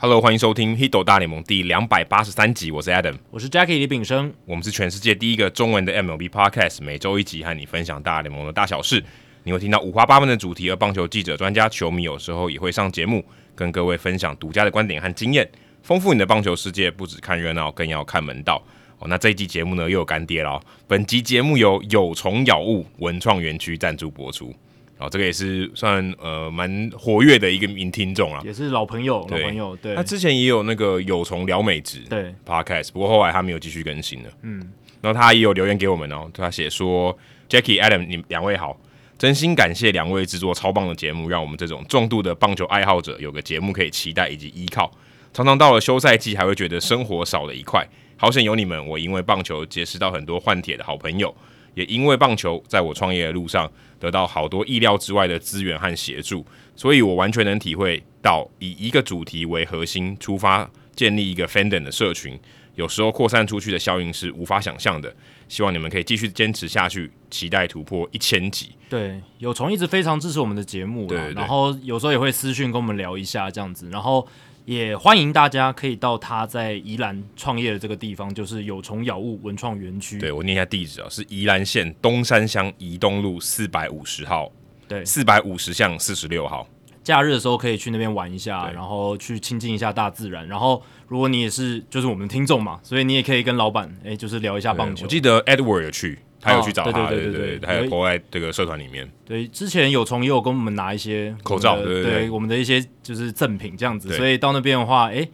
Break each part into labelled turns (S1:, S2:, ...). S1: Hello，欢迎收听《Hiddle 大联盟》第两百八十三集，我是 Adam，
S2: 我是 Jackie 李炳生。
S1: 我们是全世界第一个中文的 MLB Podcast，每周一集和你分享大联盟的大小事。你会听到五花八门的主题，而棒球记者、专家、球迷有时候也会上节目，跟各位分享独家的观点和经验，丰富你的棒球世界。不只看热闹，更要看门道。哦，那这一期节目呢又有干爹了、哦。本集节目由有虫咬物文创园区赞助播出。哦，这个也是算呃蛮活跃的一个名听众啦。
S2: 也是老朋友，老
S1: 对
S2: 朋友，对
S1: 他，之前也有那个有虫聊美职
S2: 对
S1: podcast，不过后来他没有继续更新了。嗯，然后他也有留言给我们哦，他写说：“Jackie、Adam，你们两位好，真心感谢两位制作超棒的节目，让我们这种重度的棒球爱好者有个节目可以期待以及依靠。常常到了休赛季，还会觉得生活少了一块。好险有你们，我因为棒球结识到很多换铁的好朋友，也因为棒球，在我创业的路上得到好多意料之外的资源和协助，所以我完全能体会到以一个主题为核心出发建立一个 Fandom 的社群，有时候扩散出去的效应是无法想象的。希望你们可以继续坚持下去，期待突破一千集。
S2: 对，有虫一直非常支持我们的节目啦，
S1: 对对对
S2: 然后有时候也会私讯跟我们聊一下这样子，然后也欢迎大家可以到他在宜兰创业的这个地方，就是有虫咬物文创园区，
S1: 对我念一下地址啊，是宜兰县东山乡宜东路四百五十号，
S2: 对
S1: 四百五十巷四十六号。
S2: 假日的时候可以去那边玩一下，
S1: 对
S2: 然后去亲近一下大自然，然后如果你也是就是我们听众嘛，所以你也可以跟老板哎就是聊一下棒
S1: 对
S2: 球，
S1: 我记得 Edward 有去，他有
S2: 哦
S1: 去找
S2: 对
S1: 他，
S2: 对
S1: 对
S2: 对对对
S1: 他有
S2: 有一
S1: po 在这个社团里面。
S2: 对，之前有虫也有跟我们拿一些
S1: 口罩
S2: 我们的
S1: 对对
S2: 对
S1: 对
S2: 我们的一些就是赠品这样子，
S1: 对
S2: 所以到那边的话，诶，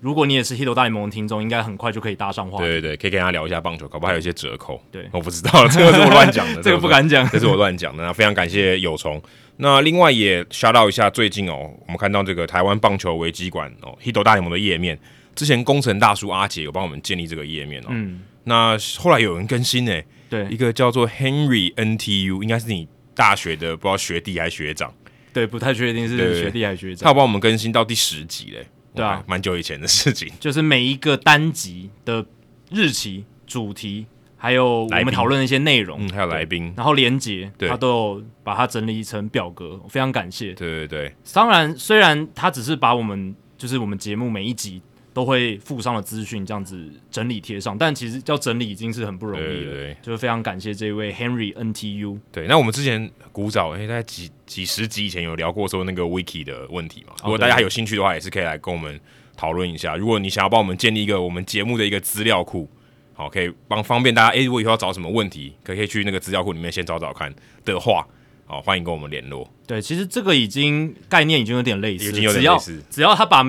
S2: 如果你也是《h i t 大联盟》的听众，应该很快就可以搭上话。
S1: 对对对， 可以跟他聊一下棒球，搞不好还有一些折扣。
S2: 对
S1: 我不知道，这个是我乱讲的，
S2: 这个不敢讲
S1: 这是我乱讲的。那非常感谢有虫。那另外也 shout out 一下，最近哦，我们看到这个台湾棒球危机馆哦，Hito 大联盟的页面，之前工程大叔阿杰有帮我们建立这个页面哦。
S2: 嗯，
S1: 那后来有人更新呢，一
S2: 对
S1: 个叫做 Henry NTU，应该是你大学的不知道学弟还是学长，
S2: 对，不太确定
S1: 对对对
S2: 是学弟还是学
S1: 他
S2: 长，
S1: 有帮我们更新到第十集嘞。
S2: 对啊
S1: 哇蛮久以前的事情。
S2: 就是每一个单集的日期、主题，还有我
S1: 来
S2: 们
S1: 宾
S2: 讨论的一些内容，
S1: 嗯，还有来宾，
S2: 然后连结，
S1: 对
S2: 他都有把它整理成表格，非常感谢。
S1: 对对对，
S2: 当然，虽然他只是把我们就是我们节目每一集都会附上的资讯这样子整理贴上，但其实要整理已经是很不容易了。
S1: 对对对
S2: 就是非常感谢这位 Henry NTU。
S1: 对，那我们之前古早，哎、大概几几十集以前有聊过说那个 wiki 的问题嘛。如果大家
S2: 哦对
S1: 有兴趣的话，也是可以来跟我们讨论一下。如果你想要帮我们建立一个我们节目的一个资料库，好，可以帮方便大家，哎、如果以后要找什么问题，可以可以去那个资料库里面先找找看的话，好，欢迎跟我们联络。
S2: 对，其实这个已经概念已经有点类似
S1: 已
S2: 了，
S1: 经有点
S2: 只要
S1: 类似
S2: 只要他把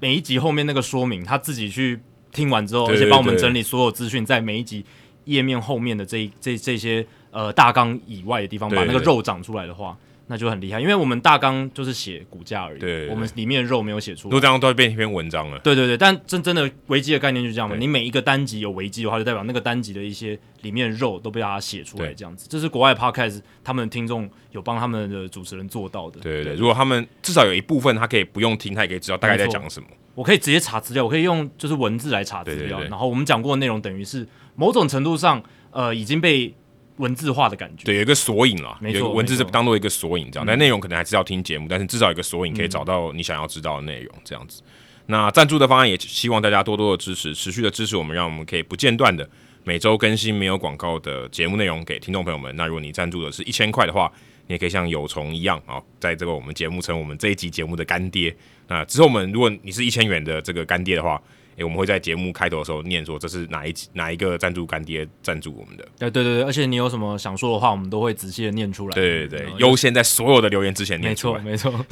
S2: 每一集后面那个说明他自己去听完之后，
S1: 对对
S2: 而且帮我们
S1: 对
S2: 整理所有资讯，在每一集页面后面的这一这这些呃大纲以外的地方，
S1: 对
S2: 把那个
S1: 对
S2: 肉长出来的话。那就很厉害，因为我们大纲就是写骨架而已，
S1: 对对对
S2: 我们里面的肉没有写出
S1: 如
S2: 来
S1: 果。这样都会变成一篇文章了。
S2: 对对对，但真真的危机的概念就是这样嘛，
S1: 对
S2: 你每一个单集有危机的话，就代表那个单集的一些里面的肉都被大家写出来，
S1: 对
S2: 这样子。这是国外 podcast 他们的听众有帮他们的主持人做到的。
S1: 对对对，如果他们至少有一部分他可以不用听，他也可以知道大概在
S2: 没错
S1: 讲什么。
S2: 我可以直接查资料，我可以用就是文字来查资
S1: 对
S2: 料，
S1: 对对
S2: 然后我们讲过的内容等于是某种程度上呃已经被文字化的感觉。
S1: 对，有一个索引啦，有
S2: 没
S1: 一个
S2: 错
S1: 文字
S2: 没
S1: 是
S2: 错嗯
S1: 当做一个索引这样，但内容可能还是要听节目，但是至少有一个索引可以找到你想要知道的内容这样子。那赞助的方案也希望大家多多的支持，持续的支持我们，让我们可以不间断的每周更新没有广告的节目内容给听众朋友们。那如果你赞助的是一千块的话，你也可以像有虫一样啊，在这个我们节目成为我们这一集节目的干爹。那之后我们如果你是一千元的这个干爹的话，诶、我们会在节目开头的时候念说这是哪一集哪一个赞助干爹赞助我们的。
S2: 对对对对，而且你有什么想说的话，我们都会仔细的念出来。
S1: 对对对
S2: 嗯，
S1: 优先在所有的留言之前念
S2: 没
S1: 出
S2: 错
S1: 来。
S2: 没错，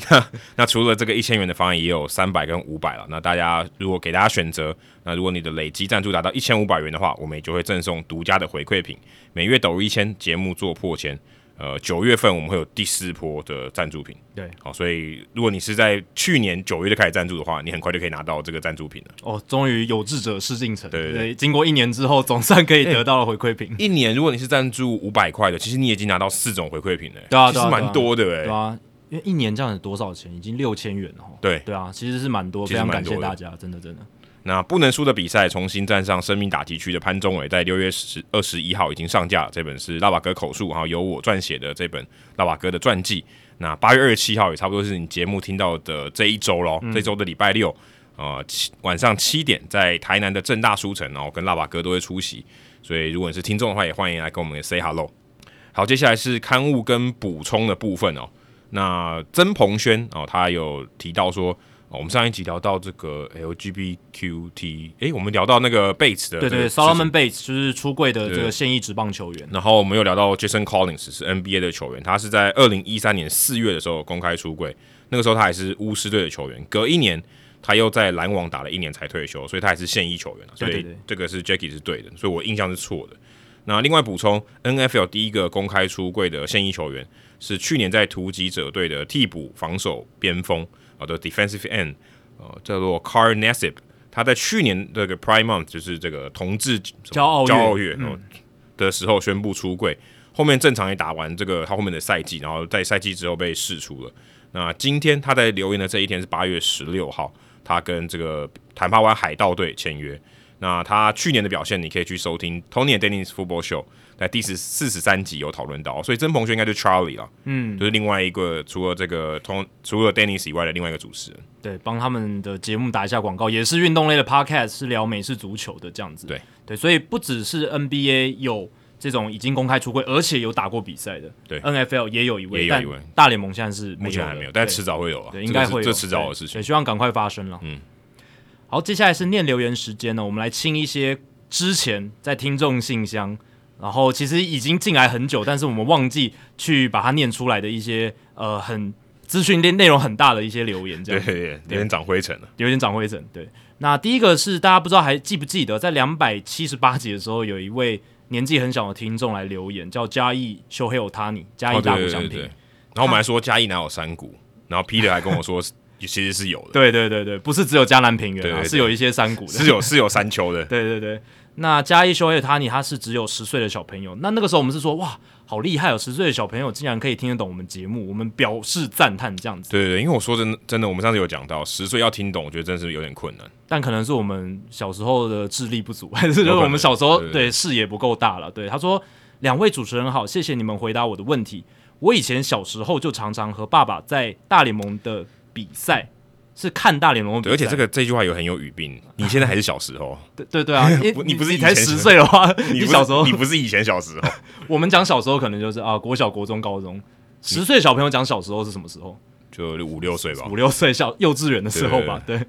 S1: 那除了这个一千元的方案，也有三百跟五百了。那大家如果给大家选择，那如果你的累积赞助达到一千五百元的话，我们也就会赠送独家的回馈品，每月抖一千，节目做破千。呃，九月份我们会有第四波的赞助品，
S2: 对
S1: 好，所以如果你是在去年九月就开始赞助的话，你很快就可以拿到这个赞助品了。
S2: 哦，终于有志者事竟成。
S1: 对对对
S2: 经过一年之后，总算可以得到了回馈品。
S1: 一年如果你是赞助五百块的，其实你已经拿到四种回馈品了、欸
S2: 对啊
S1: 其
S2: 对
S1: 实
S2: 啊对
S1: 蛮
S2: 啊
S1: 多的哎、
S2: 对啊，因为一年这样子多少钱？已经六千元了哦。
S1: 对
S2: 对啊，其实是蛮多，
S1: 其
S2: 非
S1: 实
S2: 常
S1: 蛮
S2: 感
S1: 多
S2: 谢
S1: 的
S2: 大家，真的真的。
S1: 那不能输的比赛重新站上生命打击区的潘宗伟，在六月十二十一号已经上架了这本是拉瓦哥口述，然后由我撰写的这本拉瓦哥的传
S2: 嗯
S1: 记。那八月二十七号也差不多是你节目听到的这一周咯，这周的礼拜六。呃七晚上七点在台南的正大书城，然后跟辣爸哥都会出席，所以如果你是听众的话，也欢迎来跟我们 say hello。好，接下来是刊物跟补充的部分哦。那曾鹏轩哦，他有提到说，哦我们上一集聊到这个 LGBTQT，诶，我们聊到那个 Bates 的
S2: 对
S1: 这
S2: 对
S1: 个
S2: 对
S1: 事情
S2: ，Solomon Bates 就是出柜的这个现役职棒球员。
S1: 然后我们又聊到 Jason Collins 是 NBA 的球员，他是在二零一三年四月的时候公开出柜，那个时候他还是巫师队的球员，隔一年他又在篮网打了一年才退休，所以他还是现役球员啊所
S2: 对
S1: 以
S2: 对对
S1: 这个是 Jackie 是对的，所以我印象是错的。那另外补充，NFL 第一个公开出柜的现役球员是去年在突击者队的替补防守边锋啊的 defensive end，呃，叫做 Car Nassib。他在去年这个 Prime Month，就是这个同志什么
S2: 骄傲月嗯
S1: 骄傲月、哦的时候宣布出柜，后面正常也打完这个他后面的赛季，然后在赛季之后被释出了。那今天他在留言的这一天是八月十六号，他跟这个坦帕湾海盗队签约。那他去年的表现，你可以去收听 Tony and Dennis Football Show，在第十四十三集有讨论到，所以曾鹏轩应该就是 Charlie 了，嗯，就是另外一个除了这个 Ton 除了 Dennis 以外的另外一个主持人。
S2: 对，帮他们的节目打一下广告，也是运动类的 podcast，是聊美式足球的这样子。
S1: 对
S2: 对，所以不只是 NBA 有这种已经公开出柜，而且有打过比赛的，
S1: 对
S2: ，NFL 也有一位，
S1: 也有一位
S2: 但大联盟现在是
S1: 目前还没有，
S2: 有的，
S1: 但
S2: 对
S1: 迟早会有啊，
S2: 对，
S1: 这
S2: 应
S1: 个
S2: 该
S1: 是
S2: 会有
S1: 这迟早的
S2: 对
S1: 事情
S2: 对，。希望赶快发生了。嗯，好，接下来是念留言时间呢，我们来清一些之前在听众信箱，然后其实已经进来很久，但是我们忘记去把它念出来的一些呃很资讯内内容很大的一些留言，这
S1: 对
S2: 样
S1: 对对，有点长灰尘了。啊
S2: 有点长灰尘。对，那第一个是大家不知道还记不记得，在两百七十八集的时候，有一位年纪很小的听众来留言，叫嘉义修黑有他尼，嘉义
S1: 哦，对
S2: 大
S1: 对
S2: 鼓
S1: 对
S2: 相
S1: 对
S2: 平。
S1: 对。然后我们还说嘉义哪有山谷，然后 Peter 还跟我说其实是有的，
S2: 对对对对，不是只有嘉南平原啊，
S1: 对对对
S2: 是有一些山谷的。
S1: 是有是有山丘的。
S2: 对对对，那嘉义修黑有他尼，他是只有十岁的小朋友。那那个时候我们是说，哇，好厉害哦，十岁的小朋友竟然可以听得懂我们节目，我们表示赞叹这样子。
S1: 对对对，因为我说真的真的，我们上次有讲到十岁要听懂，我觉得真是有点困难。
S2: 但可能是我们小时候的智力不足，还是就是
S1: 有可能
S2: 我们小时候
S1: 对对
S2: 对视野不够大了。对，他说：“两位主持人好，谢谢你们回答我的问题。我以前小时候就常常和爸爸在大联盟的比赛，是看大联盟的
S1: 对，
S2: 比
S1: 而
S2: 赛，
S1: 且这个这句话有很有语病。你现在还是小时候，
S2: 对 对对啊，你
S1: 你不是
S2: 你
S1: 以
S2: 才
S1: 前
S2: 十岁的话，
S1: 不
S2: 你
S1: 是
S2: 小时候
S1: 你不是以前小时候，
S2: 我们讲小时候可能就是啊，国小、国中、高中，十岁小朋友讲小时候是什么时候？
S1: 就五六岁吧
S2: 五。六岁小 幼稚园的时候吧，对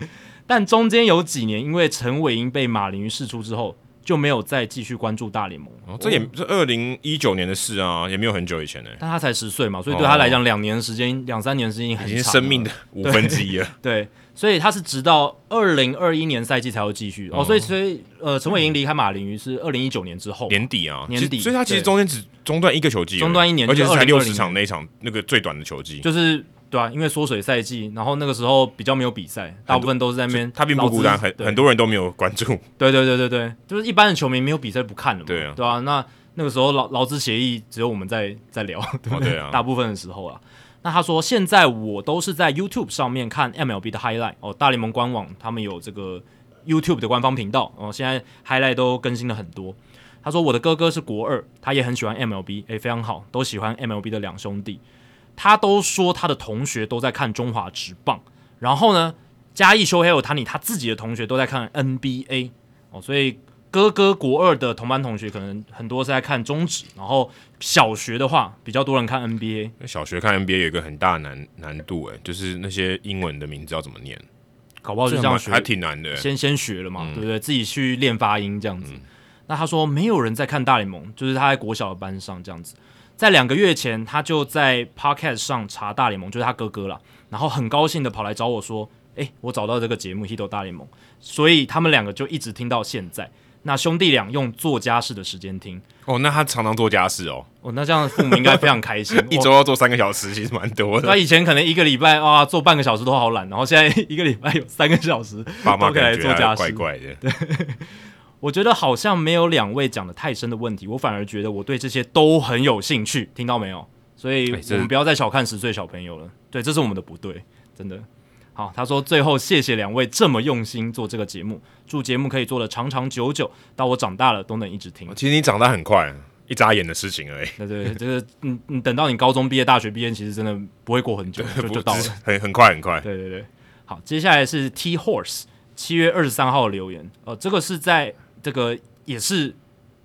S2: 但中间有几年，因为陈伟英被马林鱼释出之后，就没有再继续关注大联盟。
S1: 哦，这也这二零一九年的事啊，也没有很久以前呢、
S2: 但他才十岁嘛，所以对他来讲，两年时间、两三年时间已经很
S1: 哦已经
S2: 长了
S1: 是生命的五分之一 了。
S2: 对，所以他是直到二零二一年赛季才有继续哦所以所以呃，陈伟英离开马林鱼是二零一九年之后，
S1: 年底啊，
S2: 年
S1: 其实
S2: 底
S1: 所以他其实
S2: 对
S1: 中间只中断一个球季而已，
S2: 中断一年
S1: 而且是才
S2: 就
S1: 六
S2: 2020
S1: 十场那一场那个最短的球季，
S2: 就是对啊，因为缩水赛季，然后那个时候比较没有比赛，大部分都是在那边
S1: 他并不孤单，很
S2: 对
S1: 很多人都没有关注。
S2: 对对对对对，就是一般的球迷没有比赛不看了嘛，
S1: 对啊
S2: 那那个时候劳劳资协议只有我们在在聊，对不
S1: 哦对啊
S2: 大部分的时候啊。那他说现在我都是在 YouTube 上面看 MLB 的 highlight 哦，大联盟官网他们有这个 YouTube 的官方频道哦，现在 highlight 都更新了很多。他说我的哥哥是国二，他也很喜欢 MLB，诶，非常好，都喜欢 MLB 的两兄弟。他都说他的同学都在看中华职棒，然后呢，嘉义修黑有塔尼他自己的同学都在看 NBA 哦，所以哥哥国二的同班同学可能很多是在看中职，然后小学的话比较多人看 NBA
S1: 小学看 NBA 有一个很大的难难度、欸，就是那些英文的名字要怎么念，
S2: 搞不好就
S1: 这
S2: 这样
S1: 样
S2: 学
S1: 还挺难的、欸。
S2: 先先学了嘛，对不对？自己去练发音这样子。
S1: 嗯
S2: 那他说没有人在看大联盟，就是他在国小的班上这样子。在两个月前，他就在 Podcast 上查大联盟，就是他哥哥啦，然后很高兴的跑来找我说：“诶，我找到这个节目《Hito 大联盟》，所以他们两个就一直听到现在。那兄弟俩用做家事的时间听，
S1: 哦，那他常常做家事哦，。
S2: 哦，那这样父母应该非常开心
S1: 一周要做三个小时，其实蛮多
S2: 那
S1: 的。
S2: 以前可能一个礼拜啊做半个小时都好懒，然后现在 一个礼拜有三个小时
S1: 爸妈
S2: 都可以来
S1: 感觉
S2: 做家
S1: 他怪
S2: 事，
S1: 怪的，
S2: 我觉得好像没有两位讲的太深的问题，我反而觉得我对这些都很有兴趣，听到没有？所以
S1: 哎
S2: 我
S1: 这
S2: 们不要再小看十岁小朋友了，对，这是我们的不对，真的。好，他说最后谢谢两位这么用心做这个节目，祝节目可以做的长长久久，到我长大了都能一直听。
S1: 哦其实你长大很快，一眨眼的事情而已，
S2: 对对，对这个嗯嗯，等到你高中毕业、大学毕业，其实 真的不会过很久就
S1: 不
S2: 就到了
S1: 只。很很快很快。
S2: 对对对，好，接下来是 T Horse，七月二十三号的留言，呃，这个是在这个也是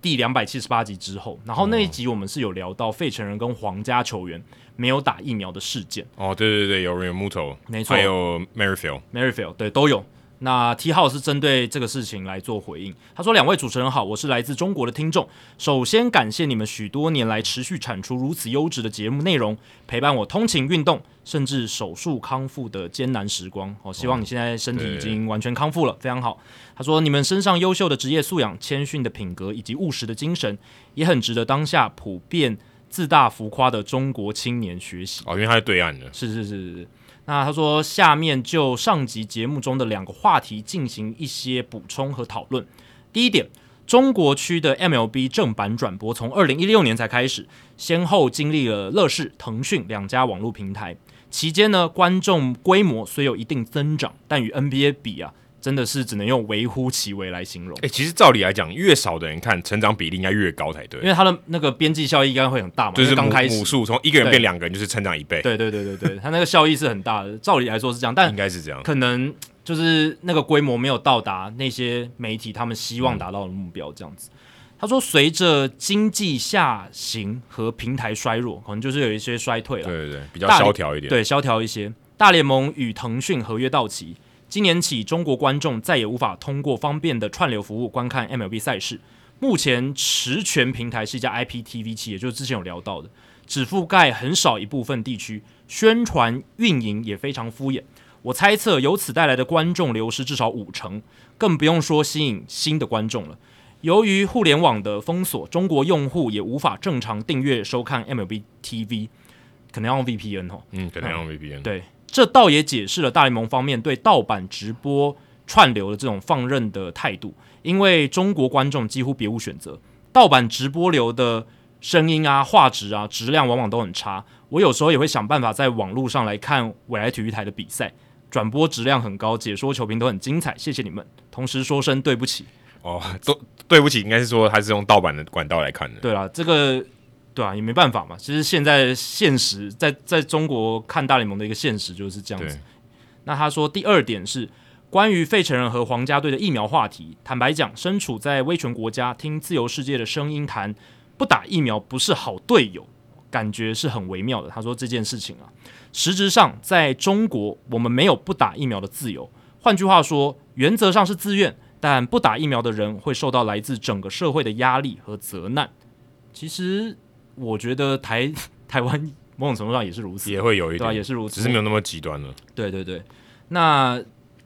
S2: 第两百七十八集之后，然后那一集我们是有聊到费城人跟皇家球员没有打疫苗的事件
S1: 哦，对对对，有 r e m u t o
S2: 没错
S1: 还有 Merrifield，
S2: ，Merrifield 对都有。那 T 号是针对这个事情来做回应，他说：“两位主持人好，我是来自中国的听众，首先感谢你们许多年来持续产出如此优质的节目内容，陪伴我通勤、运动，甚至手术康复的艰难时光。哦，希望你现在身体已经完全康复了，非常好。”他说：“你们身上优秀的职业素养、谦逊的品格以及务实的精神，也很值得当下普遍自大浮夸的中国青年学习。”
S1: 哦，因为他是对岸的，
S2: 是是是是是。那他说，下面就上集节目中的两个话题进行一些补充和讨论。第一点，中国区的 MLB 正版转播从二零一六年才开始，先后经历了乐视、腾讯两家网络平台。期间呢，观众规模虽有一定增长，但与 NBA 比啊，真的是只能用微乎其微来形容
S1: 哎、。其实照理来讲，越少的人看，成长比例应该越高才
S2: 因
S1: 对，
S2: 为它的那个边际效益应该会很大嘛，
S1: 就
S2: 因
S1: 是
S2: 为刚
S1: 母
S2: 开始
S1: 母，数从一个人
S2: 对
S1: 变两个人，就是成长一倍，
S2: 对对对对对，它那个效益是很大的。照理来说是这样，但
S1: 应该是这样。
S2: 可能就是那个规模没有到达那些媒体他们希望达到的目标，这样子。他说，随着经济下行和平台衰弱，可能就是有一些衰退了
S1: 对，对对，比较
S2: 大
S1: 萧条一点。
S2: 对，萧条一些。大联盟与腾讯合约到期，今年起中国观众再也无法通过方便的串流服务观看 MLB 赛事。目前持权平台是一家 IPTV 企业，就是之前有聊到的，只覆盖很少一部分地区，宣传运营也非常敷衍。我猜测由此带来的观众流失至少五成，更不用说吸引新的观众了。由于互联网的封锁，中国用户也无法正常订阅收看 MLB TV，可能要用 VPN 哦。
S1: 嗯，可能用 VPN。
S2: 对，这倒也解释了大联盟方面对盗版直播串流的这种放任的态度，因为中国观众几乎别无选择，盗版直播流的声音啊、画质啊、质量往往都很差。我有时候也会想办法在网络上来看未来体育台的比赛，转播质量很高，解说球评都很精彩，谢谢你们。同时说声对不起，
S1: 哦，都对不起，应该是说他是用盗版的管道来看的。
S2: 对啦，这个对啊，也没办法嘛。其实现在现实在在中国看大联盟的一个现实就是这样子
S1: 对。
S2: 那他说第二点是关于费城人和皇家队的疫苗话题。坦白讲，身处在威权国家，听自由世界的声音谈不打疫苗不是好队友，感觉是很微妙的。他说这件事情啊，实质上在中国我们没有不打疫苗的自由。换句话说，原则上是自愿，但不打疫苗的人会受到来自整个社会的压力和责难。其实我觉得台台湾某种程度上也是如此，
S1: 也会有一
S2: 对啊，也
S1: 点，
S2: 是如此。
S1: 只是没有那么极端了。
S2: 对对对，那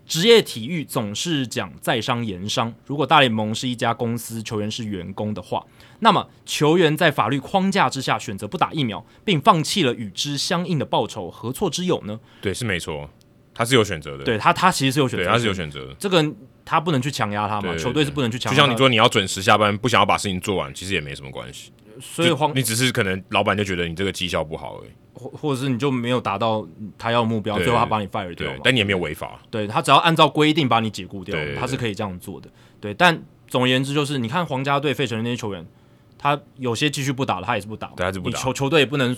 S2: 职业体育总是讲在商言商。如果大联盟是一家公司，球员是员工的话，那么球员在法律框架之下选择不打疫苗，并放弃了与之相应的报酬，何错之有呢？
S1: 对，是没错，他是有选择的。
S2: 对他，他其实是有选择
S1: 对，
S2: 性，
S1: 他是有选择的。
S2: 这个他不能去强压他嘛，
S1: 对对对
S2: 球队是不能去强
S1: 就
S2: 压。
S1: 像你，说，你要准时下班，不想要把事情做完，其实也没什么关系。
S2: 所以
S1: 就
S2: 黄
S1: 你只是可能老板就觉得你这个绩效不好而已，
S2: 或或者是你就没有达到他要的目标，
S1: 对
S2: 最后他把你 fire 掉
S1: 对
S2: 嘛，。
S1: 但你也没有违法，啊
S2: 对他只要按照规定把你解雇掉
S1: 对对，对
S2: 他是可以这样做的。对，但总而言之就是，你看皇家队、费城的那些球员，他有些继续不打了，他也是不打嘛，
S1: 对他是不打
S2: 你球球队也不能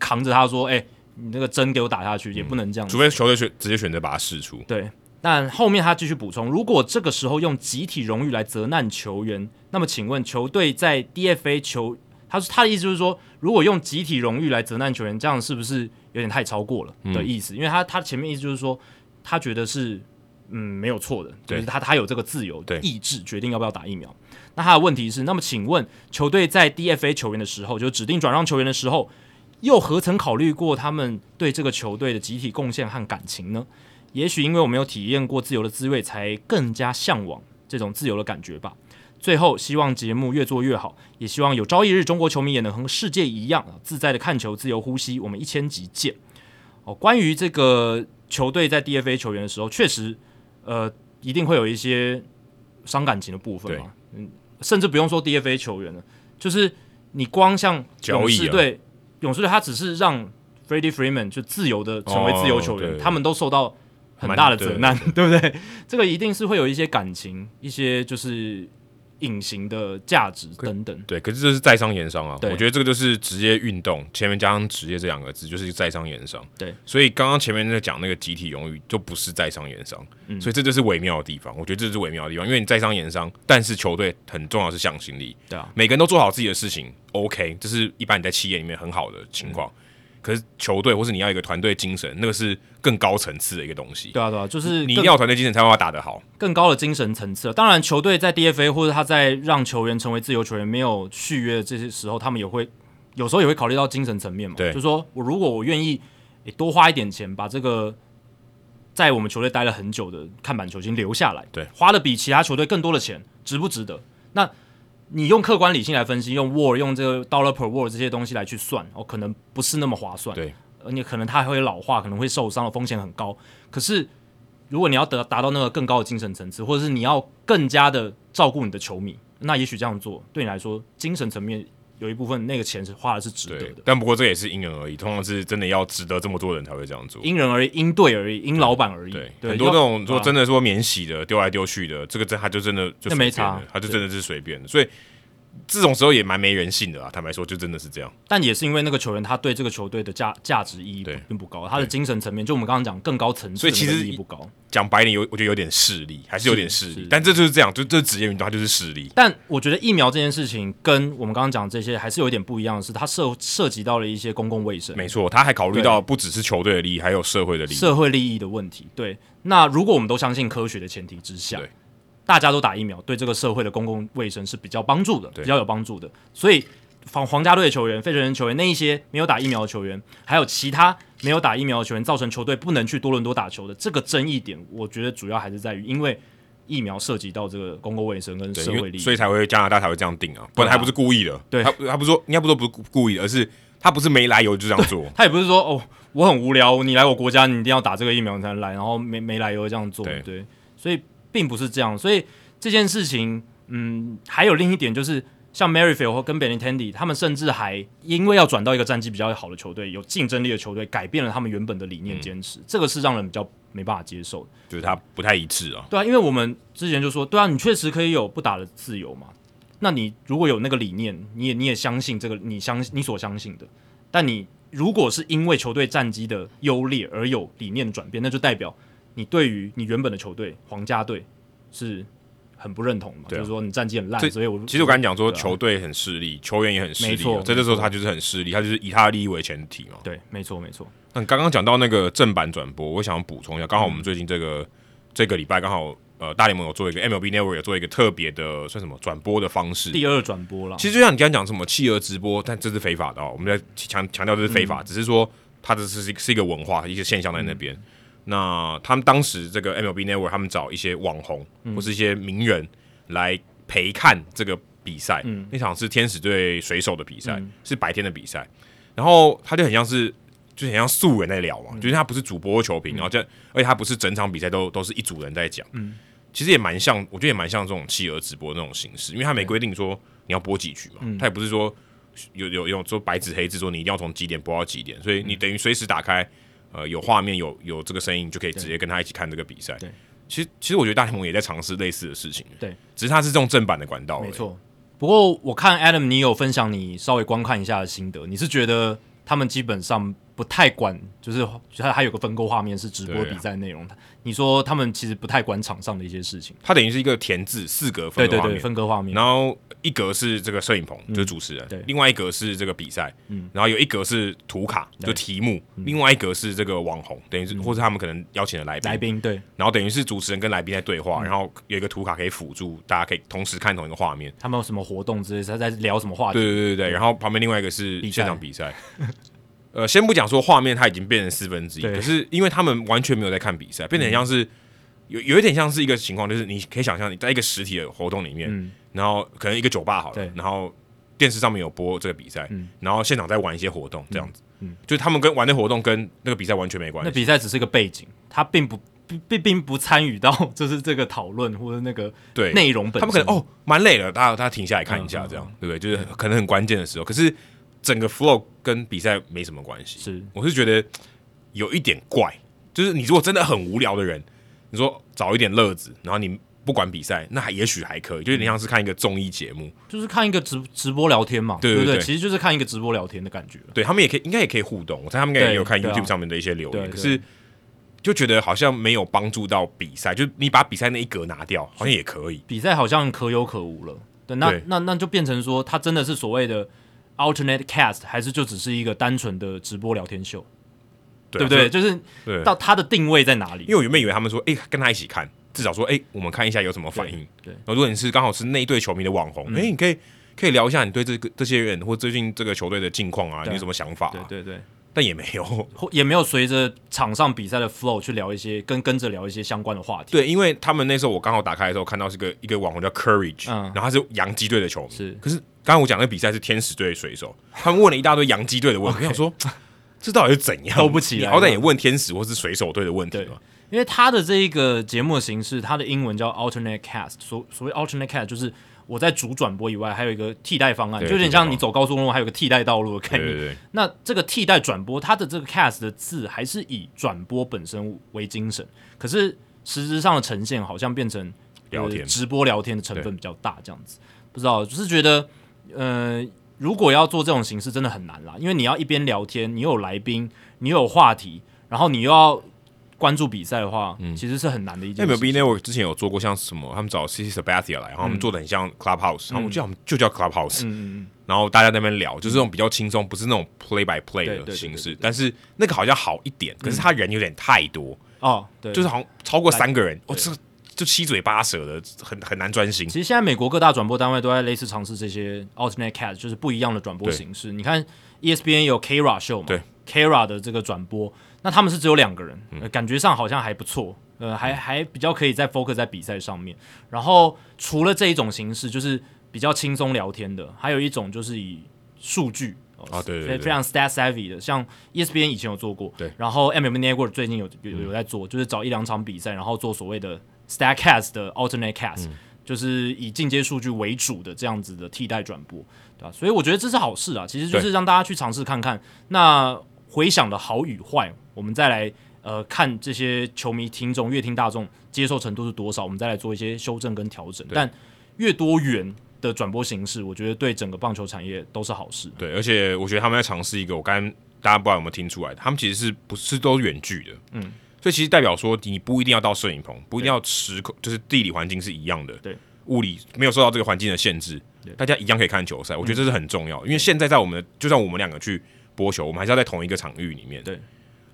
S2: 扛着他说，哎、你那个针给我打下去，也不能这样子。
S1: 除非球队选直接选择把他释出。
S2: 对，但后面他继续补充，如果这个时候用集体荣誉来责难球员，那么请问球队在 DFA 球，他他的意思就是说，如果用集体荣誉来责难球员，这样是不是有点太超过了的意思？因为他他前面意思就是说，他觉得是嗯没有错的，就
S1: 对
S2: 是他他有这个自由
S1: 对
S2: 意志决定要不要打疫苗。那他的问题是，那么请问球队在 DFA 球员的时候，就指定转让球员的时候，又何曾考虑过他们对这个球队的集体贡献和感情呢？也许因为我没有体验过自由的滋味，才更加向往这种自由的感觉吧。最后，希望节目越做越好，也希望有朝一日中国球迷也能和世界一样啊自在的看球，自由呼吸。我们一千集见。哦，关于这个球队在 DFA 球员的时候，确实，呃，一定会有一些伤感情的部分嘛。嗯，甚至不用说 DFA 球员了，就是你光像
S1: 交易啊
S2: 勇士队，勇士队他只是让 Freddie Freeman 就自由的成为自由球
S1: 哦
S2: 员，
S1: 对
S2: 他们都受到 很大的责难，对不对？这个一定是会有一些感情，一些就是隐形的价值等等。
S1: 对，可是这是在商言商啊，
S2: 对
S1: 我觉得这个就是职业运动，前面加上职业这两个字，就是在商言商。
S2: 对，
S1: 所以刚刚前面在讲那个集体荣誉，就不是在商言商，
S2: 嗯
S1: 所以这就是微妙的地方。我觉得这就是微妙的地方，因为你在商言商，但是球队很重要的是向心力，
S2: 对啊，
S1: 每个人都做好自己的事情，OK，这是一般你在企业里面很好的情况。
S2: 嗯
S1: 可是球队或是你要一个团队精神，那个是更高层次的一个东西。
S2: 对啊，对啊，就是
S1: 你一
S2: 更
S1: 定要有团队精神才有办法打得好。
S2: 更高的精神层次了。当然，球队在 DFA 或者他在让球员成为自由球员没有续约的这些时候，他们也会有时候也会考虑到精神层面嘛。
S1: 对
S2: 就说我如果我愿意、诶多花一点钱，把这个在我们球队待了很久的看板球星留下来，
S1: 对，
S2: 花的比其他球队更多的钱，值不值得？那你用客观理性来分析，用 WAR 用这个 dollar per WAR 这些东西来去算，哦，可能不是那么划算。
S1: 对，
S2: 而且可能他还会老化，可能会受伤的风险很高。可是如果你要得达到那个更高的精神层次，或者是你要更加的照顾你的球迷，那也许这样做对你来说，精神层面有一部分那个钱是花的是值得
S1: 对
S2: 的，。
S1: 但不过这也是因人而异，通常是真的要值得这么多人才会这样做。
S2: 因人而异，因队而异，因老板而异。
S1: 对，
S2: 对
S1: 很多
S2: 要
S1: 那种说
S2: 啊
S1: 真的说免洗的、丢来丢去的，这个真他就真的就
S2: 那
S1: 随便
S2: 没差啊
S1: 了他就真的是随便的，所以这种时候也蛮没人性的啊。坦白说，就真的是这样。
S2: 但也是因为那个球员他对这个球队的价价值意义不
S1: 对
S2: 并不高，他的精神层面就我们刚刚讲更高层次，
S1: 所以其实
S2: 意义不高。
S1: 讲白点，有我觉得有点势利，还是有点势
S2: 是
S1: 利
S2: 是，
S1: 但这就是这样，就这职业运动它就是势利。
S2: 但我觉得疫苗这件事情跟我们刚刚讲的这些还是有一点不一样的是，它涉涉及到了一些公共卫生。
S1: 没错，他还考虑到不只是球队的利益，还有社会的利益。
S2: 社会利益的问题。对，那如果我们都相信科学的前提之下
S1: 对，
S2: 大家都打疫苗，对这个社会的公共卫生是比较帮助的，
S1: 对
S2: 比较有帮助的。所以，防皇家队的球员、费城人球员那一些没有打疫苗的球员，还有其他没有打疫苗的球员，造成球队不能去多伦多打球的这个争议点，我觉得主要还是在于因为。疫苗涉及到这个公共卫生跟
S1: 对，
S2: 社
S1: 因
S2: 会
S1: 为
S2: 利益，
S1: 所以才会加拿大才会这样定啊，本来还不是故意的。
S2: 对
S1: 他他不是说应该不是说不是故意的，而是他不是没来由就这样 做。
S2: 他也不是说哦，我很无聊，你来我国家，你一定要打这个疫苗你才能来，然后没没来由地这样做，
S1: 对
S2: 所以并不是这样。所以这件事情，嗯，还有另一点就是，像 Maryfield 或跟 Benintendi，他们甚至还因为要转到一个战绩比较好的球队，有竞争力的球队，改变了他们原本的理念坚持，这个是让人比较没办法接受的。
S1: 就是他不太一致啊。
S2: 对啊，因为我们之前就说，对啊，你确实可以有不打的自由嘛。那你如果有那个理念，你也你也相信这个，你相你所相信的，但你如果是因为球队战绩的优劣而有理念的转变，那就代表你对于你原本的球队皇家队是很不认同的嘛，
S1: 对啊
S2: 就是说你战绩很烂，
S1: 这
S2: 所以我
S1: 其实我刚才讲说，
S2: 对啊
S1: 球队很势利，球员也很势
S2: 没
S1: 利
S2: 错
S1: 啊。在这时候，
S2: 没错
S1: 他就是很势利，他就是以他的利益为前提嘛。
S2: 对，没错没错，
S1: 那你刚刚讲到那个正版转播，我想补充一下，刚好我们最近这个、
S2: 嗯
S1: 这个礼拜刚好呃大联盟有做一个 MLB Network 有做一个特别的算什么转播的方式。
S2: 第二转播了，
S1: 其实就像你刚刚讲什么企鹅直播，但这是非法的哦。我们在强强调这是非法，只是说它这是是一个文化一个现象在那边。那他们当时这个 MLB Network 他们找一些网红、或是一些名人来陪看这个比赛，那场是天使队水手的比赛，是白天的比赛。然后他就很像是，就很像素人在聊嘛，就是他不是主播或球评，然后这而且他不是整场比赛都都是一组人在讲，嗯，其实也蛮像，我觉得也蛮像这种企鹅直播那种形式，因为他没规定说你要播几局嘛，
S2: 嗯
S1: 他也不是说有有有说白纸黑字说你一定要从几点播到几点，所以
S2: 嗯
S1: 你等于随时打开，呃，有画面有有这个声音，你就可以直接跟他一起看这个比赛。
S2: 对，
S1: 其实其实我觉得大联盟也在尝试类似的事情，
S2: 对，
S1: 只是他是这种正版的管道，
S2: 没，错。不过我看 Adam，你有分享你稍微观看一下的心得，你是觉得他们基本上不太管，就是它还有个分购画面是直播
S1: 对啊
S2: 比赛内容，你说他们其实不太管场上的一些事情。
S1: 它等于是一个填字四格分的
S2: 对对
S1: 画
S2: 对，
S1: 面，
S2: 分割画面，
S1: 然后一格是这个摄影棚，就是主持人；
S2: 嗯对嗯
S1: 另外一格是这个比赛，然后有一格是图卡，就题目；另外一格是这个网红，等于是或者他们可能邀请的来宾，
S2: 嗯来宾嗯对，
S1: 然后等于是主持人跟来宾在对话，然后有一个图卡可以辅助大家可以同时看同一个画面。
S2: 他们有什么活动之类，他在聊什么话
S1: 对
S2: 题？
S1: 对对对对，然后旁边另外一个是
S2: 嗯比赛
S1: 现场比赛。 呃，先不讲说画面它已经变成四分之一，
S2: 对嗯
S1: 可是因为他们完全没有在看比赛，变得很像是、有有一点像是一个情况，就是你可以想象你在一个实体的活动里面，
S2: 嗯
S1: 然后可能一个酒吧好了
S2: 对，
S1: 然后电视上面有播这个比赛，
S2: 嗯
S1: 然后现场在玩一些活动，这样子，
S2: 嗯嗯
S1: 就是他们跟玩的活动跟那个比赛完全没关
S2: 那
S1: 系。
S2: 比赛只是个背景，他并不并并并不参与到就是这个讨论或者那个
S1: 对，
S2: 内容本身。
S1: 他们可能哦蛮累了，大家大家停下来看一
S2: 嗯
S1: 下，
S2: 嗯
S1: 这样、对不对？就是很可能很关键的时候，可是整个 flow 跟比赛没什么关系。
S2: 是
S1: 我是觉得有一点怪，就是你如果真的很无聊的人，你说找一点乐子，然后你不管比赛，那还也许还可以，就有点像是看一个综艺节目。
S2: 就是看一个直直播聊天嘛，
S1: 对
S2: 不
S1: 对对
S2: 其实就是看一个直播聊天的感觉。
S1: 对他们也可以，应该也可以互动。我猜他们应该也有看
S2: 对对啊
S1: YouTube 上面的一些留言，
S2: 对对
S1: 可是就觉得好像没有帮助到比赛。就你把比赛那一格拿掉，好像也可以。
S2: 比赛好像可有可无了。对，那
S1: 对
S2: 那那就变成说，它真的是所谓的 alternate cast，还是就只是一个单纯的直播聊天秀，
S1: 对啊
S2: 不对？？就是
S1: 对，
S2: 到它的定位在哪里
S1: 因？为我原本以为他们说，哎、跟他一起看，至少说，哎、我们看一下有什么反应。
S2: 对对嗯
S1: 然后如果你是刚好是那一队球迷的网红，哎、你可以可以聊一下你对这个这些人或最近这个球队的近况啊，
S2: 对
S1: 你有什么想法、啊？
S2: 对对对，
S1: 但也没有。
S2: 或也没有随着场上比赛的 flow 去聊一些跟跟着聊一些相关的话题。
S1: 对，因为他们那时候我刚好打开的时候，看到是个一个网红叫 Courage，、
S2: 嗯
S1: 然后他是洋基队的球迷。
S2: 是
S1: 可是刚刚我讲的比赛是天使队的水手，他们问了一大堆洋基队的问题，我想说这到底是怎样？
S2: 都不起来
S1: 你好歹也问天使或是水手队的问题
S2: 对
S1: 嘛？
S2: 因为它的这一个节目的形式，它的英文叫 alternate cast，所所谓 alternate cast 就是我在主转播以外，还有一个替代方案，
S1: 对
S2: 就有点
S1: 替代方
S2: 像
S1: 案
S2: 你走高速公路还有个替代道路的概
S1: 对
S2: 念
S1: 对。对，
S2: 那这个替代转播，它的这个 cast 的字还是以转播本身为精神，可是实质上的呈现好像变成
S1: 聊天
S2: 呃直播聊天的成分比较大，这样子。不知道，就是觉得，呃，如果要做这种形式，真的很难啦，因为你要一边聊天，你又有来宾，你又有话题，然后你又要关注比赛的话，其实是很难的一件事。
S1: MLB Network 之前嗯哎有做过像什么，他们找 C C Sabathia 来，然后他们做的很像 Clubhouse，、然后我记得他们就叫 Clubhouse，、
S2: 嗯嗯，嗯
S1: 然后大家在那边聊，就是这种比较轻松，不是那种 Play by
S2: 对
S1: Play
S2: 对
S1: 的
S2: 对
S1: 形
S2: 对
S1: 式，但是那个好像好一点，可是他人有点太多，
S2: 嗯哦，对，
S1: 就是好像超过三个人，哦，这就七嘴八舌的，很很难专心。
S2: 其实现在美国各大转播单位都在类似尝试这些 alternate cast，就是不一样的转播
S1: 对
S2: 形式。你看 E ESPN 有 Kara 秀嘛，
S1: 对嗯
S2: Kara 的这个转播，那他们是只有两个人，呃感觉上好像还不错，呃，还还比较可以再 focus 在比赛上面。然后除了这一种形式，就是比较轻松聊天的，还有一种就是以数据。呃
S1: 啊对对对
S2: 非非常 stat savvy 的，像 E ESPN 以前有做过，
S1: 对嗯
S2: 然后 MLB Network 最近有有有在做，就是找一两场比赛，然后做所谓的 Statcast 的 alternate
S1: 嗯
S2: cast，、就是以进阶数据为主的这样子的替代转播，对吧、所以我觉得这是好事啊，其实就是让大家去尝试看看，那回想的好与坏，我们再来呃看这些球迷听众、乐听大众接受程度是多少，我们再来做一些修正跟调整。但越多元的转播形式，我觉得对整个棒球产业都是好事。
S1: 对，而且我觉得他们在尝试一个，我刚刚大家不知道有没有听出来，他们其实是不是都远距的？嗯，所以其实代表说你不一定要到摄影棚，不一定要时空，就是地理环境是一样的，
S2: 对，
S1: 物理没有受到这个环境的限制，大家一样可以看球赛。我觉得这是很重要，因为现在在我们的，就算我们两个去播球，我们还是要在同一个场域里面，
S2: 对。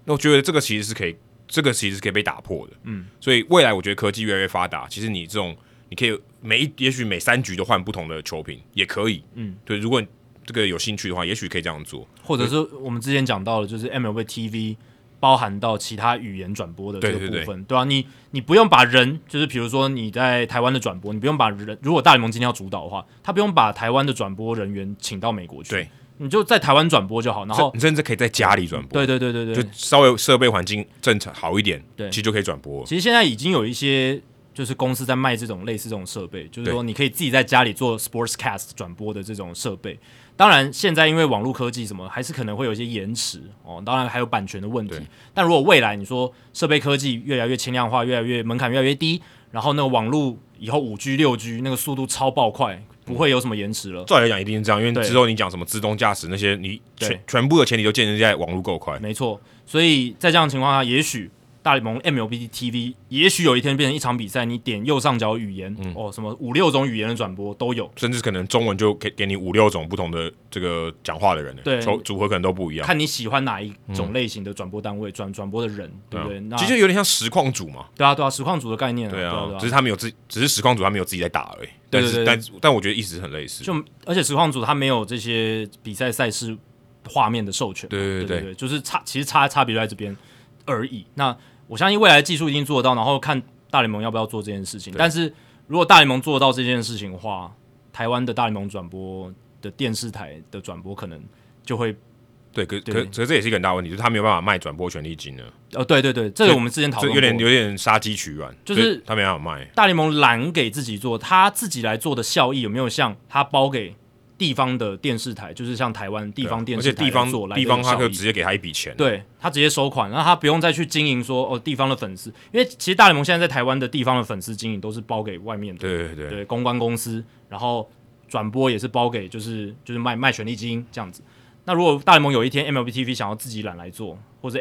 S1: 那我觉得这个其实是可以，这个其实是可以被打破的，嗯。所以未来我觉得科技越来越发达，其实你这种你可以每一，也许每三局都换不同的球评也可以，嗯，对。如果你这个有兴趣的话，也许可以这样做。
S2: 或者是我们之前讲到的，就是 MLB TV 包含到其他语言转播的这个
S1: 对
S2: 部
S1: 对
S2: 分，
S1: 对
S2: 啊，你你不用把人，就是比如说你在台湾的转播，你不用把人，如果大联盟今天要主导的话，他不用把台湾的转播人员请到美国去，
S1: 对，
S2: 你就在台湾转播就好，然后
S1: 你甚至可以在家里转播，
S2: 对对对对对
S1: 就，稍微设备环境正常好一点，
S2: 对
S1: 其实就可以转播了。
S2: 其实现在已经有一些就是公司在卖这种类似这种设备，就是说你可以自己在家里做 sportscast 转播的这种设备。当然，现在因为网络科技什么，还是可能会有一些延迟哦。当然还有版权的问题
S1: 对。
S2: 但如果未来你说设备科技越来越轻量化，越来越门槛越来越低，然后那个网络以后五 G 六 G 那个速度超爆快，不会有什么延迟了。
S1: 照理来讲一定是这样，因
S2: 对
S1: 为之后你讲什么自动驾驶那些，你
S2: 对
S1: 全全部的前提都建立在网络够快。
S2: 没错，所以在这样的情况下，也许大联盟 MLB TV 也许有一天变成一场比赛，你点右上角语言、
S1: 嗯
S2: 哦，什么五六种语言的转播都有，
S1: 甚至可能中文就可以给你五六种不同的这个讲话的人了，
S2: 对
S1: 组组合可能都不一样。
S2: 看你喜欢哪一种类型的转播单位、转转播的人，对不对？那
S1: 啊其实有点像实况组嘛，
S2: 对啊，对啊，实况组的概念、啊，
S1: 对
S2: 对
S1: 啊，
S2: 啊，
S1: 只是他们有自，只是实况组他们有自己在打而已。
S2: 对
S1: 但
S2: 对
S1: 是
S2: 对
S1: 但是但我觉得意思很类似，
S2: 就而且实况组它没有这些比赛赛事画面的授权嘛，
S1: 对对
S2: 对
S1: 对
S2: 对
S1: 对
S2: 就是差其实差差别就在这边而已。那我相信未来的技术一定做得到，然后看大联盟要不要做这件事情。但是如果大联盟做得到这件事情的话，台湾的大联盟转播的电视台的转播可能就会。
S1: 对，可
S2: 对
S1: 可可这也是一个很大问题，就是他没有办法卖转播权利金呢，
S2: 呃，对对对，这个我们之前讨
S1: 这
S2: 论
S1: 有点
S2: 过
S1: 有点杀鸡取卵，
S2: 就是
S1: 他没办法卖。
S2: 大联盟懒给自己做，他自己来做的效益有没有像他包给地方的电视台，就是像台湾地方电
S1: 啊而
S2: 视
S1: 且
S2: 台
S1: 地方
S2: 来做来
S1: 地方
S2: 的
S1: 他
S2: 效
S1: 就
S2: 益
S1: 直接给他一笔钱，
S2: 对他直接收款，然后他不用再去经营说哦地方的粉丝，因为其实大联盟现在在台湾的地方的粉丝经营都是包给外面的，
S1: 对对对
S2: 对公关公司，然后转播也是包给就是就是卖卖权利基金这样子。那如果大联盟有一天 MLB TV 想要自己揽来做，或者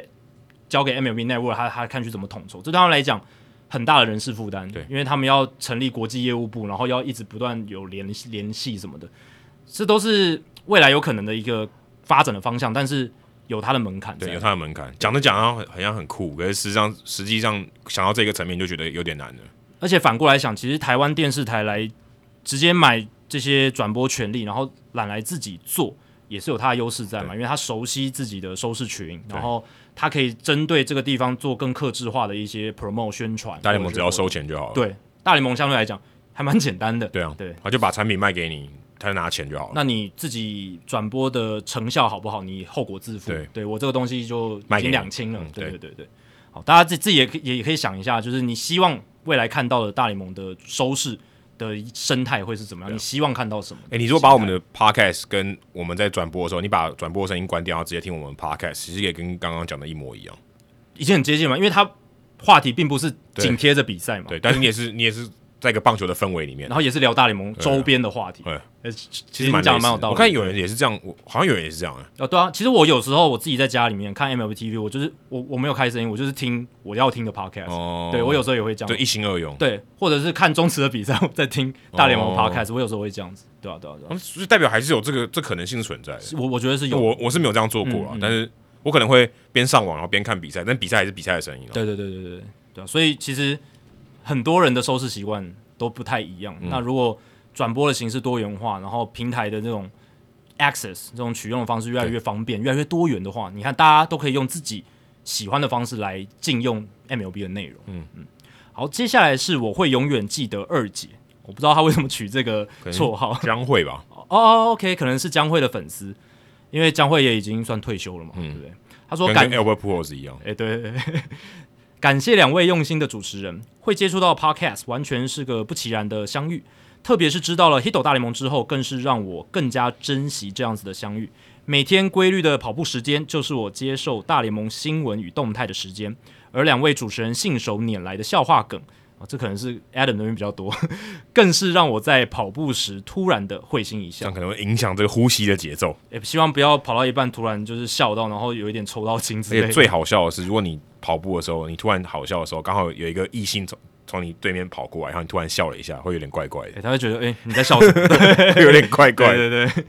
S2: 交给 MLB Network，他他看去怎么统筹，这对他们来讲很大的人事负担，
S1: 对
S2: 因为他们要成立国际业务部，然后要一直不断有联系联系什么的，这都是未来有可能的一个发展的方向，但是有它的门槛在，
S1: 对，有它的门槛。讲着讲着好像很酷，可是实际上实际上想到这个层面就觉得有点难了。
S2: 而且反过来想，其实台湾电视台来直接买这些转播权利，然后揽来自己做，也是有它的优势在嘛，因为他熟悉自己的收视群，然后他可以针对这个地方做更克制化的一些 promo 宣传。
S1: 大联盟只要收
S2: 或者
S1: 钱就好了。
S2: 是对大联盟相对来讲还蛮简单的，
S1: 对啊，
S2: 对。
S1: 他就把产品卖给你，他就拿钱就好了。
S2: 那你自己转播的成效好不好，你后果自负。
S1: 对
S2: 我这个东西就
S1: 卖给
S2: 已
S1: 你
S2: 经两清了。
S1: 嗯
S2: 对
S1: 对
S2: 对对。好，大家自自己也可以也也可以想一下，就是你希望未来看到的大联盟的收视的生态会是怎么样？你希望看到什么？
S1: 啊哎、你如果把我们的 podcast 跟我们在转播的时候，你把转播声音关掉，然后直接听我们 podcast，其实也跟刚刚讲的一模一样。
S2: 已经很接近嘛，因为它话题并不是紧贴着比赛嘛，
S1: 对，但是你也是你也是在一个棒球的氛围里面
S2: 然，后也是聊大联盟周边的话题。
S1: 对
S2: 呃，其
S1: 其实蛮
S2: 你讲的
S1: 类似
S2: 蛮有道理
S1: 我
S2: 的。
S1: 看有人也是这样，我好像有人也是这样、啊。
S2: 哦，对啊，其实我有时候我自己在家里面看 MLB TV，我就是我我没有开声音，我就是听我要听的 podcast、
S1: 哦，
S2: 对我有时候也会这样
S1: 就，一心二用。
S2: 对，或者是看中职的比赛， 我在听大联盟
S1: 哦
S2: podcast，、我有时候会这样子，对啊，对啊，对啊，
S1: 嗯，就代表还是有这个这可能性存在的。
S2: 我我觉得是嗯有，
S1: 我我是没有这样做过啊，但是我可能会边上网然后边看比赛，但比赛还是比赛的声音、啊。
S2: 对对对对对对啊，所以其实很多人的收视习惯都不太一样。那如果转播的形式多元化，然后平台的这种 access 这种取用的方式越来越方便，越来越多元的话，你看大家都可以用自己喜欢的方式来禁用 MLB 的内容。嗯嗯，好，接下来是我会永远记得二姐，我不知道她为什么取这个
S1: 能
S2: 绰号。
S1: 将会吧，
S2: 哦，OK，可能是江惠的粉丝，因为江惠也已经算退休了嘛，对不对？他说
S1: 跟
S2: 感
S1: 跟，Albert Pujols 一样。
S2: 哎，对 对，对感谢两位用心的主持人，会接触到 Podcast 完全是个不其然的相遇，特别是知道了 Hito 大联盟之后，更是让我更加珍惜这样子的相遇。每天规律的跑步时间，就是我接受大联盟新闻与动态的时间。而两位主持人信手拈来的笑话梗啊，这可能是 Adam 那边比较多， 更是让我在跑步时突然的会心一
S1: 这
S2: 笑
S1: 样。可能会影响这个呼吸的节奏。
S2: 也希望不要跑到一半突然就是笑到，然后有一点抽到筋之
S1: 而
S2: 类
S1: 且
S2: 的。
S1: 哎最好笑的是，如果你跑步的时候，你突然好笑的时候，刚好有一个异性从从你对面跑过来，然后你突然笑了一下，会有点怪怪
S2: 诶他会觉得哎、诶你在笑什 么？
S1: 的，会有点怪怪的。
S2: 对对对。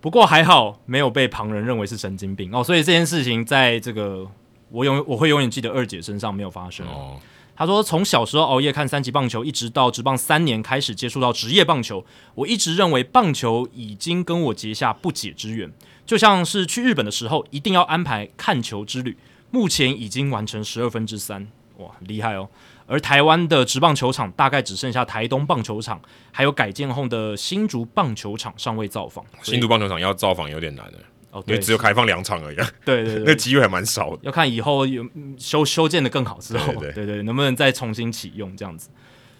S2: 不过还好没有被旁人认为是神经病哦，所以这件事情在这个我永我会永远记得二姐身上没有发生。
S1: 哦，
S2: 他说，从小时候熬夜看三级棒球，一直到职棒三年开始接触到职业棒球，我一直认为棒球已经跟我结下不解之缘，就像是去日本的时候一定要安排看球之旅。目前已经完成十二分之三，哇，很厉害哦！而台湾的职棒球场大概只剩下台东棒球场，还有改建后的新竹棒球场尚未造访。所以
S1: 新竹棒球场要造访有点难的，
S2: 哦，
S1: 因
S2: 对，
S1: 为只有开放两场而已啊，
S2: 对对
S1: 那
S2: 对，
S1: 机会还蛮少的。
S2: 要看以后有嗯修修建的更好之后，啊
S1: 对对
S2: 能不能再重新启用这样子。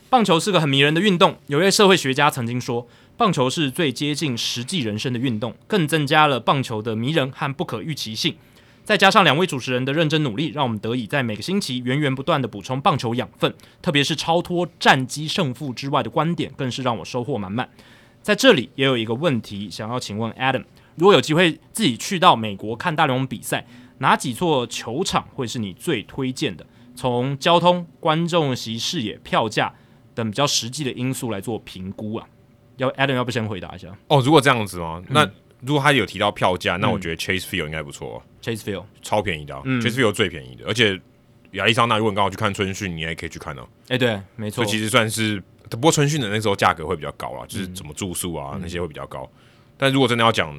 S2: 棒球是个很迷人的运动，有一位社会学家曾经说，棒球是最接近实际人生的运动，更增加了棒球的迷人和不可预期性。再加上两位主持人的认真努力，让我们得以在每个星期源源不断的补充棒球养分，特别是超脱战绩胜负之外的观点，更是让我收获满满。在这里也有一个问题想要请问 Adam，如果有机会自己去到美国看大联盟比赛，哪几座球场会是你最推荐的？从交通、观众席视野、票价等比较实际的因素来做评估啊。要 Adam 要不先回答一下
S1: 哦，如果这样子
S2: 嗯
S1: 吗？那如果他有提到票价，那我觉得 Chase Field 应该不错哦，
S2: Chase Field？
S1: 超便宜的啊，Chase
S2: 嗯
S1: Field 最便宜的，而且亚利桑那如果你刚好去看春训，你也可以去看哦。
S2: 哎，对，没
S1: 所
S2: 错
S1: 以，其实算是，不过春训的那时候价格会比较高啦，就是
S2: 嗯
S1: 怎么住宿啊、那些会比较高。但如果真的要讲，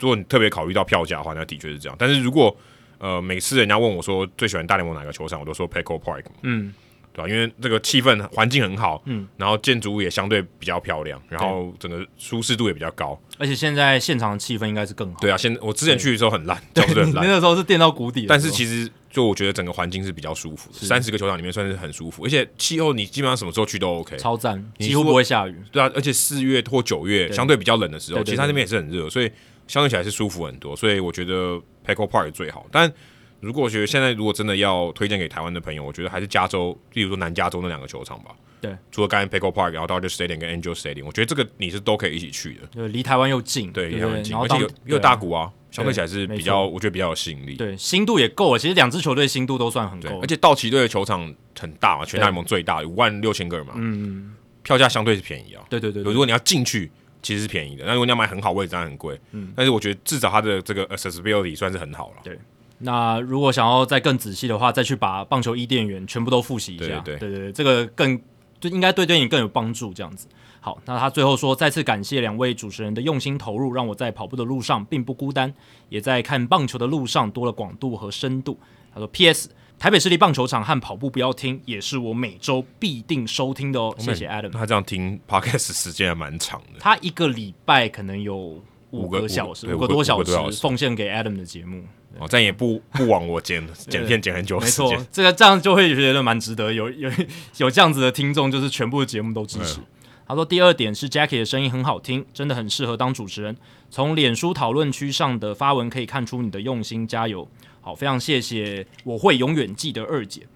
S1: 如果你特别考虑到票价的话，那的确是这样。但是如果呃每次人家问我说最喜欢大联盟哪个球场，我都说 Petco Park，嘛
S2: 嗯，
S1: 对啊吧、因为这个气氛环境很好，
S2: 嗯，
S1: 然后建筑物也相对比较漂亮，然后整个舒适度也比较高。
S2: 而且现在现场的气氛应该是更好。
S1: 对啊，现我之前去的时候很烂，教室很
S2: 你
S1: 烂，
S2: 那个时候是电到谷底的时候，
S1: 但是其实就我觉得整个环境是比较舒服的，三十个球场里面算是很舒服，而且气候你基本上什么时候去都 OK。
S2: 超赞，
S1: 你
S2: 几乎
S1: 说
S2: 不会下雨。
S1: 对啊，而且四月或九月相对比较冷的时候，
S2: 对对
S1: 其实它那边也是很热，所以相对起来是舒服很多。所以我觉得 Peco Park 最好。但如果我觉得现在如果真的要推荐给台湾的朋友，我觉得还是加州，例如说南加州那两个球场吧。
S2: 对，
S1: 除了刚才 Peco Park，然后 Dodger Stadium 跟 Angel Stadium，我觉得这个你是都可以一起去的。
S2: 对，离台湾又近，
S1: 对，
S2: 对
S1: 也
S2: 不
S1: 很
S2: 对，
S1: 近，
S2: 然后
S1: 而且
S2: 当
S1: 有又
S2: 对
S1: 大股啊，相对起来是
S2: 没
S1: 比
S2: 错
S1: 较，我觉得比较有吸引力。
S2: 对，新度也够了。其实两支球队新度都算很
S1: 对，
S2: 够
S1: 而，且道奇队的球场很大嘛，全大联盟最大，五万六千个人嘛，
S2: 嗯，
S1: 票价相对是便宜啊。
S2: 对对对
S1: 如
S2: 对，
S1: 果你要进去，其实是便宜的。那如果你要买很好位置，当然很贵。嗯，但是我觉得至少它的这个 accessibility 算是很好了。
S2: 那如果想要再更仔细的话，再去把棒球伊甸园全部都复习一下。
S1: 对对
S2: 对对，这个更就应该对对你更有帮助。这样子，好，那他最后说，再次感谢两位主持人的用心投入，让我在跑步的路上并不孤单，也在看棒球的路上多了广度和深度。他说，P.S. 台北市立棒球场和跑步不要听，也是我每周必定收听的哦。谢谢 Adam
S1: 那。他这样听 podcast 时间还蛮长的。
S2: 他一个礼拜可能有五
S1: 个
S2: 个小时，
S1: 五个
S2: 五个多
S1: 五
S2: 小
S1: 个多小时
S2: 时奉献给 Adam 的节目，
S1: 哦，这样也不不枉我 剪剪片剪很久的
S2: 没
S1: 时
S2: 错
S1: 间。，
S2: 这个这样就会觉得蛮值得，有有有这样子的听众，就是全部的节目都支
S1: 哎
S2: 持。他说第二点是 Jackie 的声音很好听，真的很适合当主持人。从脸书讨论区上的发文可以看出你的用心，加油！好，非常谢谢，我会永远记得二姐。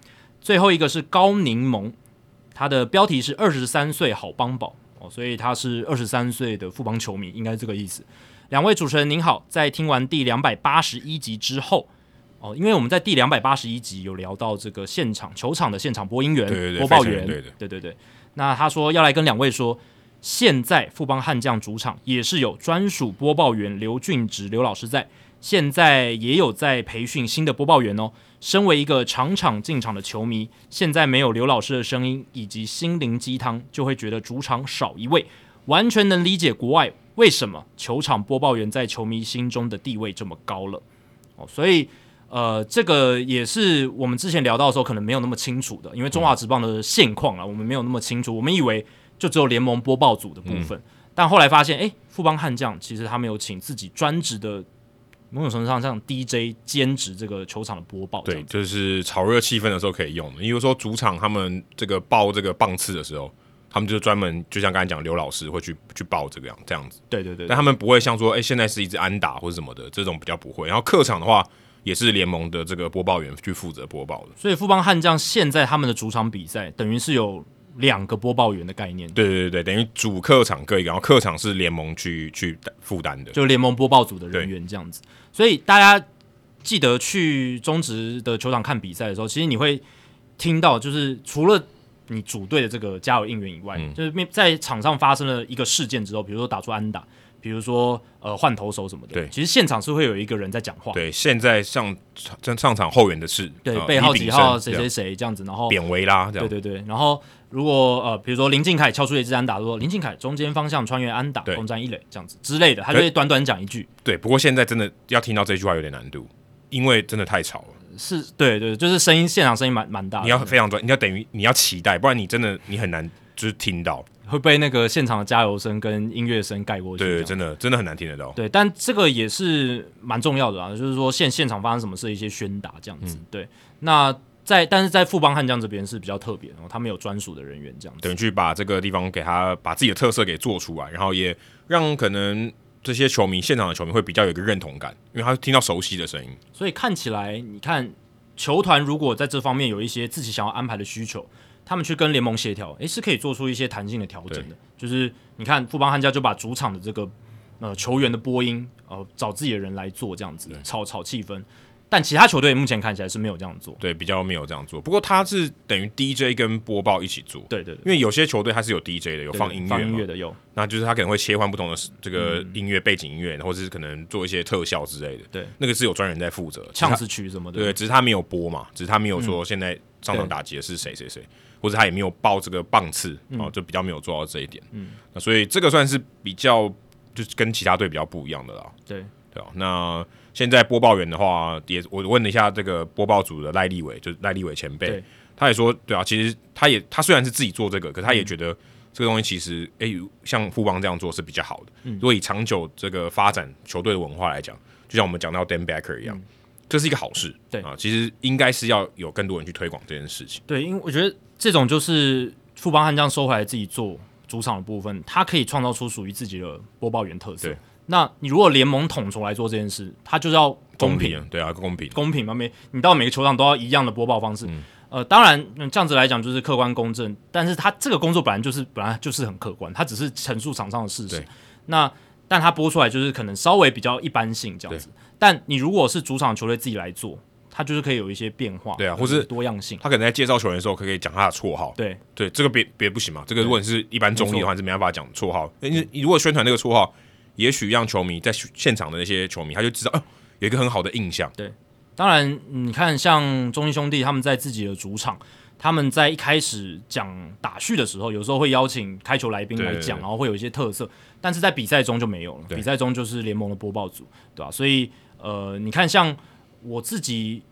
S2: 最后一个是高柠檬，他的标题是二十三岁好帮宝哦，所以他是二十三岁的富邦球迷，应该这个意思。两位主持人您好，在听完第两百八十一集之后，哦，因为我们在第两百八十一集有聊到这个现场球场的现场播音员、
S1: 对对对
S2: 播报
S1: 非常
S2: 员，
S1: 对的
S2: 对对对。那他说要来跟两位说，现在富邦悍将主场也是有专属播报员刘俊植刘老师在，现在也有在培训新的播报员哦。身为一个场场进场的球迷，现在没有刘老师的声音以及心灵鸡汤，就会觉得主场少一位，完全能理解国外为什么球场播报员在球迷心中的地位这么高了。哦，所以呃，这个也是我们之前聊到的时候可能没有那么清楚的，因为中华职棒的现况啊啦，我们没有那么清楚，我们以为就只有联盟播报组的部分，但后来发现，哎，富邦悍将其实他们有请自己专职的。某种程度上，像 DJ 兼职这个球场的播报，
S1: 对，，就是炒热气氛的时候可以用的。因为说主场他们这个报这个棒次的时候，他们就专门就像刚才讲刘老师会去去报这个样这样子。
S2: 对对对
S1: 但，他们不会像说，哎、现在是一支安打或者什么的这种比较不会。然后客场的话，也是联盟的这个播报员去负责播报的。
S2: 所以富邦悍将现在他们的主场比赛，等于是有两个播报员的概念，
S1: 对对对对，等于主客场各一个，然后客场是联盟去去负担的。
S2: 就联盟播报组的人员这样子。所以大家记得去中职的球场看比赛的时候，其实你会听到，就是除了你组队的这个加油应援以外，
S1: 嗯
S2: 就是面在场上发生了一个事件之后，比如说打出安打，比如说呃换投手什么的，
S1: 对
S2: 其实现场是会有一个人在讲话，
S1: 对，现在上上上场后援的是
S2: 对，
S1: 呃
S2: 背号
S1: 李炳
S2: 几号
S1: 胜
S2: 谁
S1: 这
S2: 谁
S1: 样
S2: 谁这样子，然后
S1: 扁维拉这样。
S2: 对对对，然后如果呃，比如说林敬凯敲出一支安打，说林敬凯中间方向穿越安打
S1: 对
S2: 攻占一垒这样子之类的，他就会短短讲一句，
S1: 对不过现在真的要听到这句话有点难度，因为真的太吵了。
S2: 是对对，就是声音现场声音蛮蛮大的，
S1: 你要非常专，你要等于你要期待，不然你真的你很难就是听到。
S2: 会被那个现场的加油声跟音乐声盖过去这样。
S1: 对，真的真的很难听得到。
S2: 对，但这个也是蛮重要的啊，就是说现现场发生什么事，一些宣达这样
S1: 嗯
S2: 子。对，那在但是在富邦悍将这边是比较特别的，然后哦他们有专属的人员这样子。
S1: 等于去把这个地方给他把自己的特色给做出来，然后也让可能这些球迷现场的球迷会比较有一个认同感，因为他听到熟悉的声音。
S2: 所以看起来，你看球团如果在这方面有一些自己想要安排的需求，他们去跟联盟协调，诶，是可以做出一些弹性的调整的。就是你看富邦悍将就把主场的这个呃球员的播音，呃找自己的人来做这样子，炒炒气氛。但其他球队目前看起来是没有这样做。
S1: 对，比较没有这样做。不过他是等于 DJ 跟播报一起做，
S2: 对对对，
S1: 因为有些球队他是有 DJ 的，有放音乐
S2: 放音乐
S1: 嘛，
S2: 的有，
S1: 那就是他可能会切换不同的这个音乐背景音乐，或者是可能做一些特效之类的。
S2: 对，
S1: 那个是有专人在负责。其实
S2: 呛
S1: 他
S2: 死曲什么的。嗯
S1: 对，只是他没有播嘛，只是他没有说现在上场打击的是谁谁谁，或者他也没有报这个棒次
S2: 嗯
S1: 哦，就比较没有做到这一点。嗯，那所以这个算是比较就是跟其他队比较不一样的啦，
S2: 对
S1: 对吧、那现在播报员的话，也我问了一下这个播报组的赖立伟，就是赖立伟前辈
S2: 对，
S1: 他也说，对啊，其实他也他虽然是自己做这个，可他也觉
S2: 嗯
S1: 得。这个东西其实，诶、像富邦这样做是比较好
S2: 嗯
S1: 的。如果以长久这个发展球队的文化来讲，就像我们讲到 Dan Becker 一样，这是一个好事。
S2: 嗯对
S1: 啊，其实应该是要有更多人去推广这件事情。
S2: 对，因为我觉得这种就是富邦悍将收回来自己做主场的部分，它可以创造出属于自己的播报员特色
S1: 对。
S2: 那你如果联盟统筹来做这件事，它就是要公平，
S1: 啊，对啊，公平。
S2: 公平嘛，每你到每个球场都要一样的播报方式。呃，当然，嗯这样子来讲就是客观公正，但是他这个工作本来就是本来就是很客观，他只是陈述场上的事实
S1: 对。
S2: 那但他播出来就是可能稍微比较一般性这样子。但你如果是主场球队自己来做，它就是可以有一些变化，
S1: 对啊
S2: 有一些
S1: 或是
S2: 多样性。
S1: 他可能在介绍球员的时候，可以讲他的绰号。
S2: 对
S1: 对，这个别别不行嘛。这个如果你是一般中立的话，你是没办法讲绰号。因为你如果宣传那个绰号，也许让球迷在现场的那些球迷，他就知道，哦，有一个很好的印象。
S2: 当然，你看像中信兄弟他们在自己的主场，他们在一开始讲打序的时候，有时候会邀请开球来宾来
S1: 对对
S2: 讲，
S1: 对
S2: 然后会有一些特色，但是在比赛中就没有了。
S1: 对
S2: 比赛中就是联盟的播报组，对吧、所以呃，你看像我自己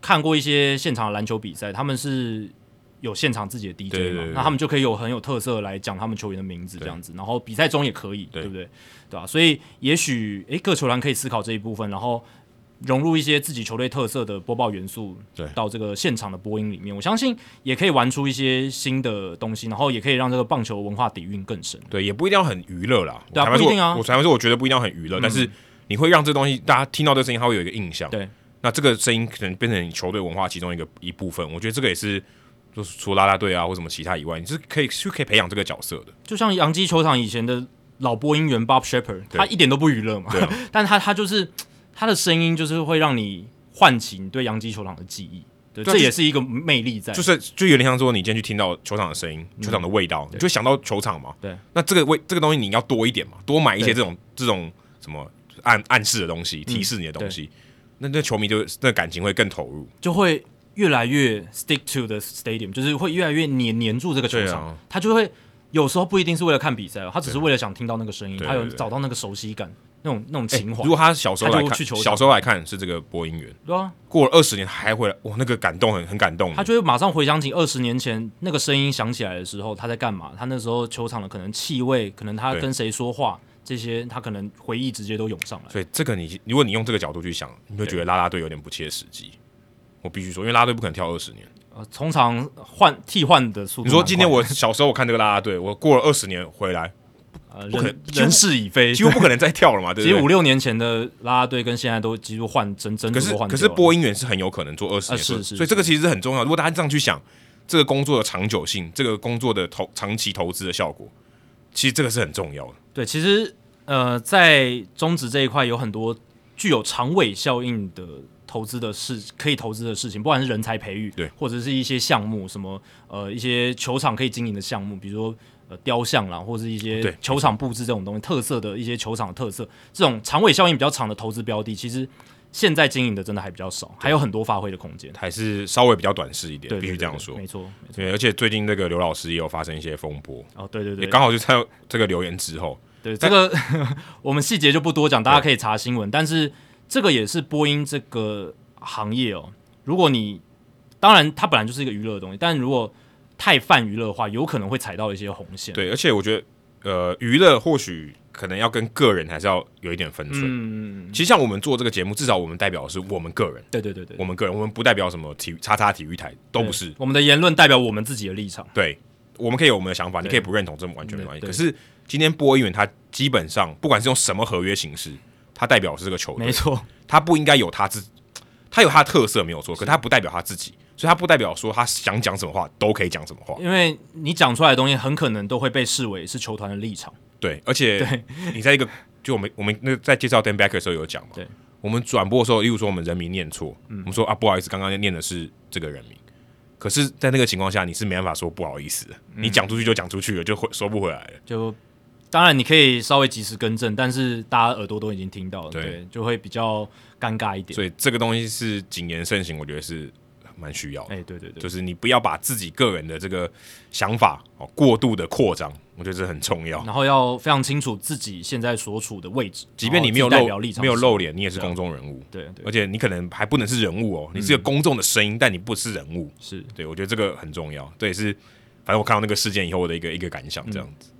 S2: 看过一些现场的篮球比赛，他们是。有现场自己的 DJ 嘛，
S1: 对对对对
S2: 那他们就可以有很有特色来讲他们球员的名字这样子，然后比赛中也可以，对
S1: 对
S2: 不对？对吧、所以也许诶，各球团可以思考这一部分，然后融入一些自己球队特色的播报元素，
S1: 对
S2: 到这个现场的播音里面，我相信也可以玩出一些新的东西，然后也可以让这个棒球文化底蕴更深。
S1: 对，也不一定要很娱乐啦。
S2: 对啊
S1: 坦白说
S2: 不一定啊嗯
S1: 我坦白说，我觉得不一定要很娱乐，但是你会让这东西大家听到这声音，他会有一个印象。
S2: 对，
S1: 那这个声音可能变成你球队文化其中一个一部分。我觉得这个也是，就是除了啦啦队啊或什么其他以外，你是可以是可以培养这个角色的。
S2: 就像洋基球场以前的老播音员 Bob Shepard，
S1: 对
S2: 他一点都不娱乐嘛，
S1: 对啊
S2: 但他他就是他的声音就是会让你唤起你对洋基球场的记忆，对，
S1: 对啊
S2: 这
S1: 就
S2: 也是一个魅力在。
S1: 就是就有点像说，你今天去听到球场的声音、球场的味道，你就会想到球场嘛。
S2: 嗯对，
S1: 那这个味这个东西你要多一点嘛，多买一些这种这种什么暗暗示的东
S2: 嗯
S1: 西，提示你的东西，那那球迷就那感情会更投入。
S2: 就会越来越 stick to the stadium，就是会越来越黏黏住这个球
S1: 对
S2: 场，
S1: 啊
S2: 他就会有时候不一定是为了看比赛哦，他只是为了想听到那个声音，
S1: 对
S2: 他有
S1: 对对
S2: 找到那个熟悉感，那种那种情怀
S1: 如，果他小时候来
S2: 他就
S1: 看，
S2: 去球场
S1: 小时候来看是这个播音员，
S2: 对啊，
S1: 过了二十年还回来，哇，那个感动很很感动。
S2: 他就会马上回想起二十年前那个声音响起来的时候他在干嘛，他那时候球场的可能气味，可能他
S1: 对
S2: 跟谁说话，这些他可能回忆直接都涌上来。
S1: 所以这个你如果你用这个角度去想，你会觉得啦啦队有点不切实际。我必须说，因为啦啦队不可能跳二十年。
S2: 呃，通常换替换的速度
S1: 你
S2: 蛮快的，
S1: 说今天我小时候我看这个啦啦队，我过了二十年回 来，
S2: 呃
S1: 不可
S2: 人人事已非，
S1: 几乎不可能再跳了嘛，对
S2: 其
S1: 不
S2: 实
S1: 对
S2: 五？六年前的啦啦队跟现在都几乎换整整
S1: 可
S2: 组
S1: 是
S2: 都换
S1: 可
S2: 掉
S1: 是
S2: 了
S1: 播音员是很有可能做二十
S2: 啊
S1: 年、
S2: 是是
S1: 所以这个其实很重要。如果大家这样去想，这个工作的长久性，这个工作的投长期投资的效果，其实这个是很重要的。
S2: 对，其实呃，在中职这一块有很多具有长尾效应的投资的事，可以投资的事情，不管是人才培育，
S1: 对，
S2: 或者是一些项目，什么呃一些球场可以经营的项目，比如说。呃，雕像啦，或者是一
S1: 对
S2: 些球场布置这种东西，特色的一些球场的特色，这种长尾效应比较长的投资标的，其实现在经营的真的还比较少，还有很多发挥的空间。
S1: 还是稍微比较短视一点，
S2: 对，对
S1: 必须
S2: 对
S1: 这样
S2: 对
S1: 说。
S2: 没错，没错。
S1: 对，而且最近这个刘老师也有发生一些风波，
S2: 哦，对对对
S1: 也，刚好就在这个留言之后，
S2: 对，这个我们细节就不多讲，大家可以查新闻。但是这个也是播音这个行业哦，如果你当然它本来就是一个娱乐的东西，但如果太泛娱乐的话，有可能会踩到一些红线。，
S1: 对，而且我觉得，呃，娱乐或许可能要跟个人还是要有一点分寸。
S2: 嗯，
S1: 其实像我们做这个节目，至少我们代表的是我们个人，
S2: 对对对对，
S1: 我们个人，我们不代表什么体育叉叉体育台，都不是
S2: 对。我们的言论代表我们自己的立场。
S1: 对，我们可以有我们的想法，你
S2: 对
S1: 可以不认同，这完全没关系。
S2: 对
S1: 可是今天播音员他基本上，不管是用什么合约形式，他代表的是这个球
S2: 没
S1: 队，
S2: 错，
S1: 他不应该有他自，他有他的特色没有错，可他不代表他自己，所以他不代表说他想讲什么话都可以讲什么话。
S2: 因为你讲出来的东西很可能都会被视为是球团的立场。
S1: 对，而且你在一个就我们我们那个在介绍 Dan Becker 的时候有讲嘛，
S2: 对，嗯
S1: 我们转播的时候，例如说我们人名念错，我们说啊不好意思，刚刚念的是这个人名。可是，在那个情况下，你是没办法说不好意思的，
S2: 嗯
S1: 你讲出去就讲出去了，就回收不回来了。
S2: 就当然你可以稍微及时更正，但是大家耳朵都已经听到了，
S1: 对
S2: 对，就会比较尴尬一点。
S1: 所以这个东西是谨言慎行，我觉得是蛮需要的。
S2: 哎，对对对，
S1: 就是你不要把自己个人的这个想法哦过度的扩
S2: 嗯
S1: 张，我觉得这很重要。
S2: 然后要非常清楚自己现在所处的位置，
S1: 即便你没有
S2: 然后自己
S1: 露
S2: 哦代表立场，
S1: 没有，露脸，你也是公众人物，
S2: 对对嗯
S1: 而且你可能还不能是人物哦，你是个公众的声音，但你不是人物。
S2: 是。
S1: 对，我觉得这个很重要。这也是，反正我看到那个事件以后我的一个一个感想，这样子。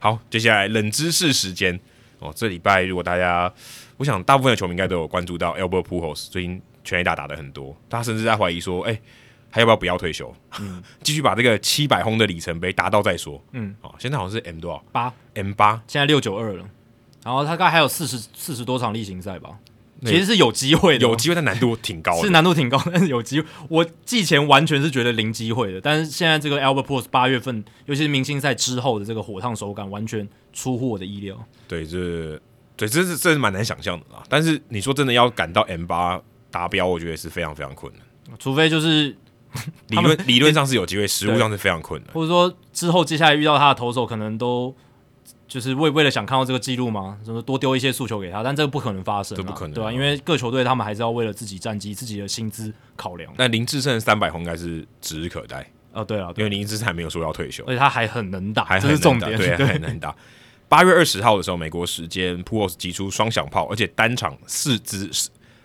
S1: 好，接下来冷知识时间。哦，这礼拜如果大家，我想大部分的球迷应该都有关注到 Albert Pujols 最近全垒打打的很多，他甚至在怀疑说，哎、还要不要不要退休， 继续把这个七百轰的里程碑达到再说。
S2: 嗯，
S1: 哦，现在好像是 M 多少
S2: 八，
S1: ？M 八，
S2: 现在六九二了，然后他大概还有四十四十多场例行赛吧，
S1: 那
S2: 其实是有机会的哦，
S1: 有机会，但难度挺高的。
S2: 是难度挺高，但是有机会。我季前完全是觉得零机会的，但是现在这个 Albert p o r s 八月份，尤其是明星赛之后的这个火烫手感，完全出乎我的意料。
S1: 对，这对这是这是蛮难想象的啦。但是你说真的要赶到 M 八达标，我觉得是非常非常困难。
S2: 除非就是
S1: 理
S2: 他们
S1: 论理论上是有机会，实物上是非常困难。
S2: 或者说之后接下来遇到他的投手，可能都就是为为了想看到这个记录嘛，什么多丢一些诉求给他，但这个不可能发生啊，
S1: 这不可能啊
S2: 对吧、因为各球队他们还是要为了自己战绩、自己的薪资考量。
S1: 那林志胜三百红应该是指日可待，
S2: 哦，对了，
S1: 因
S2: 对，
S1: 为林志胜还没有说要退休，
S2: 而且他还很能打，
S1: 还
S2: 这
S1: 很难
S2: 是重
S1: 打
S2: 点，
S1: 对，还很难打。八月二十号的时候，美国时间 p u o l s 击出双响炮，而且单场四支，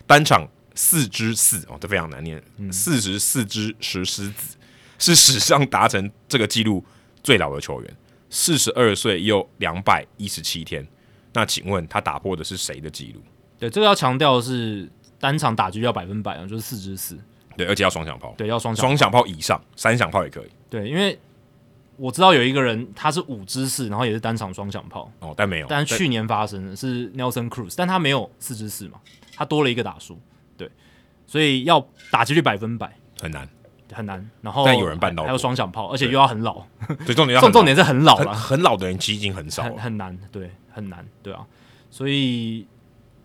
S1: 单场四支四哦，这非常难念，
S2: 嗯
S1: 四十四支石狮子是史上达成这个纪录最老的球员，四十二岁又两百一十七天。那请问他打破的是谁的纪录？
S2: 对，这个要强调的是单场打局要百分百啊，就是四支四，
S1: 对，而且要双响炮，
S2: 对，要双响。
S1: 双响炮以上，三响炮也可以
S2: 对，因为我知道有一个人他是五支四，然后也是单场双响炮，
S1: 哦，但没有，
S2: 但是去年发生的是 Nelson Cruz，但他没有四支四嘛，他多了一个打数，对，所以要打击率百分百
S1: 很难。
S2: 很难。然后
S1: 但有人办到过
S2: 还还有双响炮，而且又
S1: 对
S2: 要很老，
S1: 所以重点要
S2: 重
S1: 很
S2: 重点是很老
S1: 老很
S2: 了，
S1: 很老的人其实已经很少啊
S2: 很
S1: 了。
S2: 很难，对，很难，对啊，所以。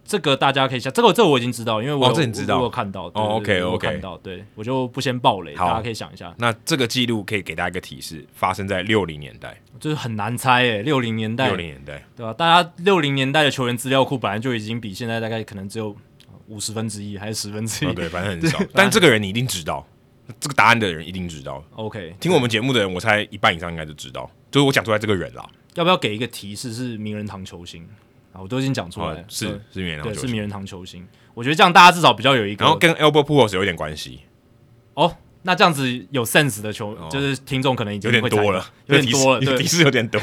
S2: 这个大家可以想，这个这个我已经知道，因为我
S1: 哦
S2: 有
S1: 这你知道
S2: 我有看到对
S1: 哦
S2: 对对
S1: OK，
S2: 我有
S1: OK
S2: 看到，对我就不先爆雷，
S1: 好
S2: 大家可以想一下，
S1: 那这个记录可以给大家一个提示，发生在六零年代，
S2: 就是很难猜诶，六零年代，
S1: 六零年代，
S2: 对吧、大家六零年代的球员资料库本来就已经比现在大概可能只有五十分之一还是十分之一。
S1: 哦、对，反正很少。但这个人你一定知道，这个答案的人一定知道。
S2: OK，
S1: 听我们节目的人，我猜一半以上应该都知道，就是我讲出来这个人啦。
S2: 要不要给一个提示？是名人堂球星啊，我都已经讲出来
S1: 哦
S2: 了，，
S1: 是是名人堂
S2: 对，对，
S1: 球
S2: 是
S1: 星，
S2: 名人堂球星。我觉得这样大家至少比较有一个。
S1: 然后跟 Albert Pujols 有点关系，
S2: 哦，那这样子有 sense 的球，
S1: 哦
S2: 就是听众可能已经
S1: 有点
S2: 会猜
S1: 多
S2: 到
S1: 了，
S2: 有点多了，
S1: 这个提示 提。
S2: 对
S1: 示有点 多。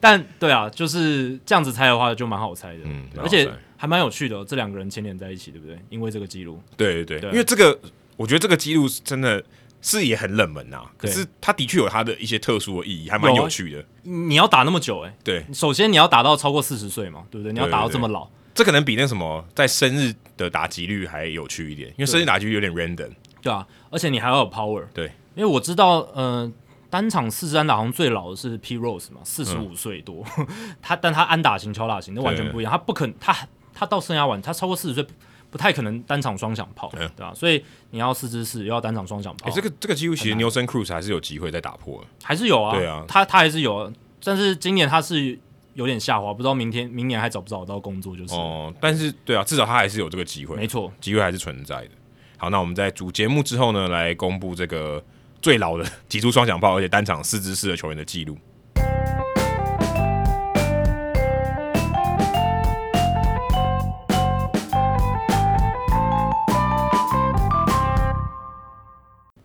S2: 但对啊，就是这样子猜的话就蛮好猜的，
S1: 嗯蛮好
S2: 而且
S1: 猜
S2: 还蛮有趣的哦、这两个人牵连在一起，对不对？因为这个记录，
S1: 对对对，
S2: 对
S1: 因为这个，我觉得这个记录真的是也很冷门啊，可
S2: 对
S1: 是它的确有它的一些特殊的意义，还蛮
S2: 有啊
S1: 有趣的。
S2: 你要打那么久、欸，
S1: 对，
S2: 首先你要打到超过四十岁嘛，对不对？你要打到这么老，
S1: 这可能比那什么在生日的打击率还有趣一点，因为生日打击率有点 random。
S2: 对啊，而且你还要有 power。
S1: 对，
S2: 因为我知道，呃，单场四支安打好像最老的是 P Rose
S1: 嗯
S2: 嘛，四十五岁多， 他但他安打型、敲打型，那完全不一样。他不肯，他他到生涯晚，他超过四十岁不不太可能单场双响炮，
S1: 嗯
S2: 对吧、所以你要四支四，又要单场双响炮，
S1: 欸这个这个记录其实
S2: 很
S1: Nelson Cruz 还是有机会再打破的。
S2: 还是有啊。
S1: 对啊
S2: 他他还是有啊，但是今年他是有点下滑，不知道明天明年还找不找得到工作，就是、
S1: 哦、但是对啊，至少他还是有这个机会，
S2: 没错。
S1: 机会还是存在的。好，那我们在主节目之后呢，来公布这个最老的 击出双响炮，而且单场四支四的球员的记录。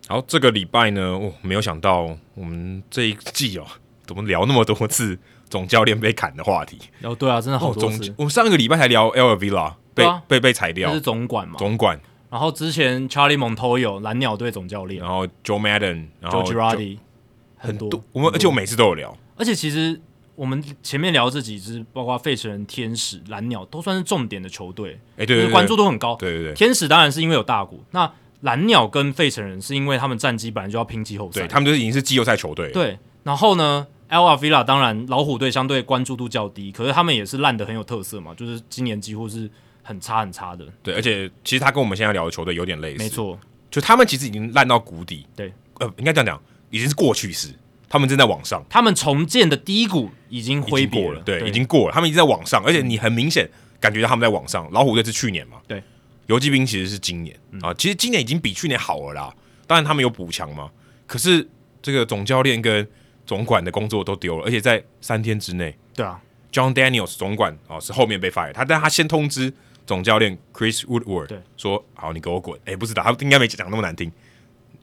S1: 好，这个礼拜呢，哦，没有想到我们这一季哦，怎么聊那么多次总教练被砍的话题？
S2: 哦，对啊，真的好
S1: 哦，
S2: 多
S1: 总
S2: 次，
S1: 我们上个礼拜还聊 L V 啦，被、
S2: 对啊
S1: 被被裁
S2: 他
S1: 掉
S2: 是，总管嘛。
S1: 总管，
S2: 然后之前 Charlie Montoyo 蓝鸟队总教练
S1: 然后 Joe Madden，然后
S2: Joe Girardi 很
S1: 很
S2: 多，
S1: 我们而且我每次都有聊，
S2: 而且其实我们前面聊这几支，包括费城人、天使、蓝鸟，都算是重点的球队，
S1: 哎，对
S2: 就
S1: 对
S2: 是
S1: 对，
S2: 关注度很高。
S1: 对对对，
S2: 天使当然是因为有大股，那蓝鸟跟费城人是因为他们战绩本来就要拼季后赛
S1: 对，他们就是已经是季后赛球队了，
S2: 对，然后呢，L R Villa 当然老虎队相对关注度较低，可是他们也是烂的很有特色嘛，就是今年几乎是很差很差的，
S1: 对，而且其实他跟我们现在聊的球队有点类似，
S2: 没，错，
S1: 就他们其实已经烂到谷底，
S2: 对，
S1: 呃，应该这样讲，已经是过去式，他们正在往上，
S2: 他们重建的低谷已经
S1: 已
S2: 挥
S1: 经
S2: 别嗯
S1: 过了，对，已经过了，他们一直在往上，而且你很明显感觉到他们在往上，老虎队是去年嘛，
S2: 对，嗯
S1: 游击兵其实是今年、啊，其实今年已经比去年好了啦。当然他们有补强嘛，可是这个总教练跟总管的工作都丢了，而且在三天之内
S2: 对啊，
S1: ，John Daniels 总管哦是后面被 fire，他但他先通知总教练 Chris Woodward
S2: 对
S1: 说好你给我滚，哎、不是的，他应该没讲那么难听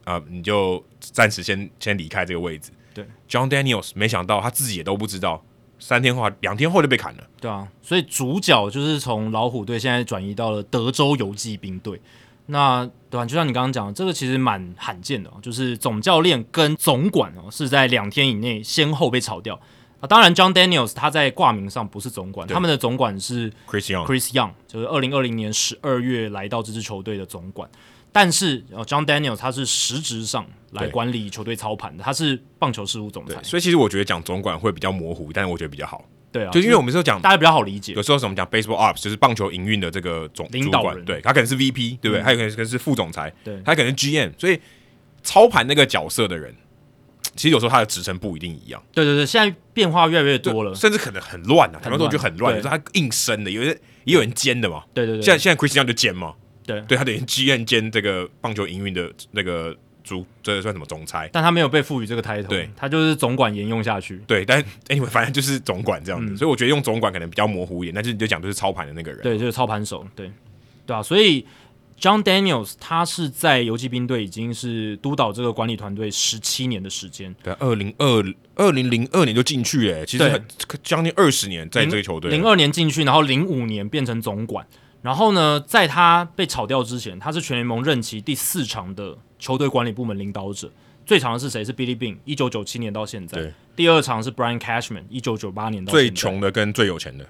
S1: 啊、你就暂时先先离开这个位置。
S2: 对
S1: ，John Daniels 没想到他自己也都不知道，三天后还两天后就被砍了。
S2: 对啊，所以主角就是从老虎队现在转移到了德州游击兵队。那对吧、啊就像你刚刚讲的，这个其实蛮罕见的、哦，就是总教练跟总管哦是在两天以内先后被炒掉。啊，当然，John Daniels 他在挂名上不是总管，
S1: 对嗯
S2: 他们的总管是
S1: Chris Young，
S2: Chris Young，就是二零二零年十二月来到这支球队的总管。但是呃，John Daniels 他是实质上来
S1: 对
S2: 管理球队操盘的，他是棒球事务总裁
S1: 对，。所以其实我觉得讲总管会比较模糊，但是我觉得比较好，
S2: 对啊，
S1: 就因为我们是讲
S2: 大家比较好理解
S1: 有。时候怎么讲 baseball ops 就是棒球营运的这个总
S2: 领
S1: 主
S2: 导人
S1: 管，对他可能是 VP，对不对？
S2: 嗯
S1: 他有可能是可能是副总裁，
S2: 对
S1: 他可能是 GM，所以操盘那个角色的人，其实有时候他的职称不一定一样，
S2: 对对对，现在变化越来越多了。
S1: 甚至可能很乱啊。坦白说，我觉得很乱，就
S2: 对
S1: 是他硬升的，有些也有人兼的嘛。
S2: 对对对，
S1: 现在现在 Chris Young 就兼嘛，
S2: 对
S1: 对他等于 GM 兼这个棒球营运的那个主，这算什么总裁？
S2: 但他没有被赋予这个 title，
S1: 对
S2: 他就是总管沿用下去。
S1: 对，但 anyway，反正就是总管这样子，所以我觉得用总管可能比较模糊一点，但是你就讲就是操盘的那个人，
S2: 嗯对，就是操盘手，对，对啊，所以 John Daniels 他是在游击兵队已经是督导这个管理团队十七年的时间，
S1: 对，啊二零二二零零二年就进去了，其实
S2: 对
S1: 很将近二十年在这个球队了。
S2: 零二年进去，然后零五年变成总管，然后呢，在他被炒掉之前，他是全联盟任期第四长的球队管理部门领导者。最长的是谁？是 Billy Bean，一九九七年到现在
S1: 对。
S2: 第二长是 Brian Cashman，一九九八年到现在。
S1: 最穷的跟最有钱的，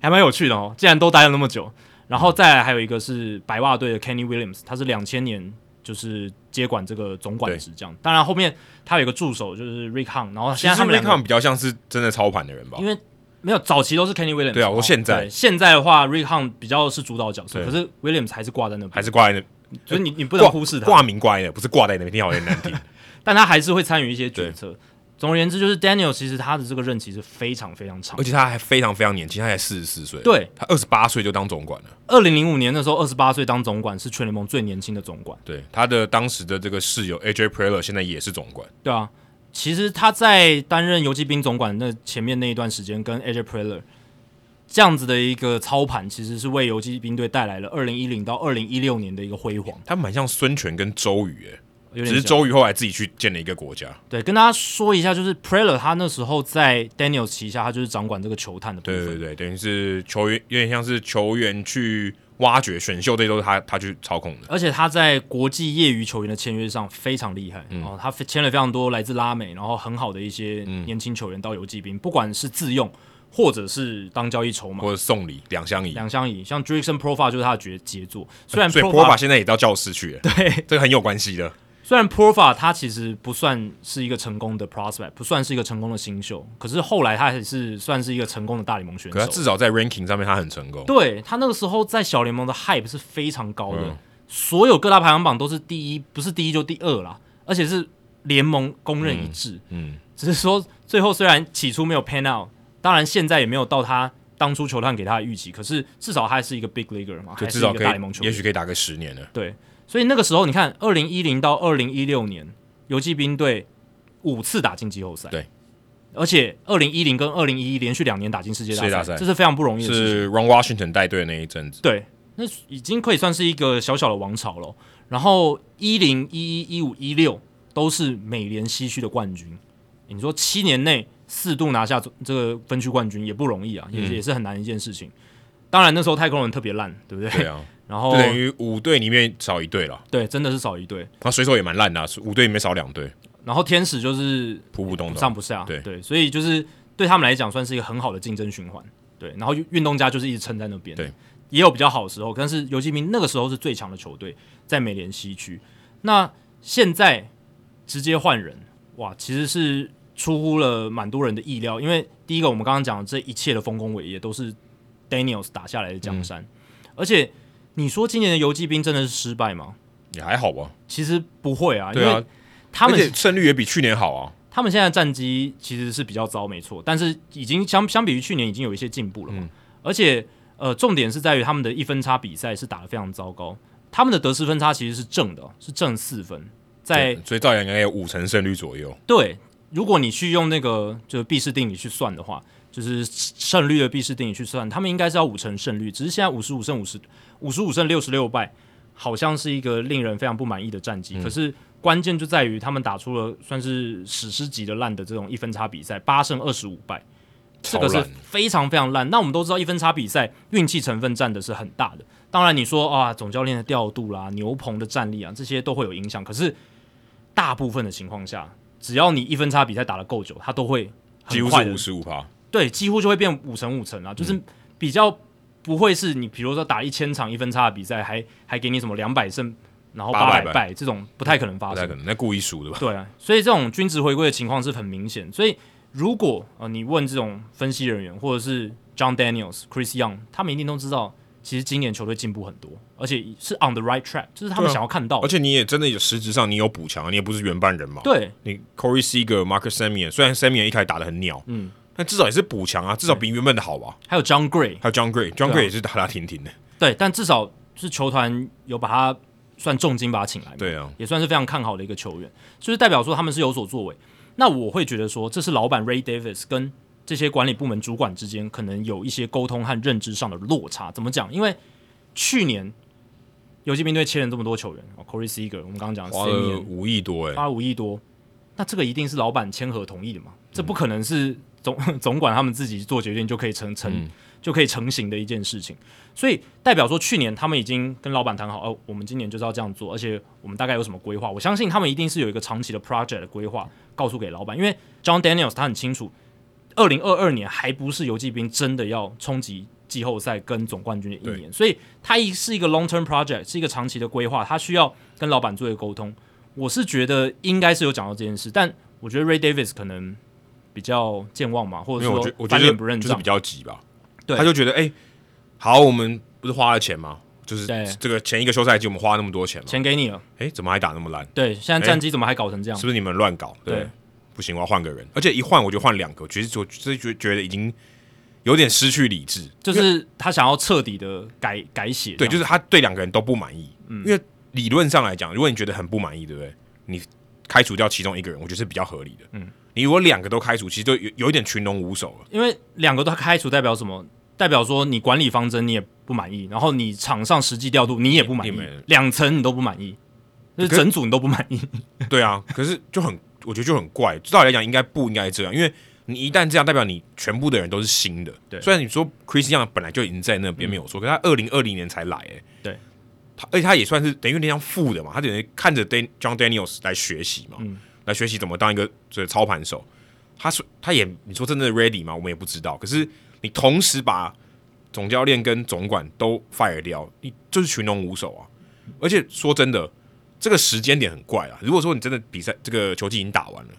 S2: 还蛮有趣的哦。既然都待了那么久，
S1: 嗯
S2: 然后再来还有一个是白袜队的 Kenny Williams，他是两千年就是接管这个总管职这样。当然后面他有一个助手就是 Rick Hahn，然后
S1: 其
S2: 现
S1: 实
S2: 在他们
S1: r i
S2: 两
S1: c
S2: 个
S1: o 比较像是真的操盘的人吧
S2: 因。为没有早期都是 Kenny Williams，
S1: 对啊我
S2: 哦
S1: 现在
S2: 对现在的话 Rick Hahn 比较是主导角色，
S1: 对
S2: 可是 Williams 还是挂在那边，
S1: 还是挂在那，
S2: 所以你你不能
S1: 挂
S2: 忽视他，
S1: 挂名挂在那，不是挂在那边，听好有 点难听。
S2: 但他还是会参与一些决策。总而言之，就是 Daniel 其实他的这个任期是非常非常长
S1: 而，且他还非常非常年轻，他才四十四岁，
S2: 对，
S1: 他二十八岁就当总管了。
S2: 二零零五年的时候，二十八岁当总管是全联盟最年轻的总管。
S1: 对，他的当时的这个室友 AJ Preller 现在也是总管，
S2: 对啊，其实他在担任游击兵总管那前面那一段时间，跟 AJ Preller 这样子的一个操盘，其实是为游击兵队带来了二零一零到二零一六年的一个辉煌。
S1: 他蛮像孙权跟周瑜、欸，
S2: 有
S1: 只
S2: 点
S1: 是
S2: 像
S1: 周瑜后来自己去建了一个国家。
S2: 对，跟大家说一下，就是 Preller 他那时候在 Daniel 旗下，他就是掌管这个球探的部
S1: 对对
S2: 分。
S1: 对，等于是球员，有点像是球员去挖掘选秀，这些都是他他去操控的。
S2: 而且他在国际业余球员的签约上非常厉害、
S1: 嗯
S2: 哦，他签了非常多来自拉美，然后很好的一些
S1: 嗯
S2: 年轻球员到游击兵，不管是自用或者是当交易筹码
S1: 或，者送礼两相宜。
S2: 两相宜，像 Jackson Profile 就是他的绝杰作。虽然
S1: 所以
S2: Profile
S1: Profa 现在也到教室去了，对，这个很有关系的。
S2: 虽然 Profile 他其实不算是一个成功的 prospect，不算是一个成功的新秀，可是后来他还是算是一个成功的大联盟选
S1: 可他
S2: 手。
S1: 至少在 ranking 上面他很成功，
S2: 对他那个时候在小联盟的 hype 是非常高的，
S1: 嗯
S2: 所有各大排行榜都是第一，不是第一就第二啦，而且是联盟公认一致。
S1: 嗯，
S2: 只是说最后虽然起初没有 pan out，当然现在也没有到他当初球探给他的预期，可是至少他还是一个 big leaguer 嘛，
S1: 对，
S2: 还
S1: 至
S2: 是一
S1: 少
S2: 个
S1: 可
S2: 大联盟
S1: 以，
S2: 球员。
S1: 也许可以打个十 年了。
S2: 对，所以那个时候你看，二零一零到二零一六年，游击兵队五次打进季后赛，
S1: 对，
S2: 而且二零一零跟二零一一连续两年打进世界
S1: 世
S2: 大
S1: 界大赛
S2: 这是非常不容易的事情。
S1: 是 Ron Washington 带队的那一阵子，
S2: 对，那已经可以算是一个小小的王朝了。然后一零、一一、一五、一六都是美联西区的冠军。你说七年内四度拿下这个分区冠军也不容易啊，也、
S1: 嗯
S2: 也是很难一件事情。当然那时候太空人特别烂，对不对？哦
S1: 对啊，
S2: 然后
S1: 就等于五队里面少一队了。
S2: 对，真的是少一队。
S1: 他水手也蛮烂的啊，五队里面少两队，
S2: 然后天使就是
S1: 普普通
S2: 不
S1: 通。
S2: 上不下，
S1: 对
S2: 所以就是对他们来讲算是一个很好的竞争循环，对。然后运运动家就是一直撑在那边，
S1: 对，
S2: 也有比较好的时候，但是游击兵那个时候是最强的球队，在美联西区。那现在直接换人，哇，其实是出乎了蛮多人的意料，因为第一个我们刚刚讲的这一切的丰功伟业都是 Daniels 打下来的江山，而且你说今年的游击兵真的是失败吗？
S1: 也还好吧。
S2: 其实不会啊，因
S1: 对啊
S2: 为他
S1: 而且
S2: 们
S1: 胜率也比去年好啊。
S2: 他们现在战绩其实是比较糟，没错，但是已经相相比于去年已经有一些进步了嘛。
S1: 嗯
S2: 而且呃，重点是在于他们的一分差比赛是打得非常糟糕，他们的得失分差其实是正的哦，是正四分。在
S1: 对所以照样应该有五成胜率左右。
S2: 对，如果你去用那个就是毕氏定理去算的话，就是胜率的毕氏定理去算，他们应该是要五成胜率，只是现在五十五胜五十五十五胜六十六败，好像是一个令人非常不满意的战绩。可是关键就在于他们打出了算是史诗级的烂的这种一分差比赛，八胜二十五败。这个
S1: 超
S2: 是
S1: 烂
S2: 非常非常烂。那我们都知道，一分差比赛运气成分占的是很大的。当然，你说啊，总教练的调度啦、牛棚的战力啊，这些都会有影响。可是大部分的情况下，只要你一分差比赛打得够久，他都会
S1: 几
S2: 很
S1: 乎
S2: 快
S1: 是
S2: 的
S1: 五嗯十五趴，
S2: 对，几乎就会变五成五成啊，就是比较不会是你比如说打一千场一分差的比赛，还还给你什么两百胜，然后八
S1: 800
S2: 百败这种不太可能发
S1: 不
S2: 生
S1: 太可。能，那故意输的吧？
S2: 对啊，所以这种均值回归的情况是很明显。所以如果呃你问这种分析人员，或者是 John Daniels、Chris Young，他们一定都知道，其实今年球队进步很多，而且是 on the right track，就是他
S1: 对
S2: 们
S1: 啊
S2: 想要看到
S1: 而
S2: 的。
S1: 且你也真的有实质上你有补强，你也不是原班人马。，
S2: 对，
S1: 你 Corey Seager、Marcus Simeon，虽然 Simeon 一开始打的很鸟，
S2: 嗯，
S1: 但至少也是补强啊，至少比原本的好吧？
S2: 还有 John Gray，
S1: 还有 John Gray，John
S2: 对啊
S1: Gray 也是打打停停的，
S2: 对，但至少是球团有把他算重金把他请来嘛，
S1: 对啊，
S2: 也算是非常看好的一个球员，就是代表说他们是有所作为。那我会觉得说，这是老板 Ray Davis 跟这些管理部门主管之间可能有一些沟通和认知上的落差。怎么讲？因为去年游击兵队签了这么多球员、哦、，Corey Seager，我们刚刚讲的
S1: 花了
S2: Simeon
S1: 五亿多哎、
S2: 花了五亿多，那这个一定是老板签合同意的嘛？这不可能是总 总管他们自己做决定就可以成成、
S1: 嗯
S2: 就可以成型的一件事情。所以代表说，去年他们已经跟老板谈好，哦，我们今年就是要这样做，而且我们大概有什么规划？我相信他们一定是有一个长期的 project 的规划，告诉给老板，因为 John Daniels 他很清楚，二零二二年还不是游击兵真的要冲击季后赛跟总冠军的一年，所以它一是一个 long term project，是一个长期的规划，他需要跟老板做一个沟通。我是觉得应该是有讲到这件事，但我觉得 Ray Davis 可能比较健忘嘛，或
S1: 因
S2: 者
S1: 为我觉我
S2: 说
S1: 觉
S2: 翻
S1: 得
S2: 脸不认
S1: 就是
S2: 账
S1: 比。较急吧，
S2: 对
S1: 他就觉得哎、好，我们不是花了钱吗？就是
S2: 对
S1: 这个前一个休赛季我们花那么多钱嘛，
S2: 钱给你了，
S1: 哎、怎么还打那么烂？
S2: 对，现在战绩怎么还搞成这样？
S1: 哎是不是你们乱搞？对，
S2: 对
S1: 不行，我要换个人。而且一换我就换两个，其实我就觉觉得已经有点失去理智。
S2: 就是他想要彻底的改改写这
S1: 对，
S2: 样，嗯
S1: 就是他对两个人都不满意。因为理论上来讲，如果你觉得很不满意，对不对？你开除掉其中一个人，我觉得是比较合理的。嗯，你如果两个都开除，其实就有有一点群龙无首了。
S2: 因为两个都开除代表什么？代表说你管理方针你也不满意，然后你场上实际调度你也不满意
S1: 你们，
S2: 两层你都不满意，就是整组你都不满意。
S1: 对啊，可是就很，我觉得就很怪。照理来讲，应该不应该这样，因为你一旦这样，代表你全部的人都是新的。
S2: 对嗯
S1: 虽然你说 Chris Young 本来就已经在那边没有错，可是他二零二零年才来、欸，
S2: 对
S1: 他而且他也算是等于那样副的嘛，他等于看着 Dan John Daniels 来学习嘛，
S2: 嗯
S1: 来学习怎么当一个这操盘手。他说他也你说真的 ready 吗？我们也不知道。可是你同时把总教练跟总管都 fire 掉，你就是群龙无首啊。而且说真的，这个时间点很怪啊。如果说你真的比赛这个球季已经打完了，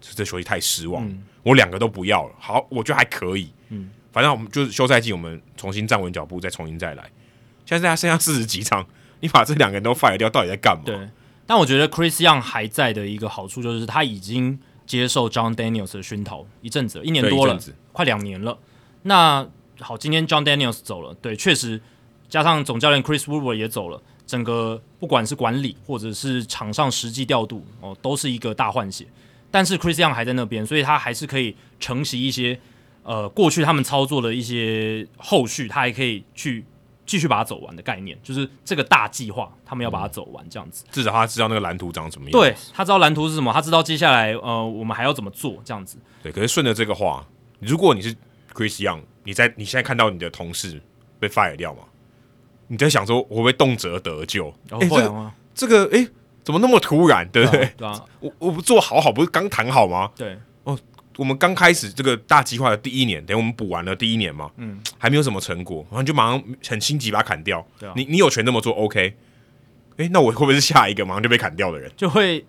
S1: 这这球季太失望了，
S2: 嗯
S1: 我两个都不要了。好，我觉得还可以，嗯，反正我们就是休赛季，我们重新站稳脚步，再重新再来。现在他剩下四十几场，你把这两个人都 fire 掉，到底在干嘛？
S2: 对，但我觉得 Chris Young 还在的一个好处就是他已经接受 John Daniels 的熏陶一阵子了，一年
S1: 对
S2: 多
S1: 一
S2: 了
S1: 阵子，
S2: 快两年了。那好，今天 John Daniels 走了，对，确实加上总教练 Chris Woodward 也走了，整个不管是管理或者是场上实际调度哦，都是一个大换血。但是 Chris Young 还在那边，所以他还是可以承袭一些呃过去他们操作的一些后续，他还可以去继续把它走完的概念，就是这个大计划他们要
S1: 嗯
S2: 把它走完这样子。
S1: 至少他知道那个蓝图长什么样。
S2: 对他知道蓝图是什么，他知道接下来呃我们还要怎么做这样子。
S1: 对，可是顺着这个话，如果你是 Chris Young，你在你现在看到你的同事被 fire 掉嘛，你在想说我会不会动辄得咎？
S2: 然
S1: 诶
S2: 后会
S1: 这个
S2: 啊，
S1: 这个哎、诶怎么那么突然，对不对？
S2: 对啊，
S1: 我我不做好好，不是刚谈好吗？
S2: 对
S1: 我们刚开始这个大计划的第一年，等于我们补完了第一年嘛，
S2: 嗯，
S1: 还没有什么成果，然后你就马上很心急把它砍掉。
S2: 对啊
S1: 你你有权这么做，OK？哎、那我会不会是下一个马上就被砍掉的人？
S2: 就会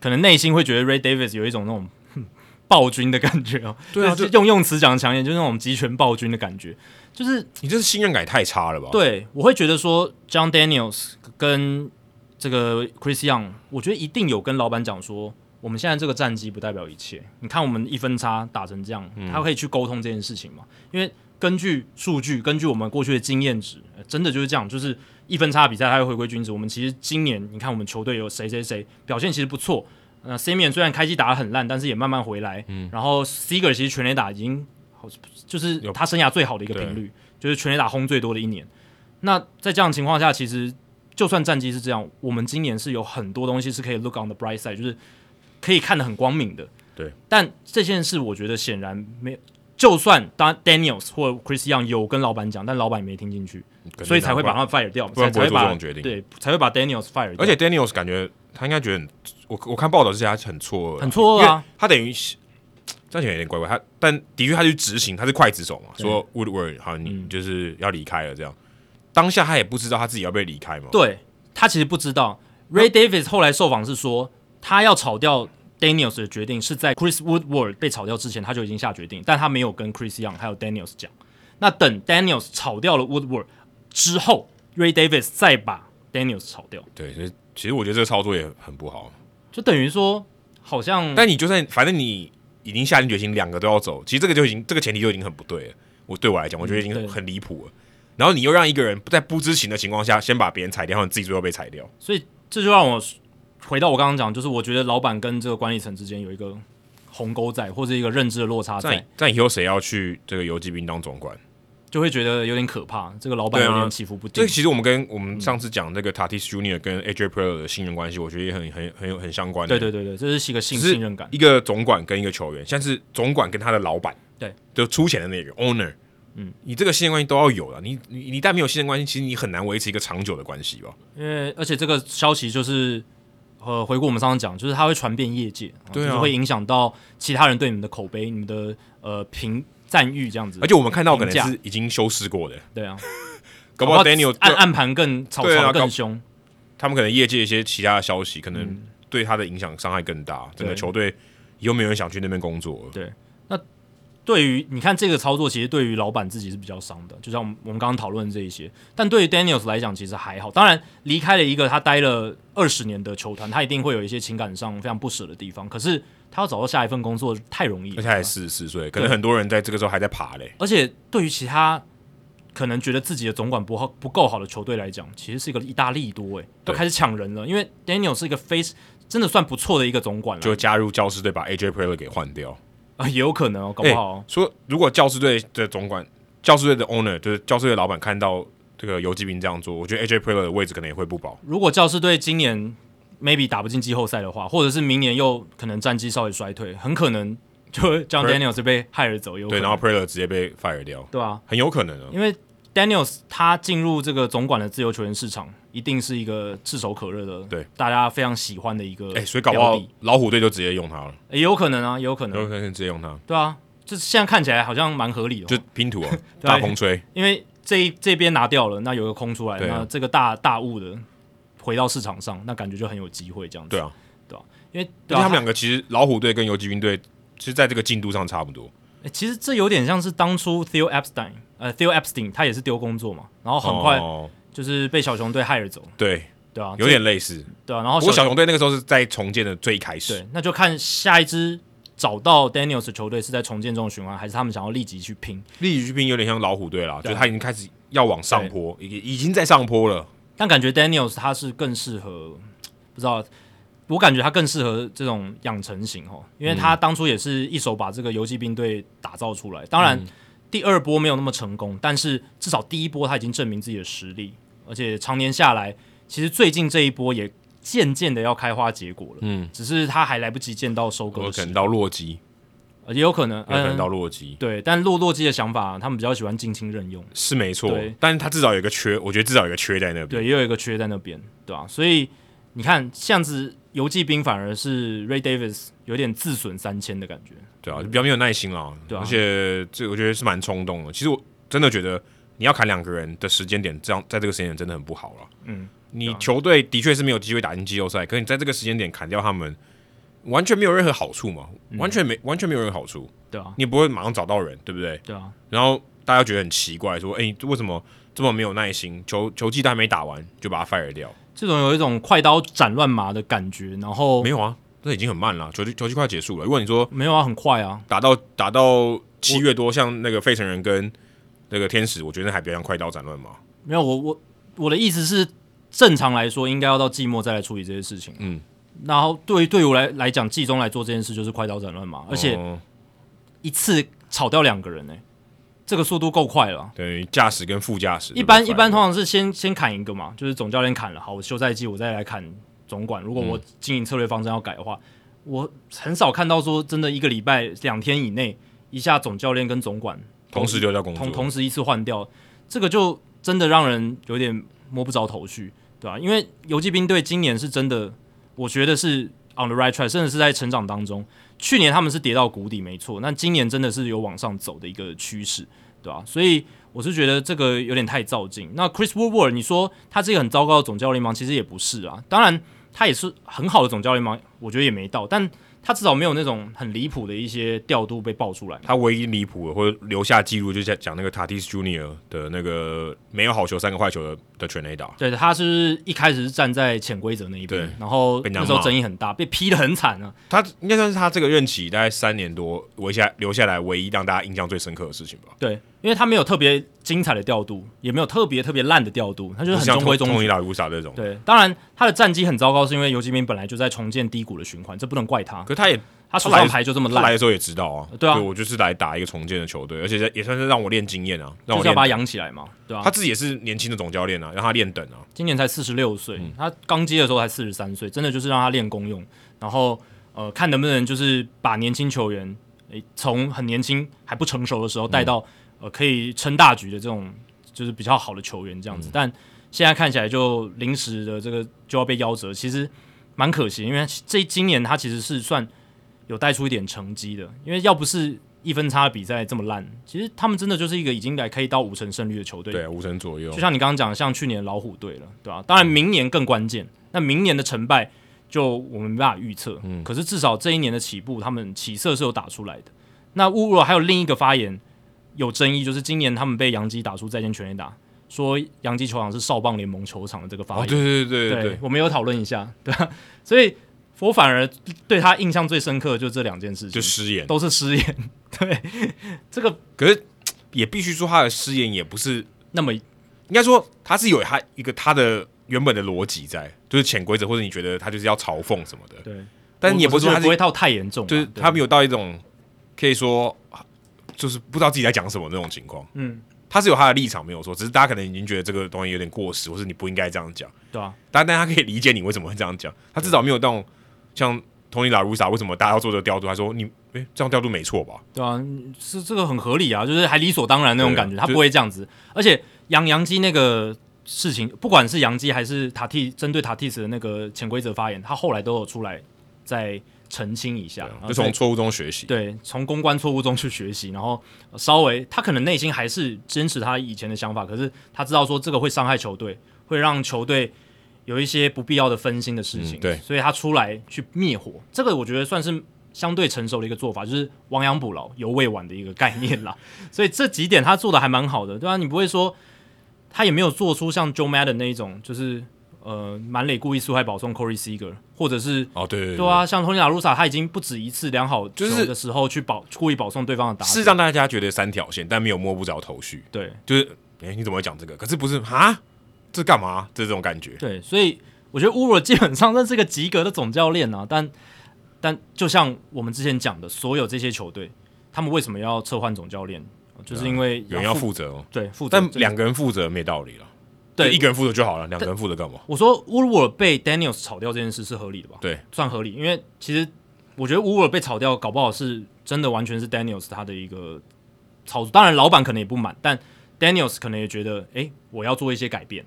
S2: 可能内心会觉得 Ray Davis 有一种那种哼暴君的感觉哦。
S1: 对啊
S2: 就是
S1: 就
S2: 用用词讲得强一点，就是那种集权暴君的感觉，就是
S1: 你这信任感也太差了吧？，
S2: 对，我会觉得说 John Daniels 跟这个 Chris Young，我觉得一定有跟老板讲说，我们现在这个战绩不代表一切。你看我们一分差打成这样，
S1: 嗯
S2: 他可以去沟通这件事情嘛？因为根据数据，根据我们过去的经验值，呃真的就是这样，就是一分差的比赛它会回归均值。我们其实今年你看我们球队有谁谁谁表现其实不错。那 C 面虽然开机打得很烂，但是也慢慢回来。嗯，然后 Seager 其实全垒打已经好，就是
S1: 有
S2: 他生涯最好的一个频率，就是全垒打轰最多的一年。那在这样的情况下，其实就算战绩是这样，我们今年是有很多东西是可以 look on the bright side，就是可以看得很光明的。
S1: 对，
S2: 但这件事我觉得显然没有就算当 Daniels 或 Chris Young 有跟老板讲，但老板也没听进去，
S1: 肯定
S2: 所以才会把
S1: 啊
S2: 他们 fire 掉，
S1: 不然
S2: 才
S1: 不会
S2: 才会
S1: 做这
S2: 把
S1: 种决定
S2: 对才会把 Daniels fire 掉。
S1: 而且 Daniels 感觉他应该觉得很，我我看报道之前他很错愕啊，
S2: 很错愕啊
S1: 因为他等于是这样讲有点怪怪，他但的确他去执行，他是刽子手嘛，说 Woodward 好
S2: 嗯
S1: 你就是要离开了这样，当下他也不知道他自己要被离开嘛，
S2: 对他其实不知道，Ray Davis 后来受访是说，他要炒掉 Daniels 的决定是在 Chris Woodward 被炒掉之前他就已经下决定，但他没有跟 Chris Young 还有 Daniels 讲。那等 Daniels 炒掉了 Woodward 之后，Ray Davis 再把 Daniels 炒掉，
S1: 对，所以其实我觉得这个操作也很不好，
S2: 就等于说好像
S1: 但你就算反正你已经下定决心两个都要走，其实这个就已经这个前提就已经很不对了，我对我来讲我觉得已经
S2: 嗯对
S1: 很很离谱了，然后你又让一个人在不知情的情况下先把别人裁掉，然后你自己最后被裁掉。
S2: 所以这就让我回到我刚刚讲，就是我觉得老板跟这个管理层之间有一个鸿沟在，或者一个认知的落差
S1: 这样
S2: 在，
S1: 这样以后谁要去这个游击兵当总管？
S2: 就会觉得有点可怕。这个老板
S1: 对啊
S2: 有点起伏不定
S1: 这。其实我们跟我们上次讲那个 Tatis Junior 跟 AJ Preller 的信任关系，我觉得也很很很有很相关的。
S2: 对对对对，这是一个信
S1: 只是
S2: 信任感。
S1: 一个总管跟一个球员，像是总管跟他的老板，
S2: 对，
S1: 就出钱的那个 owner，
S2: 嗯，
S1: 你这个信任关系都要有了。你你你一旦没有信任关系，其实你很难维持一个长久的关系吧？哦
S2: 因为而且这个消息就是，呃，回顾我们上次讲，就是它会传遍业界，
S1: 对啊
S2: 就是会影响到其他人对你们的口碑、你们的呃评赞誉这样子。
S1: 而且我们看到可能
S2: 评价
S1: 是已经修饰过的，
S2: 对啊，
S1: 搞不好 Daniel
S2: 暗暗盘更吵
S1: 对啊
S2: 吵
S1: 搞
S2: 更凶，
S1: 他们可能业界一些其他的消息，可能对他的影响伤害更大，整个
S2: 嗯对
S1: 球队以后没有人想去那边工作了。
S2: 对于你看这个操作，其实对于老板自己是比较伤的，就像我们我们刚刚讨论这一些。但对于 Daniels 来讲，其实还好。当然，离开了一个他待了二十年的球团，他一定会有一些情感上非常不舍的地方。可是他要找到下一份工作太容易了，
S1: 而且还四十四岁，可能
S2: 对
S1: 很多人在这个时候还在爬嘞。
S2: 而且对于其他可能觉得自己的总管不好不够好的球队来讲，其实是一个一大利多诶、欸都
S1: 对
S2: 开始抢人了。因为 Daniel 是一个非真的算不错的一个总管了，
S1: 就加入教师队，把 AJ Preller 给换掉，
S2: 啊也有可能哦，搞不好、哦
S1: 欸说如果教师队的总管、教师队的 owner 就是教师队的老板看到这个游击兵这样做，我觉得 AJ Preller 的位置可能也会不保。
S2: 如果教士队今年 maybe 打不进季后赛的话，或者是明年又可能战绩稍微衰退，很可能 就会 John
S1: Pre-
S2: Daniels 被 hire 走，有可
S1: 对，
S2: 能
S1: 然后 Preller 直接被 fire 掉，
S2: 对啊，
S1: 很有可能啊。
S2: 因为 Daniels 他进入这个总管的自由球员市场，一定是一个炙手可热的，
S1: 对
S2: 大家非常喜欢的一个
S1: 哎、
S2: 标的，
S1: 所以搞不好老虎队就直接用他了，
S2: 也有可能啊，也有可
S1: 有
S2: 能，
S1: 可能直接用他，
S2: 对啊，就是现在看起来好像蛮合理的哦、
S1: 就拼图啊，
S2: 对
S1: 大风吹。
S2: 因为这一这边拿掉了，那有一个空出来，
S1: 对啊
S2: 那这个大大雾的回到市场上，那感觉就很有机会这样子，
S1: 对啊，
S2: 因为
S1: 而且
S2: 对啊
S1: 他们两个其实老虎队跟游击兵队其实在这个进度上差不多，
S2: 欸其实这有点像是当初 Theo Epstein，呃，Theo Epstein 他也是丢工作嘛，然后很快
S1: 哦、
S2: 就是被小熊队害了走，
S1: 对，
S2: 对啊，
S1: 有点类似。
S2: 这对啊，然后
S1: 不过小熊队那个时候是在重建的最开始，
S2: 对，那就看下一支找到 Daniels 的球队是在重建中循环，还是他们想要立即去拼。
S1: 利己去拼有点像老虎队啦，
S2: 对
S1: 就
S2: 啊
S1: 他已经开始要往上坡，已已经在上坡了。
S2: 但感觉 Daniels 他是更适合，不知道，我感觉他更适合这种养成型哦，因为他
S1: 嗯
S2: 当初也是一手把这个游击兵队打造出来。当然，
S1: 嗯
S2: 第二波没有那么成功，但是至少第一波他已经证明自己的实力，而且常年下来，其实最近这一波也渐渐的要开花结果了。
S1: 嗯，
S2: 只是他还来不及见到收割
S1: 有
S2: 的
S1: 可
S2: 时
S1: 能
S2: 候，
S1: 到洛基，
S2: 呃也有可能，
S1: 有可能
S2: 嗯，
S1: 到洛基、
S2: 对，但洛洛基的想法，他们比较喜欢近亲任用。
S1: 是没错
S2: 对，
S1: 但是他至少有一个缺，我觉得至少有一个缺在那边。
S2: 对，也有一个缺在那边，对吧、所以你看，这样子游击兵反而是 Ray Davis 有点自损三千的感觉。
S1: 对啊，就比较没有耐心啦。
S2: 对啊
S1: 而且这我觉得是蛮冲动的。其实我真的觉得你要砍两个人的时间点，这样在这个时间点真的很不好了。
S2: 嗯，
S1: 你球队的确是没有机会打进季后赛，可是你在这个时间点砍掉他们，完全没有任何好处嘛，
S2: 嗯
S1: 完全没完全没有任何好处，
S2: 对啊，
S1: 你也不会马上找到人，对不对？
S2: 对啊，
S1: 然后大家觉得很奇怪，说：“哎、为什么这么没有耐心？球球季都还没打完就把他 fire 掉？
S2: 这种有一种快刀斩乱麻的感觉，然后
S1: 没有啊，这已经很慢了，球季球季快结束了。如果你说
S2: 没有啊，很快啊，
S1: 打到打到七月多，像那个费城人跟那个天使，我觉得还比较像快刀斩乱麻。
S2: 没有我我我的意思是，正常来说应该要到季末再来处理这些事情。啊
S1: 嗯，
S2: 然后对于对于我来来讲，季中来做这件事就是快刀斩乱麻，而且
S1: 嗯
S2: 一次炒掉两个人呢、欸这个速度够快了啊。
S1: 等于驾驶跟副驾驶
S2: 一般
S1: 都被 fire
S2: 一般通常是先先砍一个嘛，就是总教练砍了，好，我休赛季我再来砍总管。如果我经营策略方针要改的话，我很少看到说真的一个礼拜两天以内一一下总教练跟总管
S1: 同时丢掉工作，
S2: 同同时一次换掉，这个就真的让人有点摸不着头绪，对吧、因为游击兵队今年是真的，我觉得是 on the right track，真的是在成长当中。去年他们是跌到谷底，没错，那今年真的是有往上走的一个趋势，对吧、所以我是觉得这个有点太照进。那 Chris Woodward，你说他是一个很糟糕的总教练吗？其实也不是啊，当然他也是很好的总教练吗？我觉得也没到，但他至少没有那种很离谱的一些调度被爆出来。
S1: 他唯一离谱的或者留下记录，就是在讲那个 Tatis Junior 的那个没有好球三个坏球的的全垒打，
S2: 对，他是一开始是站在潜规则那一边
S1: 对，
S2: 然后
S1: 被人家
S2: 那时候
S1: 骂
S2: 争议很大，被批的很惨啊。
S1: 他应该算是他这个任期大概三年多留下留下来唯一让大家印象最深刻的事情吧。
S2: 对，因为他没有特别精彩的调度，也没有特别特别烂的调度，他就是
S1: 不
S2: 很
S1: 像
S2: 中规
S1: 通
S2: 中
S1: 通
S2: 矩。
S1: 一打乌萨这种，
S2: 对，当然他的战绩很糟糕，是因为游击兵本来就在重建低谷的循环，这不能怪他，
S1: 可他也
S2: 他手
S1: 他来
S2: 上牌就这么
S1: 他来
S2: 烂，
S1: 的时候也知道啊，
S2: 对啊
S1: 我就是来打一个重建的球队，而且这也算是让我练经验啊，让
S2: 就
S1: 我
S2: 是要
S1: 练
S2: 把他
S1: 等。
S2: 养起来嘛，对吧、
S1: 他自己也是年轻的总教练啊，让他练等啊。
S2: 今年才四十六岁，
S1: 嗯
S2: 他刚接的时候才四十三岁，真的就是让他练功用，然后呃，看能不能就是把年轻球员，诶，从很年轻还不成熟的时候
S1: 嗯
S2: 带到、呃可以撑大局的这种就是比较好的球员这
S1: 嗯
S2: 样子，但现在看起来就临时的这个就要被夭折，其实蛮可惜，因为这今年他其实是算有带出一点成绩的，因为要不是一分差的比赛这么烂，其实他们真的就是一个已经来可以到五成胜率的球队，
S1: 对啊，五成左右
S2: 就。像你刚刚讲的，像去年老虎队了，对吧、当然，明年更关键。那明年的成败，就我们没办法预测。嗯，可是至少这一年的起步，他们起色是有打出来的。那乌鲁还有另一个发言有争议，就是今年他们被杨基打出再见全垒打，说杨基球场是少棒联盟球场的这个发
S1: 哦，
S2: 言。
S1: 对对对对对，
S2: 我们有讨论一下，对啊。 所以我反而对他印象最深刻的就是这两件事情，
S1: 就失言。
S2: 都是失言。 对，这个
S1: 可是也必须说他的失言也不是
S2: 那么
S1: 应该说他是有他一个他的原本的逻辑在，就是潜规则，或者你觉得他就是要嘲讽什么的，
S2: 对，
S1: 但是你也不
S2: 我
S1: 是
S2: 我
S1: 说他
S2: 觉得
S1: 是
S2: 不会到太严重啊，
S1: 就是
S2: 对
S1: 他没有到一种可以说就是不知道自己在讲什么那种情况。
S2: 嗯，
S1: 他是有他的立场没有错，只是大家可能已经觉得这个东西有点过时，或是你不应该这样讲。
S2: 对啊。
S1: 但但他可以理解你为什么会这样讲，他至少没有那种像 Tony La Russa 为什么大家要做这个调度，他说你诶、这样调度没错吧？
S2: 对啊，是这个很合理啊，就是还理所当然那种感觉，
S1: 对啊
S2: 他
S1: 就
S2: 不会这样子。而且杨杨基那个事情，不管是杨基还是塔蒂针对塔蒂斯的那个潜规则发言，他后来都有出来再澄清一下，然
S1: 啊
S2: 后
S1: 就
S2: 再
S1: 从错误中学习。
S2: 啊对从公关错误中去学习，然后呃稍微他可能内心还是坚持他以前的想法，可是他知道说这个会伤害球队，会让球队有一些不必要的分心的事情，
S1: 嗯对
S2: 所以他出来去灭火，这个我觉得算是相对成熟的一个做法，就是亡羊补牢，犹未晚的一个概念啦。所以这几点他做的还蛮好的，对吧、啊？你不会说他也没有做出像 Joe Madden 那一种，就是呃满垒故意输害保送 Corey Seager，或者是
S1: 哦，对对对
S2: 对啊，像托尼·拉鲁萨，他已经不止一次量好球
S1: 就是
S2: 的时候去保故意保送对方的打
S1: 是
S2: 者，
S1: 让大家觉得三条线，但没有摸不着头绪。
S2: 对
S1: 就是哎、诶你怎么会讲这个？可是不是哈？这干嘛？这种感觉。
S2: 对，所以我觉得乌尔基本上算是个及格的总教练啊，但但就像我们之前讲的，所有这些球队，他们为什么要撤换总教练，就是因为
S1: 有人要负责哦，
S2: 对负责
S1: 但
S2: 这个
S1: 两个人负责没道理了。
S2: 对
S1: 就一个人负责就好了，两个人负责干嘛？
S2: 我说乌鲁尔被 Daniels 炒掉这件事是合理的吧？
S1: 对，
S2: 算合理，因为其实我觉得乌鲁尔被炒掉，搞不好是真的完全是 Daniels 他的一个操作。当然，老板可能也不满，但 Daniels 可能也觉得，诶，我要做一些改变。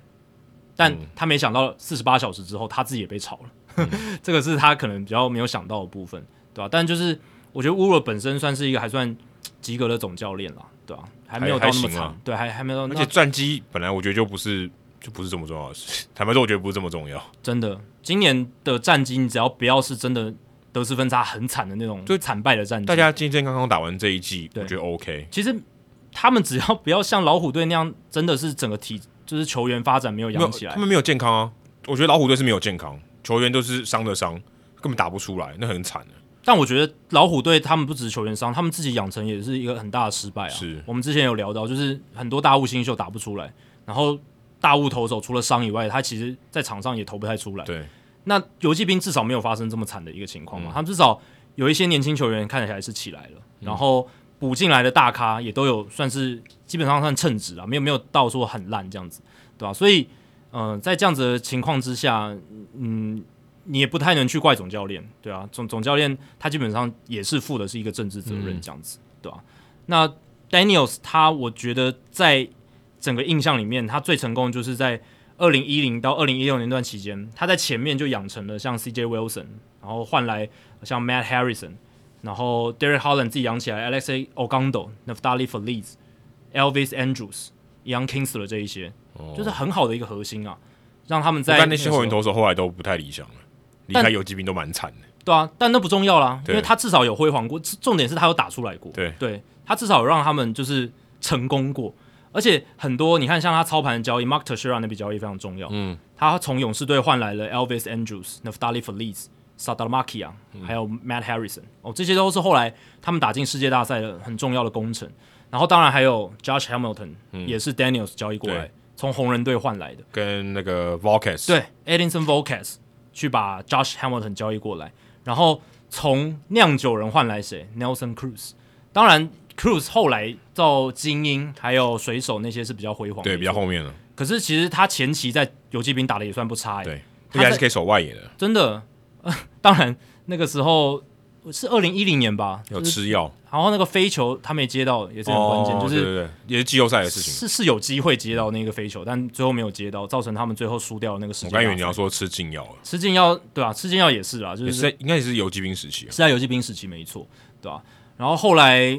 S2: 但
S1: 嗯
S2: 他没想到四十八小时之后，他自己也被炒了， 这个是他可能比较没有想到的部分，对吧、但就是我觉得乌鲁尔本身算是一个还算及格的总教练啦，对吧、还没有到那么
S1: 还还行
S2: 惨，
S1: 啊
S2: 对，还还没有到那
S1: 而
S2: 么
S1: 且战绩本来我觉得就不是就不是这么重要的 事，坦白说我觉得不是这么重要。
S2: 真的，今年的战绩，你只要不要是真的得失分差很惨的那种，
S1: 就
S2: 惨败的战绩，
S1: 大家健健康康打完这一季，
S2: 对
S1: 我觉得 OK。
S2: 其实他们只要不要像老虎队那样，真的是整个体就是球员发展没有
S1: 没有
S2: 养起来
S1: 他，们没有健康啊，我觉得老虎队是没有健康，球员都是伤的伤，根本打不出来，那很惨的。
S2: 但我觉得老虎队他们不只是球员伤，他们自己养成也是一个很大的失败啊。
S1: 是
S2: 我们之前有聊到，就是很多大物新秀打不出来，然后大物投手除了伤以外，他其实在场上也投不太出来。
S1: 对，
S2: 那游击兵至少没有发生这么惨的一个情况嘛，
S1: 嗯
S2: 他们至少有一些年轻球员看起来是起来了，然后补进来的大咖也都有算是基本上算称职啊，没有没有到说很烂这样子，对吧、所以，呃，在这样子的情况之下，嗯，你也不太能去怪总教练，对啊，总总教练他基本上也是负的是一个政治责任这样子，对吧、那 Daniels 他，我觉得在整个印象里面，他最成功的就是在二零一零到二零一六年段期间，他在前面就养成了像 C.J. Wilson，然后换来像 Matt Harrison，然后 Derek Holland 自己养起来，Alexei Ogondo、Naftali Feliz、Elvis Andrews、Young Kingsley 这一些，就是很好的一个核心啊，让他们在
S1: 但哦那
S2: 个
S1: 些
S2: 时候
S1: 后援投手后来都不太理想了，离
S2: 但
S1: 开游击兵都蛮惨的。
S2: 对啊，但那不重要啦，
S1: 对
S2: 因为他至少有辉煌过，重点是他有打出来过。
S1: 对
S2: 他至少有让他们就是成功过，而且很多你看，像他操盘的交易，Mark Teixeira 那笔交易非常重要。
S1: 嗯，
S2: 他从勇士队换来了 Elvis Andrews、Naftali Feliz、Sadamakia，
S1: 嗯
S2: 还有 Matt Harrison，哦，这些都是后来他们打进世界大赛的很重要的功臣。然后当然还有 Josh Hamilton，、也是 Daniels 交易过来
S1: 嗯对，
S2: 从红人队换来的。
S1: 跟那个 Volkes
S2: 对 Edinson Volquez 去把 Josh Hamilton 交易过来，然后从酿酒人换来谁？Nelson Cruz。当然，Cruz 后来到精英还有水手那些是比较辉煌，
S1: 对
S2: 没
S1: 比较
S2: 错。
S1: 后面了，
S2: 可是其实他前期在游击兵打的也算不差、欸，
S1: 对，
S2: 他
S1: 应该
S2: 在
S1: 是可以守外野的，
S2: 真的。 当然那个时候是二零一零年吧，
S1: 有
S2: 就是
S1: 吃药，
S2: 然后那个飞球他没接到也是很关键，
S1: 哦
S2: 就是
S1: 对对对，也是季后赛的事情。啊
S2: 是是有机会接到那个飞球，但最后没有接到，造成他们最后输掉的那个世
S1: 我
S2: 界大
S1: 刚
S2: 赛。
S1: 以为你要说吃禁药了，
S2: 吃禁药，对啊，吃禁药也是啦，就
S1: 也
S2: 是
S1: 是在应该也是游击兵时期啊
S2: 是。在游击兵时期没错，对吧、然后后来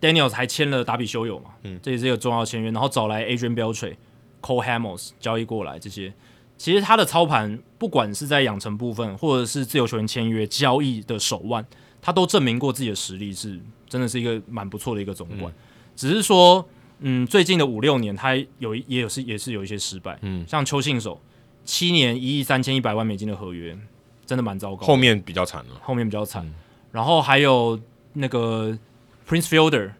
S2: Daniels 还签了达比修友嘛，嗯，这也是一个重要签约，然后找来 Adrian Beltre、Cole Hamels 交易过来这些。其实他的操盘，不管是在养成部分，或者是自由球员签约交易的手腕，他都证明过自己的实力是真的是一个蛮不错的一个总管。只是说，嗯，最近的五六年，他有一也有是也是有一些失败，嗯，像邱信手七年一亿三千一百万美金的合约，真的蛮糟糕的。
S1: 后面比较惨了
S2: 后面比较惨。然后还有那个 Prince Fielder，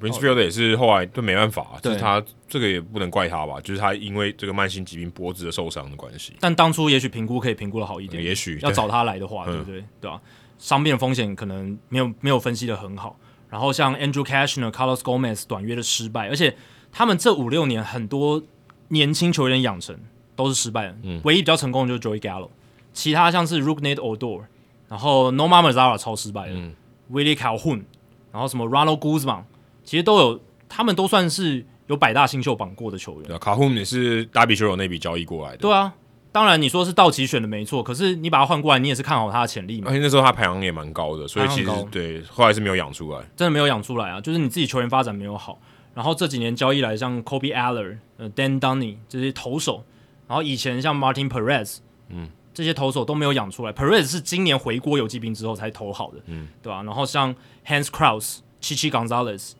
S1: ，Prince Fielder 也是后来对没办法，啊就
S2: 哦对
S1: 是他这个也不能怪他吧，就是他因为这个慢性疾病脖子的受伤的关系，
S2: 但当初也许评估可以评估的好一
S1: 嗯
S2: 点，
S1: 也许
S2: 要
S1: 对
S2: 找他来的话，
S1: 嗯
S2: 对不对？对吧、啊伤病的风险可能没有没有分析的很好。然后像 Andrew Cashner、Carlos Gomez 短约的失败，而且他们这五六年很多年轻球员养成都是失败的，
S1: 嗯
S2: 唯一比较成功的就是 Joey Gallo，其他像是 r u g n e t Odor，然后 Norma m a z a r a 超失败的、w
S1: 嗯
S2: i l l i e Calhoun，然后什么 Ronald Guzman，其实都有，他们都算是有百大新秀榜过的球员
S1: 对。啊，卡库姆也是达比修有那笔交易过来的，
S2: 对啊，当然你说是道奇选的没错，可是你把他换过来，你也是看好他的潜力嘛
S1: 而，且那时候他排行也蛮高的，所以其
S2: 排行
S1: 实
S2: 高
S1: 对后来是没有养出来。
S2: 真的没有养出来啊，就是你自己球员发展没有好。然后这几年交易来像 Kobe Aller、呃 Dan Dunny 这些投手，然后以前像 Martin Perez，嗯，这些投手都没有养出来。Perez 是今年回国游击兵之后才投好的，嗯，对吧、然后像 Hans Kraus、七七 Gonzalez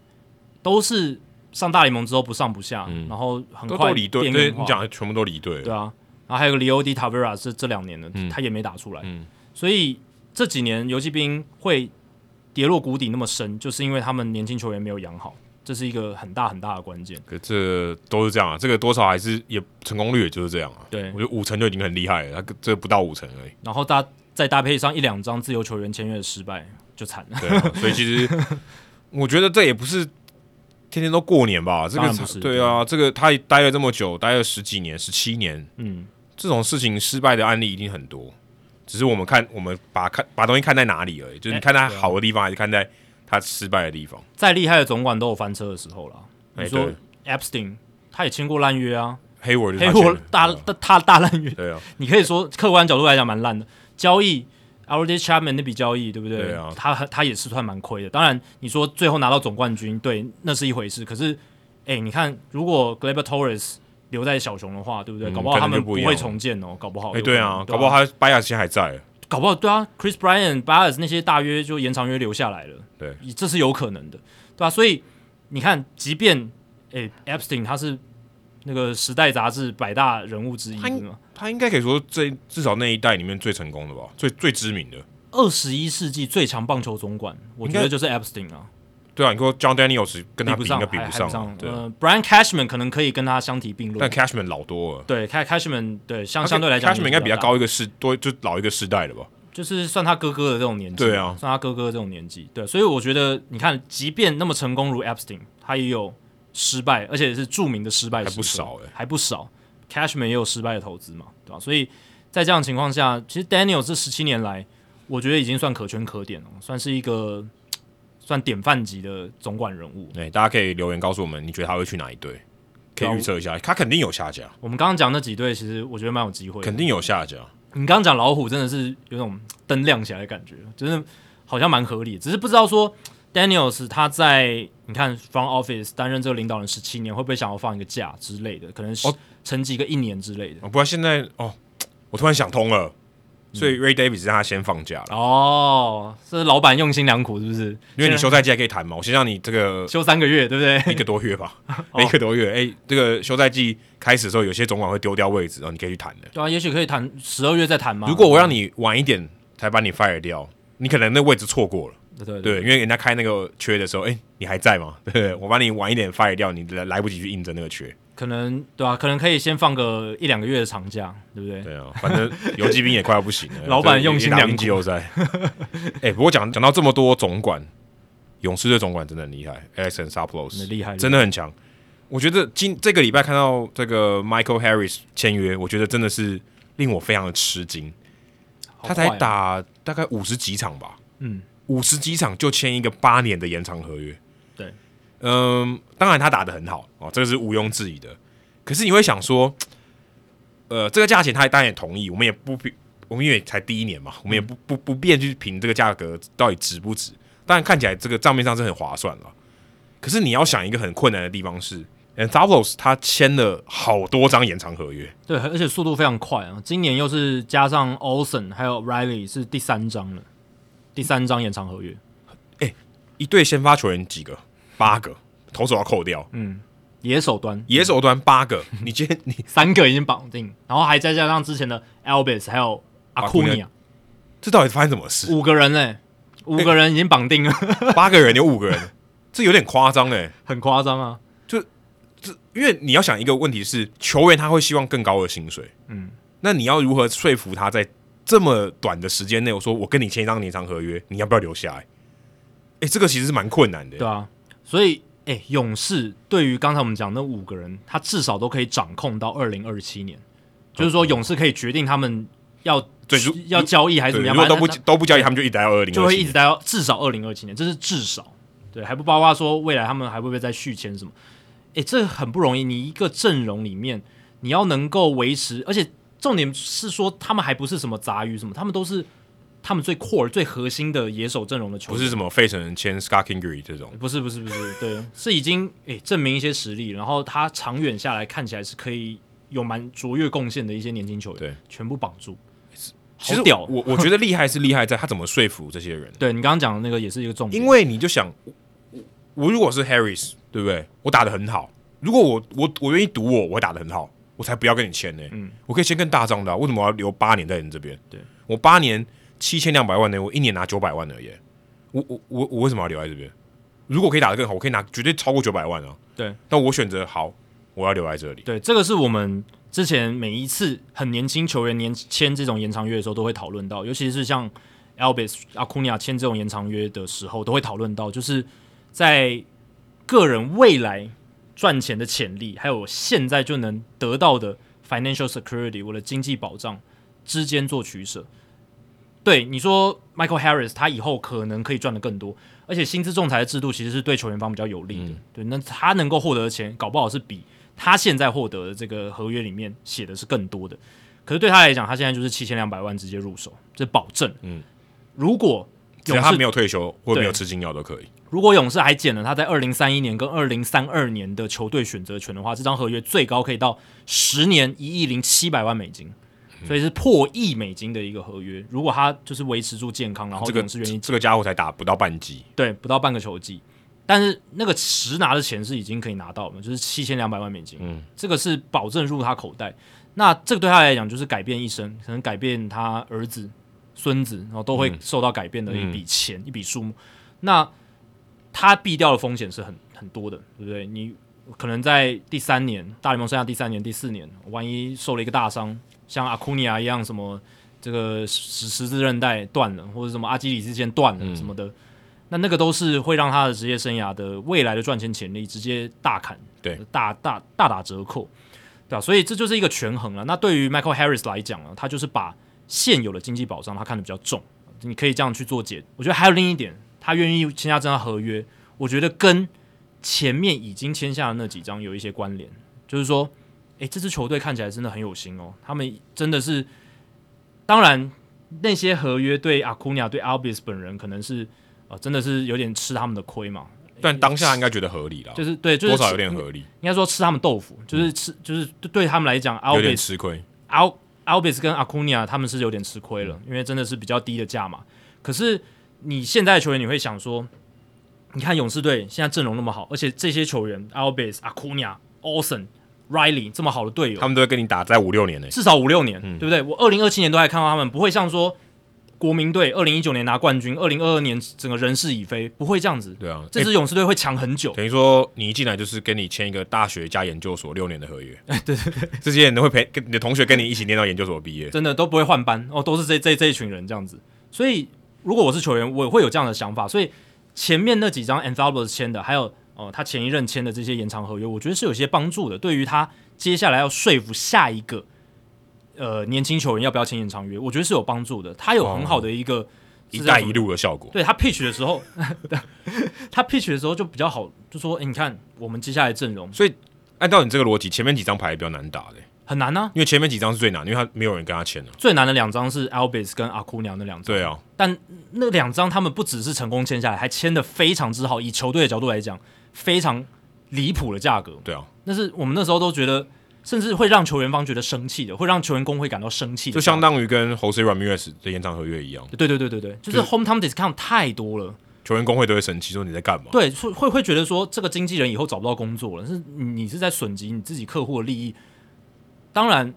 S2: 都是上大联盟之后不上不下，然后很
S1: 都
S2: 快
S1: 都离队，
S2: 边
S1: 对
S2: 缘化
S1: 你讲的全部都离队
S2: 对
S1: 了。
S2: 啊，然后还有个 Leo Di Tavera 是这两年的，
S1: 嗯
S2: 他也没打出来，所以这几年游击兵会跌落谷底那么深，就是因为他们年轻球员没有养好，这是一个很大很大的关键。
S1: 可这都是这样啊，这个多少还是也成功率也就是这样啊。
S2: 对
S1: 我觉得五成就已经很厉害了，他这不到五成而已。
S2: 然后搭再搭配上一两张自由球员签约的失败，就惨了。
S1: 对、啊，所以其实我觉得这也不是天天都过年吧，这
S2: 当
S1: 个
S2: 然不
S1: 才
S2: 是
S1: 对啊，这个他也待了这么久，待了十几年、十七年，
S2: 嗯，
S1: 这种事情失败的案例一定很多，只是我们看我们把看把东西看在哪里而已，就是
S2: 哎
S1: 你看他
S2: 啊
S1: 好的地方，还是看在他失败的地方。
S2: 再厉害的总管都有翻车的时候啦。
S1: 哎
S2: 你说
S1: 对
S2: Epstein 他也签过烂约啊，
S1: 黑我就是
S2: 黑
S1: 他
S2: 我
S1: 签的
S2: 大大大大烂约，
S1: 嗯对啊，
S2: 你可以说客观角度来讲蛮烂的交易。a l d y Chapman 那笔交易，对不对？
S1: 对啊
S2: 他他也是算蛮亏的。当然，你说最后拿到总冠军，对，那是一回事。可是，哎，你看，如果 Gleyber Torres 留在小熊的话，对不对？
S1: 嗯
S2: 搞不好
S1: 可
S2: 他
S1: 能
S2: 们
S1: 就不一样
S2: 会重建哦，搞不好。
S1: 哎、对啊
S2: 有，可能
S1: 搞不好，他巴亚现在还在，
S2: 搞不好对啊，Chris Bryan、b a r s 那些大约就延长约留下来了，
S1: 对，
S2: 这是有可能的，对啊，所以你看，即便哎 Epstein 他是那个《时代》杂志百大人物之一，
S1: 他应
S2: 对吗？
S1: 他应该可以说这至少那一代里面最成功的吧，最最知名的。
S2: 二十一世纪最强棒球总管，我觉
S1: 应
S2: 得
S1: 该
S2: 就是 Epstein 啊，
S1: 对啊，你说 John Daniels 跟
S2: 比
S1: 他
S2: 不
S1: 比
S2: 上，
S1: 应该比
S2: 还还
S1: 不
S2: 不
S1: 上
S2: 上嗯
S1: 啊，。对啊。
S2: 呃，Brian Cashman 可能可以跟他相提并
S1: 但
S2: 论。
S1: Cashman 老多了，
S2: 对，Ca- Cashman 对相
S1: 他
S2: 相对来讲
S1: ，Cashman 应该比
S2: 较
S1: 他
S2: 大，
S1: 高一个啊世多，就老一个世代了吧？
S2: 就是算他哥哥的这种年纪。
S1: 对啊
S2: 算他哥哥的这种年纪。对，所以我觉得你看，即便那么成功如 Epstein，他也有失败，而且是著名的失
S1: 还
S2: 败
S1: 不
S2: 时
S1: 少
S2: 刻
S1: 欸
S2: 还不少。Cashman 也有失败的投资嘛，对吧、所以在这样的情况下，其实 Daniel 这十七年来，我觉得已经算可圈可点了，算是一个算典范级的总管人物。
S1: 哎、大家可以留言告诉我们，你觉得他会去哪一队？可以预测一下，啊他肯定有下家，
S2: 我们刚刚讲那几队，其实我觉得蛮有机会的。
S1: 肯定有下家。
S2: 你刚刚讲老虎真的是有种灯亮起来的感觉，就是好像蛮合理的，只是不知道说 Daniels 他在你看 Front Office 担任这个领导人十七年，会不会想要放一个假之类的，可能是
S1: 哦
S2: 沉寂个一年之类的。
S1: 哦，不然现在哦，我突然想通了，所以 Ray Davis 让他先放假了，
S2: 哦，这是老板用心良苦是不是？
S1: 因为你
S2: 现
S1: 休赛季还可以谈嘛，我先让你这个
S2: 在休三个月，对不 对？
S1: 一个多月吧，一个多月。哎、这个休赛季开始的时候，有些总管会丢掉位置，然后你可以去谈的。
S2: 对啊，也许可以谈十二月再谈嘛。
S1: 如果我让你晚一点才把你 fire 掉，你可能那位置错过了。
S2: 对对
S1: 对，因为人家开那个缺的时候，哎、你还在吗？ 对，我把你晚一点 fire 掉，你来来不及去应征那个缺。
S2: 可能对啊，可能可以先放个一两个月的长假，对不对？
S1: 对啊，反正游击兵也快要不行 了，
S2: 老板用心良苦
S1: 良季后赛。 哎、不过讲讲到这么多总管，勇士队总管真的很厉害，Alex and Saplos
S2: 很厉害
S1: 真的很强。我觉得今这个礼拜看到这个 Michael Harris 签约，我觉得真的是令我非常的吃惊。
S2: 好
S1: 他才
S2: 快啊，
S1: 打大概五十几场吧，
S2: 嗯，
S1: 五十几场就签一个八年的延长合约。
S2: 对，
S1: 嗯，当然他打的很好哦，这个是毋庸置疑的。可是你会想说，呃，这个价钱他当然也同意，我们也不比，我们因为才第一年嘛， 我们也不不不便去评这个价格到底值不值。当然看起来这个账面上是很划算了，可是你要想一个很困难的地方是 a n t h a p o l o s 他签了好多张延长合约，
S2: 对，而且速度非常快啊！今年又是加上 Olsen 还有 Riley 是第三张了，第三张延长合约，
S1: 一队先发球员几个？八个，投手要扣掉，
S2: 野手端
S1: 野手端八个，你今天你
S2: 三个已经绑定，然后还再加上之前的 Albis 还有阿库尼
S1: Acuna
S2: 亚，
S1: 这到底发生什么事？
S2: 五个人嘞、五个人已经绑定了，
S1: 八个人有五个人，这有点夸张哎。
S2: 很夸张啊！
S1: 因为你要想一个问题是，球员他会希望更高的薪水，
S2: 嗯，
S1: 那你要如何说服他在这么短的时间内，我说我跟你签一张年长合约，你要不要留下来？哎、这个其实是蛮困难的、
S2: 对啊，所以哎、勇士对于刚才我们讲那五个人，他至少都可以掌控到二零二七年，就是说勇士可以决定他们要
S1: 哦对如
S2: 要交易还是
S1: 对，
S2: 怎么
S1: 如果
S2: 样，
S1: 都
S2: 反
S1: 不
S2: 正他
S1: 都不交易，他们就一直待到二零，
S2: 就会一直待到至少二零二七年，这是至少，对，还不包括说未来他们还会不会再续签什么？诶，这很不容易。你一个阵容里面，你要能够维持，而且重点是说他们还不是什么杂鱼什么，他们都是他们最 core 最核心的野手阵容的球
S1: 不
S2: 员，
S1: 是什么费城人签 Scott Kingery 这种，
S2: 不是不是不是，对，是已经诶、证明一些实力，然后他长远下来看起来是可以有蛮卓越贡献的一些年轻球员，
S1: 对，
S2: 全部绑住，
S1: 其
S2: 好
S1: 实
S2: 屌！
S1: 我我觉得厉害是厉害在他怎么说服这些人，
S2: 对你刚刚讲的那个也是一个重点，
S1: 因为你就想，我我我如果是 Harris，对不对？我打的很好，如果我我我愿意赌我，我会打的很好，我才不要跟你签呢、
S2: 嗯
S1: 我可以签更大张的啊、为什么我要留八年在你这边？
S2: 对
S1: 我八年七千两百万呢，我一年拿九百万而已。我我我我为什么要留在这边？如果可以打得更好，我可以拿绝对超过九百万啊。
S2: 对，
S1: 但我选择好，我要留在这里。
S2: 对，这个是我们之前每一次很年轻球员年签这种延长约的时候都会讨论到，尤其是像 Albis 阿库尼亚签这种延长约的时候，都会讨论到，就是在个人未来赚钱的潜力，还有现在就能得到的 financial security 我的经济保障之间做取舍。对你说，Michael Harris 他以后可能可以赚的更多，而且薪资仲裁的制度其实是对球员方比较有利的。
S1: 嗯
S2: 对，那他能够获得的钱，搞不好是比他现在获得的这个合约里面写的是更多的。可是对他来讲，他现在就是七千两百万直接入手，这保证。
S1: 嗯，
S2: 如果
S1: 只要
S2: 勇
S1: 他
S2: 士
S1: 没有退休或
S2: 对
S1: 没有吃金药都可以。
S2: 如果勇士还减了他在二零三一年跟二零三二年的球队选择权的话，这张合约最高可以到十年一亿零七百万美金，所以是破亿美金的一个合约。如果他就是维持住健康，然后
S1: 这个
S2: 哦勇士愿意
S1: 这个家伙才打不到半季，
S2: 对不到半个球季，但是那个实拿的钱是已经可以拿到了，就是七千两百万美金，
S1: 嗯，
S2: 这个是保证入他口袋。那这个对他来讲就是改变一生，可能改变他儿子、孙子，然后都会受到改变的一笔钱、一笔数目。那他避掉的风险是很很多的，对不对？你可能在第三年大联盟生涯第三年、第四年，万一受了一个大伤，像阿库尼亚一样，什么这个十十字韧带断了，或者什么阿基里斯腱断了什么的，那那个都是会让他的职业生涯的未来的赚钱潜力直接大砍，
S1: 对，
S2: 大大大打折扣，对啊，所以这就是一个权衡了。那对于 Michael Harris 来讲呢，他就是把现有的经济保障他看得比较重，你可以这样去做解。我觉得还有另一点，他他愿意签下这张合约，我觉得跟前面已经签下的那几张有一些关联，就是说，诶，这支球队看起来真的很有心哦，他们真的是，当然那些合约对阿库尼亚对 Albis 本人可能是呃真的是有点吃他们的亏嘛，
S1: 但当下应该觉得合理啦，
S2: 就是对，就是
S1: 哦多少有点合理，
S2: 应该说吃他们豆腐，就是吃、就是对他们来讲
S1: 有点
S2: ，Albis
S1: 吃亏。
S2: Al Albis 跟 Acuna 他们是有点吃亏
S1: 嗯
S2: 了，因为真的是比较低的价嘛。可是你现在的球员，你会想说，你看勇士队现在阵容那么好，而且这些球员 Albis、Acuna、Olsen、Riley 这么好的队友
S1: 他，们嗯都会跟你打在五六年呢、
S2: 至少五六年，对不对？我二零二七年都还看到他们，不会像说国民队二零一九年拿冠军，二零二二年整个人事已非，不会这样子。
S1: 对啊，
S2: 这支勇士队会强很久，
S1: 等于说你一进来就是跟你签一个大学加研究所六年的 合约，对对对，这些人都会陪跟你的同学跟你一起念到研究所毕业，
S2: 真的都不会换班哦，都是这这这一群人这样子。所以如果我是球员，我也会有这样的想法。所以前面那几张 Anthalbers 签的，还有呃他前一任签的这些延长合约，我觉得是有些帮助的，对于他接下来要说服下一个呃年轻球员要不要签延长约，我觉得是有帮助的。他有很好的一个、
S1: 一
S2: 是叫
S1: 带
S2: 什么
S1: 一路的效果。
S2: 对他 pitch 的时候， 他 pitch 的时候就比较好，就说哎、诶你看我们接下来阵容
S1: 所以按照你这个逻辑，前面几张牌比较难打的、
S2: 很难啊，
S1: 因为前面几张是最难，因为他没有人跟他签了、
S2: 最难的两张是 Albis 跟 Acuna 那两张。
S1: 对啊，
S2: 但那两张他们不只是成功签下来，还签的非常之好。以球队的角度来讲，非常离谱的价格，
S1: 对啊，
S2: 那是我们那时候都觉得，甚至会让球员方觉得生气的，会让球员工会感到生气的价
S1: 就
S2: 格。
S1: 相当于跟 Jose Ramirez 的延长合约一样，
S2: 对对对对对，就是 hometown discount 太多了，
S1: 球员工会都会生气说你在干嘛？
S2: 对，会会会觉得说这个经纪人以后找不到工作了，是你你是在损及你自己客户的利益。当然，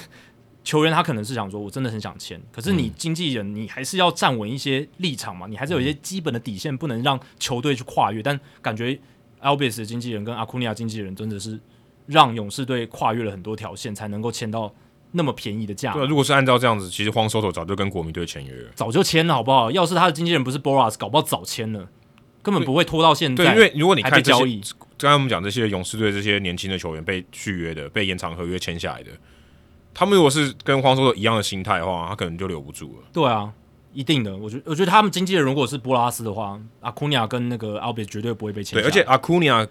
S2: 球员他可能是想说，我真的很想签，可是你
S1: 嗯
S2: 经纪人你还是要站稳一些立场嘛，你还是有一些
S1: 嗯
S2: 基本的底线，不能让球队去跨越。但感觉 Albis 的经纪人跟阿库尼亚经纪人真的是让勇士队跨越了很多条线，才能够签到那么便宜的价
S1: 对啊，。如果是按照这样子，其实荒收头早就跟国民队签约了。
S2: 早就签了好不好？要是他的经纪人不是 Boras，搞不好早签了，根本不会拖到现在。
S1: 对，因为如果你
S2: 还被
S1: 看这
S2: 交
S1: 些，
S2: 易，
S1: 刚才我们讲这些勇士队这些年轻的球员被续约的、被延长合约签下来的，他们如果是跟荒收头一样的心态的话，他可能就留不住了。
S2: 对啊，一定的。我觉我觉得他们经纪人如果是波拉斯的话，阿库尼亚跟那个奥比绝对不会被签
S1: 对，
S2: 下。
S1: 而且 Acuna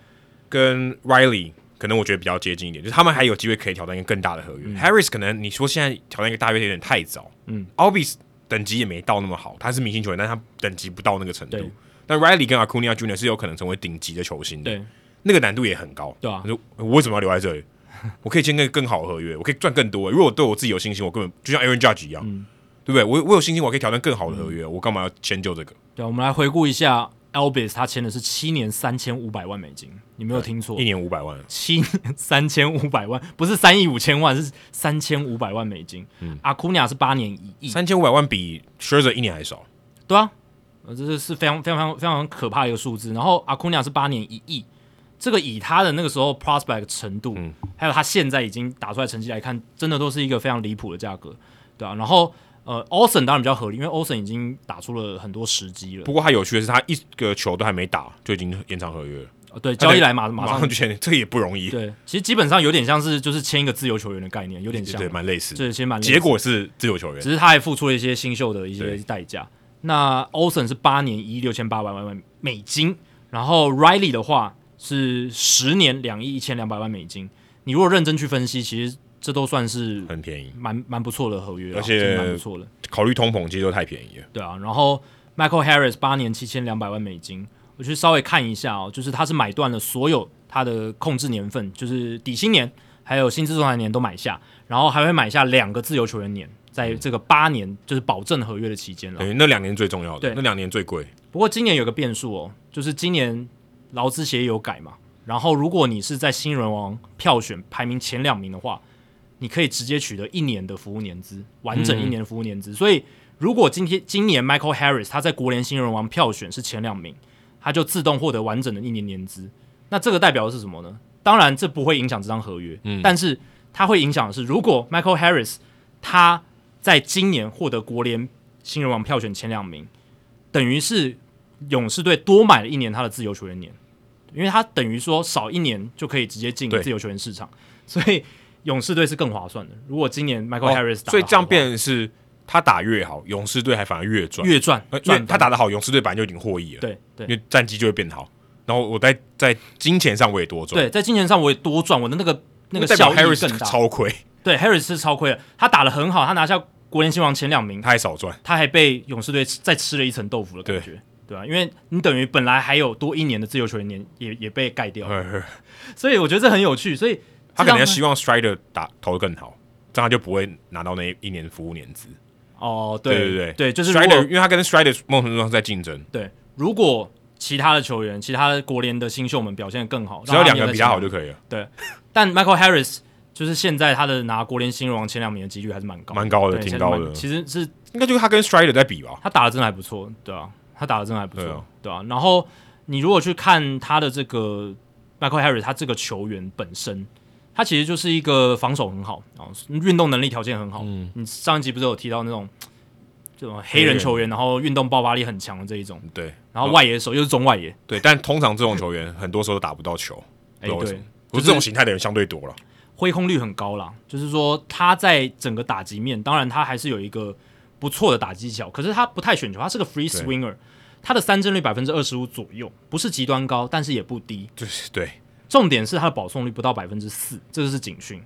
S1: 跟 Riley 可能我觉得比较接近一点，就是他们还有机会可以挑战一个更大的合约。Harris 可能你说现在挑战一个大约有点太早，
S2: 嗯
S1: ，Albis 等级也没到那么好，他是明星球员，但他等级不到那个程度
S2: 对。
S1: 但 Riley 跟 Acuna Junior 是有可能成为顶级的球星的，
S2: 对
S1: 那个难度也很高。
S2: 对啊
S1: 他说我为什么要留在这里？ 我可以签个更好的合约，我可以赚更多。如果我对我自己有信心，我根本就像 Aaron Judge 一样，
S2: 嗯
S1: 对不对？我我有信心，我可以挑战更好的合约，我干嘛要迁就这个？
S2: 对啊，我们来回顾一下 Albis，他签的是七年三千五百万美金，你没有听错
S1: 一，年五百万，
S2: 七年三千五百万，不是三亿五千万，是三千五百万美金。
S1: 嗯
S2: 阿库尼亚是八年一亿，
S1: 三千五百万比 Scherzer 一年还少。
S2: 对啊，呃这是是非常非常非常可怕的一个数字。然后阿库尼亚是八年一亿，这个以他的那个时候 prospect 程度，
S1: 嗯
S2: 还有他现在已经打出来成绩来看，真的都是一个非常离谱的价格，对啊。然后呃，Olsen 当然比较合理，因为 Olsen 已经打出了很多时机了
S1: 不。过他有趣的是，他一个球都还没打就已经延长合约了，
S2: 呃对，交易来马马
S1: 马
S2: 上
S1: 上就签，这个也不容易，
S2: 对，其实基本上有点像是就是签一个自由球员的概念，有点像
S1: 对，，蛮类似。
S2: 这些蛮类似
S1: 结果是自由球员，
S2: 只是他还付出了一些新秀的一些
S1: 对
S2: 代价。那 Olsen 是八年一亿六千八百万美金，然后 Riley 的话是十年两亿一千两百万美金。你如果认真去分析，其实这都算是
S1: 很便宜，
S2: 蛮蛮不错的合约啦，
S1: 而且
S2: 真的蛮不错的，
S1: 考虑通膨其实都太便宜了。
S2: 对啊。然后 Michael Harris 八年七千两百万美金，我去稍微看一下哦，就是他是买断了所有他的控制年份，就是底薪年还有薪资仲裁年都买下，然后还会买下两个自由球员年，在这个八年就是保证合约的期间了
S1: 等。于那两年最重要的，
S2: 啊对
S1: 那两年最贵，
S2: 不过今年有个变数哦，就是今年劳资协议有改嘛。然后如果你是在新人王票选排名前两名的话，你可以直接取得一年的服务年资，完整一年的服务年资。所以如果今天今年 Michael Harris 他在国联新人王票选是前两名，他就自动获得完整的一年年资。那这个代表的是什么呢？当然这不会影响这张合约，
S1: 嗯
S2: 但是它会影响的是，如果 Michael Harris 他在今年获得国联新人王票选前两名，等于是勇士队多买了一年他的自由球员年，因为他等于说少一年就可以直接进
S1: 对
S2: 自由球员市场，所以勇士队是更划算的。如果今年 Michael
S1: 哦
S2: Harris 打得好的话、
S1: 所以这样变成是他打越好，勇士队还反而越赚，
S2: 越赚
S1: 呃因为
S2: 赚
S1: 他
S2: 翻
S1: 打得好，勇士队本来就已经获益了，
S2: 对对
S1: 因为战绩就会变好。然后我在在金钱上我也多赚，
S2: 对，在金钱上我也多赚，我的那个那个
S1: 代表
S2: 效益
S1: Harris
S2: 更大。
S1: 超亏，
S2: 对，Harris 是超亏的，他打得很好，他拿下国联新王前两名，
S1: 他还少赚。
S2: 他还被勇士队再吃了一层豆腐的感觉，对吧、因为你等于本来还有多一年的自由球员年也也被盖掉，
S1: 呵呵
S2: 所以我觉得这很有趣。所以
S1: 嗯他可能要
S2: 这
S1: 希望 Strider 打投的更好，这样他就不会拿到那一年服务年资。
S2: 让哦，
S1: 对
S2: 对
S1: 对对
S2: 对，就是如
S1: Strider，
S2: 果
S1: 因为他跟 Strider 某种程度上在竞争，
S2: 对如果其他的球员、其他的国联的新秀们表现得更好，
S1: 只要
S2: 让他
S1: 两个
S2: 没有
S1: 人
S2: 在
S1: 比他好
S2: 前
S1: 就
S2: 两
S1: 可以了，
S2: 对。但 Michael Harris 就是现在他的拿国联新人王前两名的几率还是蛮高的，
S1: 蛮高的，
S2: 对
S1: 挺
S2: 现在
S1: 高
S2: 蛮
S1: 的。
S2: 其实是
S1: 应该就是他跟 Strider 在比吧？
S2: 他打的真的还不错，对啊，他打的真的还不错，
S1: 对啊
S2: 对啊。然后你如果去看他的这个 Michael Harris，他这个球员本身，他其实就是一个防守很好，然后运动能力条件很好。
S1: 嗯
S2: 你上一集不是有提到那种这种黑人球员，然后运动爆发力很强的这一种，
S1: 对
S2: 然后外野手又是中外野，
S1: 对，但通常这种球员很多时候都打不到球，不
S2: 哎、
S1: 知道为什
S2: 对
S1: 么。。不
S2: 就是
S1: 是这种形态的人相对多了，
S2: 挥空率很高啦，就是说他在整个打击面，当然他还是有一个不错的打击技巧，可是他不太选球，他是个
S1: 对
S2: free swinger，他的三振率百分之二十五左右，不是极端高，但是也不低。
S1: 就是对，
S2: 重点是他的保送率不到百分之四，这就是警讯。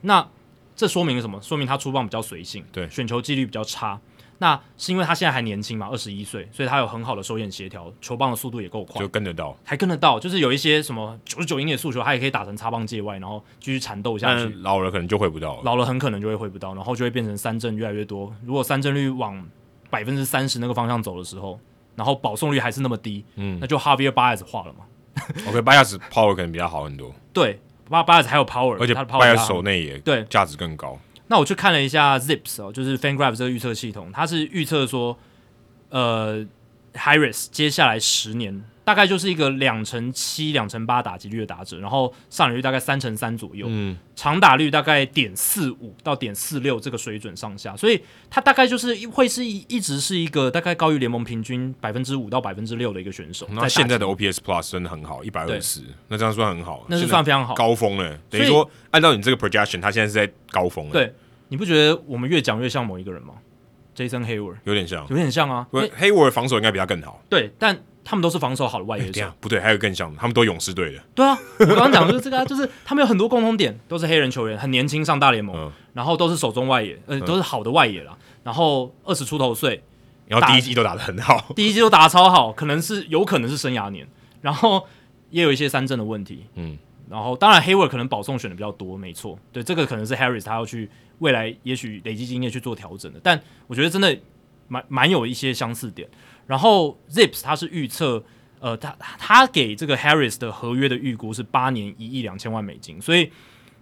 S2: 那这说明了什么？说明他出棒比较随性，
S1: 对
S2: 选球纪律比较差。那是因为他现在还年轻嘛，二十一岁，所以他有很好的手眼协调，球棒的速度也够快
S1: 就，跟得到。
S2: 还跟得到。就是有一些什么九十九英里的速球，他也可以打成擦棒界外，然后继续缠斗下去。
S1: 但老了可能就回不到了。
S2: 嗯老了很可能就会回不到，然后就会变成三振越来越多。如果三振率往百分之三十那个方向走的时候，然后保送率还是那么低，
S1: 嗯
S2: 那就 Javier Baez 化了嘛。
S1: OK，巴亚斯 power 可能比他好很多，
S2: 对，巴 Baez 还有 power，
S1: 而且
S2: 他的
S1: 巴
S2: power
S1: 亚
S2: 大
S1: 斯手内也
S2: 对
S1: 价值更高。
S2: 那我去看了一下 Zips 哦，就是 FanGraph 这个预测系统，它是预测说，呃，Harris 接下来十年大概就是一个两成七、两成八打击率的打者，然后上垒率大概三成三左右，
S1: 嗯，
S2: 长打率大概点四五到点四六这个水准上下，所以他大概就是会是一一直是一个大概高于联盟平均百分之五到百分之六的一个选手。
S1: 那
S2: 在
S1: 现
S2: 打
S1: 在的 OPS Plus 真的很好，一百二十，那这样算很好，啊
S2: 那是
S1: 现在
S2: 算非常好。
S1: 高峰了。等于
S2: 所以
S1: 说，按照你这个 projection，他现在是在高峰了，，
S2: 对，你不觉得我们越讲越像某一个人吗？Jason Hayward
S1: 有点像。
S2: 有点像啊，
S1: 不
S2: 因为
S1: ，Hayward 防守应该比他更好。
S2: 对，但他们都是防守好的外野
S1: 这
S2: 手。
S1: 样不对，还有更像的，他们都勇士队的，
S2: 对啊，我刚刚讲的就是这个啊，就是他们有很多共通点，都是黑人球员，很年轻上大联盟，
S1: 嗯
S2: 然后都是手中外野，呃，都是好的外野啦，然后二十出头岁，
S1: 然后
S2: 打
S1: 第一季都打得很好。
S2: 第一季都打得超好，可能是有可能是生涯年，然后也有一些三振的问题，
S1: 嗯，
S2: 然后当然 Hayward 可能保送选的比较多，没错，对，这个可能是 Harris 他要去未来也许累积经验去做调整的，但我觉得真的蛮蛮有一些相似点。然后 Zips 他是预测，呃，他他给这个 Harris 的合约的预估是八年一亿两千万美金，所以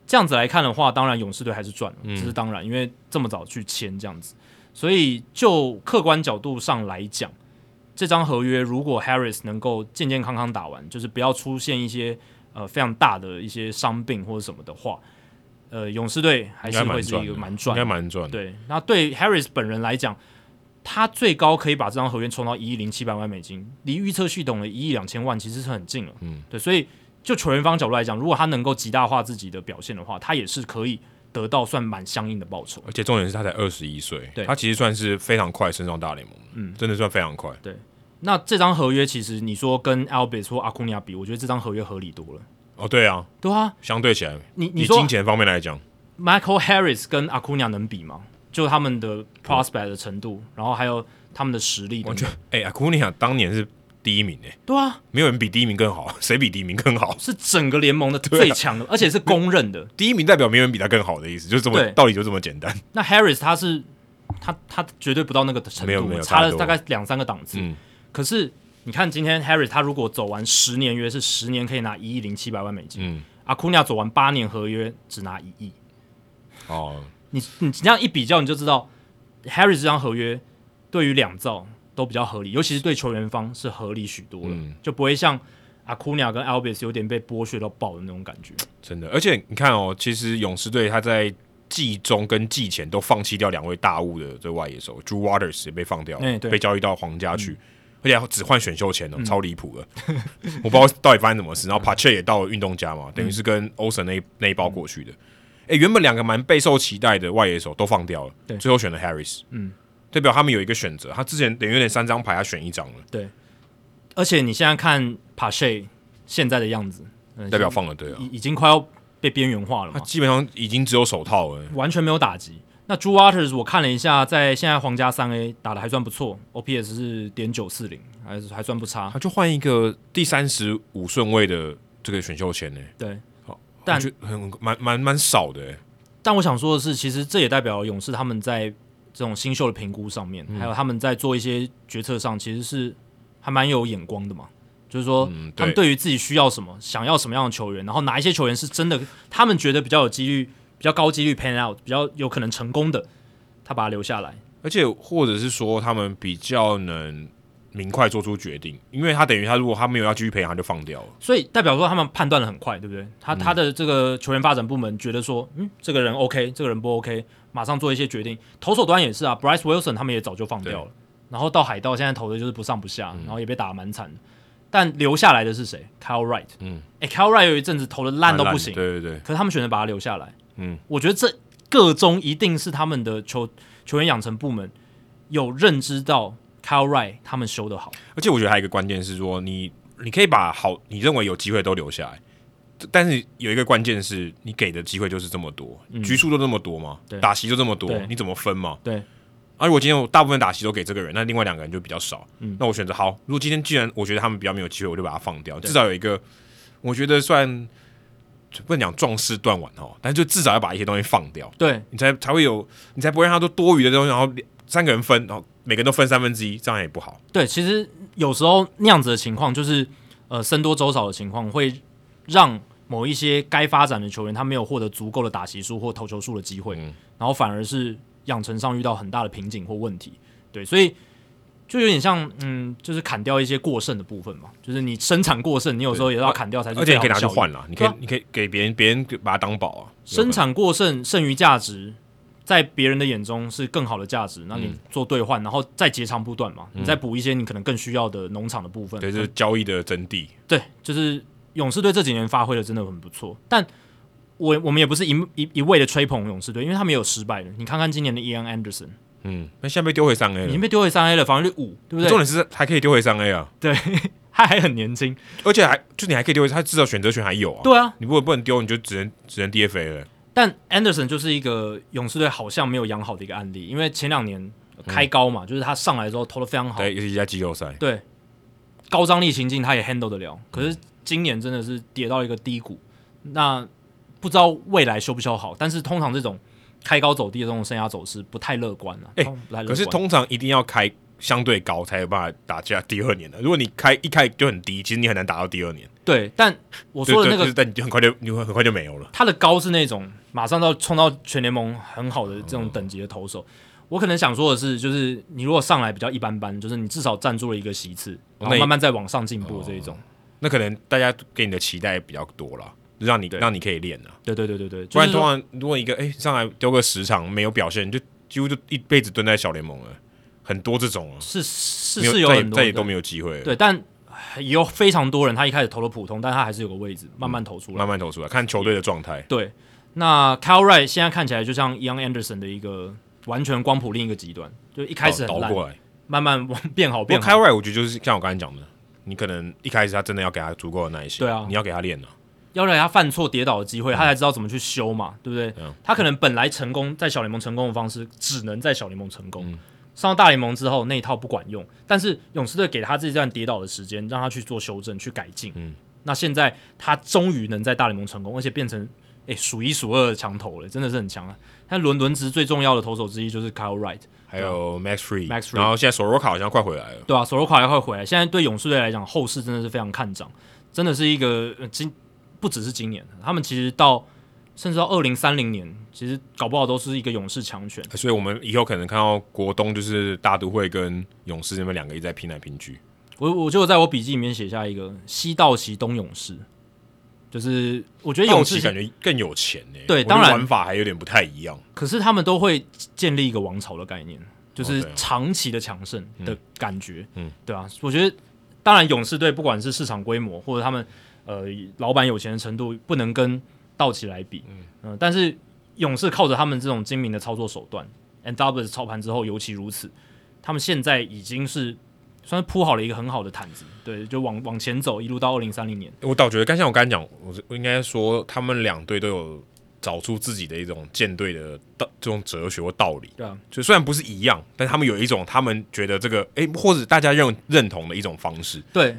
S2: 这样子来看的话，当然勇士队还是赚
S1: 嗯
S2: 了，这是当然，因为这么早去签这样子，所以就客观角度上来讲。这张合约如果 Harris 能够健健康康打完，就是不要出现一些呃非常大的一些伤病或者什么的话，呃，勇士队还
S1: 应
S2: 是
S1: 该
S2: 会
S1: 蛮
S2: 是
S1: 赚
S2: 一
S1: 的，
S2: 个蛮
S1: 应
S2: 赚的
S1: 该蛮赚的。
S2: 对，那对 Harris 本人来讲，他最高可以把这张合约冲到一亿零七百万美金，离预测系统的一亿两千万其实是很近了。
S1: 嗯，
S2: 对，所以就球员方角度来讲，如果他能够极大化自己的表现的话，他也是可以得到算蛮相应的报酬。
S1: 而且重点是他才二十一岁
S2: 对，
S1: 他其实算是非常快升上大联盟，
S2: 嗯，
S1: 真的算非常快。
S2: 那这张合约其实你说跟 Albert 或 Acuna 比，我觉得这张合约合理多了。
S1: 哦，对啊，
S2: 对啊，
S1: 相对起来，
S2: 你
S1: 以
S2: 你说
S1: 金钱方面来讲，
S2: Michael Harris 跟 Acuna 能比吗？就他们的 prospect 的程度，然后还有他们的实力等
S1: 完
S2: 等，
S1: 全哎，阿库尼亚当年是第一名诶，哎
S2: 对啊，
S1: 没有人比第一名更好， 谁比第一名更好？
S2: 是整个联盟的
S1: 啊
S2: 最强的，而且是公认的。
S1: 第一名代表没有人比他更好的意思，就这么
S2: 对
S1: 道理就这么简单。
S2: 那 Harris 他是他他绝对不到那个程
S1: 没有没
S2: 度，
S1: 有
S2: 差
S1: 差
S2: 了
S1: 得多
S2: 大概两三个档次。
S1: 嗯
S2: 可是你看今天 Harris 他如果走完十年约是十年可以拿一亿零七百万美金，
S1: 嗯，
S2: 阿库尼亚走完八年合约只拿一亿。
S1: 哦，
S2: 你你这样一比较，你就知道 Harris 这张合约对于两造都比较合理，尤其是对球员方是合理许多了，
S1: 嗯
S2: 就不会像阿库尼亚跟 Albert 有点被剥削到爆的那种感觉。
S1: 真的，而且你看哦，其实勇士队他在季中跟季前都放弃掉两位大物的这外野手，Drew Waters 也被放掉了，
S2: 哎对嗯
S1: 被交易到皇家去，而且还只换选秀权哦，超离谱的，
S2: 嗯
S1: 我不知道到底发生什么事。然后 p a c h e 也到了运动家嘛，等于是跟 Olsen 那一那一包过去的。哎、诶，原本两个蛮备受期待的外野手都放掉了，
S2: 对
S1: 最后选了 Harris，
S2: 嗯，
S1: 代表他们有一个选择，他之前等于有点三张牌，他选一张了，
S2: 嗯而且你现在看 Pache 现在的样子，嗯
S1: 代表放了对啊，
S2: 已已经快要被边缘化了
S1: 他
S2: 嘛，
S1: 基本上已经只有手套了，
S2: 完全没有打击。那 Drew Waters 我看了一下，在现在皇家三 A 打的还算不错，OPS 是点九四零，还是还算不差。
S1: 他就换一个第三十五顺位的这个选秀欸权呢、
S2: 对，但
S1: 但就很蛮蛮蛮少的、欸，
S2: 但我想说的是，其实这也代表勇士他们在这种新秀的评估上面，还有他们在做一些决策上，其实是还蛮有眼光的嘛。就是说，
S1: 嗯
S2: 他们
S1: 对
S2: 对于自己需要什么、想要什么样的球员，然后哪一些球员是真的，他们觉得比较有几率、比较高几率 pan out、比较有可能成功的，他把他留下来。
S1: 而且或者是说他们比较能明快做出决定，因为他等于他如果他没有要继续培养，他就放掉了。
S2: 所以代表说他们判断的很快，对不对？他、他的这个球员发展部门觉得说，嗯，这个人 OK，这个人不 OK，马上做一些决定。投手端也是啊，Bryce Wilson 他们也早就放掉了，然后到海盗现在投的就是不上不下，然后也被打得蛮惨的。但留下来的是谁？Kyle Wright，
S1: 嗯，
S2: 哎、k y l e Wright 有一阵子投的烂到
S1: 蛮
S2: 不
S1: 的
S2: 行，
S1: 对对对，
S2: 可是他们选择把他留下来。
S1: 嗯，
S2: 我觉得这个中一定是他们的球球员养成部门有认知到 Kyle Wright 他们修的好。
S1: 而且我觉得还有一个关键是说，你你可以把好你认为有机会都留下来，但是有一个关键是你给的机会就是这么多，局数都这么多嘛
S2: 嗯对，
S1: 打席就这么多
S2: 对，
S1: 你怎么分嘛？
S2: 对。
S1: 而、啊如果今天我大部分打席都给这个人，那另外两个人就比较少。
S2: 嗯
S1: 那我选择好，如果今天既然我觉得他们比较没有机会，我就把他放掉，至少有一个，我觉得算不能讲壮士断腕哦，但是就至少要把一些东西放掉。
S2: 对，
S1: 你才才会有，你才不会让他都多余的东西，然后两三个人分，然后每个人都分三分之一，这样也不好。
S2: 对，其实有时候那样子的情况，就是呃僧多粥少的情况，会让某一些该发展的球员他没有获得足够的打席数或投球数的机会，
S1: 嗯
S2: 然后反而是养成上遇到很大的瓶颈或问题。对，所以就有点像嗯，就是砍掉一些过剩的部分嘛，就是你生产过剩，你有时候也要砍掉才是
S1: 啊而且
S2: 最
S1: 你
S2: 好
S1: 可以
S2: 的
S1: 拿去
S2: 效益
S1: 换啦，你可
S2: 对
S1: 以
S2: 啊
S1: 你可以给别人，别人把它当宝啊。
S2: 生产过剩，剩余价值在别人的眼中是更好的价值，那你
S1: 嗯
S2: 做兑换，然后再截长补短嘛，你再补一些你可能更需要的农场的部分，
S1: 对，这是交易的真谛。
S2: 对，就是勇士队这几年发挥的真的很不错，但我我们也不是一一一味的吹捧勇士队，因为他们也有失败的。你看看今年的 Ian Anderson
S1: 嗯，那现在被丢回上 A
S2: 已经
S1: 了，
S2: 被丢回三 A 了，防御率五，对不
S1: 重
S2: 对？
S1: 点是还可以丢回上 A 啊，
S2: 对， 他还很年轻。
S1: 而且还就你还可以丢回，他至少选择权还有啊。
S2: 对啊，
S1: 你如果不能丢，你就只能只能 DFA 了。
S2: 但 Anderson 就是一个勇士队好像没有养好的一个案例，因为前两年开
S1: 嗯
S2: 高嘛，就是他上来之后投的非常好，
S1: 对，尤其在季后赛，
S2: 对，高张力情境他也 handle 得了。可是今年真的是跌到一个低谷，那不知道未来修不修好。但是通常这种开高走低的这种生涯走势不太乐观了、
S1: 哎
S2: 通不太乐观
S1: 可是通常一定要开相对高才有办法打架第二年的。如果你开一开就很低，其实你很难打到第二年。
S2: 对，但我
S1: 我
S2: 说的那个
S1: 但你就很快就你会很快就没有了。
S2: 他的高是那种马上到冲到全联盟很好的这种等级的投手。我可能想说的是，就是你如果上来比较一般般，就是你至少站住了一个席次，然后
S1: 哦那也哦
S2: 慢慢再往上进步这一种。
S1: 那可能大家给你的期待比较多了，就让你
S2: 对
S1: 让你可以练了。
S2: 对对对对对，
S1: 不然
S2: 就是
S1: 通
S2: 说
S1: 常如果一个哎、诶上来丢个十场没有表现，就几乎就一辈子蹲在小联盟了，很多这种啊，
S2: 是是
S1: 没
S2: 是有
S1: 再也
S2: 很多
S1: 再也
S2: 的
S1: 都没有机会了。
S2: 对，但唉有非常多人，他一开始投了普通，但他还是有个位置，慢慢投出
S1: 嗯
S2: 来。
S1: 慢慢投出来，看球队的状态。
S2: 对，那 Kyle Wright 现在看起来就像 Young Anderson 的一个完全光谱另一个极端，就一开始
S1: 哦倒
S2: 很
S1: 倒
S2: 烂，
S1: 过来。
S2: 慢慢往变好
S1: 不过
S2: 变好。
S1: 开外，我觉得就是像我刚才讲的，你可能一开始他真的要给他足够的耐心，
S2: 对啊
S1: 你要给他练了、啊。
S2: 要让他犯错跌倒的机会，他才知道怎么去修嘛，对不对？
S1: 嗯
S2: 他可能本来成功在小联盟成功的方式，只能在小联盟成功。上到大联盟之后，那一套不管用，但是勇士队给他这段跌倒的时间，让他去做修正、去改进。
S1: 嗯
S2: 那现在他终于能在大联盟成功，而且变成诶数一数二的强投了，真的是很强啊！但轮轮值最重要的投手之一就是 Kyle Wright，
S1: 还有 Max Free，,
S2: 啊 Max Fried
S1: 然后现在索罗卡好像快回来了，
S2: 对啊，索罗卡要快回来，现在对勇士队来讲，后市真的是非常看涨，真的是一个呃今不只是今年，他们其实到甚至到二零三零年，其实搞不好都是一个勇士强权。
S1: 所以我们以后可能看到国东就是大都会跟勇士那边两个一直在拼来拼去。
S2: 我我就在我笔记里面写下一个西道奇东勇士，就是我觉得
S1: 勇
S2: 勇士
S1: 士
S2: 是
S1: 感觉更有钱呢、
S2: 对
S1: 我觉得
S2: 当然
S1: 玩法还有点不太一样。
S2: 可是他们都会建立一个王朝的概念，就是
S1: 对啊
S2: 长期的强盛的感觉，
S1: 嗯
S2: 对啊，我觉得当然勇士队不管是市场规模或者他们呃老板有钱的程度，不能跟道奇来比，嗯、但是勇士靠着他们这种精明的操作手段 a n d w s 操盘之后尤其如此，他们现在已经是算是铺好了一个很好的毯子，对，就往往前走，一路到二零三零年。
S1: 我倒觉得，刚像我刚才讲，我是我应该说，他们两队都有找出自己的一种舰队的道这种哲学或道理。
S2: 对啊，
S1: 就虽然不是一样，但他们有一种他们觉得这个诶，或者大家认认同的一种方式。
S2: 对，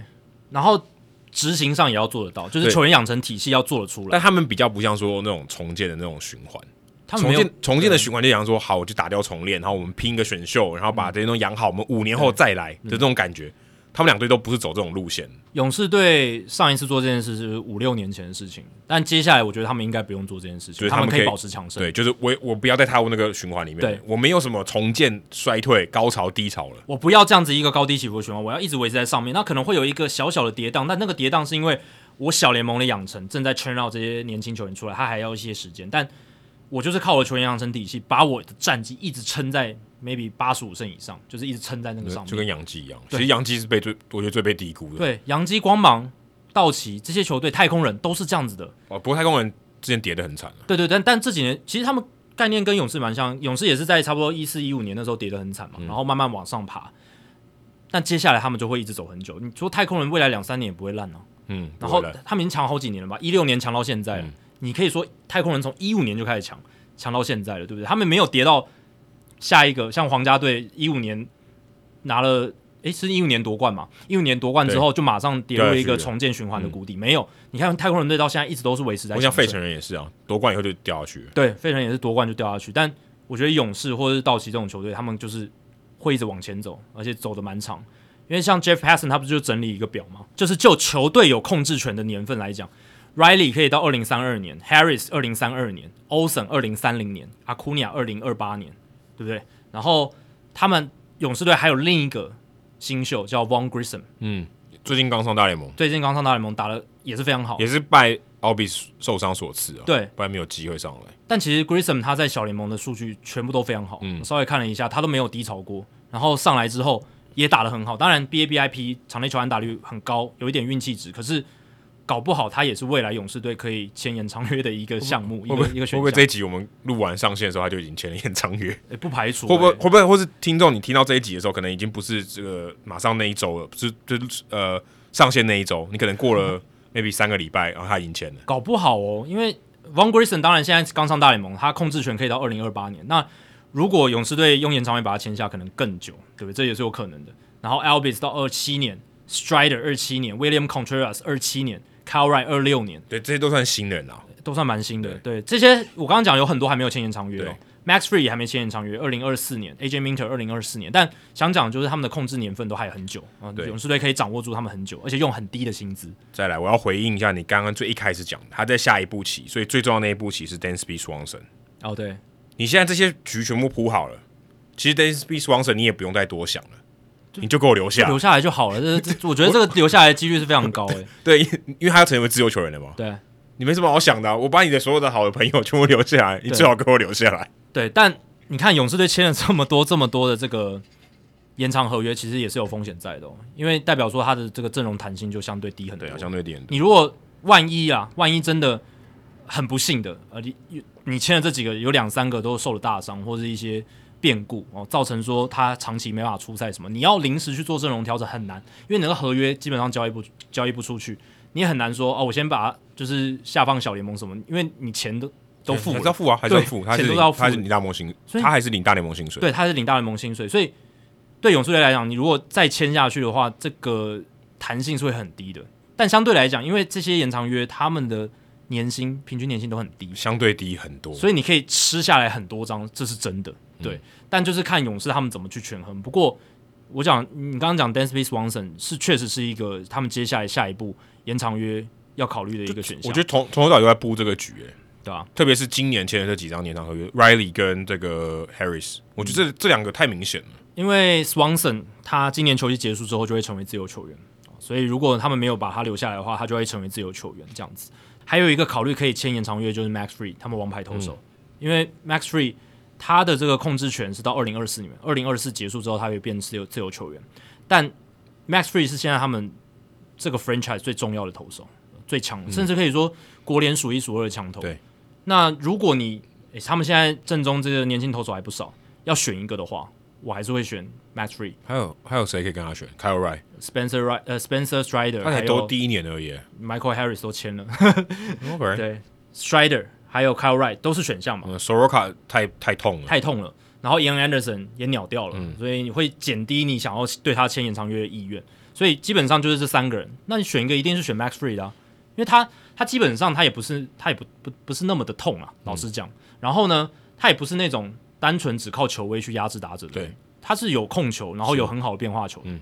S2: 然后执行上也要做得到，就是
S1: 对
S2: 球员养成体系要做得出
S1: 但
S2: 来。
S1: 他们比较不像说那种重建的那种循环，
S2: 他们
S1: 重
S2: 没有
S1: 建重建的循环就讲说，好，我就打掉重练，然后我们拼一个选秀，然后把这些东西养好，我们五年后再来
S2: 嗯
S1: 的这种感觉。他们两队都不是走这种路线，
S2: 勇士队上一次做这件事是五六年前的事情，但接下来我觉得他们应该不用做这件事
S1: 就
S2: 情，
S1: 是他
S2: 们
S1: 们
S2: 以
S1: 可以
S2: 保持强盛。
S1: 对，就是我我不要再踏入那个循环里面，
S2: 对
S1: 我没有什么重建、衰退、高潮、低潮了。
S2: 我不要这样子一个高低起伏的循环，我要一直维持在上面。那可能会有一个小小的跌宕，但那个跌宕是因为我小联盟的养成正在圈绕这些年轻球员出来，他还要一些时间。但我就是靠我的球员养成底气，把我的战绩一直撑在 maybe 八十五胜以上，就是一直撑在那个上
S1: 就
S2: 面。
S1: 跟杨基一样，其
S2: 对
S1: 实杨基是被最我觉得最被低估的。
S2: 对，洋基、光芒、道奇这些球队，太空人都是这样子的。
S1: 哦，不过太空人之前跌得很惨啊
S2: 对对，但但这几年其实他们概念跟勇士蛮像，勇士也是在差不多一四一五年那时候跌得很
S1: 嗯
S2: 惨嘛，然后慢慢往上爬。但接下来他们就会一直走很久。你说太空人未来两三年也不会烂啊，
S1: 嗯，
S2: 然后
S1: 不会了
S2: 他们已经强好几年了吧？一六年强到现在了，
S1: 嗯
S2: 你可以说太空人从一五年就开始强，强到现在了，对不对？他们没有跌到下一个，像皇家队一五年拿了，诶，是一五年夺冠嘛？一五年夺冠之后就马上跌入一
S1: 对啊
S2: 个
S1: 是嗯
S2: 重建循环的谷底，没有。你看太空人队到现在一直都是维持在
S1: 我想
S2: 强盛，
S1: 费城人也是啊，夺冠以后就掉下去了。
S2: 对费城也是夺冠就掉下去，但我觉得勇士或者是道奇这种球队，他们就是会一直往前走，而且走的蛮长。因为像 Jeff Passan 他不是就整理一个表吗？就是就球队有控制权的年份来讲，Riley 可以到二零三二年，Harris 二零三二年，Olsen 二零三零年，Acuna 二零二八年，对不对？然后他们勇士队还有另一个新秀叫 Von Grissom，
S1: 嗯，最近刚上大联盟，
S2: 最近刚上大联盟，打的也是非常好
S1: 也。是拜奥比受伤所赐啊，
S2: 对，
S1: 不然没有机会上来。
S2: 但其实 Grissom 他在小联盟的数据全部都非常好，
S1: 嗯
S2: 我稍微看了一下，他都没有低潮过，然后上来之后也打得很好。当然 BABIP 场内球安打率很高，有一点运气值，可是搞不好他也是未来勇士队可以签延长约的一个项目，
S1: 会不会
S2: 一个一个
S1: 会
S2: 选
S1: 不会
S2: 项，
S1: 这一集我们录完上线的时候他就已经签了延长约？
S2: 诶不排除、
S1: 会不会
S2: 诶
S1: 会不会，或是听众你听到这一集的时候，可能已经不是这个马上那一周了，不是就是呃上线那一周，你可能过了 maybe 三个礼拜，然后他已经签了。
S2: 搞不好哦，因为 Von Grison 当然现在刚上大联盟，他控制权可以到二零二八年。那如果勇士队用延长约把他签下，可能更久，对不对？这也是有可能的。然后 Albis 到二七年，Strider 二七年，William Contreras 二七年 c a l r i g h t 二六年，
S1: 对，这些都算新人啊。
S2: 都算蛮新的。对这些我刚刚讲有很多还没有签延长约哦
S1: 对。
S2: Max Free 也还没签延长约，二零二四年，AJ Minter 二零二四年，但想讲就是他们的控制年份都还很久啊，
S1: 对
S2: 勇士队可以掌握住他们很久，而且用很低的薪资。
S1: 再来，我要回应一下你刚刚最一开始讲的，他在下一步棋，所以最重要的那一步棋是 Dansby Swanson。
S2: 哦，对，
S1: 你现在这些局全部铺好了，其实 Dansby Swanson 你也不用再多想了，你就给我留下。
S2: 留下来就好 了。这这，我觉得这个留下来的几率是非常高诶、
S1: 对，因因为他要成为自由球员了嘛，
S2: 对
S1: 你没什么好想的啊、我把你的所有的好的朋友全部留下来，你最好给我留下来。
S2: 对，但你看勇士队签了这么多这么多的这个延长合约，其实也是有风险在的、哦，因为代表说他的这个阵容弹性就相对低很多。
S1: 对啊，相对点
S2: 你如果万一啊，万一真的很不幸的，呃，你你签的这几个有两三个都受了大伤或是一些变故哦，造成说他长期没办法出赛什么，你要临时去做阵容调整很难，因为你那个合约基本上交易不交易不出去，你也很难说哦，我先把就是下放小联盟什么，因为你钱都都付
S1: 还
S2: 了
S1: 是要，付啊，还是要
S2: 对
S1: 付，他是
S2: 钱
S1: 领
S2: 都是要付
S1: 他是领大联盟薪，
S2: 所以
S1: 他还是领大联盟薪水。
S2: 对，他是领大联盟薪水，所以对勇士队来讲，你如果再签下去的话，这个弹性是会很低的。但相对来讲，因为这些延长约，他们的年薪平均年薪都很低，
S1: 相对低很多。
S2: 所以你可以吃下来很多张，这是真的。对，但就是看勇士他们怎么去权衡。不过我讲，你刚刚讲 Dansby Swanson 是确实是一个他们接下来下一步延长约要考虑的一个选项，
S1: 我觉得从从头到尾都在布这个局、欸，
S2: 对吧、
S1: 特别是今年签的这几张年长合约，Riley 跟这个 Harris，我觉得这、
S2: 嗯
S1: 这两个太明显了。
S2: 因为 Swanson 他今年球季结束之后就会成为自由球员，所以如果他们没有把他留下来的话，他就会成为自由球员这样子。还有一个考虑可以签延长约就是 Max Free 他们王牌投手，因为 Max Free 他的这个控制权是到二零二四年，二零二四结束之后他会变自由自由球员，但 Max Free 是现在他们这个 franchise 最重要的投手，最强，甚至可以说国联数一数二的强投。
S1: 对，
S2: 那如果你诶他们现在正中这个年轻投手还不少，要选一个的话，我还是会选 Max Free、
S1: 还有还有谁可以跟他选？Kyle Wright，
S2: Spencer Ri 呃 Spencer Strider，
S1: 他才
S2: 还
S1: 都
S2: 有
S1: 第一年而已。
S2: Michael Harris 都签了，
S1: OK，
S2: 对 Strider 还有 Kyle Wright 都是选项嘛，
S1: 嗯，Soroka 太太痛了，嗯
S2: 太痛了。然后 Ian Anderson 也鸟掉了，所以你会减低你想要对他签延长约的意愿。所以基本上就是这三个人，那你选一个一定是选 Max Free 的、啊，因为他他基本上他也不是他也不不不是那么的痛
S1: 嗯
S2: 啊，老实讲。然后呢，他也不是那种单纯只靠球威去压制打者的，
S1: 对，
S2: 他是有控球，然后有很好的变化球，
S1: 嗯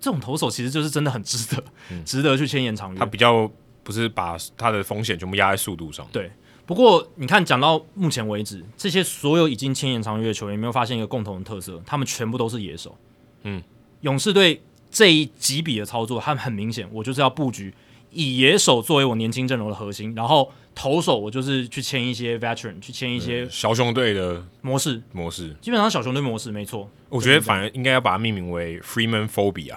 S2: 这种投手其实就是真的很值得、值得去签延长约
S1: 他。比较不是把他的风险全部压在速度上。
S2: 对，不过你看，讲到目前为止，这些所有已经签延长约的球员，有没有发现一个共同的特色？他们全部都是野手。
S1: 嗯，勇
S2: 勇士队这一几笔的操作，他们很明显，我就是要布局以野手作为我年轻阵容的核心，然后投手我就是去签一些 veteran，去签一些
S1: 小熊队的
S2: 模式，
S1: 模式，
S2: 基本上小熊队模式没错。
S1: 我觉得反而应该要把它命名为 Freeman Phobia，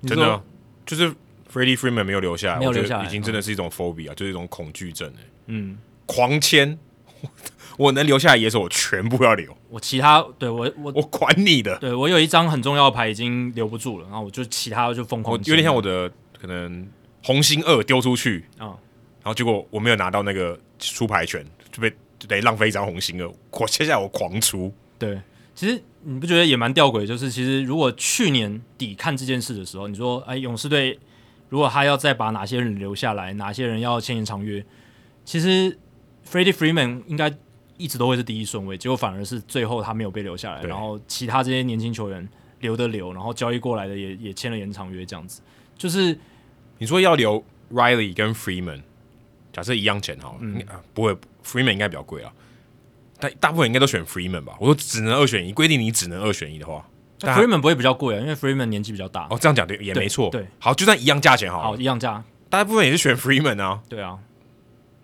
S2: 你
S1: 真
S2: 说
S1: 的哦就是 Freddie Freeman 没有留下来，
S2: 没有
S1: 我觉
S2: 留下
S1: 得
S2: 来
S1: 已经真的是一种 phobia，就是一种恐惧症哎。
S2: 嗯，
S1: 狂签， 我我能留下来野手，我全部要留，
S2: 我其他对我我
S1: 我管你的。
S2: 对我有一张很重要的牌已经留不住了，然后我就其他就疯
S1: 我
S2: 狂签，
S1: 有点像我的可能红心二丢出去，
S2: 啊、
S1: 然后结果我没有拿到那个出牌权，就被就得浪费一张红心二。我接下来我狂出，
S2: 对，其实你不觉得也蛮吊诡？就是其实如果去年底看这件事的时候，你说，哎，勇士队如果他要再把哪些人留下来，哪些人要签延长约，其实 Freddie Freeman 应该一直都会是第一顺位，结果反而是最后他没有被留下来，
S1: 对
S2: 然后其他这些年轻球员留的留，然后交易过来的也也签了延长约，这样子，就是
S1: 你说要留 Riley 跟 Freeman，假设一样钱好了，
S2: 嗯
S1: 应该啊不会 Freeman 应该比较贵啊。但大部分人应该都选 Freeman 吧？我说只能二选一，规定你只能二选一的话，但他
S2: Freeman 不会比较贵啊，因为 Freeman 年纪比较大，
S1: 哦这样讲对也
S2: 对
S1: 没错。
S2: 对
S1: 好，就算一样价钱好
S2: 好
S1: 了，
S2: 一样价，
S1: 大部分也是选 Freeman 啊。
S2: 对啊，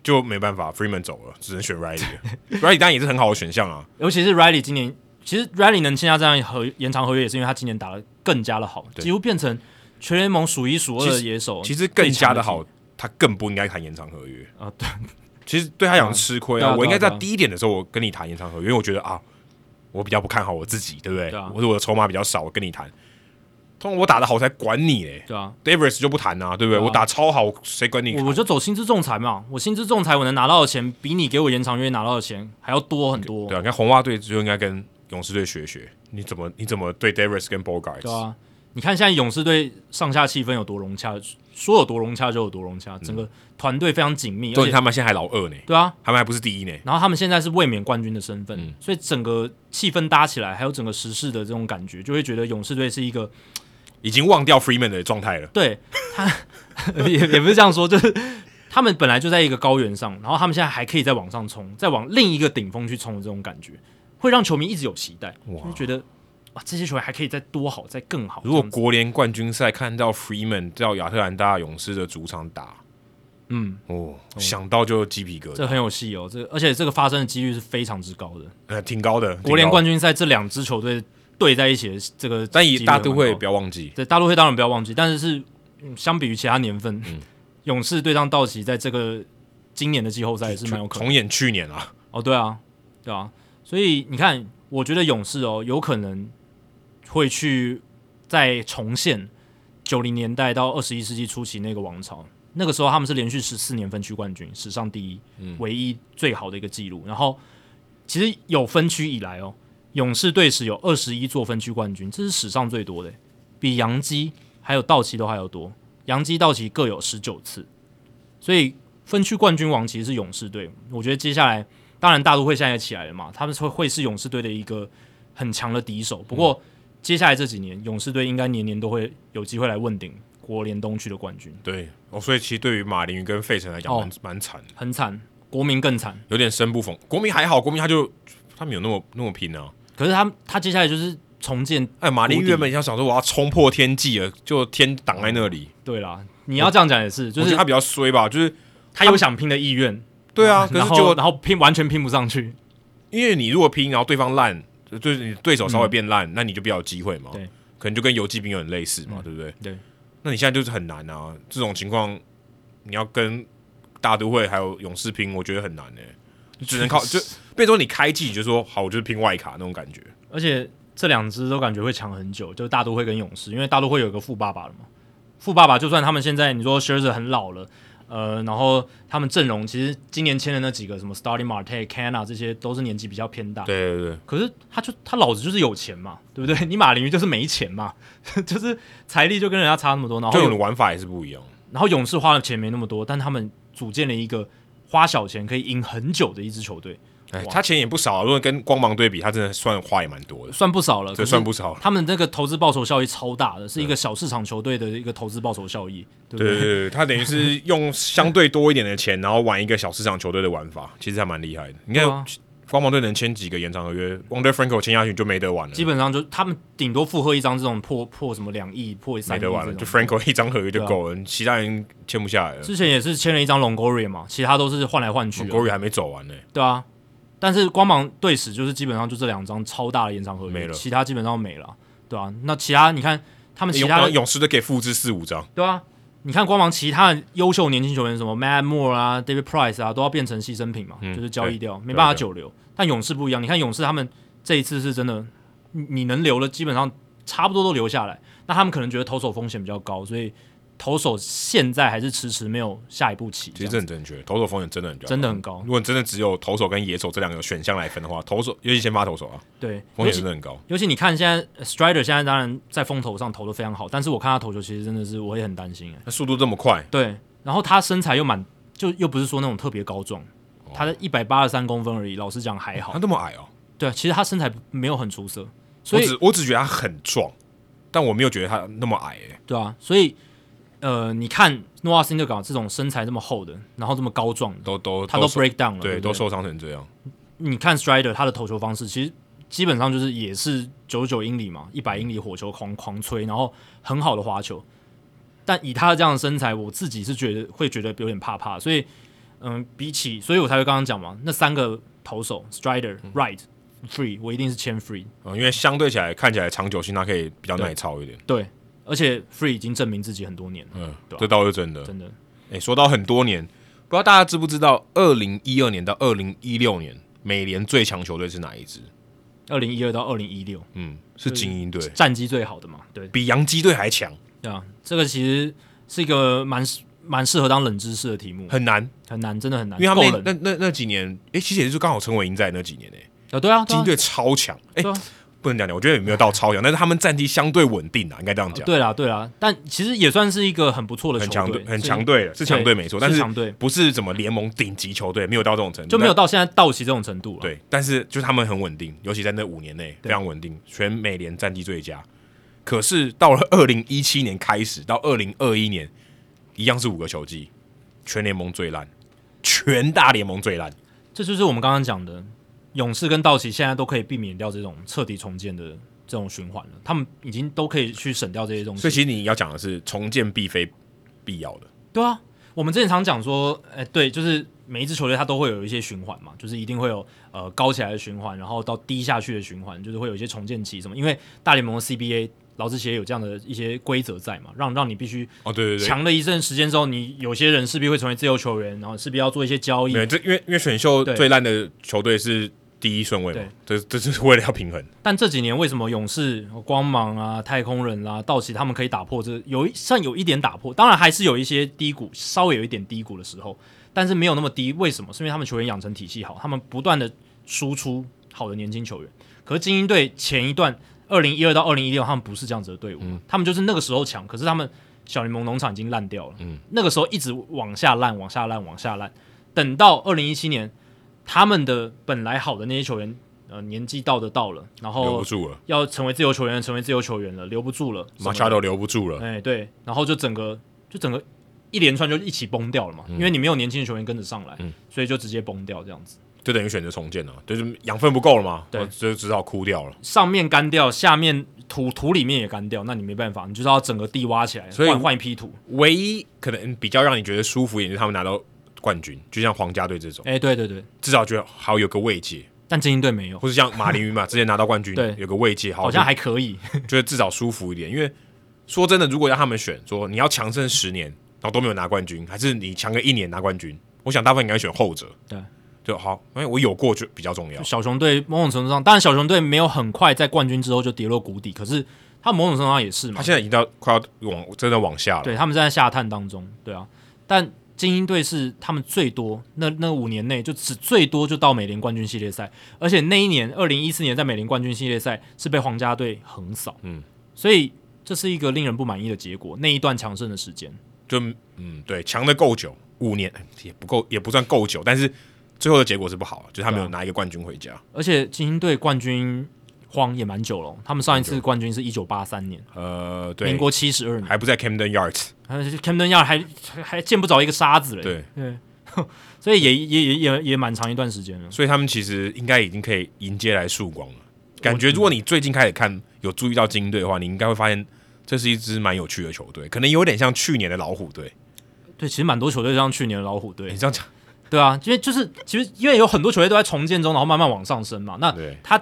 S1: 就没办法，Freeman 走了，只能选 Riley 了。Riley 当然也是很好的选项啊，
S2: 尤其是 Riley 今年，其实 Riley 能签下这样合延长合约，也是因为他今年打得更加的好，
S1: 对
S2: 几乎变成全联盟数一数二
S1: 其
S2: 的
S1: 实
S2: 野手。
S1: 其实更加的
S2: 哦最
S1: 好
S2: 强，
S1: 他更不应该谈延长合约
S2: 啊
S1: 对， 其实对他讲吃亏啊，
S2: 对啊
S1: 我应该在
S2: 对啊对啊
S1: 低一点的时候，我跟你谈延长合约，因为我觉得啊，我比较不看好我自己，对不对？
S2: 对啊
S1: 我说我的筹码比较少，我跟你谈。通常我打的好才管你嘞
S2: 对啊，
S1: ，Davis 就不谈啊，对不对？
S2: 对啊
S1: 我打超好，谁管你
S2: 我？我就走薪资仲裁嘛，我薪资仲裁我能拿到的钱，比你给我延长约拿到的钱还要多很多。
S1: 对啊，你看红袜队就应该跟勇士队学学，你怎么你怎么对 Davis 跟 Bogart？
S2: 对啊，你看现在勇士队上下气氛有多融洽，说有多融洽就有多融洽，整个团队非常紧密，
S1: 重
S2: 而
S1: 点
S2: 且
S1: 嗯他们现在还老二呢，
S2: 对啊，
S1: 他们还不是第一呢。
S2: 然后他们现在是卫冕冠军的身份，
S1: 嗯
S2: 所以整个气氛搭起来，还有整个时事的这种感觉，就会觉得勇士队是一个
S1: 已经忘掉 Freeman 的状态了。
S2: 对他 也也不是这样说，就是他们本来就在一个高原上，然后他们现在还可以再往上冲，再往另一个顶峰去冲的这种感觉，会让球迷一直有期待，
S1: 哇
S2: 就觉得哇，这些球员还可以再多好，再更好。
S1: 如果
S2: 这样子
S1: 国联冠军赛看到 Freeman 到亚特兰大勇士的主场打，
S2: 嗯，
S1: 哦，想到就鸡皮疙瘩，
S2: 这很有戏哦，这而且这个发生的几率是非常之高的。
S1: 呃，挺高的。
S2: 国
S1: 挺高
S2: 联
S1: 的
S2: 冠，军赛这两支球队对在一起的这个，
S1: 但以大都会不
S2: 表
S1: 要忘记，
S2: 对大都会当然不要忘记，但是是、嗯相比于其他年份，
S1: 嗯
S2: 勇士对上道奇在这个今年的季后赛也是蛮有可能的。
S1: 重演去年啊，
S2: 哦，对啊，对啊，所以你看，我觉得勇士哦，有可能会去再重现九零年代到二十一世纪初期那个王朝。那个时候他们是连续十四年分区冠军，史上第一，唯一最好的一个记录。然后其实有分区以来哦，勇士队史有二十一座分区冠军，这是史上最多的，比洋基还有道奇都还要多。洋基、道奇各有十九次，所以分区冠军王其实是勇士队。我觉得接下来当然大都会现在也起来了嘛，他们会会是勇士队的一个很强的敌手。不过、
S1: 嗯
S2: 接下来这几年，勇士队应该年年都会有机会来问鼎国联东区的冠军，
S1: 对哦，所以其实对于马林鱼跟费城来讲，
S2: 哦
S1: 蛮蛮惨的，
S2: 很惨，国民更惨。
S1: 有点生不逢。国民还好，国民他就他们有那么那么拼啊。
S2: 可是他他接下来就是重建，
S1: 哎，马林鱼
S2: 谷底
S1: 原本想想说我要冲破天际了，就天挡在那里，
S2: 对啦，你要这样讲也是，
S1: 我
S2: 哦就
S1: 觉
S2: 是
S1: 得他比较衰吧，就是
S2: 他有想拼的意愿，
S1: 对啊，可
S2: 哦然
S1: 是
S2: 后
S1: 结果
S2: 然后拼完全拼不上去，
S1: 因为你如果拼，然后对方烂，就就是你对手稍微变烂，那你就比较有机会嘛。
S2: 嗯对，嗯
S1: 可能就跟游击兵有很类似嘛，对不对？
S2: 对，
S1: 那你现在就是很难啊，这种情况你要跟大都会还有勇士拼，我觉得很难诶、你只能 靠就，变成说你开季你就说好，我就是拼外卡那种感觉。
S2: 而且这两支都感觉会抢很久，就是大都会跟勇士，因为大都会有一个富爸爸了嘛。富爸爸就算他们现在你说 s h i r z e r 很老了，呃，然后他们阵容其实今年签的那几个什么 Starting Marte、Cana 这些都是年纪比较偏大，
S1: 对对对，
S2: 可是他就他老子就是有钱嘛，对不对？你马林鱼就是没钱嘛， 就是财力就跟人家差那么多，然后
S1: 就
S2: 有
S1: 你的玩法也是不一样。
S2: 然后勇士花的钱没那么多，但他们组建了一个花小钱可以赢很久的一支球队，
S1: 哎，
S2: 哇
S1: 他钱也不少、啊，如果跟光芒对比，他真的算花也蛮多的，
S2: 算不少了。
S1: 这算不少了。
S2: 他们那个投资报酬效益超大的，是一个小市场球队的一个投资报酬效益，对不
S1: 对对对，他等于是用相对多一点的钱，然后玩一个小市场球队的玩法，其实还蛮厉害的。你
S2: 对
S1: 看
S2: 啊
S1: 光芒队能签几个延长合约，Wonder Franco 签下去就没得玩了，
S2: 基本上就他们顶多负荷一张这种破破什么两亿、破三
S1: 没
S2: 亿这
S1: 得玩了，
S2: 种。啊
S1: 就 Franco 一张合约就够了，其他人签不下来了。
S2: 之前也是签了一张 Longoria 嘛，其他都是换来换去的，
S1: 国语还没走完呢、哎
S2: 对啊。但是光芒队史就是基本上就这两张超大的延长合约，
S1: 没了
S2: 其他基本上没了，对啊。那其他你看他们其
S1: 勇
S2: 他
S1: 然
S2: 的
S1: 后勇士队可以复制四五张，
S2: 对啊，你看光芒其他的优秀年轻球员，什么 Matt Moore 啊、David Price 啊，都要变成牺牲品嘛，
S1: 嗯
S2: 就是交易掉，没
S1: 对
S2: 办法
S1: 对
S2: 久留。但勇士不一样，你看勇士他们这一次是真的，你你能留的基本上差不多都留下来。那他们可能觉得投手风险比较高，所以投手现在还是迟迟没有下一步棋，
S1: 其实
S2: 这
S1: 这
S2: 样
S1: 很正确。投手风险真的很高，
S2: 真的很高
S1: 如。果你真的只有投手跟野手这两个选项来分的话，投手尤其先发投手啊，
S2: 对，
S1: 风险
S2: 尤其
S1: 真的很高。
S2: 尤其你看现在呃 Strider 现在当然在风头上投的非常好，但是我看他投球其实真的是我也很担心哎。
S1: 那速度这么快，
S2: 对，然后他身材又蛮，就又不是说那种特别高壮，他在一百八十三公分而已。老实讲还好
S1: 他，那么矮哦、
S2: 对，啊其实他身材没有很出色，所
S1: 我
S2: 以
S1: 只我只觉得他很壮，但我没有觉得他那么矮、欸。
S2: 对啊，所以呃，你看诺瓦辛特港这种身材这么厚的，然后这么高壮的，
S1: 都都
S2: 他都
S1: 受
S2: break down 了，对
S1: 对，
S2: 不
S1: 都
S2: 对
S1: 受伤成这样。
S2: 你看 Strider 他的投球方式，其实基本上就是也是九九英里嘛，一百英里火球狂狂吹，然后很好的滑球。但以他这样的身材，我自己是觉得会觉得有点怕怕，所以嗯，比起，所以我才会刚刚讲嘛，那三个投手 Strider、Right、Free，我一定是签 Free，
S1: 嗯，因为相对起来看起来长久性，他可以比较耐操一点。
S2: 对，而且 Free 已经证明自己很多年了，
S1: 嗯，
S2: 对啊
S1: 这倒是真的。
S2: 真的
S1: 哎、说到很多年，不知道大家知不知道，二零一二年到二零一六年，美联最强球队是哪一支？
S2: 二零一二到二零一六
S1: 嗯，是精英队，
S2: 战绩最好的嘛，对
S1: 比洋基队还强，
S2: 对啊，这个其实是一个蛮蛮适合当冷知识的题目，
S1: 很难，
S2: 很难，真的嗯很难，
S1: 因为他
S2: 够
S1: 们
S2: 冷
S1: 那那那那几年，哎、其实也就刚好陈伟英在那几年、欸，
S2: 啊，对啊，对
S1: 精
S2: 啊
S1: 英队超强，哎、
S2: 对啊
S1: 不能讲讲，我觉得也没有到超强，但是他们战绩相对稳定啊，应该这样讲，
S2: 对啦，对啦，但其实也算是一个很不错的
S1: 很
S2: 球
S1: 强队
S2: 队，，
S1: 很
S2: 是
S1: 强，队了，是强队没错，但
S2: 是
S1: 是嗯
S2: 强队
S1: 不是怎么联盟顶级球队，没有到这种程度，
S2: 就没有到现在道奇这种程度了。
S1: 对，但是就是他们很稳定，尤其在那五年内非常稳定，全美联战绩最佳。可是到了 二零一七年开始到二零二一年，一样是五个球季，全联盟最烂，全大联盟最烂。
S2: 这就是我们刚刚讲的，勇士跟道奇现在都可以避免掉这种彻底重建的这种循环了，他们已经都可以去省掉这些东
S1: 所以
S2: 西。
S1: 其实你要讲的是重建必非必要的，
S2: 对啊，我们之前常讲说，哎，对，就是每一支球队它都会有一些循环嘛，就是一定会有呃高起来的循环，然后到低下去的循环，就是会有一些重建期什么，因为大联盟的 CBA 劳资协有这样的一些规则在嘛，让让你必须
S1: 哦，对对对。
S2: 强了一阵时间之后，你有些人势必会成为自由球员，然后势必要做一些交易
S1: 没。有，这因为因为选秀
S2: 对
S1: 最烂的球队是第一顺位嘛，这这是为了要平衡，
S2: 但这几年为什么勇士、光芒啊、太空人啊、道奇他们可以打破这有一算有一点打破，当然还是有一些低谷，稍微有一点低谷的时候，但是没有那么低。为什么？是因为他们球员养成体系好，他们不断的输出好的年轻球员。可是精英队前一段二零一二到二零一六，他们不是这样子的队伍，
S1: 嗯
S2: 他们就是那个时候强，可是他们小联盟农场已经烂掉了，
S1: 嗯
S2: 那个时候一直往下烂，往下烂，往下烂，等到二零一七年，他们的本来好的那些球员，呃，年纪到的到了，然
S1: 留不
S2: 后
S1: 住了，
S2: 要成为自由球员，成为自由球员了，留不住了，
S1: 马查都留不住了，
S2: 哎、对，然后就整个就整个一连串就一起崩掉了嘛，因为你没有年轻的球员跟着上来，
S1: 嗯
S2: 所以就直接崩掉这样子。
S1: 就等于选择重建了，就是养分不够了嘛，
S2: 对
S1: 哦就只好哭掉了。
S2: 上面干掉，下面土土里面也干掉，那你没办法，你就是要整个地挖起来，
S1: 所以
S2: 换换一批土。
S1: 唯一可能比较让你觉得舒服一点，就是他们拿到冠军，就像皇家队这种，
S2: 哎、对对对，
S1: 至少觉得好有个慰藉，
S2: 但精英队没有，
S1: 或是像马林鱼嘛，之前拿到冠军，
S2: 对
S1: 有个慰藉，好
S2: 好像还可以。
S1: 觉得至少舒服一点。因为说真的，如果让他们选，说你要强盛十年，然后都没有拿冠军，还是你强个一年拿冠军，我想大部分应该选后者。
S2: 对，
S1: 就好，因为我有过就比较重要。
S2: 小熊队某种程度上，当然小熊队没有很快在冠军之后就跌落谷底，可是他某种程度上也是嘛
S1: 他，现在已经到快要往真的往下了。
S2: 对他们正在下探当中，对啊。但精英队是他们最多那那五年内就只最多就到美联冠军系列赛，而且那一年二零一四年在美联冠军系列赛是被皇家队横扫，
S1: 嗯，
S2: 所以这是一个令人不满意的结果。那一段强盛的时间，
S1: 就嗯，对，强的够久，五年哎也不够，也不算够久，但是最后的结果是不好，就是他没有
S2: 对啊
S1: 拿一个冠军回家。
S2: 而且精英队冠军荒也蛮久了哦，他们上一次冠军是一九八三年，
S1: 呃，对，
S2: 民国七十二年，呃
S1: 还不在 Camden Yards，
S2: 还 Camden 亚还还还见不着一个沙子嘞，
S1: 对，
S2: 对，所以也也也也也蛮长一段时间了。
S1: 所以他们其实应该已经可以迎接来曙光了。感
S2: 嗯
S1: 觉如果你最近开始看，有注意到精英队的话，你应该会发现这是一支蛮有趣的球队，可能有点像去年的老虎队。
S2: 对，其实蛮多球队像去年的老虎
S1: 你
S2: 队，
S1: 这样讲，
S2: 对啊，因为就是其实因为有很多球队都在重建中，然后慢慢往上升嘛。那
S1: 对
S2: 他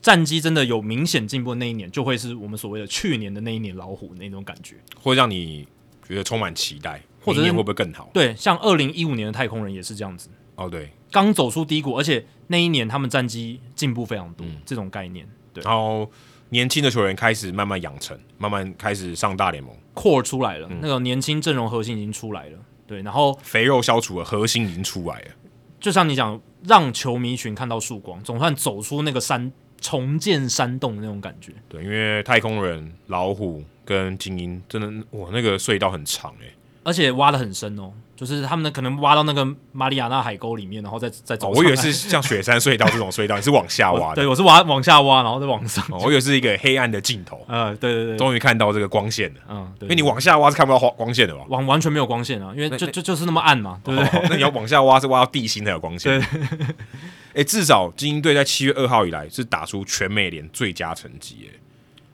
S2: 战绩真的有明显进步的那一年，就会是我们所谓的去年的那一年老虎那种感觉。
S1: 会让你觉得充满期待，
S2: 或者是
S1: 明年会不会更好？
S2: 对，像二零一五年的太空人也是这样子，
S1: 哦，对，
S2: 刚走出低谷，而且那一年他们战绩进步非常多，
S1: 嗯
S2: 这种概念。对
S1: 然后年轻的球员开始慢慢养成，慢慢开始上大联盟，
S2: ，core 出来了，
S1: 嗯
S2: 那个年轻阵容核心已经出来了。对，然后
S1: 肥肉消除了，核心已经出来了。
S2: 就像你讲，让球迷群看到曙光，总算走出那个山重建山洞的那种感觉。
S1: 对，因为太空人、老虎跟精英真的，哇，那个隧道很长哎、
S2: 而且挖的很深哦，就是他们可能挖到那个马里亚纳海沟里面，然后再再走
S1: 哦，
S2: 上来、
S1: 我以为是像雪山隧道这种隧道，你是往下挖
S2: 我
S1: 的。
S2: 对，我是挖往下挖，然后再往上。
S1: 哦，我以为是一个黑暗的尽头，
S2: 呃，对对对，
S1: 终于看到这个光线了。
S2: 嗯，对，
S1: 因为你往下挖是看不到光光线的吧？
S2: 往完全没有光线啊，因为就
S1: 那
S2: 就就是那么暗嘛，对不对？
S1: 哦那你要往下挖是挖到地心才有光线。哎、至少精英队在七月二号以来是打出全美联最佳成绩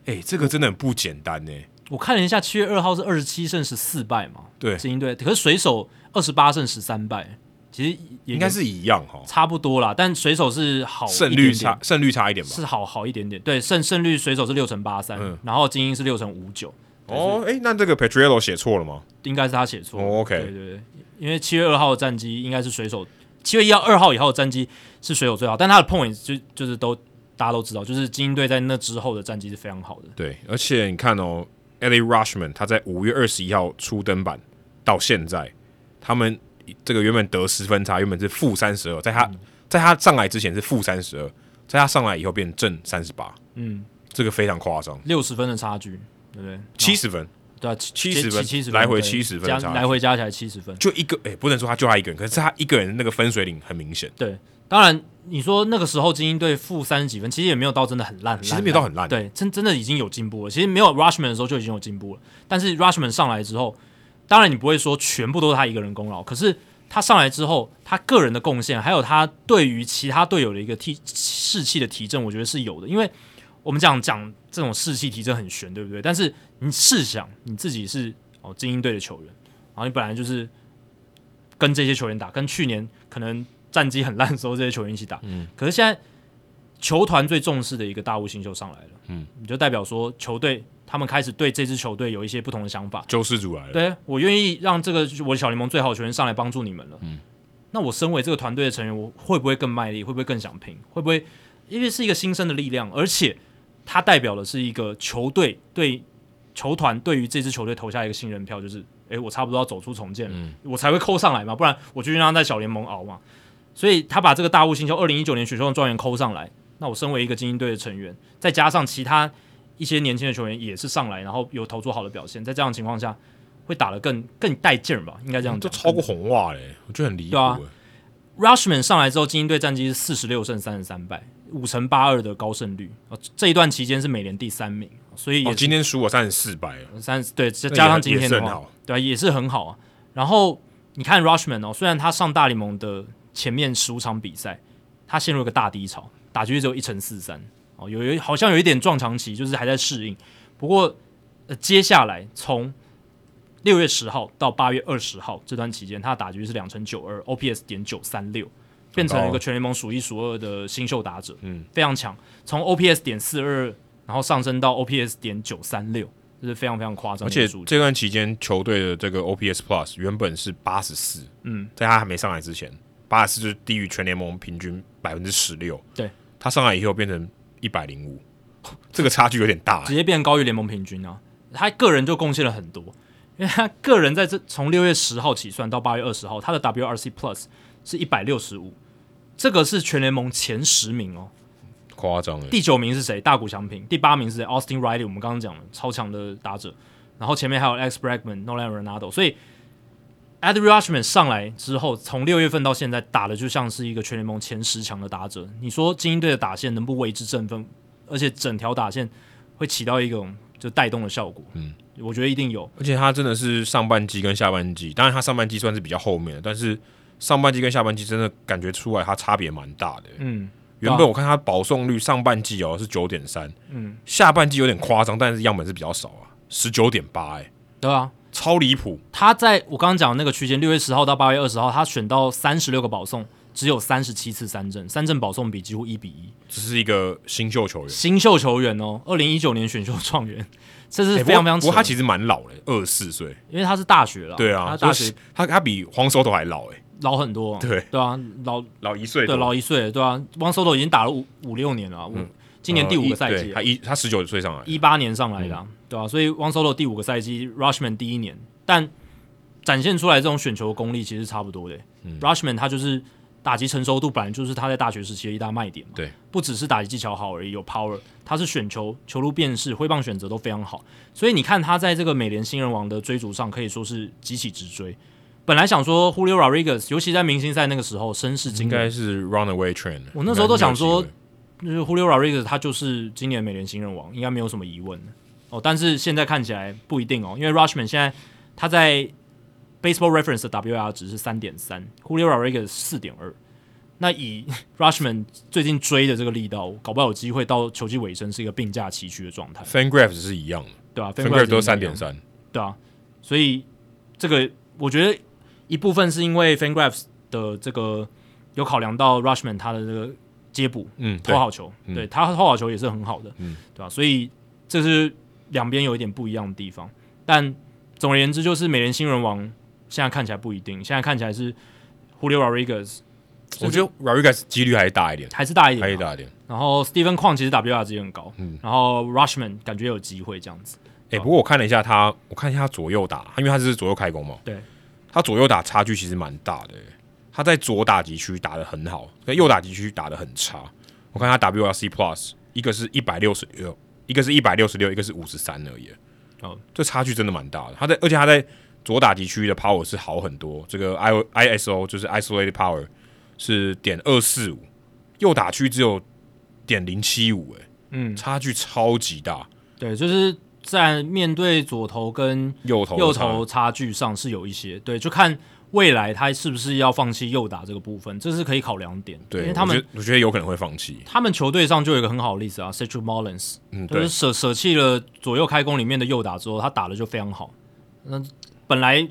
S1: 哎、哎、这个真的很不简单哎、
S2: 我看了一下，七月二号是二十七胜十四败嘛，
S1: 对
S2: 精英队，可是水手二十八胜十三败，其实也
S1: 应该是一样哈，
S2: 差不多啦，但水手是好
S1: 胜
S2: 一
S1: 率
S2: 点点
S1: 差胜率差一点吧？
S2: 是好好一点点，对，胜胜率水手是六成八三、
S1: 嗯
S2: 然后精英是六成五九，
S1: 哦，哎、那这个 Petriello 写错了吗？
S2: 应该是他写错了。
S1: 哦，OK
S2: 对对对，因为七月二号的战绩应该是水手，七月一号、二号以后的战绩是水手最好，但他的 point 就就是都大家都知道，就是精英队在那之后的战绩是非常好的。
S1: 对，而且你看哦，Ellie Rushman 他在五月二十一号出登板到现在，他们这个原本得失分差原本是负三十二，在他、
S2: 嗯
S1: 在他上来之前是负三十二，在他上来以后变正三十八，
S2: 嗯，哦
S1: 这个非常夸张，
S2: 六十分的差距，对不对？
S1: 七
S2: 十
S1: 十分
S2: 对啊，
S1: 70分
S2: 七十
S1: 来回
S2: 对
S1: 70分
S2: 加
S1: 的差距
S2: 来回加起来七十分。
S1: 就一个，哎、不能说他就他一个人，可是他一个人那个分水岭很明显，
S2: 对，当然你说那个时候精英队负三十几分，其实也没有到真的很烂，很烂啊
S1: 其实没有到很烂
S2: 对，真真的已经有进步了。其实没有 Rushman 的时候就已经有进步了，但是 Rushman 上来之后，当然你不会说全部都是他一个人功劳，可是他上来之后，他个人的贡献，还有他对于其他队友的一个提士气的提振，我觉得是有的，因为。我们讲讲这种士气提振很悬，对不对？但是你试想你自己是哦精英队的球员，然后你本来就是跟这些球员打，跟去年可能战绩很烂的时候这些球员一起打，嗯，可是现在球团最重视的一个大物新秀上来了，
S1: 嗯，
S2: 你就代表说球队他们开始对这支球队有一些不同的想法，
S1: 救世主来了，
S2: 对啊我愿意让这个我小联盟最好的球员上来帮助你们了。嗯，那我身为这个团队的成员，我会不会更卖力？会不会更想拼？会不会因为是一个新生的力量，而且它代表的是一个球队对球团对于这支球队投下一个信任票，就是诶，我差不多要走出重建了，我才会扣上来嘛，不然我就让他在小联盟熬嘛。所以他把这个大物新秀二零一九年选秀的状元扣上来，那我身为一个精英队的成员，再加上其他一些年轻的球员也是上来，然后有投出好的表现，在这样的情况下，会打得更更带劲儿吧？应该这样
S1: 都
S2: 讲。嗯
S1: 超过红袜嘞、我觉得很离谱、
S2: 对啊
S1: 哎
S2: Rushman 上来之后，精英队战绩是四十六胜三十三败，五成八二的高胜率。哦，这一段期间是美联第三名，所以
S1: 哦，
S2: 也
S1: 今天输我三十四败了，
S2: 三十、对，再
S1: 那也
S2: 加上今天
S1: 也是
S2: 的
S1: 很
S2: 话，
S1: 好，
S2: 对、啊，也是很好啊。然后你看 Rushman 哦，虽然他上大联盟的前面十五场比赛，他陷入一个大低潮，打击率只有一成四三，哦，有有好像有一点撞墙期，就是还在适应。不过、呃、接下来从六月十号到八月二十号这段期间，他的打击率是两成九二，OPS 点九三六，变成了一个全联盟数一数二的新秀打者，
S1: 啊嗯，
S2: 非常强。从 OPS 点四二，然后上升到 OPS 点九三六，这是非常非常夸张
S1: 而
S2: 的一个
S1: 且
S2: 数据。
S1: 这段期间球队的这个 OPS Plus 原本是八十四，
S2: 嗯，
S1: 在他还没上来之前，八十四就是低于全联盟平均百分之十六。
S2: 对，
S1: 他上来以后变成一百零五，这个差距有点大、
S2: 直接变高于联盟平均啊。他个人就贡献了很多，因为他个人在这从六月十号起算到八月二十号，他的 WRC Plus 是一百六十五，这个是全联盟前十名哦。
S1: 夸张了。
S2: 第九名是谁？大谷翔平。第八名是谁？Austin Riley，我们刚刚讲了超强的打者。然后前面还有 Alex Bregman、Nolan Renado，所以 a d r i a s h m a n 上来之后，从六月份到现在打的就像是一个全联盟前十强的打者。你说精英队的打线能不为之振奋？而且整条打线会起到一种就带动的效果。嗯，我觉得一定有。
S1: 而且他真的是上半季跟下半季，当然他上半季算是比较后面的，但是上半季跟下半季真的感觉出来他差别蛮大的。
S2: 嗯，
S1: 原本我看他保送率上半季哦是九点三，
S2: 嗯，
S1: 下半季有点夸张，但是样本是比较少啊，十九点八，哎，
S2: 对啊。
S1: 超离谱。
S2: 他在我刚刚讲的那个区间，六月十号到八月二十号，他选到三十六个保送，只有三十七次三振，三振保送比几乎一比一。
S1: 只是一个新秀球员，
S2: 新秀球员哦，二零一九年选秀状元， 这是
S1: 欸
S2: 非常非常
S1: 不过
S2: 扯的、
S1: 不过他其实蛮老的，二十四岁。
S2: 因为他是大学了，
S1: 对
S2: 他
S1: 啊，
S2: 大
S1: 所以
S2: 学
S1: 他他比黄手头还老哎、
S2: 老很多，
S1: 对
S2: 对啊，老
S1: 老一岁
S2: 对
S1: 多。
S2: 老一岁，对啊，汪 Soto 已经打了五五六年了啊，五、今年第五个
S1: 嗯
S2: 赛
S1: 呃一
S2: 季
S1: 对
S2: 了，
S1: 他一他十九岁上来，嗯
S2: 一八年上来的啊、对啊，所以汪 Soto 第五个赛季，Rushman 第一年，但展现出来这种选球功力其实差不多的、Rushman
S1: 嗯
S2: 他就是打击成熟度本来就是他在大学时期的一大卖点嘛，
S1: 对，
S2: 不只是打击技巧好而已，有 power，他是选球、球路辨识、挥棒选择都非常好，所以你看他在这个美联新人王的追逐上可以说是急起直追。本来想说 Julio Rodriguez，尤其在明星赛那个时候声势
S1: 应
S2: 惊
S1: 该
S2: 人，
S1: 是 runaway train 了。
S2: 我那时候都想说
S1: 应该是
S2: 就是 Julio Rodriguez 他就是今年美联新人王，应该没有什么疑问的哦。但是现在看起来不一定哦，因为 Rushman 现在他在 Baseball Reference 的 WAR 值是三点三，Julio Rodriguez 四点二。那以 Rushman 最近追的这个力道，搞不好有机会到球季尾声是一个并驾齐驱的状态，
S1: 有 Fangraphs 是一样的
S2: 对吧、啊、
S1: ，Fangraphs 都三点，三，
S2: 对啊，所以这个我觉得一部分是因为 FanGraphs 的这个有考量到 Rushman 他的这个接捕，
S1: 嗯，对
S2: 投，好球，
S1: 嗯
S2: 对他投好球也是很好的，
S1: 嗯
S2: 对吧、所以这是两边有一点不一样的地方。但总而言之，就是美联新人王现在看起来不一定，现在看起来是 Julio Rodriguez
S1: 我觉得 Rodriguez 几率还大一点，
S2: 还是大一点、啊，
S1: 还大一点。嗯
S2: 然后 Stephen 矿其实 WR 值也很高，然后 Rushman 感觉有机会这样子，
S1: 哎、不过我看了一下他，我看一下他左右打，因为他是左右开弓嘛，
S2: 对，
S1: 他左右打差距其实蛮大的、欸他在左打击区打得很好，跟右打击区打得很差。我看他 WRC Plus 一个是一百六十六，一个是一百六十六，一个是五十三而已。
S2: 哦，
S1: 这差距真的蛮大的。他在而且他在左打击区的 power 是好很多，这个 I I S O 就是 isolated power 是点二四五，右打区只有点零七五，哎，
S2: 嗯，
S1: 差距超级大。
S2: 对，就是在面对左投跟
S1: 右投
S2: 右
S1: 的差
S2: 投差距上是有一些，对，就看未来他是不是要放弃右打这个部分，这是可以考量点。
S1: 对，
S2: 因为他
S1: 我
S2: 们
S1: 觉得我觉得有可能会放弃。
S2: 他们球队上就有一个很好的例子啊 s e t r i Mullins，
S1: 嗯，
S2: 就
S1: 对
S2: 是，舍舍弃了左右开弓里面的右打之后，他打的就非常好。那本来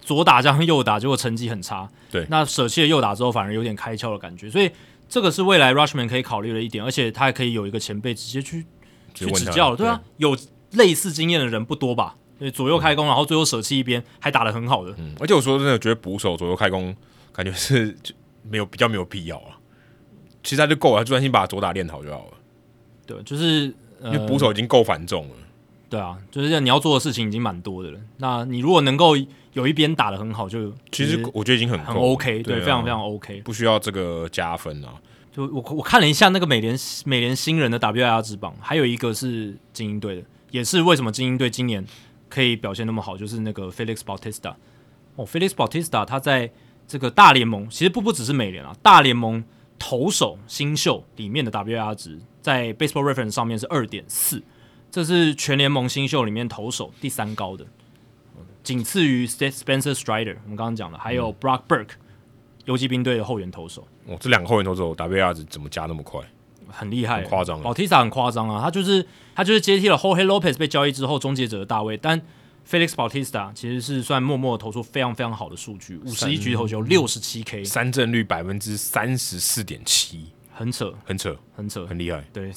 S2: 左打加上右打，结果成绩很差。
S1: 对
S2: 那舍弃了右打之后，反而有点开窍的感觉，所以这个是未来 Rushman 可以考虑的一点，而且他还可以有一个前辈直接去
S1: 直接
S2: 去
S1: 问
S2: 指
S1: 他
S2: 教了，对啊，有类似经验的人不多吧？对，左右开弓，然后最后舍弃一边，还打得很好的，
S1: 嗯而且我说真的，觉得捕手左右开弓感觉是就没有比较没有必要啊。其实他就够了，他专心把左打练好就好了。
S2: 对，就是
S1: 因
S2: 呃
S1: 为，捕手已经够繁重了，
S2: 对啊，就是你要做的事情已经蛮多的了。那你如果能够有一边打得很好，就
S1: 其实我觉得已经很
S2: 很
S1: 够了
S2: OK，对，
S1: 啊
S2: 非常非常 OK。
S1: 不需要这个加分啊。
S2: 就我我看了一下那个美联美联新人的 WIR 值榜，还有一个是精英队的，也是为什么精英队今年可以表现那么好，就是那个 Felix Bautista。哦，Felix Bautista 他在这个大联盟，其实不不只是美联啊，大联盟投手新秀里面的 WIR 值在 Baseball Reference 上面是二点四，这是全联盟新秀里面投手第三高的，仅次于 Spencer Strider，我们刚刚讲的，还有 Brock Burke，游击兵队的后援投手。
S1: 我这两个后援投手 WR 值怎么加那么快？
S2: 很厉害，
S1: 很夸张啊
S2: 保提萨很夸张啊，他就是他就是接替了 Jorge Lopez 被交易之后终结者的大卫，但 Felix Bautista 其实是算默默地投出非常非常好的数据，五十一局投球六十七 K，
S1: 三振率百分之三十四点七，
S2: 很扯
S1: 很扯，
S2: 很扯，
S1: 很厉害。
S2: 对，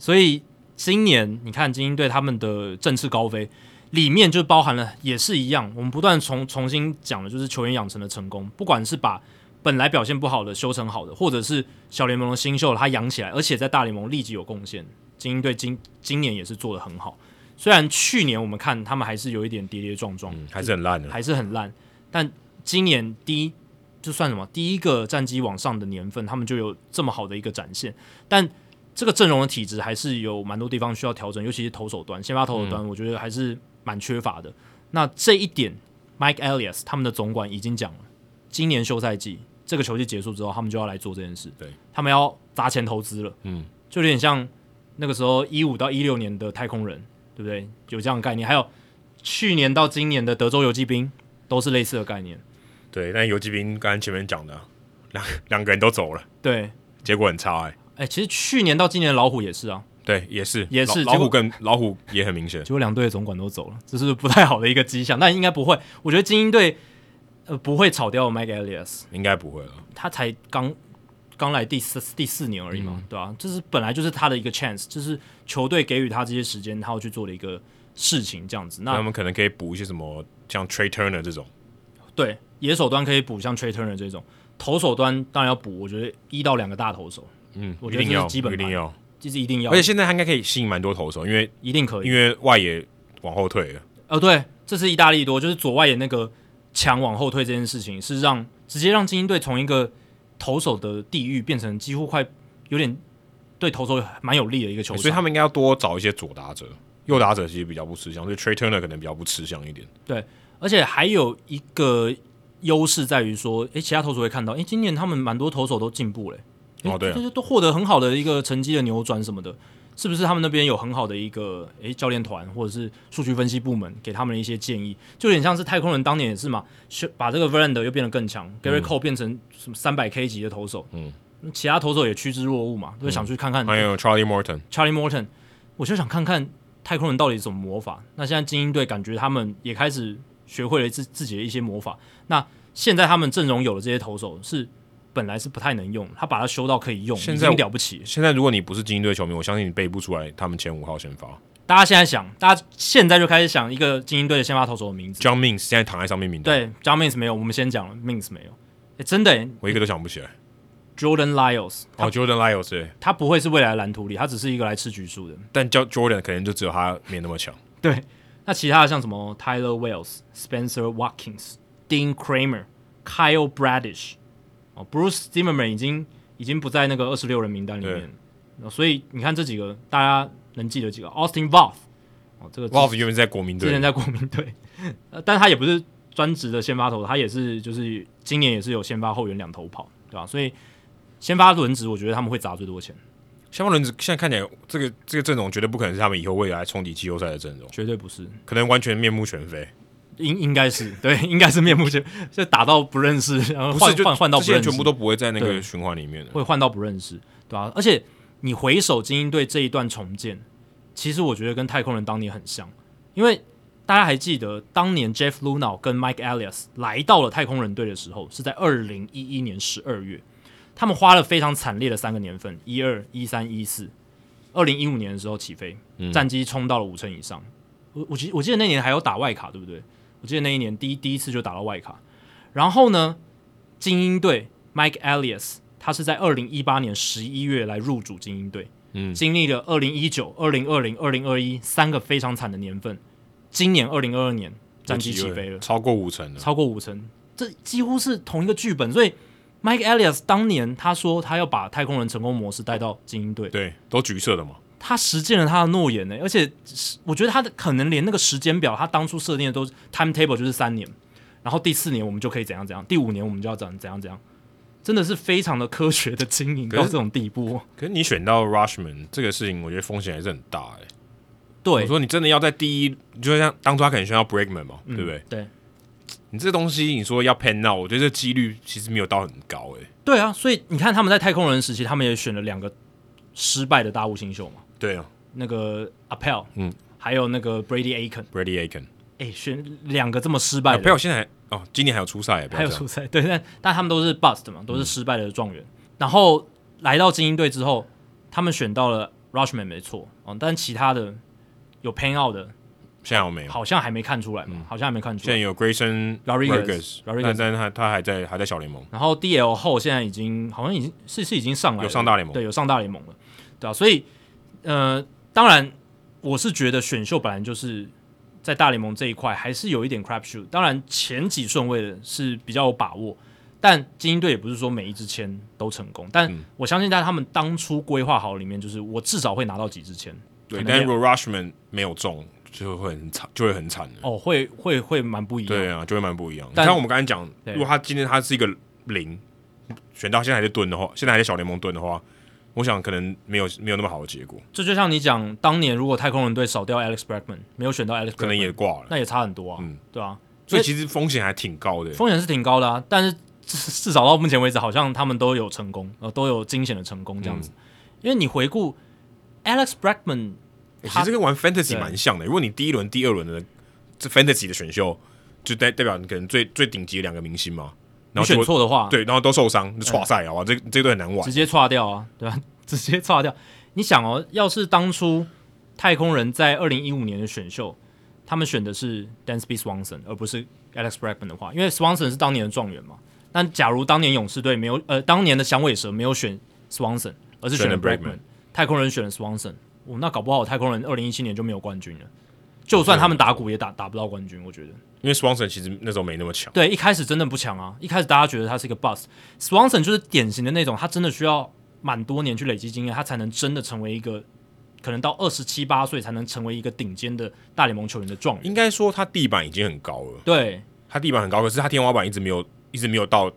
S2: 所以今年你看精英队他们的振翅高飞，里面就包含了也是一样，我们不断重重新讲的就是球员养成的成功，不管是把本来表现不好的修成好的，或者是小联盟的新秀他养起来，而且在大联盟立即有贡献，精英队今今年也是做得很好。虽然去年我们看他们还是有一点跌跌撞撞，
S1: 嗯还是很烂的。
S2: 还是很烂，但今年第一就算什么第一个战绩往上的年份，他们就有这么好的一个展现，但。这个阵容的体质还是有蛮多地方需要调整，尤其是投手端、先发投
S1: 嗯
S2: 手端，我觉得还是蛮缺乏的。那这一点，Mike Elias 他们的总管已经讲了，今年休赛季这个球季结束之后，他们就要来做这件事。
S1: 对，
S2: 他们要砸钱投资了。
S1: 嗯，
S2: 就有点像那个时候一五到一六年的太空人，对不对？有这样的概念。还有去年到今年的德州游击兵都是类似的概念。
S1: 对。但游击兵刚才前面讲的啊，两两个人都走了，
S2: 对，
S1: 结果很差哎、
S2: 哎，其实去年到今年的老虎也是啊，
S1: 对，也是，
S2: 也是
S1: 老老
S2: 结果
S1: 虎更 老虎也很明显。
S2: 结果两队的总管都走了，这是不太好的一个迹象。但应该不会，我觉得精英队呃不会炒掉 Mike Elias，
S1: 应该不会了。
S2: 他才刚。刚来第四第四年而已嘛，对吧、这是本来就是他的一个 chance，就是球队给予他这些时间，他要去做的一个事情，这样子。那
S1: 那他们可能可以补一些什么，像 Trey Turner 这种，
S2: 对，野手端可以补像 Trey Turner 这种，投手端当然要补，我觉得一到两个大投手，
S1: 嗯，
S2: 我
S1: 一
S2: 觉得
S1: 定
S2: 这是
S1: 要，
S2: 基本
S1: 一定
S2: 盘
S1: 要。
S2: 这是一定要
S1: 而，且现在他应该可以吸引蛮多投手，因为
S2: 一定可以
S1: 因。为外野往后退了，
S2: 哦，对，这是意大利多，就是左外野那个墙往后退这件事情，是让直接让精英队从一个投手的地域变成几乎快有点对投手蛮有利的一个球场，
S1: 所以他们应该要多找一些左打者。右打者其实比较不吃香，所以 Trey Turner 可能比较不吃香一点。
S2: 而且还有一个优势在于说，诶，其他投手会看到，诶，今年他们蛮多投手都进步了、诶
S1: 哦对啊
S2: 就是都获得很好的一个成绩的扭转什么的，是不是他们那边有很好的一个诶教练团或者是数据分析部门给他们的一些建议，就有点像是太空人当年也是嘛，修把这个 Verlander 又变得更强、g a r y Cole 变成什么三百 K 级的投手，
S1: 嗯，哎
S2: 其他投手也趋之若鹜嘛，就想去看看、
S1: 还有 Charlie Morton，
S2: Charlie Morton，我就想看看太空人到底怎么魔法。那现在精英队感觉他们也开始学会了自自己的一些魔法。那现在他们阵容有了这些投手是本来是不太能用，他把它修到可以用，
S1: 现在
S2: 已经了不起了。
S1: 现在如果你不是精英队球迷，我相信你背不出来他们前五号先发。
S2: 大家现在想，大家现在就开始想一个精英队的先发投手的名字。
S1: John Means 现在躺在上面名单，
S2: 对，John Means 没有，我们先讲了，Means 没有。诶真的诶
S1: 我一个都想不起来。
S2: ，Jordan Lyles，
S1: 哦，Jordan Lyles，对
S2: 他不会是未来的蓝图里，他只是一个来吃橘树的。
S1: 但叫 Jordan 可能就只有他没那么 强。
S2: 对，那其他的像什么 Tyler Wells、Spencer Watkins、Dean Kramer、Kyle Bradish 哦，Bruce Zimmerman 已经已经不在那个二十六人名单里面了，所以你看这几个大家能记得几个 Austin Voth 哦，这个之
S1: w o l f 原本是在国民
S2: 之
S1: 队，
S2: 前在国民队， 呃但他也不是专职的先发投，他也是就是今年也是有先发后援两头跑，对吧？所以先发轮值，我觉得他们会砸最多钱，
S1: 相方轮子现在看起来这个这个阵容绝对不可能是他们以后未来冲击季后赛的阵容，
S2: 绝对不是。
S1: 可能完全面目全非。
S2: 应应该是 对，应该是面目全， 就打到不认识，然后
S1: 不
S2: 换
S1: 是就
S2: 换换到
S1: 这
S2: 不
S1: 些
S2: 认
S1: 人
S2: 识，
S1: 全部都不会在那
S2: 对
S1: 个循环里面的。
S2: 会换到不认识，对吧、而且你回首精英队这一段重建，其实我觉得跟太空人当年很像，因为大家还记得当年 Jeff Luno 跟 Mike Elias 来到了太空人队的时候，是在二零一一年十二月，他们花了非常惨烈的三个年份，一二、一三、一四，二零一五年的时候起飞，战绩冲到了五成以上。我我记我记得那年还有打外卡，对不对？我记得那一年第一第一次就打到外卡。然后呢，精英队 Mike Elias 他是在二零一八年十一月来入主精英队，
S1: 嗯
S2: 经历了二零一九、二零二零、二零二一三个非常惨的年份，今年二零二二年战绩起飞了，
S1: 超过五成了。
S2: 超过五成，这几乎是同一个剧本。所以 Mike Elias 当年他说他要把太空人成功模式带到精英队，
S1: 对，都橘色的嘛。
S2: 他实践了他的诺言呢、而且是我觉得他的可能连那个时间表，他当初设定的都是 timetable 就是三年，然后第四年我们就可以怎样怎样，第五年我们就要怎样怎样怎样，真的是非常的科学的经营
S1: 可
S2: 到
S1: 是
S2: 这种地步。
S1: 可是你选到 Rushman 这个事情，我觉得风险还是很大哎、我
S2: 对
S1: 说你真的要在第一，就像当初他可能选到 Breakman 嘛，
S2: 嗯
S1: 对不对？
S2: 对
S1: 你这东西你说要 pan out，我觉得这几率其实没有到很高哎、
S2: 对啊，所以你看他们在太空人时期，他们也选了两个失败的大物新秀嘛，
S1: 对啊
S2: 那个 Appel，
S1: 嗯，
S2: 还有那个 Brady Aiken，
S1: ，Brady Aiken，
S2: 哎，选两个这么失败的
S1: 朋友现在还哦，今年还有初赛欸，不要
S2: 还有
S1: 这样
S2: 出赛，对，但但他们都是 bust 嘛，都是失败的状元。然后来到精英队之后，他们选到了 Rushman 没错哦，但其他的有 Pan Out 的，
S1: 现在我没有，
S2: 好像还没看出来嘛，好像还没看出
S1: 现在
S2: 来。
S1: 有 Grayson
S2: Rodriguez- Rodriguez
S1: 但但他他还在还在小联盟，
S2: 然后 DL 后现在已经好像已经是是已经上来了
S1: 有上大联盟
S2: 对，有上大联盟了，对啊，所以呃，当然我是觉得选秀本来就是在大联盟这一块还是有一点 crap shoot，当然前几顺位的是比较有把握，但精英队也不是说每一支签都成功，但
S1: 嗯
S2: 我相信在他们当初规划好里面，就是我至少会拿到几支签，
S1: 对，
S2: 可能
S1: 但
S2: 也
S1: 是如果 Rushman 没有中，就会很惨，就会很惨的。
S2: 哦，会会会蛮不一样的，
S1: 对啊，就会蛮不一样。
S2: 但
S1: 但我们刚才讲，
S2: 对
S1: 如果他今天他是一个零，选到现在还在蹲的话，现在还在小联盟蹲的话，我想可能没有没有那么好的结果，
S2: 这就像你讲，当年如果太空人队少掉 Alex Bregman，没有选到 Alex，Bregman,
S1: 可能也挂了。
S2: 那也差很多啊，
S1: 嗯
S2: 对啊，
S1: 所以其实风险还挺高的。
S2: 风险是挺高的啊，但是 至至少到目前为止，好像他们都有成功，呃，都有惊险的成功这样
S1: 嗯
S2: 子。因为你回顾 Alex Bregman，
S1: 欸
S2: 他
S1: 其实跟玩 Fantasy
S2: 对
S1: 蛮像的。如果你第一轮、第二轮的这 Fantasy 的选秀，就代代表你可能最最顶级的两个明星嘛，然
S2: 你
S1: 后结
S2: 选
S1: 果
S2: 错的话，
S1: 对，然后都受伤，就挫赛啊，哇，这这队很难玩
S2: 直。接刷掉啊，对吧？ 直接刷掉。你想哦，要是当初太空人在二零一五年的选秀，他们选的是 Dansby Swanson 而不是 Alex Bregman 的话，因为 Swanson 是当年的状元嘛。但假如当年勇士队没有，呃，当年的响尾蛇没有选 Swanson，而是
S1: 选
S2: 选了
S1: 了 Bregman
S2: Bregman，太空人选了 Swanson，哦，那搞不好太空人二零一七年就没有冠军了。就算他们打鼓也打打不到冠军，我觉得。
S1: 因为 Swanson 其实那时候没那么强，
S2: 对，一开始真的不强啊，一开始大家觉得他是一个 bust。Swanson 就是典型的那种，他真的需要蛮多年去累积经验，他才能真的成为一个可能到二十七八岁才能成为一个顶尖的大联盟球员的状元。
S1: 应该说他地板已经很高了，
S2: 对
S1: 他地板很高，可是他天花板一直没有一直没有到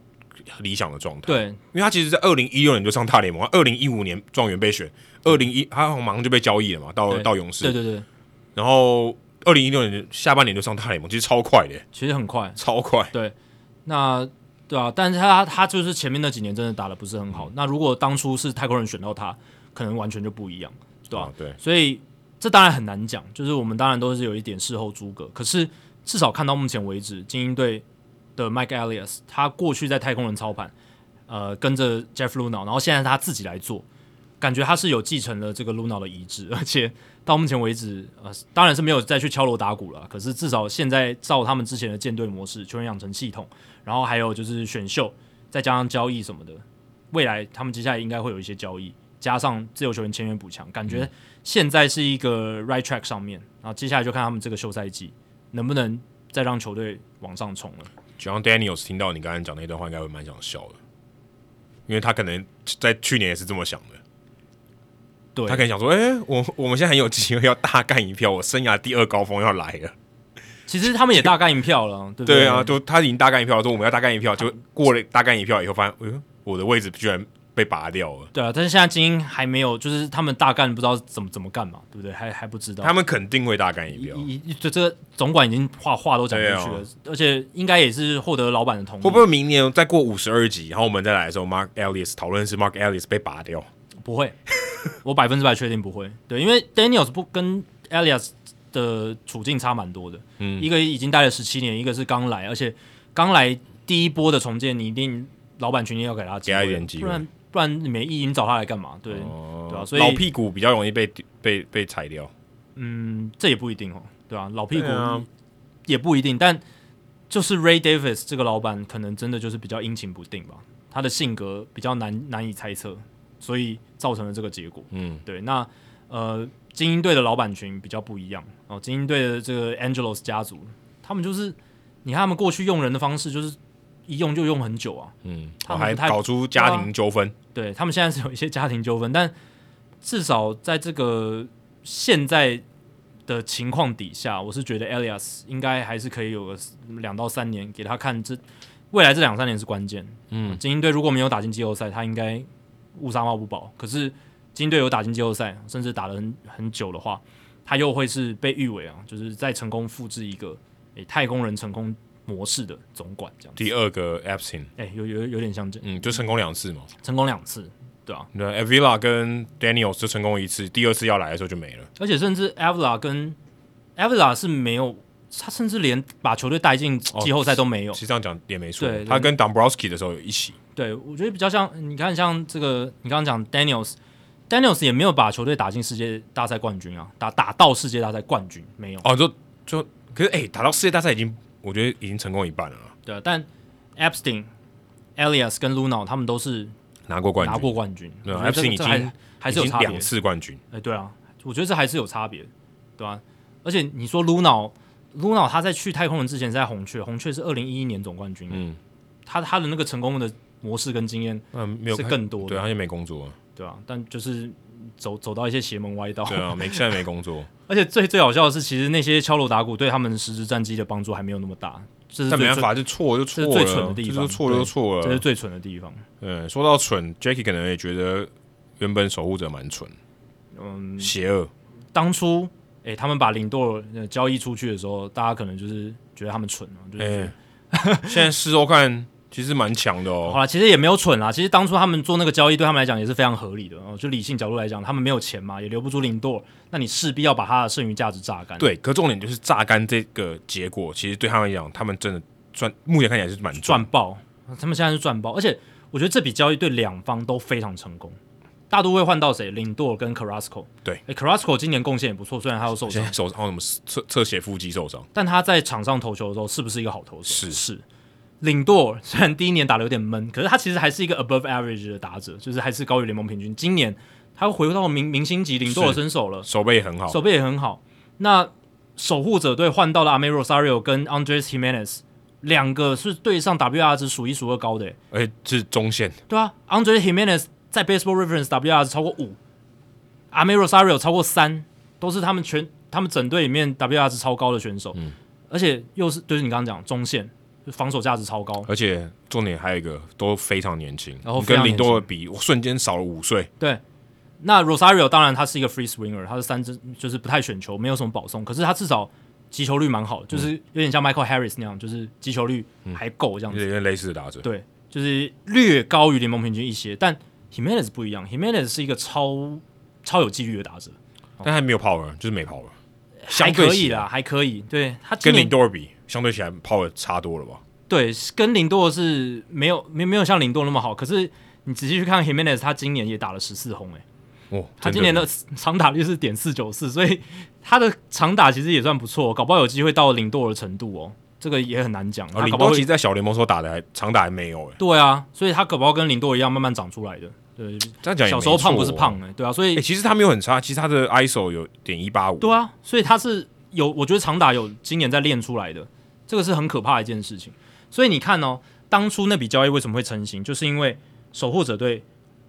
S1: 理想的状态。
S2: 对，
S1: 因为他其实，在二零一六年就上大联盟，二零一五年状元被选，二零一他好像马上就被交易了嘛，到
S2: 对
S1: 哦到勇士，
S2: 对对对，
S1: 然后二零一六年下半年就上大联盟，其实超快的，
S2: 其实很快。
S1: 超快。
S2: 那对啊，但是他他就是前面那几年真的打的不是很
S1: 嗯
S2: 好。那如果当初是太空人选到他，可能完全就不一样， 对吧、
S1: 啊对，
S2: 所以这当然很难讲，就是我们当然都是有一点事后诸葛，可是至少看到目前为止，精英队的 Mike Elias 他过去在太空人操盘，呃，跟着 Jeff Luna，然后现在他自己来做，感觉他是有继承了这个 Luna 的遗志， 而且到目前为止，呃，当然是没有再去敲锣打鼓了，可是至少现在照他们之前的舰队模式、球员养成系统，然后还有就是选秀，再加上交易什么的，未来他们接下来应该会有一些交易，加上自由球员签约补强，感觉现在是一个 right track 上面，然后接下来就看他们这个休赛季能不能再让球队往上冲了。
S1: 就像 Daniels 听到你刚才讲那段话，应该会蛮想笑的，因为他可能在去年也是这么想的。
S2: 对，
S1: 他可能想说：“哎、我我们现在很有机会要大干一票，我生涯第二高峰要来了。
S2: 其实他们也大干一票了，对不”啊
S1: 对啊，就他已经大干一票，说我们要大干一票，就过了大干一票以后，发现，哎呦，我的位置居然被拔掉了。
S2: 对啊，但是现在精英还没有，就是他们大干不知道怎么怎么干嘛，对不对？还还不知道。
S1: 他们肯定会大干一票，
S2: 哦一一这这个总管已经话话都讲出去了，而且应该也是获得老板的同意。
S1: 啊会不会明年再过五十二集，然后我们再来的时候，Mark Ellis 讨论是 Mark Ellis 被拔掉？
S2: 不会， 我百分之百确定不会。对，因为 Daniels 不跟 Elias 的处境差蛮多的，
S1: 嗯
S2: 一个已经待了十七年，一个是刚来，而且刚来第一波的重建，你一定老板群也要给他机
S1: 给
S2: 会
S1: 他一点机会
S2: 不然不然你没意义，你找他来干嘛？对，
S1: 哦
S2: 对啊所以
S1: 老屁股比较容易被被被裁掉。
S2: 嗯，这也不一定哦，对吧、老屁股
S1: 对啊
S2: 也不一定，但就是 Ray Davis 这个老板可能真的就是比较阴晴不定吧，他的性格比较难难以猜测，所以造成了这个结果。
S1: 嗯，
S2: 对，那呃，精英队的老板群比较不一样哦。精英队的这个 Angelos 家族，他们就是你看他们过去用人的方式，就是一用就用很久啊。
S1: 嗯，
S2: 他
S1: 我
S2: 们
S1: 还
S2: 不太
S1: 搞出家庭纠纷，
S2: 对啊他们现在是有一些家庭纠纷， 但至少在这个现在的情况底下，我是觉得 Elias 应该还是可以有个两到三年给他看这未来这两三年是关键。
S1: 嗯，
S2: 精英队如果没有打进季后赛，他应该误杀帽不保。可是精英队有打进季后赛，甚至打了很很久的话，他又会是被誉为啊，就是在成功复制一个诶、太空人成功模式的总管这样子。
S1: 第二个 absent，
S2: 诶、有有有点像这
S1: 嗯，就成功两次嘛。
S2: 成功两次，对啊。
S1: 那 Avila 跟 Daniel 就成功一次，第二次要来的时候就没了。
S2: 而且甚至 Avila 跟 Avila 是没有，他甚至连把球队带进
S1: 哦
S2: 季后赛都没有。
S1: 其实这样讲也没错
S2: 对，
S1: 他跟 Dombrowski 的时候有一起，
S2: 对，我觉得比较像，你看像这个，你刚刚讲 Daniels， Daniels 也没有把球队打进世界大赛冠军啊，打打到世界大赛冠军没有。
S1: 哦，就就可是哎、打到世界大赛已经，我觉得已经成功一半了啊，
S2: 对，但 Epstein、Elias 跟 Luna 他们都是
S1: 拿过冠军，
S2: 拿过冠军，
S1: 对
S2: 我
S1: 啊
S2: 觉得这
S1: Epstein 已
S2: 这还
S1: 经
S2: 还是有
S1: 已经
S2: 差别
S1: 两。次冠军，
S2: 哎、对啊，我觉得这还是有差别，对吧、啊而且你说 Luna Luna 他在去太空人之前是在红雀，红雀是二零一一年总冠军，
S1: 嗯，
S2: 他他的那个成功的模式跟经验
S1: 那没有
S2: 是
S1: 看
S2: 更多的
S1: 对，他就没工作啊，
S2: 对啊，但就是走走到一些邪门歪道。
S1: 对 啊，没现在没工作，
S2: 而且最最好笑的是，其实那些敲锣打鼓对他们实质战绩的帮助还没有那么大，这是
S1: 但没
S2: 最
S1: 办法，就错就错
S2: 这是
S1: 了，
S2: 最蠢的地方
S1: 就是错了就错
S2: 最这是
S1: 了。
S2: 最蠢的地方。
S1: 嗯，说到蠢，Jackie 可能也觉得原本守护者蛮蠢，
S2: 嗯，
S1: 邪恶，
S2: 当初哎、他们把林多尔、呃交易出去的时候，大家可能就是觉得他们蠢嘛，就是、
S1: 哎，现在事后看其实蛮强的
S2: 好
S1: 哦，
S2: 了，其实也没有蠢啦。其实当初他们做那个交易，对他们来讲也是非常合理的。哦，就理性角度来讲，他们没有钱嘛，也留不住林多尔，那你势必要把他的剩余价值榨干。，
S1: 对，可重点就是榨干这个结果，其实对他们来讲，他们真的赚，目前看起来是蛮
S2: 赚爆，他们现在是赚爆。而且我觉得这笔交易对两方都非常成功。大都会换到谁？林多尔跟 Carrasco。
S1: 对
S2: 诶 c a r r a s c o 今年贡献也不错，虽然他有受
S1: 现
S2: 伤，
S1: 在手上好像什么侧侧斜腹肌受伤，
S2: 但他在场上投球的时候是不是一个好投手？
S1: 是
S2: 是。领舵尔虽然第一年打的有点闷，可是他其实还是一个 above average 的打者，就是还是高于联盟平均。今年他回到明明星级领舵尔
S1: 是
S2: 身手了，
S1: 手背很好，
S2: 手背也很好。那守护者队换到了 Ame Rosario 跟 Andres Jimenez，两个是队上 WR 值数一数二高的欸、
S1: 而且是中线，
S2: 对啊，Andres Jimenez 在 Baseball Reference WR 值超过五，Ame Rosario 超过三，都是他们全他们整队里面 WR 值超高的选手。
S1: 嗯
S2: 而且又是就是你刚刚讲中线，就防守价值超高。
S1: 而且重点还有一个都非常年轻，
S2: 然后
S1: 你
S2: 哦非
S1: 跟
S2: 常
S1: 林
S2: 年轻
S1: 多尔比，我瞬间少了五岁，
S2: 对，那 Rosario 当然他是一个 free swinger，他是三支就是不太选球，没有什么保送，可是他至少击球率蛮好的，就是有点像 Michael Harris 那样，就是击球率
S1: 嗯
S2: 还够这样
S1: 有
S2: 子，
S1: 点类似的打者，
S2: 对，就是略高于联盟平均一些。但 Jimenez 不一样，Jimenez 是一个超超有纪律的打者，
S1: 但他没有 power，就是没 power，
S2: 还
S1: 相对
S2: 可
S1: 起
S2: 以
S1: 来
S2: 啦，还可以。对他今
S1: 跟
S2: 年
S1: 林多尔比，相对起来 power 差多了吧？
S2: 对跟林多是没有没没有像林多那么好，可是你仔细去看 Jimenez，他今年也打了十四轰诶、欸
S1: 哦，
S2: 他
S1: 真
S2: 今年的长打率是点四九四，所以他的长打其实也算不错，搞不好有机会到领舵的程度哦。这个也很难讲，
S1: 哦
S2: 他
S1: 林
S2: 搞不好
S1: 多其
S2: 会
S1: 实在小联盟时候打的还长打还没有哎，
S2: 对啊，所以他搞不好跟领舵一样慢慢长出来的。对，
S1: 这样讲也
S2: 小
S1: 没
S2: 时候胖不
S1: 错
S2: 是
S1: 哦
S2: 胖哎、对啊，所以
S1: 欸，其实他没有很差，其实他的 ISO 有点一八五，
S2: 对啊，所以他是有，我觉得长打有今年在练出来的，这个是很可怕的一件事情。所以你看哦，当初那笔交易为什么会成型，就是因为守护者队，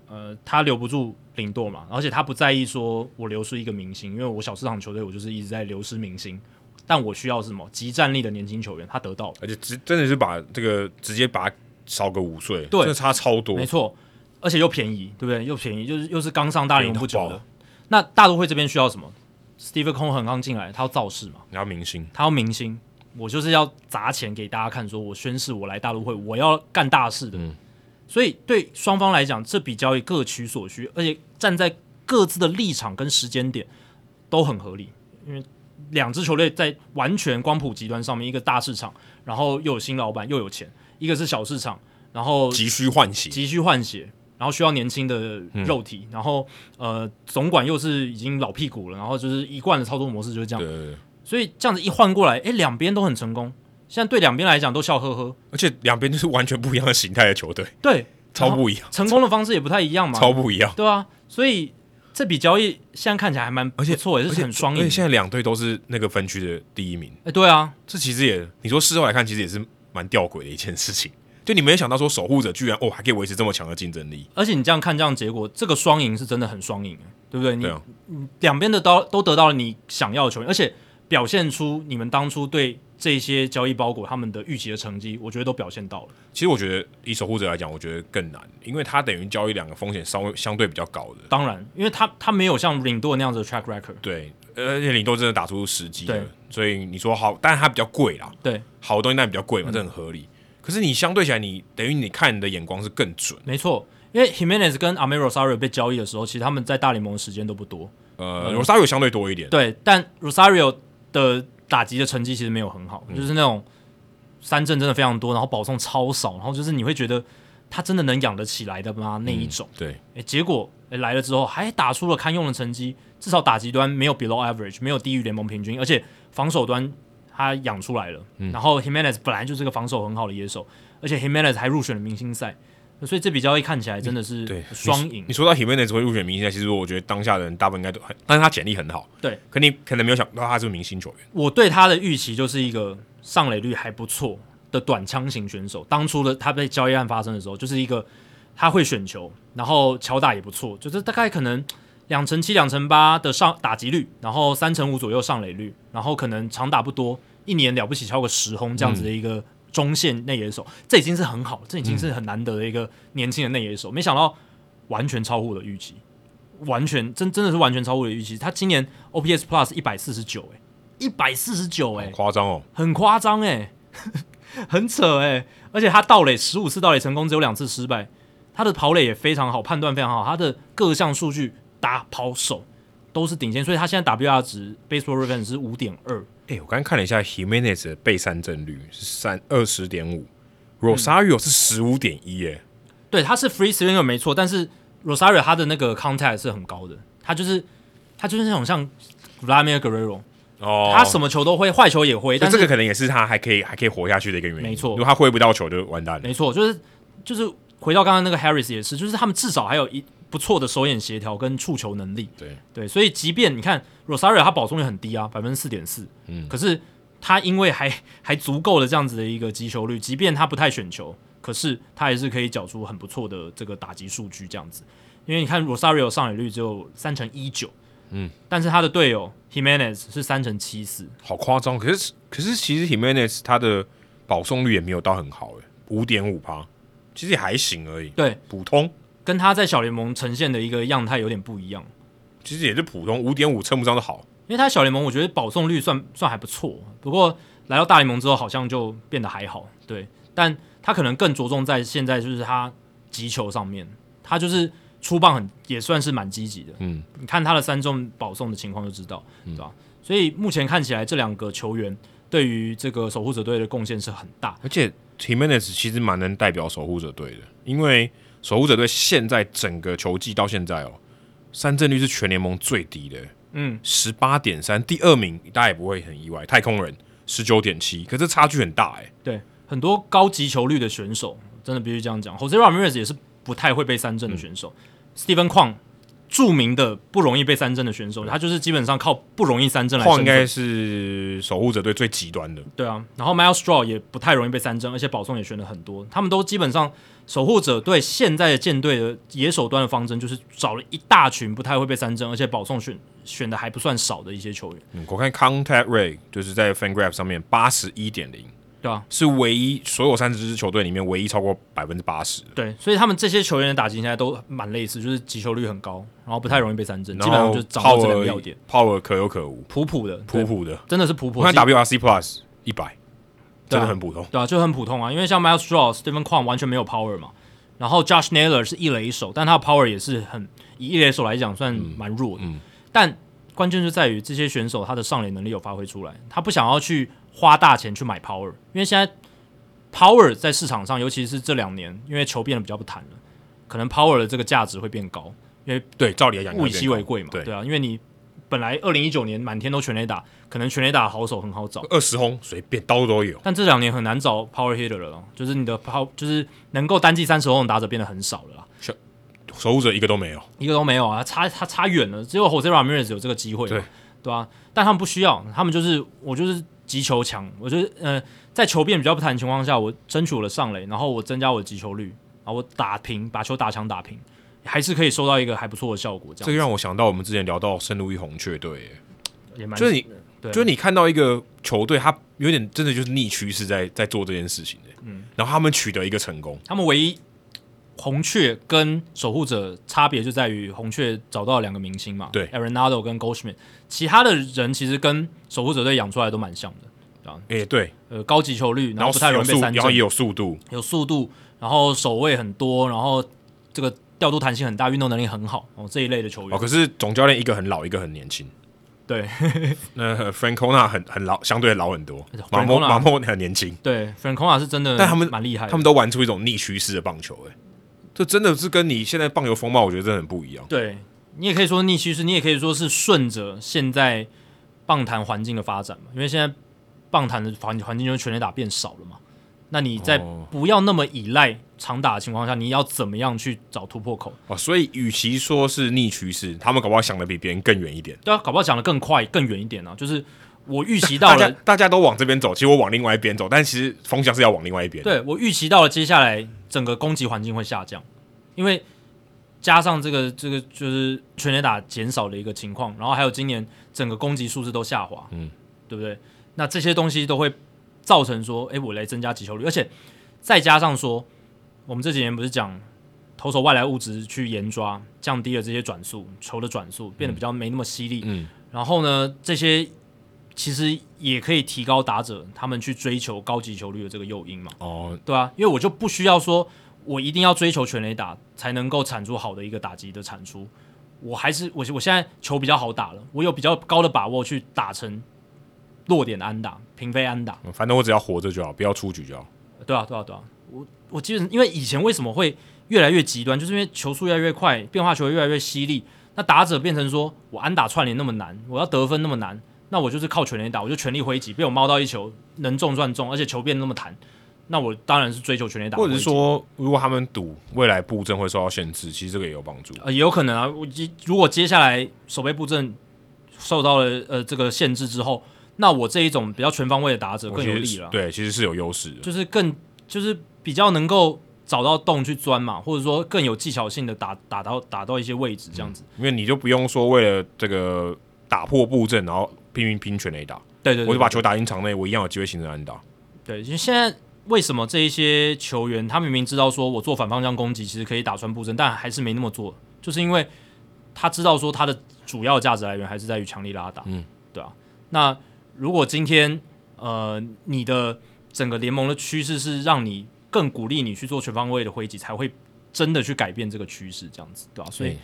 S2: 呃，他留不住领舵嘛，而且他不在意说我流失一个明星，因为我小市场球队我就是一直在流失明星，但我需要是什么极战力的年轻球员，他得到了，
S1: 而且直真的是把这个直接把他少个五岁，
S2: 对
S1: 真的差超多
S2: 没，错，而且又便宜，对不对？又便宜，就是又是刚上大联盟不久
S1: 便宜到
S2: 的。那大都会这边需要什么？Steve 空很刚进来，他要造势嘛。
S1: 然后明星
S2: 他要明星，我就是要砸钱给大家看，说我宣誓我来大陆会，我要干大事的。
S1: 嗯
S2: 所以对双方来讲，这笔交易各取所需，而且站在各自的立场跟时间点都很合理，因为两支球队在完全光谱极端上面，一个大市场，然后又有新老板又有钱，一个是小市场，然后
S1: 急需换血，
S2: 急需换血，然后需要年轻的肉体，然后呃总管又是已经老屁股了，然后就是一贯的操作模式就是这样
S1: 对。对对，
S2: 所以这样子一换过来，诶，两边都很成功。现在对两边来讲都笑呵呵，
S1: 而且两边就是完全不一样的形态的球队，
S2: 对，
S1: 超不一样，
S2: 成功的方式也不太一样嘛，
S1: 超不一样。
S2: 对啊。所以这笔交易现在看起来还蛮不错，也
S1: 而
S2: 是
S1: 且
S2: 很双
S1: 而
S2: 赢
S1: 且。现在两队都是那个分区的第一名，
S2: 哎，对啊，
S1: 这其实也，你说事后来看，其实也是蛮吊诡的一件事情。就你没有想到说守护者居然哦还可以维持这么强的竞争力，
S2: 而且你这样看这样结果，这个双赢是真的很双赢，对不对？你
S1: 对啊，
S2: 两边的都都得到了你想要的球员，而且表现出你们当初对这些交易包裹他们的预期的成绩，我觉得都表现到了。
S1: 其实我觉得以守护者来讲，我觉得更难，因为他等于交易两个风险稍微相对比较高的，
S2: 当然，因为他他没有像领舵那样子的 track record，
S1: 对，呃而且领豆真的打出时机了
S2: 对，
S1: 所以你说好，但是它比较贵啦，
S2: 对，
S1: 好的东西当然比较贵
S2: 嗯
S1: 嘛，这很合理。可是你相对起来，你等于你看你的眼光是更准，
S2: 没错，因为 Jimenez 跟 a m e r o s a r i o 被交易的时候，其实他们在大联盟的时间都不多。嗯
S1: 呃，罗莎有相对多一点，
S2: 对，但 Rosario 的打击的成绩其实没有很好，就是那种三振真的非常多，然后保送超少，然后就是你会觉得他真的能养得起来的吗？那一种，
S1: 嗯对，
S2: 诶，结果诶来了之后还打出了堪用的成绩，至少打击端没有 below average，没有低于联盟平均，而且防守端他养出来了。
S1: 嗯
S2: 然后 Jimenez 本来就是个防守很好的野手，而且 Jimenez 还入选了明星赛，所以这笔交易看起来真的是
S1: 嗯对，
S2: 双赢
S1: 你。说到 Himenez 会入选明星赛，其实我觉得当下的人大部分应该都很，但是他简历很好，
S2: 对，
S1: 可你可能没有想到他是明星球员。
S2: 我对他的预期就是一个上垒率还不错的短枪型选手。当初的他被交易案发生的时候，就是一个他会选球，然后敲打也不错，就是大概可能两成七、两成八的上打击率，然后三成五左右上垒率，然后可能长打不多，一年了不起敲个十轰这样子的一个中线内野手，这已经是很好，这已经是很难得的一个年轻的内野手。没想到完全超乎我的预期。完全真真的是完全超乎我的预期，他今年 OPS Plus 一百四十九，哎，一百四十九，哎，
S1: 夸张哦，
S2: 很夸张哎， 很扯哎、而且他盗垒十五次盗垒成功，只有两次失败，他的跑垒也非常好，判断非常好，他的各项数据打跑手都是顶尖，所以他现在 WR 值 Baseball Reference 是五点二，
S1: 哎、我刚刚看了一下 Himenez 的被三振率是三二十点五，Rosario
S2: 嗯
S1: 是十五点一，耶，
S2: 对，他是 Free Swinger 没错，但是 Rosario 他的那个 contact 是很高的，他就是他就是那种像 Vladimir Guerrero，、
S1: 哦，
S2: 他什么球都会，坏球也会，
S1: 就
S2: 但
S1: 这
S2: 是
S1: 个可能也是他还可以还可以活下去的一个原因。
S2: 没错
S1: 如果他挥不到球就完蛋了。
S2: 没错，就是就是回到刚刚那个 Harris 也是，就是他们至少还有一不错的手眼协调跟触球能力。
S1: 对
S2: 对，所以即便你看 Rosario 他保送率很低啊，百分之四点四，
S1: 嗯
S2: 可是他因为还 还足够的这样子的一个击球率，即便他不太选球，可是他还是可以缴出很不错的这个打击数据这样子。因为你看 Rosario 上垒率只有三成一九，
S1: 嗯，
S2: 但是他的队友 Jimenez 是三成七四，
S1: 好夸张。可是可是其实 Himenez 他的保送率也没有到很好，哎，五点五趴，其实也还行而已，
S2: 对，
S1: 普通，
S2: 跟他在小联盟呈现的一个样态有点不一样。
S1: 其实也是普通，五点五称不上的好。
S2: 因为他小联盟我觉得保送率算算还不错，不过来到大联盟之后好像就变得还好，对，但他可能更着重在现在就是他击球上面，他就是出棒很也算是蛮积极的，
S1: 嗯，
S2: 你看他的三中保送的情况就知道，对吧？所以目前看起来这两个球员对于这个守护者队的贡献是很大，
S1: 而且 Himenez 其实蛮能代表守护者队的，因为守护者队现在整个球季到现在哦，三振率是全联盟最低的，
S2: 嗯，
S1: 十八点三，第二名大家也不会很意外，太空人十九点七，可这差距很大哎、
S2: 对，很多高击球率的选手真的必须这样讲，Jose Ramirez 也是不太会被三振
S1: 嗯
S2: 的选手、s t e v e n Kwang。著名的不容易被三振的选手，他就是基本上靠不容易三振来生
S1: 矿应
S2: 存。
S1: 该是守护者队最极端的，
S2: 对啊，然后 Miles Straw 也不太容易被三振，而且保送也选了很多。他们都基本上守护者对现在的舰队的野手端的方针，就是找了一大群不太会被三振，而且保送选选的还不算少的一些球员，
S1: 嗯，我看 Contact Ray 就是在 FanGraph 上面八十一点零，
S2: 对啊，
S1: 是唯一所有三十支球队里面唯一超过百分之八十。
S2: 对，所以他们这些球员的打击现在都蛮类似，就是击球率很高，然后不太容易被三振，基
S1: 然
S2: 本上
S1: 后
S2: 就掌握这两个要
S1: Power
S2: 点，
S1: Power 可有可无，
S2: 普普的，
S1: 普
S2: 对
S1: 普的。
S2: 真的是普普。
S1: 我看 WRC Plus 一百，真的很普通。
S2: 对啊，就很普通啊，因为像 Miles Straw、Stephen Kwan 完全没有 power 嘛，然后 Josh Naylor 是一垒手，但他的 power 也是很以一垒手来讲算蛮弱的。
S1: 嗯
S2: 但关键就在于这些选手他的上垒能力有发挥出来，他不想要去花大钱去买 power，因为现在 power 在市场上，尤其是这两年，因为球变得比较不谈了，可能 power 的这个价值会变高，因为
S1: 对，照理来讲应该
S2: 物以
S1: 变高，
S2: 稀为贵嘛，
S1: 对，
S2: 啊，因为你本来二零一九年满天都全垒打，可能全垒打的好手很好找。
S1: 二十轰随便刀都有。
S2: 但这两年很难找 power hitter 了啦，哦就是你的 power 就是能够单季三十轰的打者变得很少了啦，啊
S1: 守护者一个都没有，
S2: 一个都没有啊，差差差远了。只有 Jose Ramirez 有这个机会嘛，
S1: 对
S2: 对啊，但他们不需要，他们就是我就是击球强，我就是呃在球变比较不弹的情况下，我争取我的上垒，然后我增加我的击球率，然后我打平，把球打强打平，还是可以收到一个还不错的效果，这
S1: 这
S2: 样
S1: 个让我想到我们之前聊到圣路易红雀队耶，
S2: 也蛮
S1: 就是你
S2: 对
S1: 就是你看到一个球队，他有点真的就是逆趋势在在做这件事情的，嗯，然后他们取得一个成功，
S2: 他们唯一红雀跟守护者差别就在于红雀找到了两个明星嘛，
S1: 对
S2: a r o n a d o 跟 Goldschmidt，其他的人其实跟守护者队养出来都蛮像的，
S1: 哎、对，
S2: 呃，高级球率，
S1: 然
S2: 后
S1: 后
S2: 不太容
S1: 有
S2: 易被
S1: 速，
S2: 三
S1: 然后
S2: 振，
S1: 也
S2: 有
S1: 有速度，
S2: 速度，然后守卫很多，然后这个调度弹性很大，运动能力很好，哦，这一类的球员，
S1: 哦，可是总教练一个很老，一个很年轻。
S2: 对
S1: 那呃 Francona 很很老，相对老很多。马莫
S2: Francona-
S1: 马莫很年轻，
S2: 对 f r a n c o n a 是真的，
S1: 但他们
S2: 蛮厉害的，
S1: 他们都玩出一种逆趋势的棒球、欸，这真的是跟你现在棒球风貌，我觉得真的很不一样。
S2: 对你也可以说逆趋势，你也可以说是顺着现在棒坛环境的发展嘛，因为现在棒坛的环环境就是全垒打变少了嘛。那你在
S1: 哦
S2: 不要那么依赖长打的情况下，你要怎么样去找突破口？
S1: 哦，所以与其说是逆趋势，他们搞不好想的比别人更远一点。
S2: 对啊，搞不好讲的更快、更远一点呢、啊。就是我预期到
S1: 大家
S2: 了，
S1: 大家都往这边走，其实我往另外一边走，但其实风向是要往另外一边。，
S2: 对我预期到了，接下来整个攻击环境会下降，因为加上这个这个就是全垒打减少的一个情况，然后还有今年整个攻击数字都下滑，
S1: 嗯，
S2: 对不对？那这些东西都会造成说，诶，我来增加击球率，而且再加上说，我们这几年不是讲投手外来物质去严抓，降低了这些转速球的转速，变得比较没那么犀利，
S1: 嗯，
S2: 然后呢，这些其实也可以提高打者他们去追求高级球率的这个诱因嘛。
S1: 哦，
S2: 对啊，因为我就不需要说我一定要追求全垒打才能够产出好的一个打击的产出，我还是我我现在球比较好打了，我有比较高的把握去打成落点安打、平飞安打，
S1: 反正我只要活着就好，不要出局就好。
S2: 对啊，对啊，对啊，我我记得，因为以前为什么会越来越极端，就是因为球速越来越快，变化球越来越犀利，那打者变成说我安打串联那么难，我要得分那么难，那我就是靠全垒打，我就全力挥击，被我猫到一球，能中算中，而且球变那么弹，那我当然是追求全垒打，
S1: 或者是。说，如果他们赌未来布阵会受到限制，其实这个也有帮助。
S2: 呃，也有可能啊。我接如果接下来守备布阵受到了呃这个限制之后，那我这一种比较全方位的打者
S1: 我
S2: 更
S1: 觉
S2: 有
S1: 得
S2: 利
S1: 是
S2: 了，
S1: 对，其实是有优势的。
S2: 就是更就是比较能够找到洞去钻嘛，或者说更有技巧性的打打到打到一些位置这样子。
S1: 因为你就不用说为了这个打破布阵，然后拼命拼全垒打，
S2: 对对对，
S1: 我就把球打进场内，我一样有机会形成安打。
S2: 对，因为现在为什么这一些球员他明明知道说我做反方向攻击其实可以打穿布阵，但还是没那么做，就是因为他知道说他的主要价值来源还是在于强力拉打，
S1: 嗯，
S2: 对啊。那如果今天呃你的整个联盟的趋势是让你更鼓励你去做全方位的挥击，才会真的去改变这个趋势，这样子，对吧、啊所以
S1: 嗯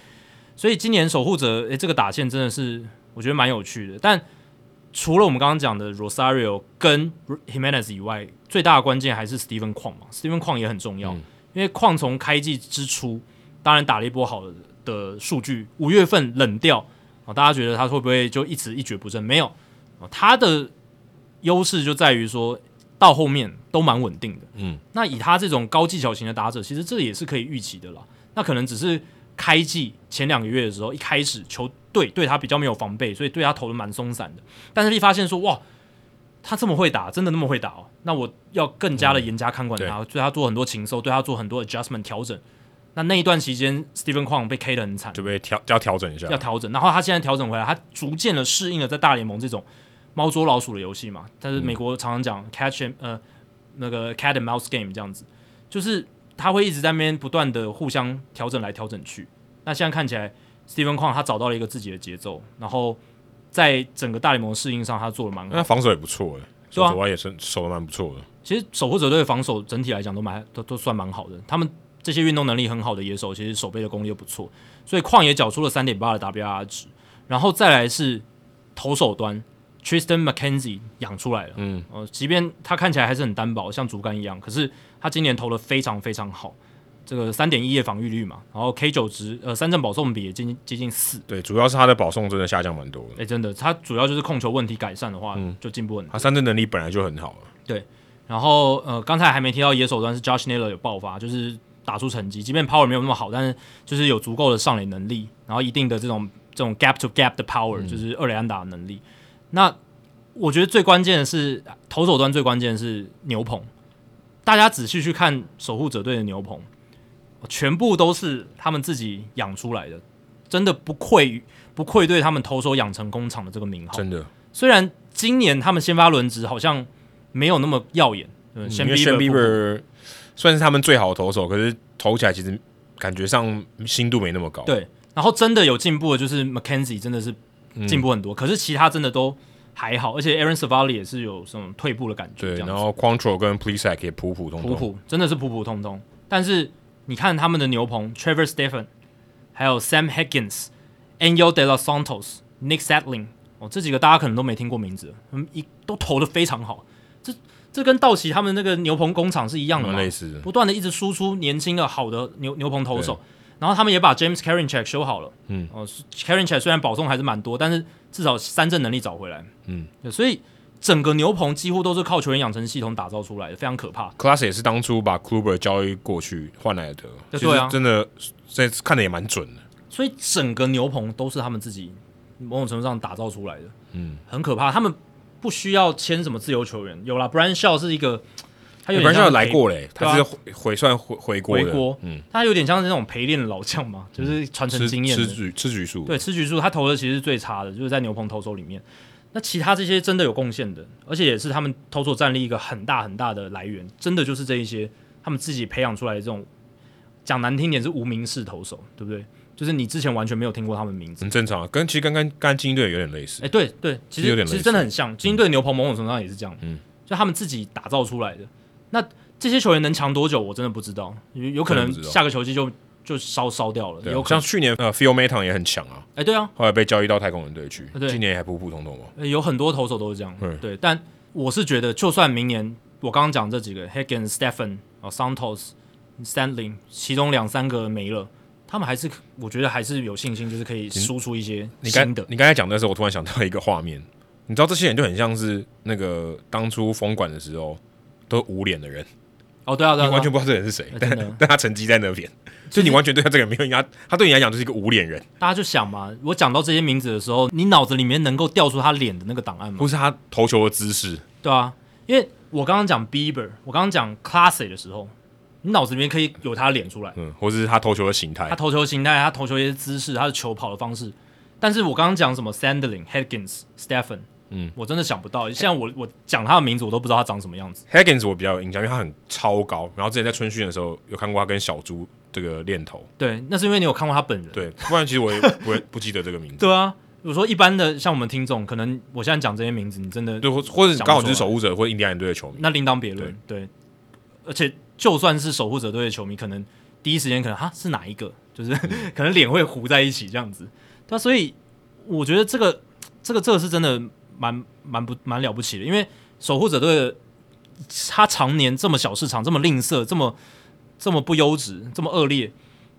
S2: 所以今年守护者，诶、这个打线真的是我觉得蛮有趣的。但除了我们刚刚讲的 Rosario 跟 Jimenez 以外，最大的关键还是 Steven 矿嘛。Steven 矿也很重要，
S1: 嗯
S2: 因为矿从开季之初，当然打了一波好的的数据，五月份冷掉啊、哦大家觉得他会不会就一直一蹶不振？没有，哦他的优势就在于说到后面都蛮稳定的。
S1: 嗯，
S2: 那以他这种高技巧型的打者，其实这也是可以预期的啦。那可能只是开季前两个月的时候，一开始球队对他比较没有防备，所以对他投的蛮松散的。但是一发现说，哇，他这么会打，真的那么会打哦？那我要更加的
S1: 嗯
S2: 严加看管他，对他做很多情搜，对他做很多 adjustment 调整。那那一段期间，Stephen Kwang 被 K 的很惨，
S1: 就被调要调整一下
S2: 要。调整。然后他现在调整回来，他逐渐的适应了在大联盟这种猫捉老鼠的游戏嘛。但是美国常常讲 catch and 呃那个 cat and mouse game 这样子，就是他会一直在那边不断的互相调整来调整去。那现在看起来，Steven 矿他找到了一个自己的节奏，然后在整个大联盟的适应上，他做的蛮好。
S1: 那防守也不错哎，
S2: 对啊
S1: 手腕也是守的蛮不错的。
S2: 其实守护者队的防守整体来讲都蛮都都算蛮好的，他们这些运动能力很好的野手，其实守备的功力又不错，所以矿也缴出了三点八的 WR 值，然后再来是投手端，Tristan McKenzie 养出来了，
S1: 嗯，
S2: 呃，即便他看起来还是很单薄，像竹竿一样，可是他今年投的非常非常好，这个三点一的防御率嘛，然后 K 九值呃三振保送比也接近接近四，
S1: 对，主要是他的保送真的下降蛮多的，
S2: 哎，真的，他主要就是控球问题改善的话，就进步很多。
S1: 他三振能力本来就很好了。
S2: 然后呃，刚才还没提到野手端是 Josh Naylor 有爆发，就是打出成绩，即便 power 没有那么好，但是就是有足够的上垒能力，然后一定的这种这种 gap to gap 的 power，、就是二垒安打的能力。那我觉得最关键的是投手端最关键的是牛棚，大家仔细去看守护者队的牛棚，全部都是他们自己养出来的，真的不愧于不愧对他们投手养成工厂的这个名号。
S1: 真的，
S2: 虽然今年他们先发轮值好像没有那么耀眼，嗯，
S1: 因为 s h a n Bieber 算是他们最好的投手，可是投起来其实感觉上心度没那么高。
S2: 对，然后真的有进步的就是 McKenzie 真的是
S1: 嗯
S2: 进步很多，可是其他真的都还好，而且 Aaron Savali 也是有这种退步的感觉，
S1: 对，
S2: 这样
S1: 然
S2: 子
S1: 后 Quantrill 跟 p l e s a c 也普普通通。
S2: 普普真的是普普通通。但是你看他们的牛棚，Trevor Stephen，还有 Sam Higgins、a n g e l De La Santos、Nick Sadling，哦，这几个大家可能都没听过名字，嗯，一都投的非常好。这这跟道奇他们那个牛棚工厂是一样的嘛，
S1: 哦类似的
S2: 不断的一直输出年轻的好的牛牛棚投手，然后他们也把 James Karinchak 修好了，
S1: 嗯，
S2: 哦、k a r i n c h a k 虽然保送还是蛮多，但是至少三振能力找回来，
S1: 嗯
S2: 对，所以整个牛棚几乎都是靠球员养成系统打造出来的，非常可怕。
S1: Class 也是当初把 Kluber 交易过去换来的，
S2: 对
S1: 其实
S2: 啊
S1: 真的这次看的也蛮准的。
S2: 所以整个牛棚都是他们自己某种程度上打造出来的，
S1: 嗯，
S2: 很可怕。他们不需要签什么自由球员，有啦 b r a n Shaw 是一个，他有
S1: 本来
S2: 点像
S1: 就哎来
S2: 陪
S1: 过嘞，
S2: 对
S1: 他
S2: 啊
S1: 是回回算回回国
S2: 回
S1: 的
S2: 国，
S1: 嗯，
S2: 他有点像是那种陪练的老将嘛，就是传承
S1: 吃
S2: 经验的
S1: 吃。橘吃橘树，
S2: 对，吃局数他投的其实是最差的，就是在牛棚投手里面。那其他这些真的有贡献的，而且也是他们投手战力一个很大很大的来源，真的就是这一些他们自己培养出来的这种，讲难听点是无名氏投手，对不对？就是你之前完全没有听过他们名字。
S1: 很正常啊，跟其实跟跟跟精英队有点类似
S2: 哎、。对对，其
S1: 有
S2: 实
S1: 点
S2: 其实
S1: 类
S2: 真的很像，精英队牛棚某种程度上也是这样，
S1: 嗯，
S2: 就他们自己打造出来的。那这些球员能强多久，我真的不知道，有有可
S1: 真的
S2: 能
S1: 不知道
S2: 下个球季就就烧烧掉了，
S1: 对啊
S2: 有可
S1: 像
S2: 能，
S1: 去年呃 Phil Maton 也很强啊，
S2: 哎、对啊，
S1: 后来被交易到太空人队去
S2: 啊对，
S1: 今年还普普通通嘛。
S2: 呃有很多投手都是这样，
S1: 嗯
S2: 对。但我是觉得，就算明年我刚刚讲这几个 Hagen、Stephen、哦 Santos、Stanley，其中两三个没了，他们还是我觉得还是有信心，就是可以输出一些
S1: 你刚
S2: 新的。
S1: 你刚才讲的时候，我突然想到一个画面，你知道这些人就很像是那个当初封馆的时候都无脸的人，
S2: 哦，对啊，对
S1: 你
S2: 啊，
S1: 完全
S2: 对啊
S1: 不知道这人是谁
S2: 哎，
S1: 但
S2: 真的
S1: 但他成绩在那边，所以你完全对他这个人没有印象，他他对你来讲就是一个无脸人，
S2: 大家就想嘛，我讲到这些名字的时候，你脑子里面能够调出他脸的那个档案吗？
S1: 不是他投球的姿势，
S2: 对啊，因为我刚刚讲 Bieber，我刚刚讲 Classy 的时候，你脑子里面可以有他的脸出来，
S1: 嗯，或是他投球的形
S2: 他
S1: 态，
S2: 投球形态，他投球一些姿势，他的球跑的方式。但是我刚刚讲什么 Sandling、Hedgins、Stephen，
S1: 嗯，
S2: 我真的想不到，现在我我讲他的名字我都不知道他长什么样子。
S1: Higgins 我比较有印象，因为他很超高，然后之前在春训的时候有看过他跟小猪这个练头，
S2: 对，那是因为你有看过他本人。
S1: 对，不然其实我也不会不记得这个名字，
S2: 对啊，我说一般的像我们听众，可能我现在讲这些名字，你真的
S1: 对，或或者
S2: 想不
S1: 刚好就是
S2: 出来
S1: 守护者或印第安人队的球迷，
S2: 那另当别论。对，而且就算是守护者队的球迷，可能第一时间可能哈是哪一个，就是
S1: 嗯
S2: 可能脸会糊在一起这样子。对啊、所以我觉得这个这个这个是真的蛮蛮不蛮了不起的，因为守护者队的他常年这么小市场，这么吝啬，这么这么不优质，这么恶劣，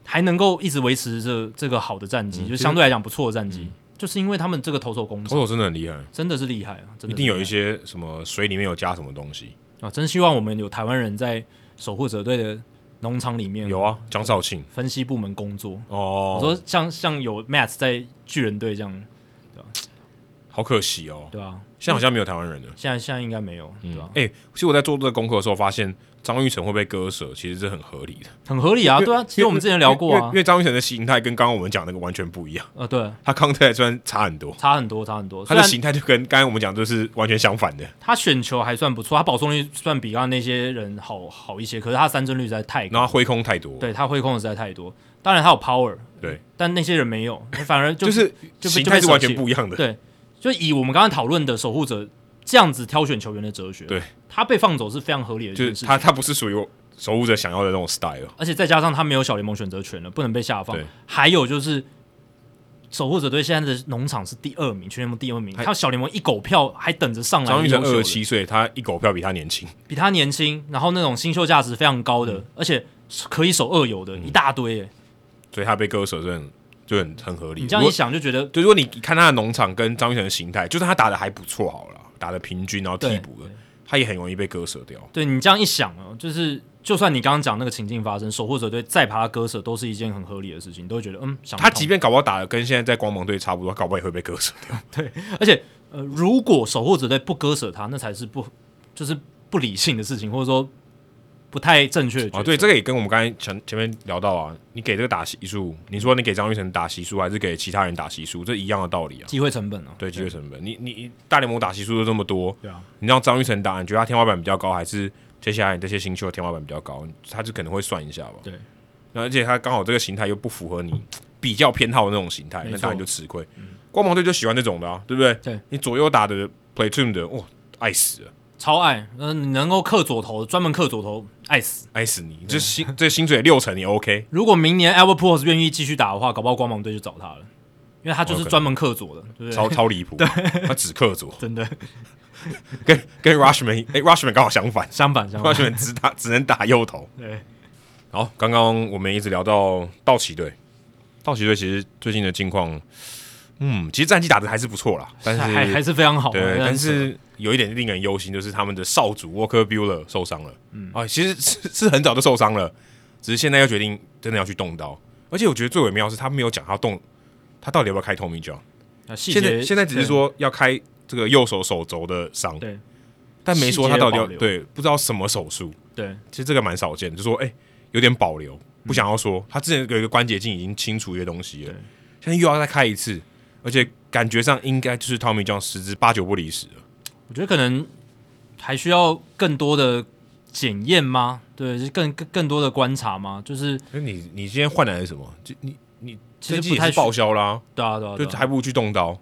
S2: 还能够一直维持着这个好的战
S1: 嗯
S2: 绩，就相对来讲不错的战绩，就是因为他们这个投手工
S1: 投
S2: 厂
S1: 手真的很厉害，
S2: 真的是厉害啊，真的
S1: 一
S2: 是
S1: 定有
S2: 厉
S1: 一
S2: 害
S1: 些什么水里面有加什么东西，
S2: 啊，真希望我们有台湾人在守护者队的农场里面
S1: 有啊，蒋少庆
S2: 分析部门工作。
S1: 哦，
S2: 我说像像有 Matt 在巨人队这样，
S1: 好可惜哦，
S2: 对嗯啊，
S1: 现在好像没有台湾人了。
S2: 现在现在应该没有，对吧、
S1: 哎、其实我在做这个功课的时候，发现张玉成会被割舍，其实是很合理的。
S2: 很合理啊，对啊，其实我们之前聊过
S1: 因为
S2: 啊
S1: 因，为张玉成的形态跟刚刚我们讲那个完全不一样，
S2: 呃，对，
S1: 他康泰虽然差很多，
S2: 差很多，差很多。
S1: 他
S2: 虽
S1: 的
S2: 然
S1: 形态就跟刚刚我们讲就是完全相反的。
S2: 他选球还算不错，他保送率算比刚刚那些人好好一些，可是他三振率实在太高，
S1: 然后他挥空太多，，
S2: 对他挥空的实在太多。当然他有 power，
S1: 对，
S2: 但那些人没有，反 而就
S1: 就是
S2: 就被
S1: 形态
S2: 就是被
S1: 完
S2: 舍
S1: 全
S2: 弃
S1: 不一样的。
S2: 对，就以我们刚刚讨论的守护者这样子挑选球员的哲学，
S1: 对
S2: 他被放走是非常合理的一
S1: 就
S2: 件事
S1: 是
S2: 情。
S1: 他他不是属于我守护者想要的那种 style。
S2: 而且再加上他没有小联盟选择权了，不能被下放
S1: 对。
S2: 还有就是，守护者队现在的农场是第二名，全联盟第二名，
S1: 还
S2: 他小联盟一狗票还等着上来。
S1: 张玉成
S2: 优秀
S1: 二
S2: 的
S1: 十七岁，他一狗票比他年轻，
S2: 比他年轻，然后那种新秀价值非常高
S1: 嗯
S2: 的，而且可以守二游的、一大堆耶。
S1: 所以他被割舍是很就很很合理的。
S2: 你这样
S1: 如
S2: 一
S1: 果
S2: 想就觉得
S1: 就如果你看他的农场跟张玉成的形态，就算他打的还不错好了，打的平均，然后替
S2: 对
S1: 补的，他也很容易被割舍掉。
S2: 对你这样一想哦，就是就算你刚刚讲那个情境发生，守护者队再把他割舍都是一件很合理的事情，都会觉得嗯想不
S1: 他
S2: 通
S1: 即便搞不好打的跟现在在光芒队差不多，他搞不好也会被割舍掉。
S2: 而且呃，如果守护者队不割舍他，那才是不就是不理性的事情，或者说不太正确的决
S1: 啊，
S2: 策
S1: 对，这个也跟我们刚才前前面聊到啊，你给这个打席数，你说你给张玉成打席数，还是给其他人打席数，这一样的道理啊。
S2: 机会成本啊，
S1: 对，机会成本，你你你大联盟打席数都这么多，
S2: 对啊，
S1: 你让张玉成打，你觉得他天花板比较高，还是接下来你这些新秀的天花板比较高？他就可能会算一下吧。
S2: 对，嗯
S1: 那而且他刚好这个形态又不符合你比较偏好的那种形态，
S2: 没错嗯
S1: 那当然就吃亏。光芒队就喜欢这种的啊，对不对？
S2: 对
S1: 你左右打的 play two 的，哇，爱死了。
S2: 超爱，嗯、你能够克左投，专门克左投，爱死。
S1: 爱死你！这薪这薪水六成也 OK，
S2: 如果明年 Albert p o r s 愿意继续打的话，搞不好光芒队就找他了，因为他就
S1: 哦有可
S2: 是
S1: 能
S2: 专门克左的，对不对？
S1: 超超离谱，他只克左，
S2: 真的，
S1: 跟跟 Rushman，哎、r u s h m a n 刚好相反
S2: 相反，相反，
S1: ，Rushman 只打只能打右投。
S2: 对，
S1: 好，刚刚我们一直聊到道奇队，道奇队其实最近的近况，嗯，其实战绩打的还是不错啦，但是
S2: 还还还是非常好，
S1: 对，但
S2: 很
S1: 是有一点令人忧心，就是他们的少主 Walker Bueller 受伤了。嗯，啊，其实是 是很早就受伤了，只是现在又决定真的要去动刀。而且我觉得最微妙的是，他没有讲他动，他到底要不要开 Tommy John。
S2: 啊细节
S1: 现在现在只是说要开这个右手手肘的伤，
S2: 对
S1: 但没说他到底要
S2: 细节有保留
S1: 对不知道什么手术。
S2: 对
S1: 其实这个蛮少见，就说哎、有点保留，不想要说。他之前有一个关节镜已经清除一些东西了
S2: 对，
S1: 现在又要再开一次，而且感觉上应该就是 Tommy John 十之八九不离十了。
S2: 我觉得可能还需要更多的检验吗？对，就是更更更多的观察吗？就是
S1: 那你你今天换来的是什么？就你你
S2: 其
S1: 这
S2: 实
S1: 季
S2: 不
S1: 也
S2: 太
S1: 是
S2: 需
S1: 报销啦，
S2: 对啊对啊，对
S1: 就
S2: 啊
S1: 还不如去动刀。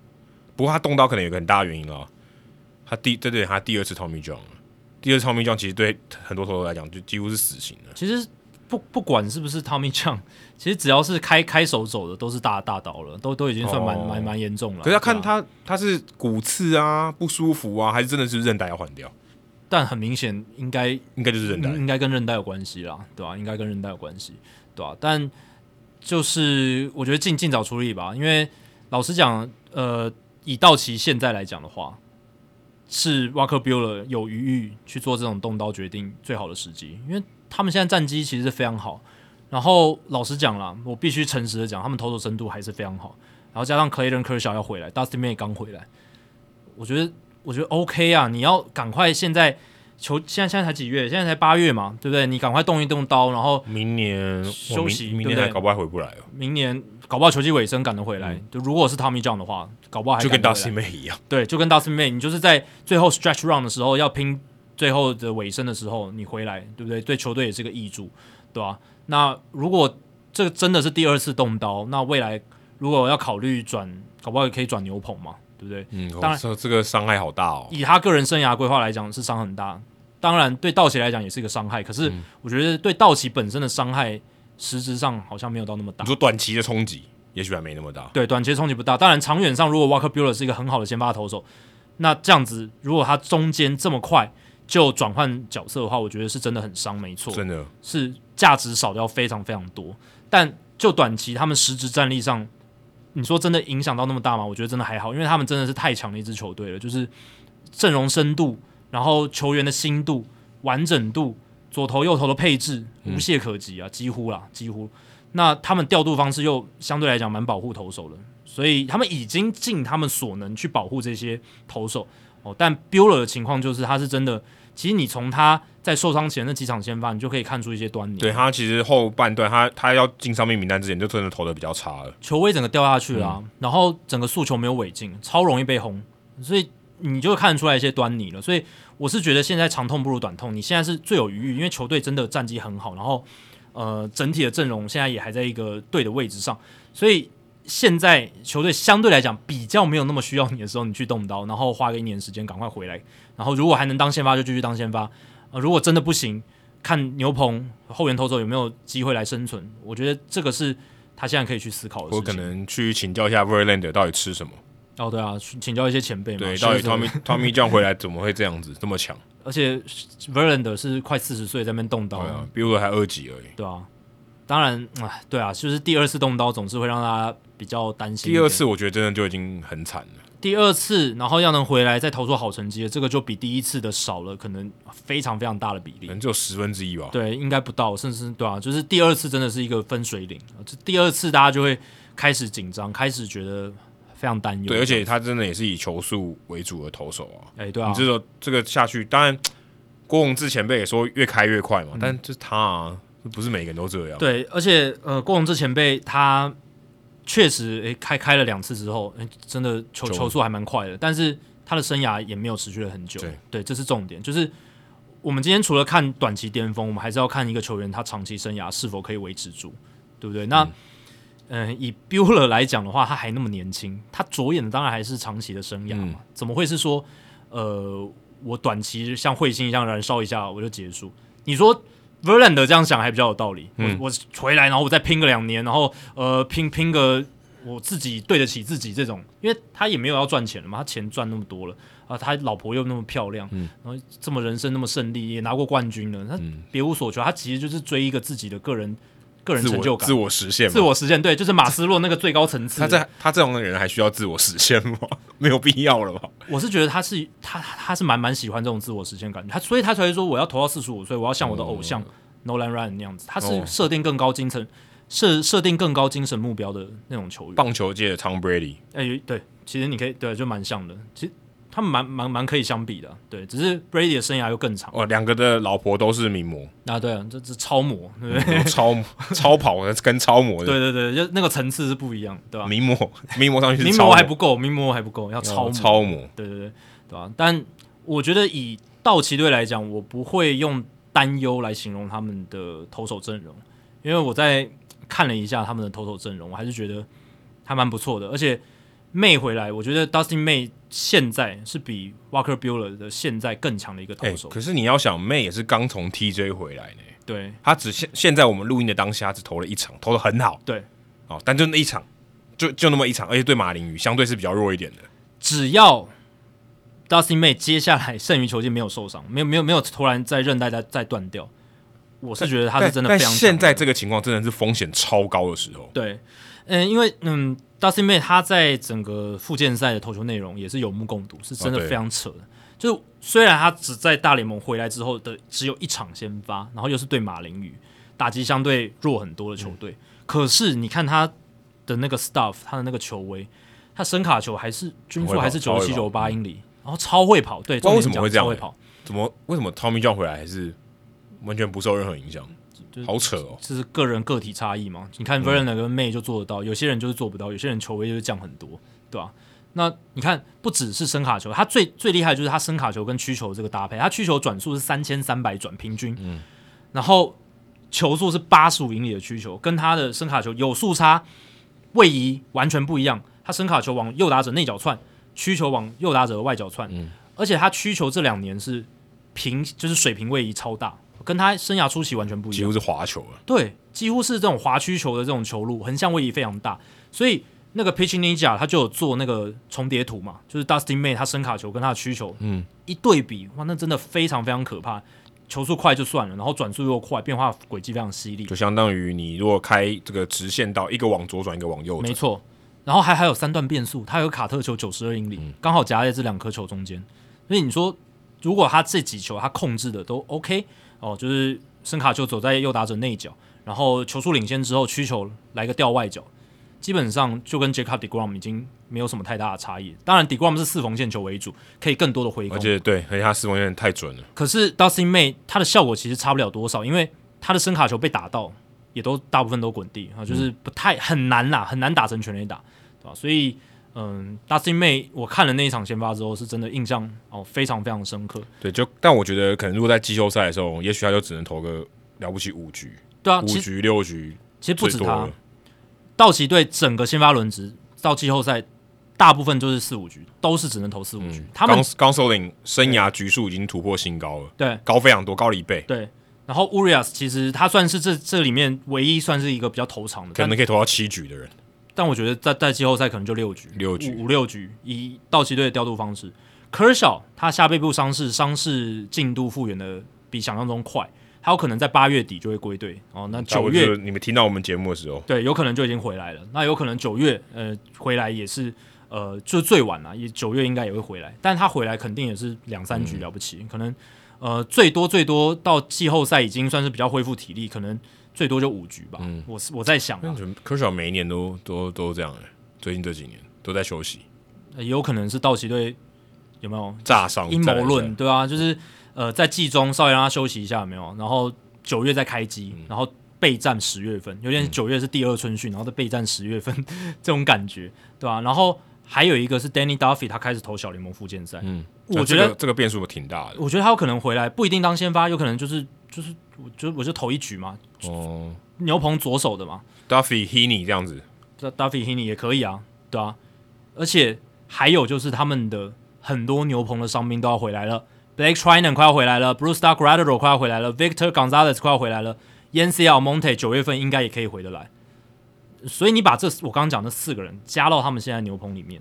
S1: 不过他动刀可能有个很大的原因啦，他第对对，他第二次 Tommy John，了第二次 Tommy John 其实对很多投手来讲就几乎是死刑了。
S2: 其实不不管是不是 Tommy Chang，其 实只要是开开手肘的都是大大刀了，都都已经算蛮
S1: 哦
S2: 蛮蛮严重了。
S1: 可是要看
S2: 对啊，
S1: 他他是骨刺啊、不舒服啊，还是真的是韧带要换掉？
S2: 但很明显应该
S1: 应该就是韧带。
S2: 嗯应应该跟韧带有关系啦，对啊吧、应该跟韧带有关系，对吧、但就是我觉得尽尽早处理吧，因为老实讲，呃，以道奇现在来讲的话，是 Walker Bueller 有余裕去做这种动刀决定最好的时机，因为他们现在战绩其实是非常好。然后老实讲啦，我必须诚实的讲，他们投手深度还是非常好。然后加上 Clayton Kershaw 要回来，Dustin May 刚回来，我觉得我觉得 OK 啊，你要赶快现在球现在现在才几月？现在才八月嘛，对不对？你赶快动一动刀，然后
S1: 明年
S2: 休息
S1: 哇明明年
S2: 对不对
S1: 还搞不好还回不来哦，
S2: 明年搞不好球季尾声赶得回来。就如果是 Tommy John 的话，搞不好还
S1: 嗯就跟
S2: 赶
S1: 大
S2: 得回来
S1: 师妹一样。
S2: 对，就跟 Dustin May，你就是在最后 stretch run 的时候要拼最后的尾声的时候，你回来，对不对？对球队也是个益助，对吧、那如果这真的是第二次动刀，那未来如果要考虑转，搞不好也可以转牛棚嘛，对不对？
S1: 嗯，
S2: 当
S1: 当
S2: 然
S1: 然这个伤害好大哦。
S2: 以他个人生涯规划来讲，是伤很大。当然，对道奇来讲也是一个伤害，可是我觉得对道奇本身的伤害，实质上好像没有到那么大
S1: 你。说短期的冲击，也许还没那么大。
S2: 对，短期冲击不大。当然，长远上，如果 Walker Bueller 是一个很好的先发投手，那这样子，如果他中间这么快就转换角色的话，我觉得是真的很伤，没错，
S1: 真的，
S2: 是价值少掉非常非常多。但就短期他们实质战力上，你说真的影响到那么大吗？我觉得真的还好，因为他们真的是太强的一支球队了，就是阵容深度，然后球员的心度、完整度、左投右投的配置无懈可击啊，几乎啦，几乎。那他们调度方式又相对来讲蛮保护投手的，所以他们已经尽他们所能去保护这些投手哦。但 Bueller 的情况就是，他是真的，其实你从他在受伤前那几场先发，你就可以看出一些端倪。
S1: 对他其实后半段他他要进伤病名单之前，就真的投的比较差了。
S2: 球威整个掉下去了、啊然后整个速球没有尾劲，超容易被轰，所以你就看得出来一些端倪了。所以我是觉得现在长痛不如短痛，你现在是最有余裕，因为球队真的战绩很好，然后呃整体的阵容现在也还在一个对的位置上，所以现在球队相对来讲比较没有那么需要你的时候，你去动刀，然后花个一年时间赶快回来，然后如果还能当先发就继续当先发，呃，如果真的不行。看牛棚后援投手有没有机会来生存，我觉得这个是他现在可以去思考的事
S1: 我
S2: 情。
S1: 可能去请教一下 Verlander 到底吃什么，
S2: 哦，对啊，去请教一些前辈嘛。
S1: 对，
S2: 学
S1: 到底
S2: 者
S1: Tommy Tommy 这样回来怎么会这样子这么 强？
S2: 而且 Verlander 是快四十岁在那边动刀，
S1: 对啊，Bueller 还二级而已。
S2: 对啊。当然，哎，对啊，就是第二次动刀总是会让大家比较担心。
S1: 第二，次我觉得真的就已经很惨了。
S2: 第二次，然后要能回来再投出好成绩，这个就比第一次的少了，可能非常非常大的比
S1: 可
S2: 例。
S1: 能只有十分之一吧。
S2: 对，应该不到，甚至对啊，就是第二次真的是一个分水岭。
S1: 嗯
S2: 这第二次大家就会开始紧张，开始觉得非常担忧。
S1: 对，而且他真的也是以球速为主的投手啊。
S2: 哎，对啊
S1: 你，这个这个下去，当然郭宏志前辈也说越开越快嘛，但就是他啊，不是每个人都这样。
S2: 嗯对，而且呃，郭宏志前辈他确实诶、开开了两次之后，诶真的球
S1: 球
S2: 球速还蛮快的，但是他的生涯也没有持续了很久。
S1: 对，
S2: 这是重点，就是我们今天除了看短期巅峰，我们还是要看一个球员他长期生涯是否可以维持住，对不对？那嗯、呃以 Bueller 来讲的话，他还那么年轻，他着眼的当然还是长期的生涯
S1: 嗯
S2: 嘛，怎么会是说呃我短期像彗星一样燃烧一下我就结束？你说
S1: 嗯
S2: Verlander 这样想还比较有道理。我我回来，然后我再拼个两年，然后呃拼拼个我自己对得起自己这种，因为他也没有要赚钱了嘛，他钱赚那么多了啊，他老婆又那么漂亮，
S1: 嗯
S2: 然后这么人生那么胜利，也拿过冠军了，他别无所求，他其实就是追一个自己的个人个人
S1: 自
S2: 成就
S1: 我
S2: 感
S1: 自。我实现嘛，
S2: 自我实现，对，就是马斯洛那个最高层次。
S1: 他这他这种人还需要自我实现吗？ 没有必要了吧？
S2: 我是觉得他是他他是蛮蛮喜欢这种自我实现感觉，他所以他才会说我要投到四十五岁，我要像我的偶像 Nolan Ryan 那样子，他
S1: 嗯哦
S2: 是设定更高精神设设定更高精神目标的那种球员。
S1: 棒球界的 Tom Brady，
S2: 哎、对，其实你可以对，就蛮像的，其实他们蛮蛮蛮可以相比的啊，对，只是 Brady 的生涯又更长
S1: 哦，两个的老婆都是名模，
S2: 啊，对啊，这这超模，对不对？
S1: 超超跑 的跟超模的
S2: 对对对，就那个层次是不一样，对吧、
S1: 名模，名模上去是
S2: 名
S1: 超
S2: 模还不够，名模还不够，要超模，
S1: 超模，
S2: 对对对，对吧、但我觉得以道奇队来讲，我不会用担忧来形容他们的投手阵容，因为我在看了一下他们的投手阵容，我还是觉得还蛮不错的。而且 May 回来，我觉得 Dustin May 现在是比 Walker Bueller 的现在更强的一个
S1: 哎、
S2: 投手。
S1: 可是你要想妹也是刚从 TJ 回来呢，
S2: 对
S1: 他只现现在我们录音的当下只投了一场，投的很好
S2: 对，
S1: 哦，但就那一场，就就那么一场，而且对马林鱼相对是比较弱一点的，
S2: 只要 Dustin May 接下来剩余球季没有受伤，没有没有没有突然在韧带再再断掉，我是觉得他是真的
S1: 但
S2: 非
S1: 但
S2: 常强
S1: 现在
S2: 的
S1: 这个情况真的是风险超高的时候，
S2: 对，嗯，因为嗯，Dustin May 他在整个复健赛的投球内容也是有目共睹，是真的
S1: 啊对
S2: 非常扯的。就是虽然他只在大联盟回来之后的只有一场先发，然后又是对马林鱼打击相对弱很多的球队，
S1: 嗯
S2: 可是你看他的那个 stuff，他的那个球威，他声卡球还是均
S1: 很会
S2: 速
S1: 跑
S2: 还是
S1: 超
S2: 九
S1: 会
S2: 十七
S1: 跑嗯
S2: 九八英里，然后超会跑，对，
S1: 知道
S2: 重
S1: 为什
S2: 点是
S1: 么会
S2: 讲
S1: 这样
S2: 超会
S1: 欸
S2: 跑，
S1: 怎么为什么 Tommy John 回来还是完全不受任何影响
S2: 就？
S1: 好扯哦！
S2: 这是个人个体差异嘛。你看 Verlander 跟 May 就做得到，有些人就是做不到，有些人球威就是降很多，对吧、那你看，不只是声卡球，他最最厉害的就是他声卡球跟曲球这个搭配，他曲球转速是三千三百转平均，嗯，然后球速是八十五英里的曲球，跟他的声卡球有速差，位移完全不一样。他声卡球往右打者内角窜，曲球往右打者的外角窜，而且他曲球这两年是平，就是水平位移超大，跟他生涯初期完全不一样
S1: 几。乎是滑球了，
S2: 对，几乎是这种滑曲球的这种球路，横向位移非常大，所以那个 Pitching Ninja 他就有做那个重叠图嘛，就是 Dustin May 他声卡球跟他的曲球，嗯，一对比，哇，那真的非常非常可怕，球速快就算了，然后转速又快，变化轨迹非常犀利，
S1: 就相当于你如果开这个直线道，一个往左转，一个往右
S2: 没
S1: 转，
S2: 错。然后还还有三段变速，他有卡特球九十二英里，
S1: 嗯
S2: 刚好夹在这两颗球中间。所以你说，如果他这几球他控制的都 OK 哦，就是声卡球走在右打者内角，然后球速领先之后，曲球来个吊外角，基本上就跟 Jacob Degrom 已经没有什么太大的差异。当然，Degrom 是四缝线球为主，可以更多的回
S1: 而
S2: 攻。
S1: 且对，而且他四分有点太准了，
S2: 可是 Dustin May 他的效果其实差不了多少，因为他的声卡球被打到，也都大部分都滚地啊，
S1: 嗯
S2: 就是不太很难啦，很难打成全垒打，对吧？所以，嗯，Dustin May 我看了那一场先发之后，是真的印象哦非常非常深刻。
S1: 对，就但我觉得可能如果在季后赛的时候，也许他就只能投个了不起五局、
S2: 对啊，
S1: 五
S2: 其实
S1: 局、六局，
S2: 其实不
S1: 最
S2: 止
S1: 多
S2: 他
S1: 了，。
S2: 道奇队整个先发轮值到季后赛，大部分就是四五局，都是只能投四五局。他们
S1: 嗯刚刚首领生涯局数已经突破新高了，
S2: 对
S1: 高非常多，高了一倍，
S2: 对，然后 Urias 其实他算是这这里面唯一算是一个比较头长的，
S1: 可能可以投到七局的人。
S2: 但我觉得在在季后赛可能就六局，
S1: 六局
S2: 五五六局，以道奇队的调度方式。科小他下背部伤势，伤势进度复原的比想象中快，他有可能在八月底就会归队哦。那
S1: 差不多
S2: 九
S1: 就
S2: 月
S1: 是你们听到我们节目的时候，
S2: 对，有可能就已经回来了。那有可能九月呃回来也是呃就最晚了，也九月应该也会回来，但他回来肯定也是两三
S1: 嗯
S2: 局了不起，可能呃最多最多到季后赛已经算是比较恢复体力，可能最多就五局吧。
S1: 嗯
S2: 我是我在想啊
S1: 那，怎么科小每一年都都都这样哎、最近这几年都在休息，
S2: 呃也有可能是道奇队有没有
S1: 炸伤
S2: 阴谋论，
S1: 炸
S2: 对啊，就是呃，在季中稍微让他休息一下，有没有？然后九月再开机，
S1: 嗯
S2: 然后备战十月份，有点九月是第二春训，然后再备战十月份这种感觉，对吧、然后还有一个是 Danny Duffy，他开始投小联盟复健赛，
S1: 嗯
S2: 我
S1: 那
S2: 觉
S1: 这
S2: 得、
S1: 个这个变数挺大的
S2: 我觉得他有可能回来，不一定当先发，有可能就是就是我就我就投一局嘛，
S1: 哦。
S2: 牛棚左手的嘛，
S1: Duffy Heaney 这样子，
S2: 这 Duffy Heaney 也可以啊，对啊，而且还有就是他们的很多牛棚的伤兵都要回来了，Blake Trinan 快要回来了，Bruce d a r g r a d o 快要回来了，Victor Gonzalez 快要回来了 y a n c y Almonte 九月份应该也可以回得来，所以你把这我刚刚讲的四个人加到他们现在牛棚里面，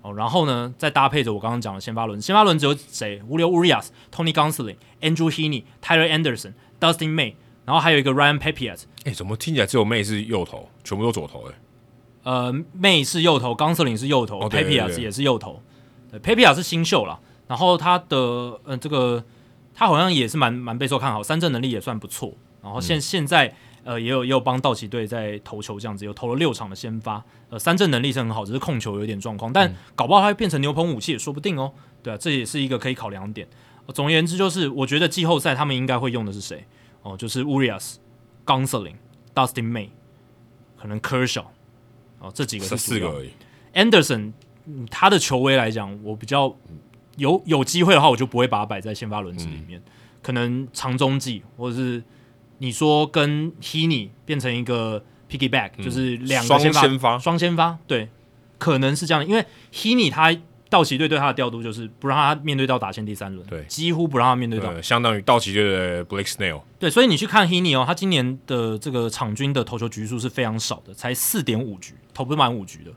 S2: 哦，然后呢，再搭配着我刚刚讲的先发轮，先发轮只有谁？无 u 乌 i a s Tony Gonsolin、Andrew Heaney、Tyler Anderson、Dustin May，然后还有一个 Ryan Papiet。
S1: 哎、怎么听起来只有妹是右投，全部都左投、哎，
S2: 呃，May 是右投，Gonsolin 是右投、
S1: 哦
S2: p
S1: 对
S2: a p i
S1: 对
S2: a
S1: 对
S2: 也是右投。对 p a p i a 是新秀啦，然后他的呃这个他好像也是蛮蛮备受看好，三振能力也算不错。然后现、
S1: 嗯
S2: 现在呃也有也有帮道奇队在投球这样子，有投了六场的先发，呃三振能力是很好，只是控球有点状况，
S1: 嗯
S2: 但搞不好他会变成牛棚武器也说不定哦。对啊，这也是一个可以考量点。呃总而言之，就是我觉得季后赛他们应该会用的是谁？哦，就是 Urias、Gonsolin、Dustin May，可能 Kershaw，哦，这几个是
S1: 是四
S2: 主
S1: 个
S2: 要
S1: 而已。
S2: Anderson 嗯他的球威来讲，我比较有有机会的话，我就不会把他摆在先发轮值里面，
S1: 嗯
S2: 可能长中继或者是你说跟 Heaney 变成一个 piggyback，、就是两个
S1: 嗯双
S2: 先发
S1: 先发
S2: 双先发，对，可能是这样的，因为 Heaney 他道奇队对他的调度就是不让他面对到打线第三轮，
S1: 对
S2: 几乎不让他面对啊到，
S1: 呃，相当于道奇队的 Blake Snell，
S2: 对，所以你去看 Heaney 哦，他今年的这个场均的投球局数是非常少的，才四点五局，投不满五局的。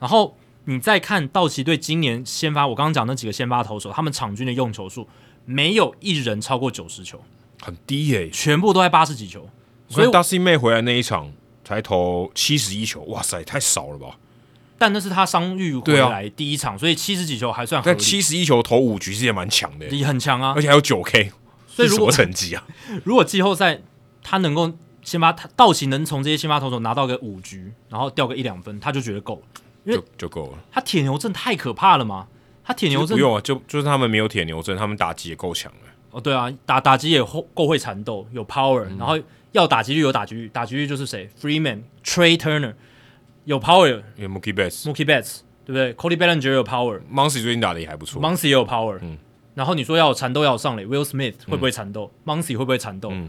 S2: 然后你再看道奇队今年先发，我刚刚讲那几个先发投手，他们场均的用球数没有一人超过九十球，
S1: 很低耶、
S2: 全部都在八十几球。
S1: 所
S2: 所
S1: 以
S2: 以，
S1: Dusty May 回来那一场才投七十一球，哇塞，太少了吧？
S2: 但那是他伤愈回
S1: 对啊
S2: 来第一场，所以七十几球还算合
S1: 但
S2: 理，
S1: 七十一球投五局其实也蛮强的、欸，
S2: 也很强啊
S1: 而。且还有九 K，
S2: 所以
S1: 是
S2: 如
S1: 什么
S2: 果
S1: 成绩啊？
S2: 如果季后赛他能够先发，他道奇能从这些先发投手拿到个五局，然后掉个一两分，他就觉得够了。因为
S1: 就就够了，
S2: 他铁牛阵太可怕了嘛，他铁牛
S1: 不
S2: 阵
S1: 用啊，就就是他们没有铁牛阵，他们打击也够强了。
S2: 哦，对啊，打打击也够够会缠斗，有 power，、然后要打击率有打击率，打击率就是谁，Freeman、Trey Turner 有 power，Mookie
S1: 因为 Mookie Betts、
S2: Betts 对不对？Cody Bellinger 有 power，Muncy
S1: m o n c y 最近打的也还不错，
S2: 也有 power，、然后你说要有缠斗要有上垒，Will Smith 会不会缠斗、m u n c y 会不会缠斗？
S1: 嗯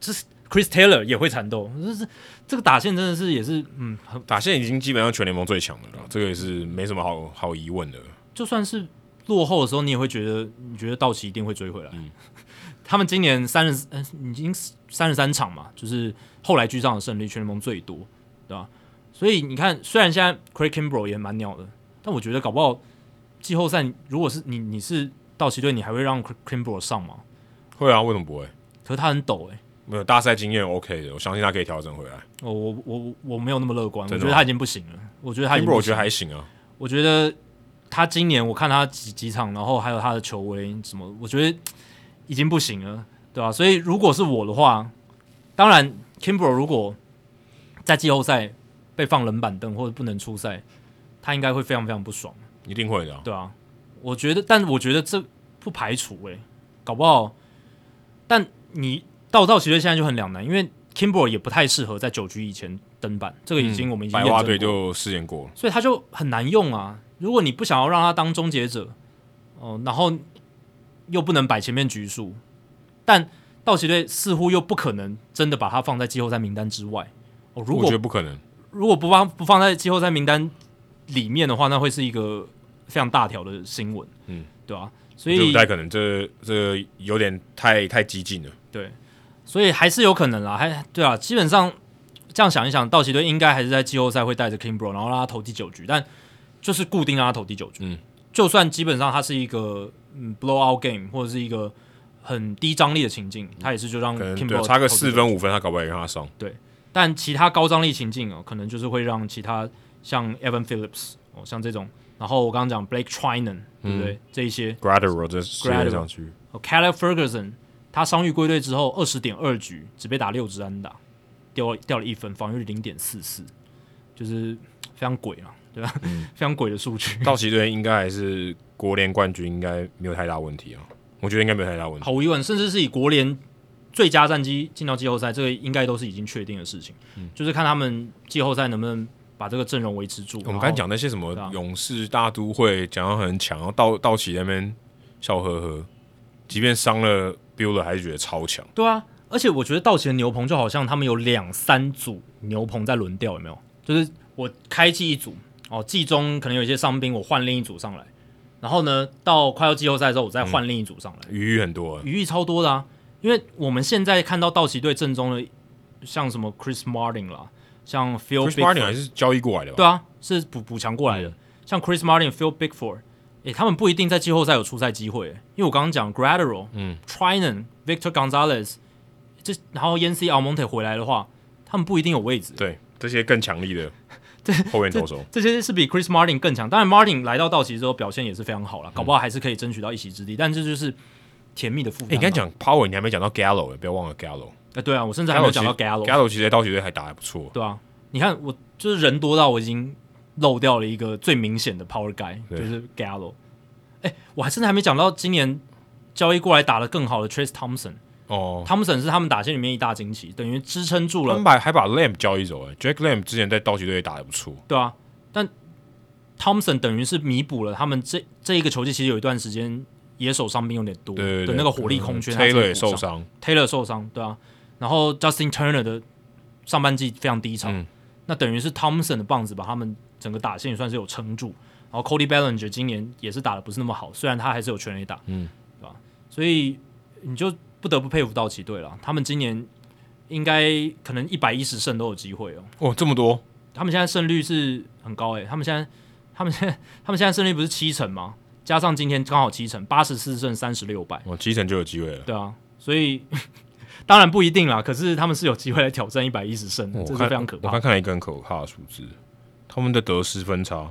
S2: 这是 Chris Taylor 也会缠斗，这是这个打线真的是也是嗯，很
S1: 打线已经基本上全联盟最强的了，这个也是没什么好好疑问的。
S2: 就算是落后的时候，你也会觉得你觉得道奇一定会追回来。
S1: 嗯
S2: 他们今年三十呃已经三十三场嘛，就是后来居上的胜利，全联盟最多，对吧？所以你看，虽然现在 Craig Kimbrel 也蛮鸟的，但我觉得搞不好季后赛如果是你你是道奇队，你还会让 Craig Kimbrel 上吗？
S1: 会啊，为什么不会？
S2: 可是他很抖欸诶、
S1: 没有大赛经验 OK 的，我相信他可以调整回来。
S2: 我我我我没有那么乐观，我
S1: 真的
S2: 觉
S1: 吗
S2: 得他已经不行了，我觉得他
S1: k
S2: 已
S1: i m b r
S2: 经不
S1: 我
S2: 行
S1: 觉得还行啊，
S2: 我觉得他今年我看他几几场，然后还有他的球威什么，我觉得嘖已经不行了，对吧、所以如果是我的话，当然 k i m b r e 如果在季后赛被放冷板凳或者不能出赛，他应该会非常非常不爽，
S1: 一定会的啊、
S2: 对啊，我觉得，但我觉得这不排除诶、搞不好，但你到道奇队现在就很两难，因为 k i m b r e 也不太适合在九局以前登板，这个已经、我们已经
S1: 嗯白
S2: 验
S1: 袜
S2: 证
S1: 队
S2: 过
S1: 就试验过了，
S2: 所以他就很难用啊。如果你不想要让他当终结者，哦、然后又不能摆前面局数，但道奇队似乎又不可能真的把他放在季后赛名单之外。哦，如
S1: 我觉
S2: 果
S1: 得不可能。
S2: 如果不放不放在季后赛名单里面的话，那会是一个非常大条的新闻，
S1: 嗯，
S2: 对啊？所
S1: 我觉得
S2: 以
S1: 不太可能，这这有点太太激进了。
S2: 对，所以还是有可能啦，还对啊，基本上这样想一想，道奇队应该还是在季后赛会带着 Kimbro，然后让他投第九局，但就是固定让他投第九局。
S1: 嗯，
S2: 就算基本上他是一个嗯 blowout game 或者是一个很低张力的情境，他也是就让
S1: 嗯可能
S2: Kimbro
S1: 对啊差个四分五分，他搞不好也让他上。
S2: 但其他高张力情境哦，可能就是会让其他像 Evan Phillips 哦，像这种，然后我刚刚讲 Blake Trinan 对不
S1: 嗯
S2: 对？这一些
S1: Gradual 这世界上去，
S2: 哦 c a l e Ferguson 他伤愈归队之后，二十点二局只被打六支安打，掉掉了一分，防御率零点四四，就是非常鬼啊，对吧？ 非常鬼的数据，
S1: 道奇队应该还是国联冠军，应该没有太大问题啊。我觉得应该没有太大问题。
S2: 毫无疑问，甚至是以国联最佳战绩进到季后赛，这个应该都是已经确定的事情，就是看他们季后赛能不能把这个阵容维持住。
S1: 我们
S2: 然后
S1: 刚才讲那些什么
S2: 对啊
S1: 勇士、大都会，讲到很强，然后道道奇在那边笑呵呵，即便伤了 Bueller，还是觉得超强。
S2: 对啊，而且我觉得道奇的牛棚就好像他们有两三组牛棚在轮调，有没有？就是我开季一组，哦，季中可能有一些伤兵，我换另一组上来，然后呢，到快要季后赛的时候，我再换另一组上来，
S1: 余裕很多啊，
S2: 余裕超多的啊。因为我们现在看到道奇队阵中的像什么 Chris Martin 啦，像 Phil
S1: Chris Martin
S2: Bigford，
S1: 还是交易过来的吧？
S2: 对啊，是补补强过来的，像 Chris Martin、Phil Bigford，诶、他们不一定在季后赛有出赛机会、因为我刚刚讲 Gradero、
S1: 嗯
S2: Trinan、Victor Gonzalez，这然后 y a n c y Almonte 回来的话，他们不一定有位置。
S1: 对，这些更强力的后援投手，
S2: 这些是比 Chris Martin 更强。当然，Martin 来到道奇之后表现也是非常好了，搞不好还是可以争取到一席之地。但这就是甜蜜的负担嘛。
S1: 诶你刚才讲 Power，你还没讲到 Gallo，欸不要忘了 Gallo。
S2: 哎，对啊，我甚至还没有讲到
S1: Gallo
S2: Gallo，
S1: 其实 Gallo 其实在道奇队还打得还不错，
S2: 对啊，你看我就是人多到我已经漏掉了一个最明显的 power guy，就
S1: 对
S2: 是 Gallo。哎、我还甚至还没讲到今年交易过来打得更好的 Trace Thompson，Thompson
S1: 哦，
S2: 是他们打线里面一大惊奇，等于支撑住
S1: 他
S2: 了
S1: 们，把还把 Lamb 交易走了，Jack 欸 Lamb 之前在道奇队也打得不错，
S2: 对啊，但 Thompson 等于是弥补了他们这这一个球季其实有一段时间野手伤病有点多
S1: 对对
S2: 的
S1: 对，
S2: 那个火力空缺
S1: 嗯
S2: 他自己
S1: ，Taylor 也
S2: 补上
S1: 受伤，
S2: Taylor 受伤，对啊，然后 Justin Turner 的上半季非常低潮，
S1: 嗯
S2: 那等于是 Thompson 的棒子把他们整个打线也算是有撑住。然后 Cody Bellinger 今年也是打的不是那么好，虽然他还是有全垒打，
S1: 嗯，
S2: 对吧？所以你就不得不佩服道奇队了，他们今年应该可能一百一十胜都有机会哦。
S1: 哇，这么多，
S2: 他们现在胜率是很高诶、欸他们现在他们现在他们现在胜率不是七成吗？加上今天刚好七成，八十四胜三十六败。
S1: 哦，七成就有机会了。
S2: 对啊，所以当然不一定啦。可是他们是有机会来挑战一百一十胜的，
S1: 我
S2: 这是
S1: 看
S2: 非常可
S1: 哦我
S2: 怕
S1: 看。看了一个很可怕的数字，他们的得失分差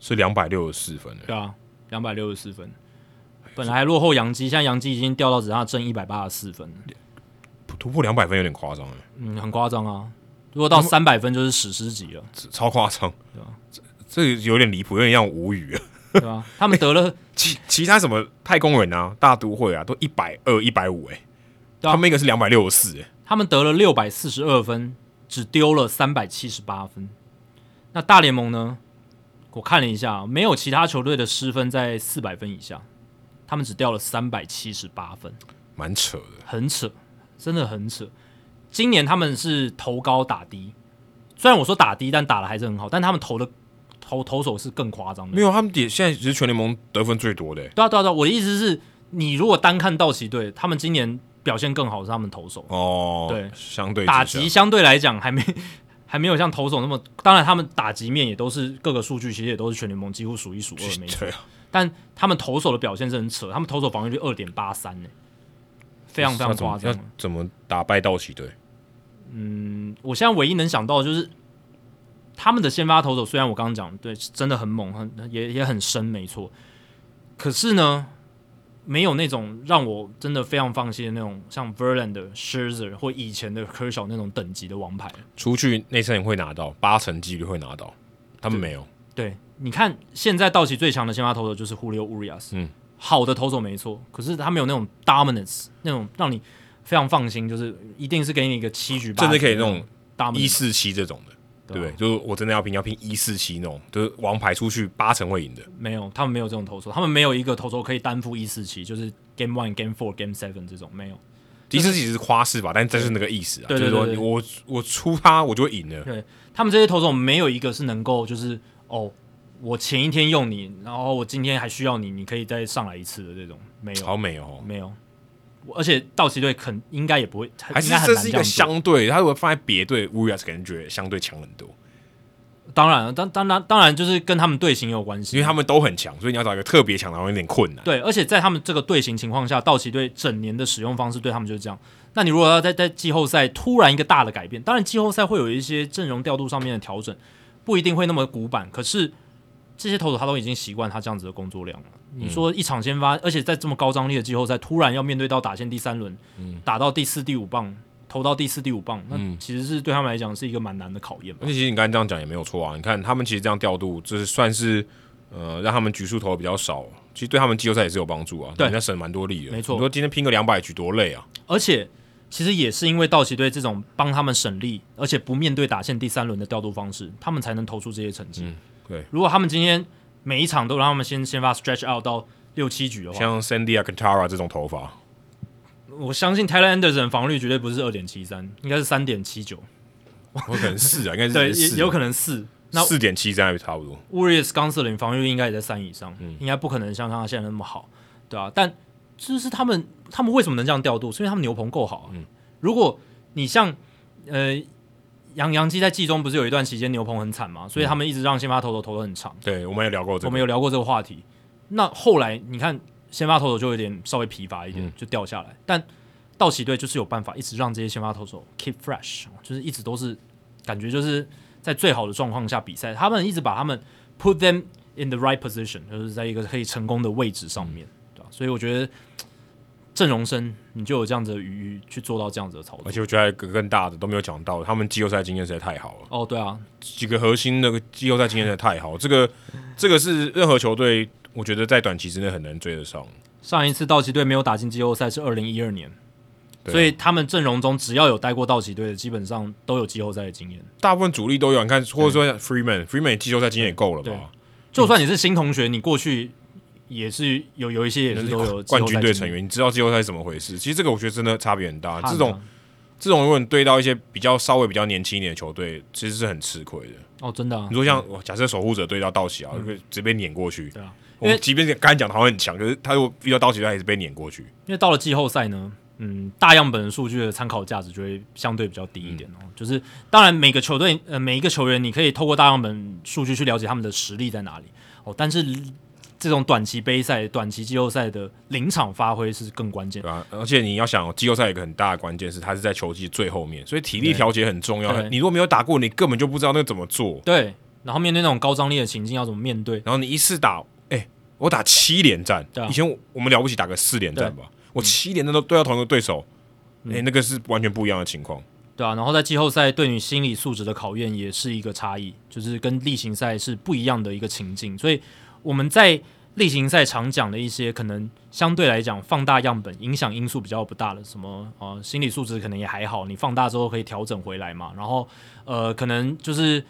S1: 是两百六十四分欸
S2: 对啊，两百六十四分，本来还落后杨基，现在杨基已经掉到只剩下正一百八十四分了，
S1: 突破两百分有点夸张哎，
S2: 嗯，很夸张啊。如果到三百分就是史诗级了，
S1: 这超夸张，
S2: 啊
S1: 这这有点离谱，有点让我无语了。啊
S2: 对吧、他们得了，
S1: 其其他什么太空人啊、大都会啊，都一百二、一百五哎，
S2: 对啊
S1: 他们一个是两百六十四哎，
S2: 他们得了六百四十二分，只丢了三百七十八分。那大联盟呢？我看了一下，没有其他球队的失分在四百分以下，他们只掉了三百七十八分。
S1: 蛮扯的。
S2: 很扯，真的很扯。今年他们是投高打低，虽然我说打低，但打的还是很好，但他们投的投投手是更夸张
S1: 没
S2: 的。
S1: 有，他们也现在只是全联盟得分最多的欸。
S2: 对啊，对啊，对啊，我的意思是，你如果单看道奇队，他们今年表现更好是他们投手，
S1: 哦，
S2: 对
S1: 相对之
S2: 打
S1: 下哦
S2: 击相对来讲还没还没有像投手那么，当然他们打击面也都是各个数据其实也都是全联盟几乎数一数二， 没错。
S1: 对啊，
S2: 但他们投手的表现是很扯，他们投手防御率二点八三呢，非常非常
S1: 要怎么
S2: 夸张
S1: 要。怎么打败道奇队？
S2: 嗯，我现在唯一能想到的就是他们的先发投手，虽然我刚刚讲对，是真的很猛，很也也很深，没错。可是呢，没有那种让我真的非常放心的那种，像 Verlander、Scherzer 或以前的 Kershaw 那种等级的王牌。
S1: 出去内线会拿到，八成几率会拿到，他们没有。
S2: 对，你看现在道奇最强的先发投手就是 Julio Urias，
S1: 嗯，
S2: 好的投手没错，可是他没有那种 dominance，那种让你非常放心，就是一定是给你一个七局八
S1: 甚
S2: 局，
S1: 至可以那种
S2: dominance
S1: 一四七这种的，对不
S2: 对
S1: 对？
S2: 啊
S1: 就是我真的要拼，要拼一四七那种，就是王牌出去八成会赢的。
S2: 没有，他们没有这种投手，他们没有一个投手可以担负一四七，就是 Game One、Game Four、Game Seven 这种没有。
S1: 一四七是夸饰吧，但这是那个意思啊，
S2: 对
S1: 就是
S2: 对
S1: 说
S2: 对对
S1: 我我出他我就会赢了。
S2: 对他们这些投手没有一个是能够就是哦，我前一天用你，然后我今天还需要你，你可以再上来一次的这种没有
S1: 好美哦，
S2: 没有。我而且道奇队肯应该也不会，
S1: 还是
S2: 应该很
S1: 这
S2: 难
S1: 是一
S2: 样
S1: 个
S2: 做
S1: 相对，他如果放在别队乌鸦，感觉相对强很多，
S2: 当然了当当然当然就是跟他们队形有关系，
S1: 因为他们都很强，所以你要找一个特别强的，好像有点困难。
S2: 对，而且在他们这个队形情况下，道奇队整年的使用方式对他们就是这样。那你如果要在在季后赛突然一个大的改变，当然季后赛会有一些阵容调度上面的调整，不一定会那么古板。可是这些投手他都已经习惯他这样子的工作量了。你说一场先发，而且在这么高张力的季后赛，突然要面对到打线第三轮，打到第四、第五棒，投到第四、第五棒，那其实是对他们来讲是一个蛮难的考验吧
S1: 而。且其实你刚才这样讲也没有错啊，你看他们其实这样调度，就是算是呃让他们局数投的比较少，其实对他们季后赛也是有帮助啊，
S2: 对
S1: 人家省蛮多力的。
S2: 没错
S1: 你说今天拼个两百局多累啊？
S2: 而且其实也是因为道奇队这种帮他们省力，而且不面对打线第三轮的调度方式，他们才能投出这些成绩。
S1: 嗯对，
S2: 如果他们今天每一场都让他们先先发 stretch out 到六七局的话，
S1: 像 Sandy Alcantara 这种头发，
S2: 我相信 Taylor Anderson 防率绝对不是二点七三，应该是三点七九，
S1: 有可能是啊，应该是
S2: 对，也
S1: 四
S2: 也有可能四。那
S1: 四点七三还差不多。
S2: Urias g o n s l i n 防御率应该也在三以上，应该不可能像他现在那么好，对啊，但这是他们他们为什么能这样调度？是因为他们牛棚够好、啊。如果你像呃杨杨基在季中不是有一段期间牛棚很惨嘛，所以他们一直让先发投手投的很长。
S1: 对，我们也聊过这个
S2: 我们，有聊过这个话题。那后来你看，先发投手就有点稍微疲乏一
S1: 嗯
S2: 点，就掉下来。但道奇队就是有办法一直让这些先发投手 keep fresh，就是一直都是感觉就是在最好的状况下比赛，他们一直把他们 put them in the right position，就是在一个可以成功的位置上面，
S1: 嗯
S2: 对吧、所以我觉得郑荣生你就有这样子的余裕去做到这样子的操作
S1: 而。且我觉得还有一个更大的都没有讲到，他们季后赛经验实在太好了，
S2: 哦，对啊，
S1: 几个核心的季后赛经验实在太好，这个这个是任何球队我觉得在短期之内很难追得上。
S2: 上一次道奇队没有打进季后赛是二零一二年，
S1: 对啊
S2: 所以他们阵容中只要有待过道奇队的，基本上都有季后赛的经验。
S1: 大部分主力都有，你看，或者说 Freeman，Freeman 季后赛经验也够了
S2: 对
S1: 吧？
S2: 就算你是新同学，你过去也是有有一些也是都有
S1: 冠军队
S2: 队
S1: 成，员，你知道季后赛是怎么回事？其实这个我觉得真的差别很大。
S2: 看
S1: 这
S2: 啊
S1: 种这种如果你对到一些比较稍微比较年轻一点的球队，其实是很吃亏的。
S2: 哦，真的、啊
S1: 你，说像哇假设守护者对到道奇啊，就被直接被碾过去。
S2: 嗯对啊，
S1: 我
S2: 因为
S1: 即便刚才讲的好像很强，可是他如果遇到道奇，他也是被碾过去。
S2: 因为到了季后赛呢，嗯，大样本的数据的参考价值就会相对比较低一点哦。就是当然每个球队呃每一个球员，你可以透过大样本数据去了解他们的实力在哪里哦，但是。这种短期杯赛、短期季后赛的临场发挥是更关键的
S1: 对啊，而且你要想哦，季后赛有一个很大的关键是，他是在球季最后面，所以体力
S2: 对
S1: 调节很重要。
S2: 对
S1: 你如果没有打过，你根本就不知道那个怎么做。
S2: 对，然后面对那种高张力的情境要怎么面对？
S1: 然后你一次打，哎、我打七连战，
S2: 对啊
S1: 以前我我们了不起打个四连战吧，我七连战都对到同一个对手，哎、
S2: 嗯
S1: 那个是完全不一样的情况。
S2: 对啊，然后在季后赛对你心理素质的考验也是一个差异，就是跟例行赛是不一样的一个情境。所以我们在例行赛常讲的一些可能相对来讲放大样本影响因素比较不大的，什么呃心理素质可能也还好，你放大之后可以调整回来嘛。然后呃可能就是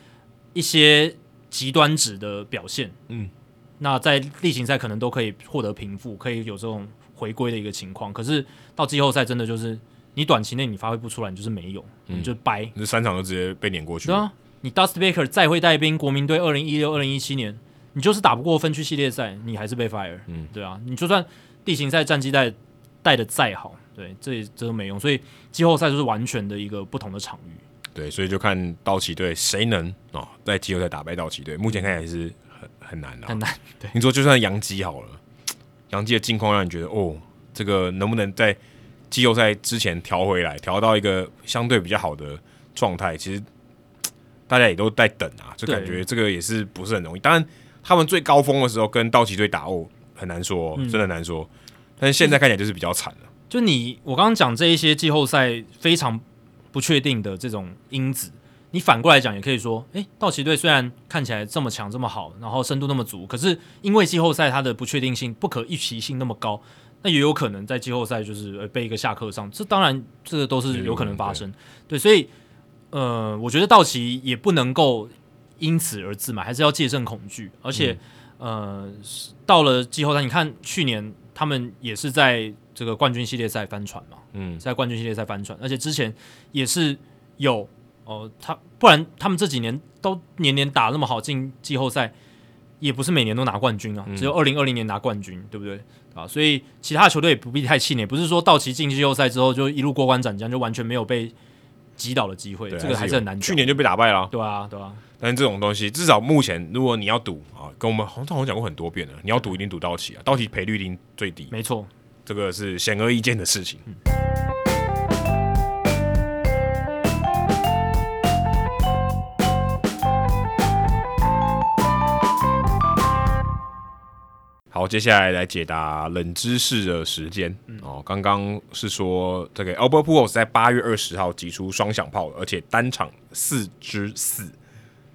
S2: 一些极端值的表现，
S1: 嗯，
S2: 那在例行赛可能都可以获得平复，可以有这种回归的一个情况。可是到季后赛真的就是你短期内你发挥不出来，你就是没有，你就掰。
S1: 那三场就直接被碾过去
S2: 对
S1: 了。
S2: 啊，你 Dusty Baker 再会带兵，国民队二零一六、二零一七年，你就是打不过分区系列赛，你还是被 fire。
S1: 嗯，
S2: 对啊，你就算地形赛战绩带带的再好，对，这也这都没用。所以季后赛就是完全的一个不同的场域。
S1: 对，所以就看道奇队谁能哦，在季后赛打败道奇队，目前看起来是很很难啊的、
S2: 很难。对，
S1: 你说就算杨基好了，杨基的近况让你觉得哦，这个能不能在季后赛之前调回来，调到一个相对比较好的状态？其实嘖大家也都在等啊，就感
S2: 对
S1: 觉这个也是不是很容易。当然，他们最高峰的时候跟道奇队打哦，很难说
S2: 嗯
S1: 哦、真的难说。但是现在看起来就是比较惨了、
S2: 就你我刚刚讲这一些季后赛呃非常不确定的这种因子，你反过来讲也可以说，诶，道奇队虽然看起来这么强这么好，然后深度那么足，可是因为季后赛它的不确定性、不可预期性那么高，那也有可能在季后赛就是呃被一个下课上，这当然这个都是有可能发生。对，所以呃，我觉得道奇也不能够因此而自满，还是要戒慎恐惧，而且。呃，是到了季后赛，你看去年他们也是在这个冠军系列赛翻船嘛，
S1: 嗯，
S2: 在冠军系列赛翻船，而且之前也是有哦、他不然他们这几年都年年打那么好，进季后赛也不是每年都拿冠军啊，
S1: 嗯
S2: 只有二零二零年拿冠军，对不对啊？所以其他球队也不必太气馁，不是说道奇进季后赛之后就一路过关斩将，就完全没有被击倒的机会，
S1: 对，
S2: 这个还是
S1: 有
S2: 很难讲。
S1: 去年就被打败了啊、
S2: 对啊，对啊，
S1: 但是这种东西，至少目前，如果你要赌啊，跟我们好像好像讲过很多遍了，你要赌一定赌到期啊，到期赔率一定最低，
S2: 没错。
S1: 这个是显而易见的事情。好，接下来来解答冷知识的时间、哦。刚刚是说这个 Albert Pujols 在八月二十号击出双响炮，而且单场四支四，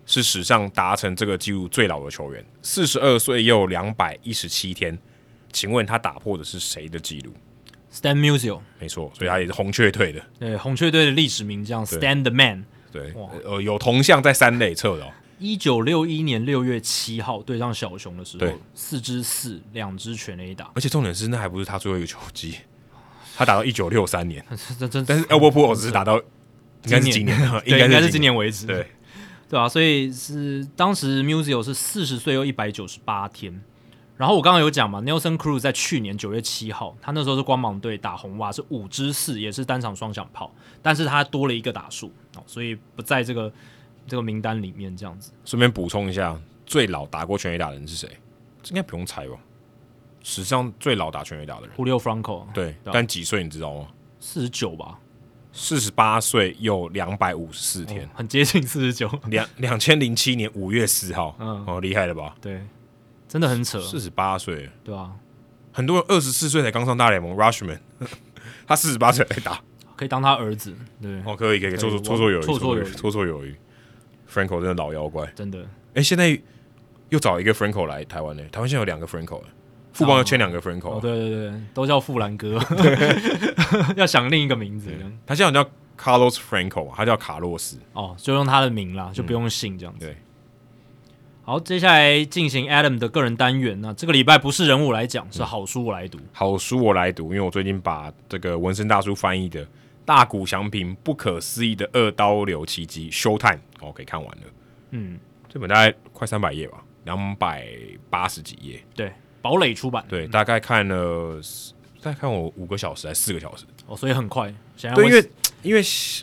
S1: 是史上达成这个纪录最老的球员，四十二岁又两百一十七天。请问他打破的是谁的记录？
S2: Stan Musial，
S1: 没错，所以他也是红雀队的。
S2: 对红雀队的历史名将 Stan the Man，
S1: 对
S2: 哇，
S1: 呃，有铜像在三垒侧的、哦，
S2: 一九六一年六月七号对上小熊的时
S1: 对
S2: 候，四支四，两支全垒打，
S1: 而且重点是那还不是他最后一个球季，他打到一九六三年，
S2: 这真
S1: 但是 Albert Pujols 只是打到应该是今年，应
S2: 对，应
S1: 该
S2: 该
S1: 是
S2: 是今年为止，
S1: 对
S2: 对啊，所以是当时 Musial 是四十岁又一百九十八天，然后我刚刚有讲嘛，Nelson Cruz 在去年九月七号，他那时候是光芒队打红袜，是五支四，也是单场双响炮，但是他多了一个打数哦，所以不在这个这个名单里面这样子。
S1: 顺便补充一下，最老打过全垒打的人是谁？这应该不用猜吧？史上最老打全垒打的人，
S2: Julio Franco
S1: 对，
S2: 对啊
S1: 但几岁你知道吗？
S2: 四十九吧，
S1: 四十八岁又两百五十四天，
S2: 哦很接近四十九，
S1: 两两千零七年五月四号，
S2: 嗯
S1: 哦，厉害了吧？
S2: 对，真的很扯，
S1: 四十八岁，
S2: 对啊，
S1: 很多人二十四岁才刚上大联盟，Rushman，他 四十八岁才打，
S2: 可以当他儿子，对，
S1: 哦，可以可以，
S2: 可以
S1: 绰绰
S2: 我
S1: 绰绰有余，
S2: 绰绰有余
S1: 绰绰有余。Franco 真的老妖怪，
S2: 真的
S1: 哎，现在又找一个 Franco 来台湾呢，台湾现在有两个 Franco，了富邦又签两个 Franco，
S2: 哦，对对对，都叫富兰哥， 要想另一个名字这样
S1: 他现在好像叫 Carlos Franco 嘛，他叫卡洛斯，
S2: 哦，就用他的名啦，就不用姓这样
S1: 嗯
S2: 子。
S1: 对
S2: 好，接下来进行 Adam 的个人单元。那这个礼拜不是人物来
S1: 嗯
S2: 讲，是好书我来读。
S1: 好书我来读，因为我最近把这个纹身大叔翻译的《大谷翔平不可思议的二刀流奇迹》Showtime 哦给看完了，
S2: 嗯，
S1: 这本大概快三百页吧，两百八十几页，
S2: 对，堡垒出版，
S1: 对，大概看了大概看我五个小时还是四个小时，
S2: 哦，所以很快。想要
S1: 对，因为因为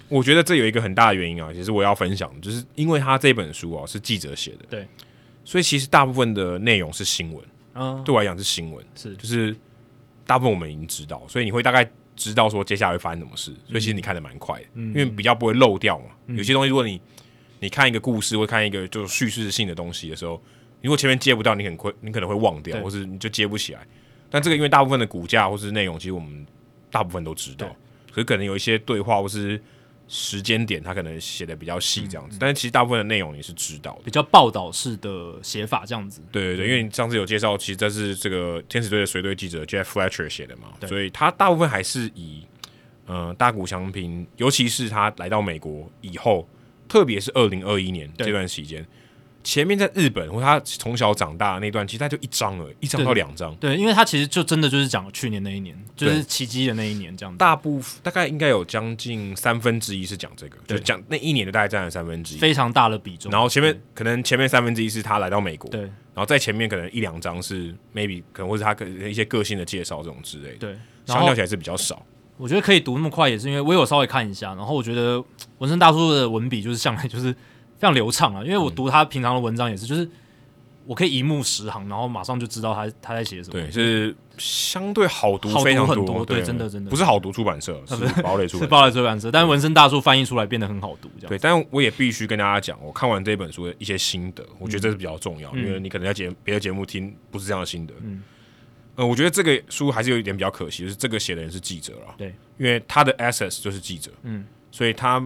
S1: 我觉得这有一个很大的原因啊，其实我要分享，就是因为他这本书哦是记者写的，
S2: 对，
S1: 所以其实大部分的内容是新闻，
S2: 嗯，
S1: 对我来讲是新闻。
S2: 是
S1: 就是大部分我们已经知道，所以你会大概知道说接下来会发生什么事，所以
S2: 嗯
S1: 其实你看的蛮快的，因为比较不会漏掉嘛。有些东西，如果你你看一个故事或看一个就是叙事性的东西的时候，如果前面接不到，你可能会你可能会忘掉，
S2: 对
S1: 或是你就接不起来。但这个因为大部分的骨架或是内容，其实我们大部分都知道
S2: 对，
S1: 可是可能有一些对话或是时间点，它可能写的比较细这样
S2: 嗯
S1: 子，但是其实大部分的内容你是知道的。
S2: 比较报道式的写法这样子。
S1: 对对对，因为你上次有介绍，其实这是这个天使队的随队记者 Jeff Fletcher 写的嘛，所以他大部分还是以呃大谷翔平，尤其是他来到美国以后，特别是二零二一年
S2: 对
S1: 这段时间，前面在日本或他从小长大的那段，其实他就一张而已，一张到
S2: 对
S1: 两张，
S2: 对，因为他其实就真的就是讲去年那一年，就是奇迹的那一年这样子，
S1: 大部分大概应该有将近三分之一是讲这个，就
S2: 对
S1: 讲那一年的大概占了三分之一，
S2: 非常大的比重。
S1: 然后前面可能前面三分之一是他来到美国，
S2: 对
S1: 然后在前面可能一两张是 maybe 可能或是他个一些个性的介绍这种之类的。
S2: 对，然
S1: 相
S2: 后
S1: 较起来是比较少。
S2: 我觉得可以读那么快，也是因为我有稍微看一下，然后我觉得文生大叔的文笔就是向来就是非常流畅啊，因为我读他平常的文章也是，就是我可以一目十行，然后马上就知道他他在写什么。
S1: 对，是相对好读
S2: 好读
S1: 非常
S2: 很
S1: 多，
S2: 多对真的真的啊
S1: 不是好读出版社，是堡垒出
S2: 是
S1: 版社。
S2: 爆了这版社，但是文生大叔翻译出来变得很好读，这样
S1: 对，但我也必须跟大家讲，我看完这本书的一些心得，我觉得这
S2: 嗯
S1: 是比较重要，因为你可能在节别的节目听不是这样的心得。
S2: 嗯
S1: 呃，我觉得这个书还是有一点比较可惜，就是这个写的人是记者啦，
S2: 对，
S1: 因为他的 access 就是记者，
S2: 嗯，
S1: 所以他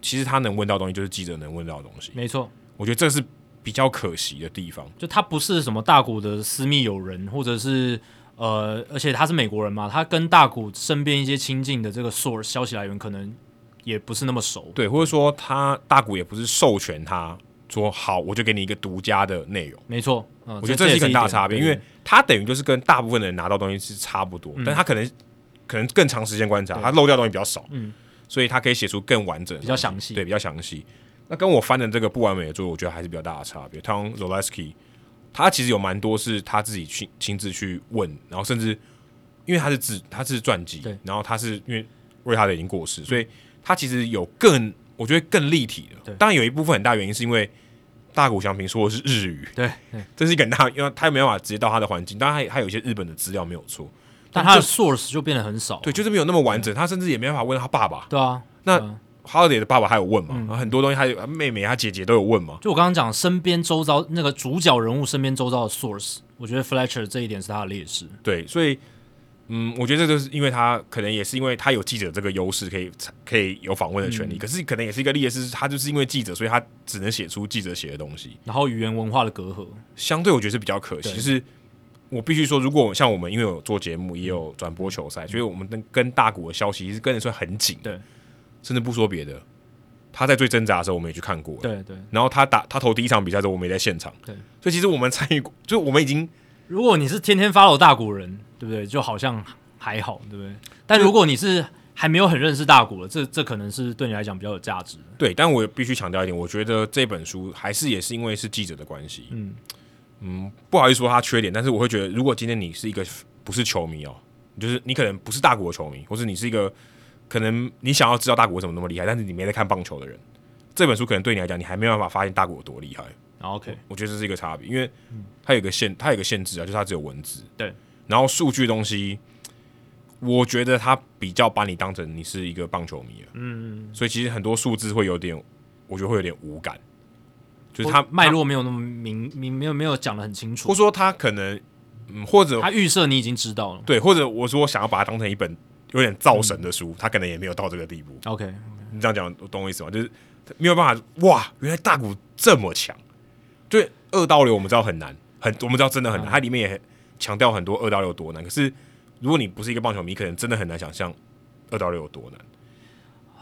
S1: 其实他能问到的东西就是记者能问到的东西，
S2: 没错，
S1: 我觉得这是比较可惜的地方。
S2: 就他不是什么大谷的私密友人，或者是呃，而且他是美国人嘛，他跟大谷身边一些亲近的这个 source 消息来源可能也不是那么熟。
S1: 对，或者说他大谷也不是授权他说好，我就给你一个独家的内容。
S2: 没错，嗯、
S1: 我觉得这是一个
S2: 也是
S1: 很
S2: 一
S1: 大
S2: 点
S1: 差别，
S2: 对嗯
S1: 因为他等于就是跟大部分人拿到东西是差不多，但他可能可能更长时间观察，
S2: 对
S1: 他漏掉东西比较少，
S2: 嗯，
S1: 所以他可以写出更完整的东西、
S2: 比较详细
S1: 对，比较详细。那跟我翻的这个不完美的作，我觉得还是比较大的差别。Tom z o l e s k y 他其实有蛮多是他自己去亲自去问，然后甚至因为他是自他是传记
S2: 对，嗯
S1: 然后他是因为瑞哈德已经过世，所以他其实有更我觉得更立体的
S2: 对。
S1: 当然有一部分很大原因是因为大谷翔平说的是日语，
S2: 对对
S1: 这是一个很大，因为他没办法直接到他的环境，当然他他有一些日本的资料没有错，
S2: 但他的 source 就变得很少。
S1: 对，就是没有那么完整，他甚至也没办法问他爸爸，
S2: 对啊，
S1: 那
S2: 嗯
S1: 哈德的爸爸还有问嘛，然后很多东西他有他妹妹、他姐姐都有问嘛，
S2: 就我刚刚讲身边周遭那个主角人物身边周遭的 source，我觉得 Fletcher 这一点是他的劣势。
S1: 对，所以嗯，我觉得这就是因为他可能也是因为他有记者这个优势，可以可以有访问的权利，可是可能也是一个劣势，他就是因为记者，所以他只能写出记者写的东西，
S2: 然后语言文化的隔阂，
S1: 相对我觉得是比较可惜，
S2: 对
S1: 就是。我必须说，如果像我们因为有做节目，也
S2: 嗯
S1: 有转播球赛，所以我们跟跟大股的消息是跟得算很紧的。
S2: 对
S1: 甚至不说别的，他在最挣扎的时候，我们也去看过。，
S2: 对对。
S1: 然后他打他投第一场比赛的时候，我们也在现场。
S2: 对，
S1: 所以其实我们参与过，就我们已经
S2: 如果你是天天 follow 大古人，对不对？就好像还好，对不对？但如果你是还没有很认识大古了，这这可能是对你来讲比较有价值的。
S1: 对，但我也必须强调一点，我觉得这本书还是也是因为是记者的关系，
S2: 嗯，
S1: 嗯，不好意思说他缺点，但是我会觉得，如果今天你是一个不是球迷哦，就是你可能不是大国球迷，或是你是一个可能你想要知道大国怎么那么厉害，但是你没在看棒球的人，这本书可能对你来讲，你还没有办法发现大国有多厉害。
S2: 然后啊 OK，
S1: 我觉得这是一个差别，因为它有一个限，它有一个限制啊，就是它只有文字。
S2: 对，
S1: 然后数据东西，我觉得它比较把你当成你是一个棒球迷了，
S2: 嗯，
S1: 所以其实很多数字会有点，我觉得会有点无感，就是它
S2: 脉，络没有那么明明没有没有讲的很清
S1: 或
S2: 楚，
S1: 说它可能，嗯，或者
S2: 他预设你已经知道了。
S1: 对，或者我说想要把它当成一本有点造神的书，它可能也没有到这个地步。
S2: OK，
S1: 你这样讲，懂我意思吗？就是没有办法，哇，原来大谷这么强。对，二刀流我们知道很难，很我们知道真的
S2: 嗯
S1: 很难，它里面也很强调很多二刀流有多难。可是如果你不是一个棒球迷，可能真的很难想象二刀流有多难。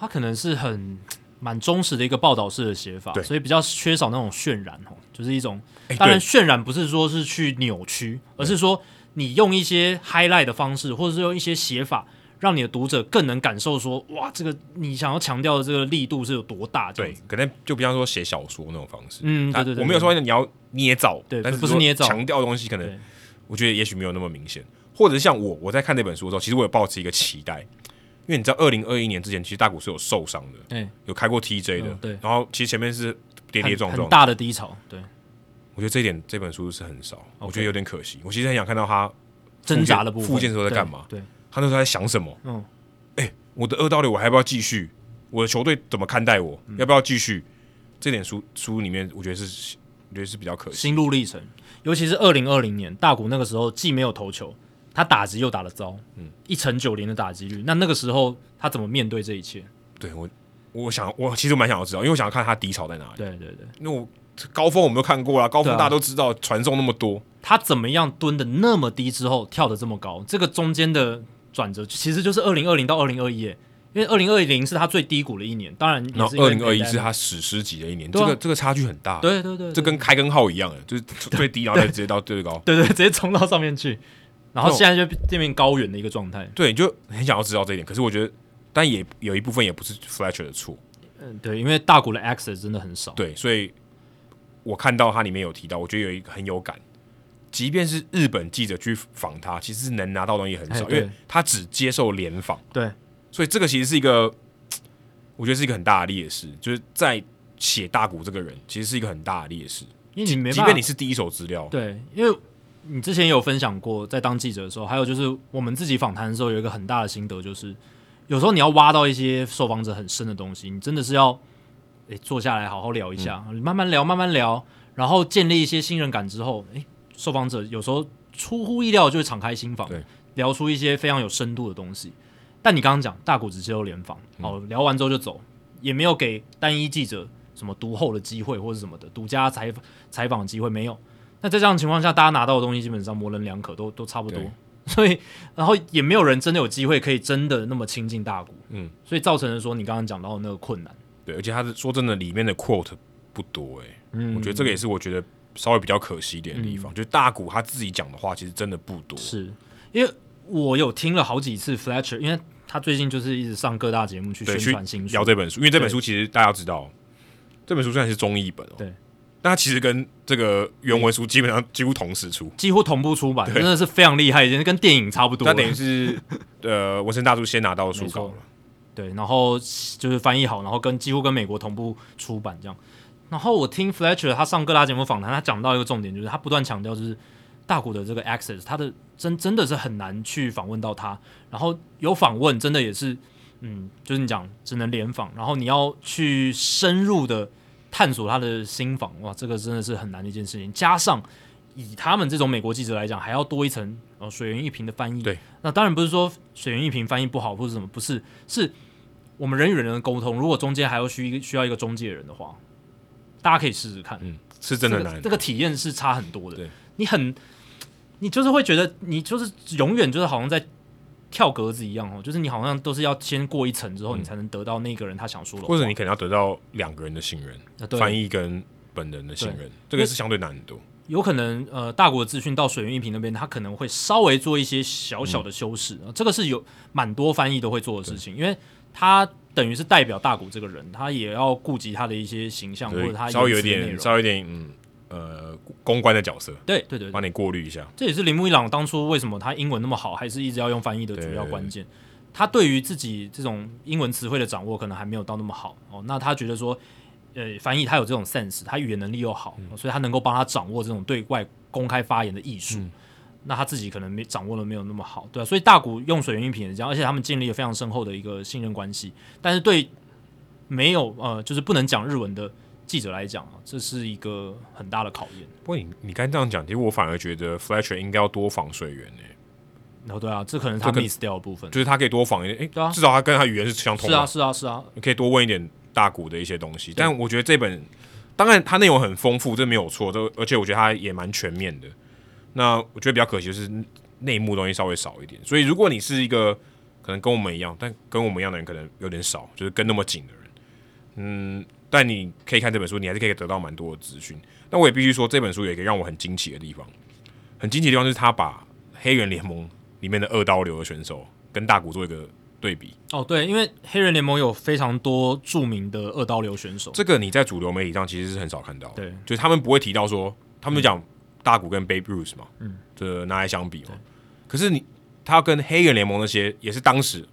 S2: 他可能是很蛮忠实的一个报道式的写法
S1: 对，
S2: 所以比较缺少那种渲染哦，就是一种
S1: 哎
S2: 当然，
S1: 对
S2: 渲染不是说是去扭曲，而是说你用一些 highlight 的方式，或者是用一些写法，让你的读者更能感受说，哇，这个你想要强调的这个力度是有多大。这样
S1: 对
S2: 子，，
S1: 可能就比方说写小说那种方式。
S2: 嗯，
S1: 它
S2: 对对
S1: 啊
S2: 对，
S1: 我没有
S2: 对
S1: 说你要捏造，
S2: 对
S1: 但是
S2: 不是
S1: 说
S2: 捏造
S1: 强调的东西可能
S2: 对
S1: 我觉得也许没有那么明显，或者像我我在看那本书的时候，其实我有抱持一个期待，因为你知道，二零二一年之前，其实大谷是有受伤的，
S2: 对
S1: 有开过 TJ 的，
S2: 哎嗯对
S1: 然后其实前面是跌跌撞
S2: 很很
S1: 撞，
S2: 大的低潮，对，
S1: 我觉得这一点这本书是很少，我觉得有点可惜。我其实很想看到他，
S2: 挣扎的部分。
S1: 复健的时候在干嘛
S2: 对，对
S1: 他那时候在想什么？哎
S2: 嗯，
S1: 我的二刀流我还要不要继续？我的球队怎么看待我？
S2: 嗯
S1: 要不要继续？这点书书里面，我觉得是我觉得是比较可惜。
S2: 心路历程，尤其是二零二零年，大谷那个时候既没有投球，他打击又打得糟，嗯，一成九零的打击率，那那个时候他怎么面对这一切？
S1: 对我，我想我其实蛮想要知道，因为我想要看他低潮在哪里。
S2: 对对对，
S1: 因为我高峰我们都看过了，高
S2: 对
S1: 峰
S2: 啊
S1: 大家都知道传送那么多，
S2: 他怎么样蹲的那么低之后跳的这么高？这个中间的转折其实就是二零二零到二零二一，因为二零二零是他最低谷的一年，当然
S1: 然
S2: 也
S1: 后
S2: 是因
S1: 二
S2: 为
S1: 零二一
S2: pandemic
S1: 是他史诗级的一年，
S2: 对啊
S1: 这个这个差距很大，
S2: 对对对，
S1: 这跟开根号一样，哎，就是最低然后再直接到最高，
S2: 对对对直接冲到上面去，然
S1: 那
S2: 后
S1: 种
S2: 现在就变变高原的一个状态。
S1: 对，你就很想要知道这一点。可是我觉得，但也有一部分也不是 Fletcher 的错，
S2: 嗯，对，因为大股的 access 真的很少。
S1: 对，所以我看到他里面有提到，我觉得有一个很有感。即便是日本记者去访他，其实是能拿到的东西很少，
S2: 哎
S1: 因
S2: 对
S1: 为他只接受联访，
S2: 对
S1: 所以这个其实是一个，我觉得是一个很大的劣势，就是在写大谷这个人，其实是一个很大的劣势。
S2: 因为你没
S1: 即
S2: 办
S1: 便
S2: 法
S1: 你，是第一手资料，
S2: 对，因为你之前也有分享过，在当记者的时候，还有就是我们自己访谈的时候，有一个很大的心得，就是有时候你要挖到一些受访者很深的东西，你真的是要诶、坐下来好好聊一下，慢慢聊，慢慢聊，然后建立一些信任感之后，诶、受访者有时候出乎意料就会敞开心房
S1: 对，
S2: 聊出一些非常有深度的东西。但你刚刚讲大谷只接受联访，好、聊完之后就走，也没有给单一记者什么独后的机会或者什么的独家采访采访的机会没有。那在这样的情况下，大家拿到的东西基本上模棱两可，都都差不多
S1: 对。
S2: 所以，然后也没有人真的有机会可以真的那么亲近大谷，
S1: 嗯，
S2: 所以造成了说你刚刚讲到的那个困难，
S1: 对，而且他是说真的，里面的 quote 不多哎、
S2: 嗯
S1: 我觉得这个也是我觉得稍微比较可惜一点的地方，就是大谷他自己讲的话其实真的不多，
S2: 是因为我有听了好几次 Fletcher，因为他最近就是一直上各大节目去
S1: 对，
S2: 宣
S1: 去
S2: 传新书
S1: 聊，这本书，因为这本书其实大家知道，这本书虽然是中译本哦，
S2: 对，
S1: 但它其实跟这个原文书基本上几乎同时出，
S2: 几乎同步出版，真的是非常厉害，已经跟电影差不多
S1: 那
S2: 了。
S1: 等于是呃，纹身大叔先拿到书稿
S2: 没
S1: 了
S2: 错，对，然后就是翻译好，然后跟几乎跟美国同步出版这样。然后我听 Fletcher 他上各大节目访谈，他讲到一个重点，就是他不断强调就是大谷的这个 access，他的真真的是很难去访问到他，然后有访问真的也是，嗯，就是你讲只能联访，然后你要去深入的探索他的心房，哇，这个真的是很难的一件事情。加上以他们这种美国记者来讲，还要多一层呃水源一瓶的翻译，
S1: 对，
S2: 那当然不是说水源一瓶翻译不好或者什么，不是，是我们人与人的沟通，如果中间还要需一个需要一个中介人的话，大家可以试试看，
S1: 嗯，是真的
S2: 这
S1: 难
S2: 个，这个体验是差很多的
S1: 对。
S2: 你很，你就是会觉得你就是永远就是好像在跳格子一样哦，就是你好像都是要先过一层之后，你才能得到那个人他想说的话，
S1: 或者你可能要得到两个人的信任，
S2: 啊对
S1: 翻译跟本人的信任，这个是相对难很多。
S2: 有可能呃，大国的资讯到水源一平那边，他可能会稍微做一些小小
S1: 嗯
S2: 的修饰，呃这个是有蛮多翻译都会做的事情，因为他等于是代表大谷这个人，他也要顾及他的一些形象或
S1: 所
S2: 者他
S1: 以稍微有
S2: 言辞的内
S1: 点，
S2: 容
S1: 稍微有点，嗯，呃，公关的角色，
S2: 对对对对
S1: 帮你过滤一下。
S2: 这也是铃木一朗当初为什么他英文那么好，还是一直要用翻译的主要关键。他对于自己这种英文词汇的掌握，可能还没有到那么好哦。那他觉得说，呃，翻译他有这种 sense，他语言能力又好，哦所以他能够帮他掌握这种对外公开发言的艺术。那他自己可能没掌握的没有那么好，对啊，所以大谷用水原一品也是这样，而且他们建立了非常深厚的一个信任关系。但是对没有呃，就是不能讲日文的记者来讲啊，这是一个很大的考验。
S1: 不过你你刚才这样讲，其实我反而觉得 Fletcher 应该要多防水源呢、
S2: 然后对啊，这可能是他
S1: 这个
S2: miss 掉的部分。
S1: 就是他可以多防一点，哎、
S2: 对啊
S1: 至少他跟他语言是相通
S2: 是
S1: 的，
S2: 啊，是啊，是啊，
S1: 你可以多问一点大谷的一些东西。但我觉得这本当然它内容很丰富，这没有错，这而且我觉得它也蛮全面的。那我觉得比较可惜的是内幕东西稍微少一点，所以如果你是一个可能跟我们一样，但跟我们一样的人可能有点少，就是跟那么紧的人，嗯，但你可以看这本书，你还是可以得到蛮多的资讯。但我也必须说，这本书有一个让我很惊奇的地方，很惊奇的地方就是他把黑人联盟里面的二刀流的选手跟大谷做一个对比，
S2: 哦，对，因为黑人联盟有非常多著名的二刀流选手，
S1: 这个你在主流媒体上其实是很少看到的，
S2: 对，嗯
S1: 就是他们不会提到说，他们就讲大谷跟 Babe Ruth 嘛，嗯，这拿来相比嘛。可是你他跟黑人联盟那些也是当时，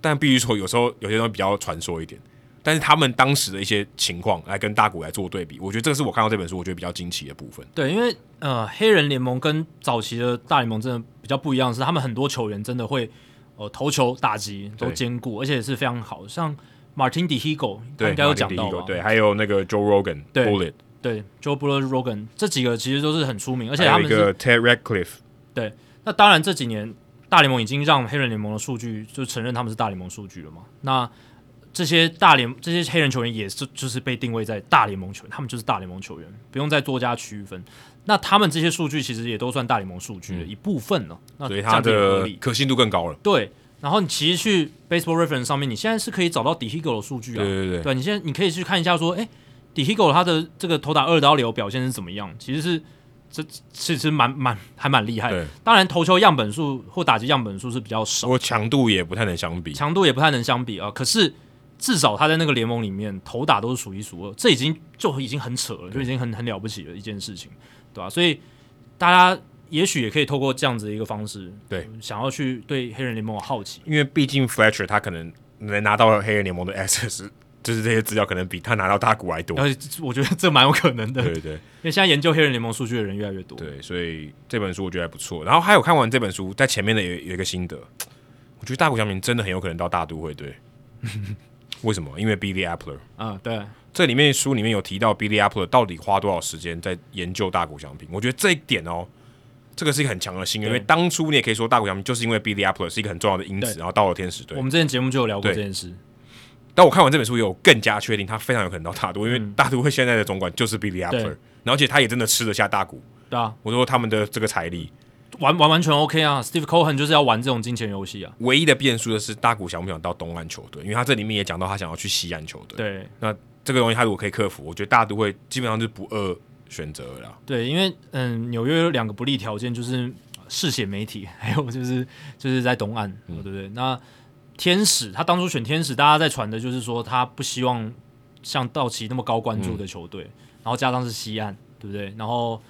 S1: 但必须说有时候有些东西比较传说一点，但是他们当时的一些情况来跟大谷来做对比，我觉得这个是我看到这本书我觉得比较惊奇的部分。
S2: 对，因为呃，黑人联盟跟早期的大联盟真的比较不一样，是他们很多球员真的会呃投球打击都
S1: 对
S2: 兼顾，而且是非常好，像 Martin DeHigo
S1: 对，
S2: 应该有
S1: Martin
S2: 讲到
S1: Diego，
S2: 吧？
S1: 对，还有那个 Joe Rogan
S2: 对
S1: Bullet，
S2: 对，Joe b l o w Rogan 这几个其实都是很出名，而
S1: 而
S2: 且他
S1: 还有
S2: 们
S1: 一
S2: 是
S1: 个 Ted Radcliffe，
S2: 那当然这几年大联盟已经让黑人联盟的数据就承认他们是大联盟数据了嘛。那这些大联这些黑人球员也是就是被定位在大联盟球员，他们就是大联盟球员，不用再多加区分。那他们这些数据其实也都算大联盟数据的一部分了、那
S1: 嗯所以
S2: 这
S1: 他
S2: 样子也合
S1: 的
S2: 理
S1: 可信度更高了。
S2: 对。然后你其实去 Baseball Reference 上面，你现在是可以找到 Dihigo 的数据啊，
S1: 对对对，
S2: 对，你现在你可以去看一下说，哎，Dihigo 他的这个投打二刀流表现是怎么样？其实是这其实蛮蛮还蛮厉害的
S1: 对。
S2: 当然，投球样本数或打击样本数是比较少，
S1: 我强度也不太能相比。
S2: 强度也不太能相比啊。可是至少他在那个联盟里面投打都是数一数二，这已经就已经很扯了，就已经很很了不起的一件事情，对啊吧、所以大家也许也可以透过这样子的一个方式，
S1: 对
S2: 呃，想要去对黑人联盟有好奇。
S1: 因为毕竟 Fletcher 他可能能拿到黑人联盟的 access，就是这些资料可能比他拿到大股还多。
S2: 而且我觉得这蛮有可能的，因
S1: 对对
S2: 为现在研究黑人联盟数据的人越来越多。
S1: 对，所以这本书我觉得还不错。然后还有看完这本书，在前面的有有一个心得，我觉得大谷翔平真的很有可能到大都会 队。为什么？因为 Billy Appler
S2: 嗯，对，
S1: 这里面书里面有提到 Billy Appler 到底花多少时间在研究大谷翔平，我觉得这一点哦。这个是一个很强的心愿，因
S2: 对
S1: 为当初你也可以说大谷翔平就是因为 Billy Appler 是一个很重要的因子，
S2: 对
S1: 然后到了天使队
S2: 我。们之前节目就有聊过
S1: 对
S2: 这件事。
S1: 但我看完这本书，有更加确定他非常有可能到大都，因为大都会现在的总管就是 Billy
S2: 嗯对
S1: Apple，然后而且他也真的吃得下大股。
S2: 对啊，
S1: 我说他们的这个财力，
S2: 完完完全 OK 啊，Steve Cohen 就是要玩这种金钱游戏啊。
S1: 唯一的变数的是大股想不想到东岸球队，因为他这里面也讲到他想要去西岸球队。
S2: 对
S1: 那这个东西他如果可以克服，我觉得大都会基本上是不二选择了啦。
S2: 对，因为嗯，纽约有两个不利条件，就是嗜血媒体， 还有就是就是在东岸，对不对？那天使他当初选天使，大家在传的就是说他不希望像道奇那么高关注的球队，然后加上是西岸，对不对？然后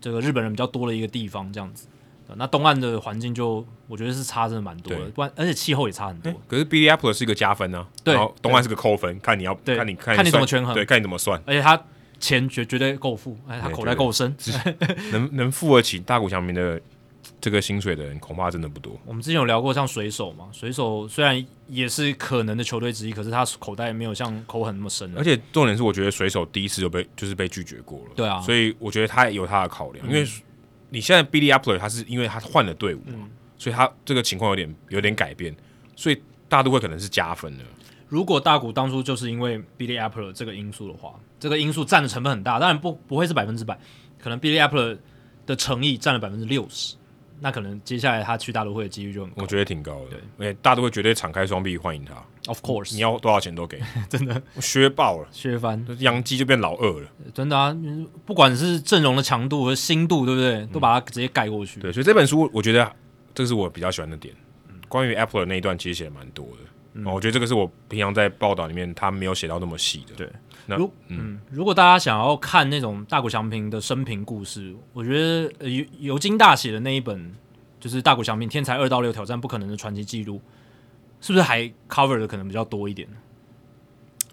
S2: 这个日本人比较多的一个地方，这样子。对那东岸的环境就我觉得是差真的蛮多的，
S1: 对
S2: 不然而且气候也差很多。
S1: 可是 Billy Apple 是一个加分呢、
S2: 对
S1: 然后东岸是个扣分，看你要
S2: 对
S1: 看你看
S2: 看你怎么
S1: 算
S2: 权衡
S1: 对，看你怎么算，
S2: 而且他钱绝绝对够付，哎，他口袋够深。
S1: 能能付得起大股翔平的这个薪水的人，恐怕真的不多。
S2: 我们之前有聊过像水手嘛，水手虽然也是可能的球队之一，可是他口袋没有像口很那么深
S1: 而
S2: 了。
S1: 且重点是，我觉得水手第一次就被就是被拒绝过了，
S2: 对啊嗯
S1: 所以我觉得他有他的考量，因为你现在 Billy Apple 他是因为他换了队伍嘛，所以他这个情况有点有点改变，所以大都会可能是加分的，
S2: 如果大谷当初就是因为 Billy Apple 这个因素的话，这个因素占的成本很大，当然不不会是百分之百，可能 Billy Apple 的诚意占了百分之六十，那可能接下来他去大都会的几率就很高
S1: 我。觉得挺高的，而且大都会绝对敞开双臂欢迎他，
S2: Of course，
S1: 你要多少钱都给，
S2: 真的
S1: 我削爆了，
S2: 削翻，
S1: 杨基就变老二了，
S2: 真的啊，不管是阵容的强度和心度，对不对，都把它直接盖过去。
S1: 对，所以这本书我觉得这是我比较喜欢的点，
S2: 嗯
S1: 关于 Apple 的那一段其实写的蛮多的，哦我觉得这个是我平常在报道里面他没有写到那么细的，
S2: 对
S1: 那
S2: 如嗯，如果大家想要看那种大谷翔平的生平故事，我觉得呃尤尤金大写的那一本就是大谷翔平天才二到六挑战不可能的传奇记录，是不是还 cover 的可能比较多一点？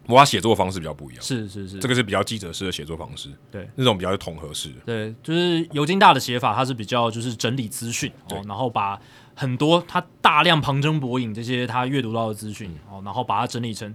S1: 我他写作方式比较不一样，
S2: 是是是，
S1: 这个是比较记者式的写作方式，
S2: 对，
S1: 那种比较是统合式的。
S2: 对，就是尤金大的写法，它是比较就是整理资讯哦，然后把很多他大量旁征博引这些他阅读到的资讯、
S1: 嗯
S2: 哦，然后把它整理成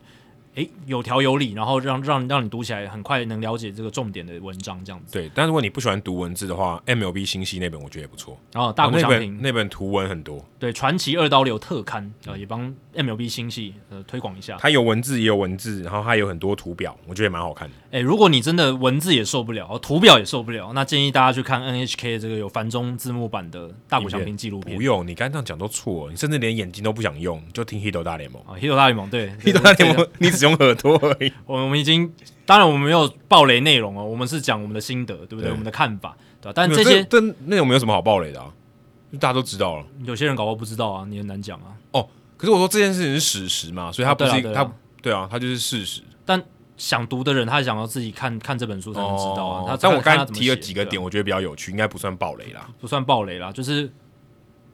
S2: 诶有条有理，然后让让让你读起来很快能了解这个重点的文章这样子。
S1: 对，但如果你不喜欢读文字的话，MLB 新系那本我觉得也不错，
S2: 然后大谷
S1: 哦那
S2: 翔
S1: 本
S2: 平、
S1: 那本图文很多，
S2: 对传奇二刀流特刊
S1: 嗯
S2: 呃也帮 MLB 星系呃推广一下。
S1: 它有文字也有文字，然后它有很多图表，我觉得也蛮好看的。
S2: 诶，如果你真的文字也受不了，哦图表也受不了，那建议大家去看 NHK 这个有繁中字幕版的大谷翔平纪录片
S1: 不。用，你刚刚这样讲都错了，你甚至连眼睛都不想用，你就听《h i t o 大联盟》。《
S2: 啊，《h i t 大联盟》对，《
S1: h i t o 大联盟》你只用耳朵而已。
S2: 我我们已经，当然我们没有暴雷内容哦，我们是讲我们的心得，对不对？
S1: 对
S2: 我们的看法，对吧、 但
S1: 没
S2: 这
S1: 有
S2: 些
S1: 这那种没有什么好爆雷的啊，就大家都知道了。
S2: 有些人搞不好不知道啊，你很难讲啊。
S1: 哦，可是我说这件事情是史实嘛，所以它不是一
S2: 哦对
S1: 个
S2: 啦对啦
S1: 它对啊，它就是事实。
S2: 但想读的人，他想要自己看看这本书才能知道啊。
S1: 哦
S2: 他
S1: 但我刚
S2: 看
S1: 才
S2: 他怎么
S1: 提了
S2: 写
S1: 几个
S2: 对啊
S1: 点，我觉得比较有趣，应该不算爆雷啦。
S2: 不算暴雷啦，就是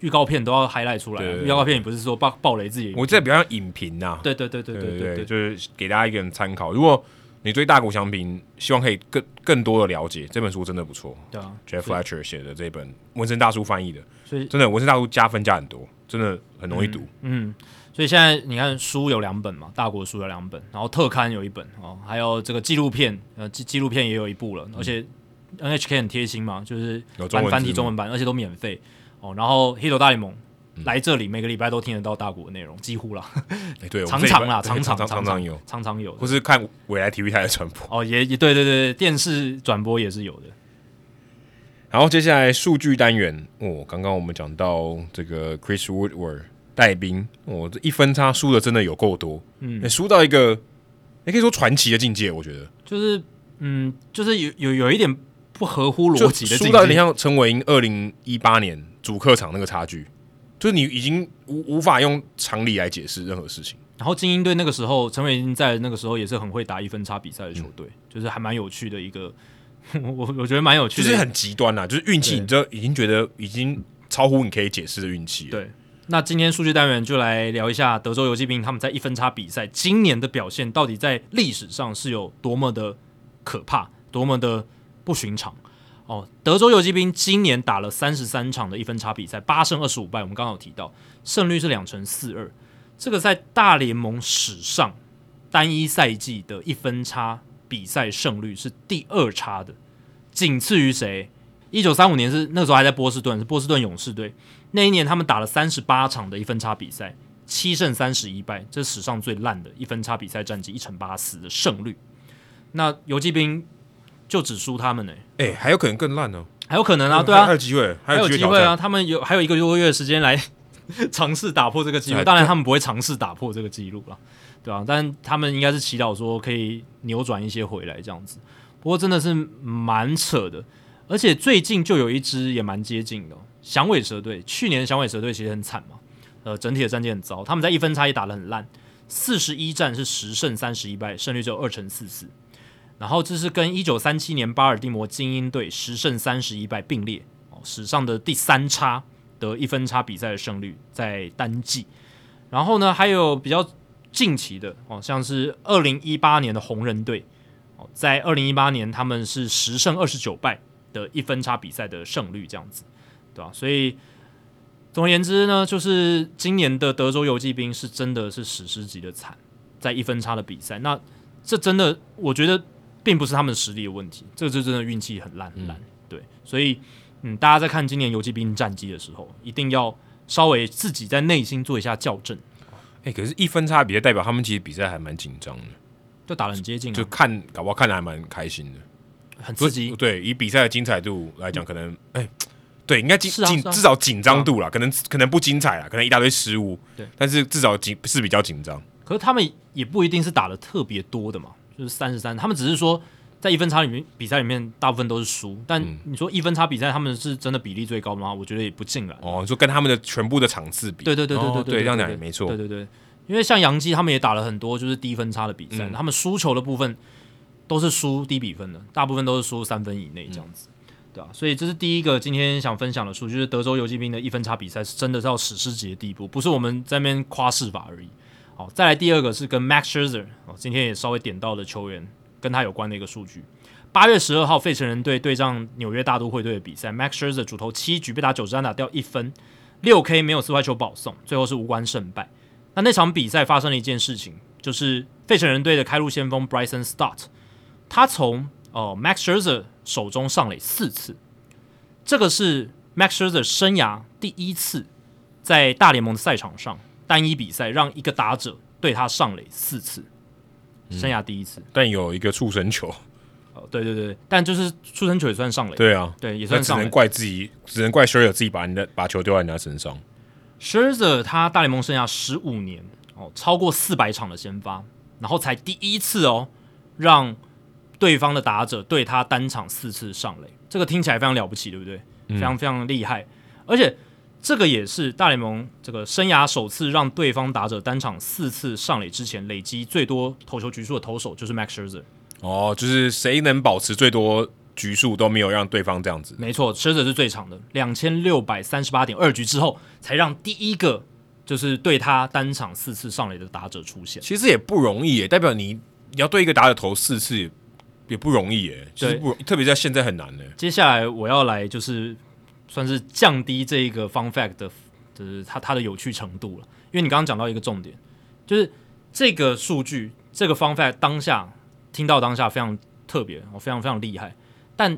S2: 预告片都要 highlight 出来啊、
S1: 对对对
S2: 预告片也不是说暴暴雷自己。
S1: 我这比较像影评呐，
S2: 对对对对对
S1: 对
S2: 对对，
S1: 就是给大家一个人参考。如果你对大谷翔平希望可以更更多的了解，这本书真的不错
S2: 对啊，
S1: ，Jeff
S2: 所以
S1: Fletcher 写的这本纹身大叔翻译的，
S2: 所以
S1: 真的纹身大叔加分加很多，真的很容易读。
S2: 嗯，所以现在你看书有两本嘛，大国书有两本，然后特刊有一本哦，还有这个纪录片，呃，纪纪录片也有一部了，而且 NHK 很贴心嘛，就是
S1: 嗯有中
S2: 繁
S1: 文
S2: 繁
S1: 字
S2: 体
S1: 幕嗯
S2: 中文版，而且都免费哦。然后《黑头大联盟》来这里每个礼拜都听得到大国的内容，几乎啦，
S1: 哎对，我
S2: 常
S1: 这一
S2: 常
S1: 本
S2: 啦，
S1: 对
S2: 常
S1: 常
S2: 常
S1: 常
S2: 常
S1: 常有，
S2: 常常有的
S1: 或是看未来体育台的传播。
S2: 哦，也也对对对，电视转播也是有的。
S1: 然后接下来数据单元，哦，刚刚我们讲到这个 Chris Woodward 带兵，哦，这一分差输的真的有够多，嗯，输到一个哎也可以说传奇的境界，我觉得，
S2: 就是嗯，就是有有有一点不合乎
S1: 就
S2: 逻辑的
S1: 输
S2: 境
S1: 到有点
S2: 界。
S1: 像陈伟英二零一八年主客场那个差距，就是你已经无无法用常理来解释任何事情。
S2: 然后精英队那个时候，陈伟霆在那个时候也是很会打一分差比赛的球队，
S1: 嗯
S2: 就是还蛮有趣的一个， 我我觉得蛮有趣
S1: 就
S2: 的。
S1: 是很极端啦，就是运气，
S2: 对
S1: 你就已经觉得已经超乎你可以解释的运气了。
S2: 对。那今天数据单元就来聊一下德州游骑兵他们在一分差比赛今年的表现，到底在历史上是有多么的可怕，多么的不寻常。哦，德州游骑兵今年打了三十三场的一分差比赛，八胜二十五败，我们刚刚有提到，胜率是两成四二，这个在大联盟史上单一赛季的一分差比赛胜率是第二差的，仅次于谁？一九三五年是那时候还在波士顿，是波士顿勇士队。那一年他们打了三十八场的一分差比赛，七胜三十一败，这是史上最烂的一分差比赛战绩，一成八四的胜率。那游击兵就只输他们呢、
S1: 哎、还有可能更烂呢、
S2: 还有可能啊，对
S1: 还
S2: 啊
S1: 有，机会，还
S2: 还有
S1: 机
S2: 机
S1: 挑
S2: 会
S1: 战
S2: 啊，他们有还有一个多月的时间来 尝试打破这个记录，
S1: 哎
S2: 当然他们不会尝试打破这个记录了，对啊，但他们应该是祈祷说可以扭转一些回来这样子。不过真的是蛮扯的，而且最近就有一支也蛮接近的哦、响尾蛇队。去年响尾蛇队其实很惨嘛，呃，整体的战绩很糟，他们在一分差也打得很烂，四十一战是十胜三十一败，胜率只有二成四四。然后这是跟一九三七年巴尔的摩精英队十胜三十一败并列，哦，史上的第三差的一分差比赛的胜率在单季。然后呢，还有比较近期的哦，像是二零一八年的红人队，哦，在二零一八年他们是十胜二十九败的一分差比赛的胜率这样子，对吧、所以总而言之呢，就是今年的德州游骑兵是真的是史诗级的惨，在一分差的比赛，那这真的我觉得并不是他们实力的问题，这就真的运气很烂很烂，对，所以嗯，大家在看今年游骑兵战绩的时候，一定要稍微自己在内心做一下校正，
S1: 哎、可是一分差比赛代表他们其实比赛还蛮紧张的，
S2: 就打得很接近、啊，
S1: 就看搞不好看的还蛮开心的，
S2: 很刺激
S1: 不
S2: 嗯
S1: 是。对，以比赛的精彩度来讲，可能哎、对，应该紧
S2: 是啊
S1: 紧、
S2: 是啊
S1: 至少紧张度啦，可能可能不精彩啦，啊可能一大堆失误，
S2: 对，
S1: 但是至少紧是比较紧张。
S2: 可是他们也不一定是打的特别多的嘛，就是三十三，他们只是说在一分差里面比赛里面大部分都是输，但
S1: 嗯
S2: 你说一分差比赛他们是真的比例最高吗？我觉得也不尽然。
S1: 哦，就跟他们的全部的场次比，
S2: 对对对对
S1: 哦
S2: 对
S1: 这样讲也没错嗯
S2: 对。对对，因为像杨基他们也打了很多就是低分差的比赛，他们输球的部分都是输低比分的，大部分都是输三分以内这样子，
S1: 嗯
S2: 对啊，所以这是第一个今天想分享的数据，就是德州游击兵的一分差比赛是真的是到史诗级的地步，不是我们在那边夸饰法而已。好，再来第二个是跟 Max Scherzer 哦，今天也稍微点到的球员跟他有关的一个数据。八月十二号，费城人队对上纽约大都会队的比赛，Max Scherzer 主投七局被打九支安打掉一分，六 K 没有四坏球保送，最后是无关胜败。那那场比赛发生了一件事情，就是费城人队的开路先锋 Bryson Stott，他从呃 Max Scherzer 手中上垒四次，这个是 Max Scherzer 生涯第一次在大联盟的赛场上单一比赛让一个打者对他上垒四次，生涯第一次。
S1: 但有一个触身球，
S2: 呃，对对对，但就是出生球也算上垒，
S1: 对啊，
S2: 对也
S1: 那
S2: 算
S1: 只
S2: 上
S1: 能
S2: 垒。
S1: 怪自己，只能怪 s h i r e 自己把人家把球丢在人家身上。
S2: Scherzer 他大联盟生涯十五年哦，超过四百场的先发，然后才第一次哦，让对方的打者对他单场四次上垒，这个听起来非常了不起，对不对？非常非常厉害，而且这个也是大联盟这个生涯首次让对方打者单场四次上垒之前累积最多投球局数的投手就是 Max Scherzer。
S1: 哦，就是谁能保持最多局数都没有让对方这样子。
S2: 没错，吃者是最长的，两千六百三十八点二局之后，才让第一个就是对他单场四次上垒的打者出现。
S1: 其实也不容易耶，代表你你要对一个打者投四次也也不容易耶，就是不容特别在现在很难呢。
S2: 接下来我要来就是算是降低这一个 fun fact 的，就是它它的有趣程度了。因为你刚刚讲到一个重点，就是这个数据这个 fun fact 当下听到当下非常特别，我非常非常厉害。但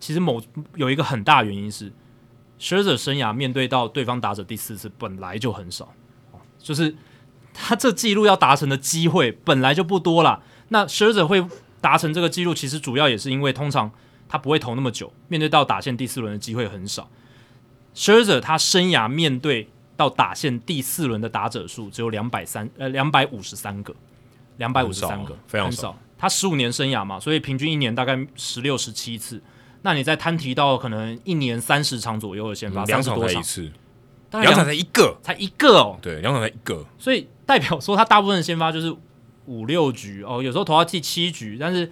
S2: 其实某有一个很大原因是 s h i r z e r 生涯面对到对方打者第四次本来就很少，哦就是他这记录要达成的机会本来就不多啦。那 s h i r z e r 会达成这个记录，其实主要也是因为通常他不会投那么久，面对到打线第四轮的机会很少。Scherzer 他生涯面对到打线第四轮的打者数只有两百三呃两百五十三个，两百五十三
S1: 很
S2: 个
S1: 少，非常
S2: 很
S1: 少
S2: 少。他十五年生涯嘛，所以平均一年大概十六十七次。那你再摊提到可能一年三十场左右的先发，
S1: 嗯两
S2: 三十
S1: 场
S2: 多
S1: 才一
S2: 场，
S1: 次，
S2: 大概
S1: 两场
S2: 两
S1: 才一个，
S2: 才一个哦，
S1: 对，两场才一个，
S2: 所以代表说他大部分的先发就是五六局哦，有时候投到第七局，但是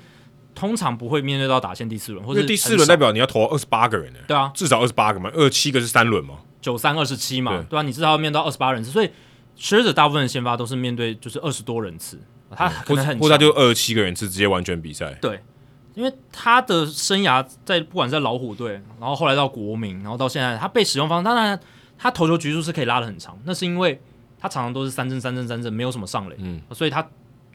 S2: 通常不会面对到打线第四轮，或
S1: 因
S2: 者
S1: 为第四轮代
S2: 表
S1: 表你要投二十八个人呢，
S2: 对啊，
S1: 至少二十八个嘛，二七个是三轮嘛，
S2: 九三二十七嘛，
S1: 对
S2: 对吧、啊你至少要面对二十八人次，所以学者大部分的先发都是面对就是二十多人次，他
S1: 或
S2: 可能很
S1: 啊或者他
S2: 强
S1: 就二七个人是直接完全比赛，
S2: 对，因为他的生涯在不管是在老虎队，然后后来到国民，然后到现在，他被使用方当然他投球局数是可以拉的很长，那是因为他常常都是三振、三振、三振，没有什么上垒，
S1: 嗯，
S2: 所以他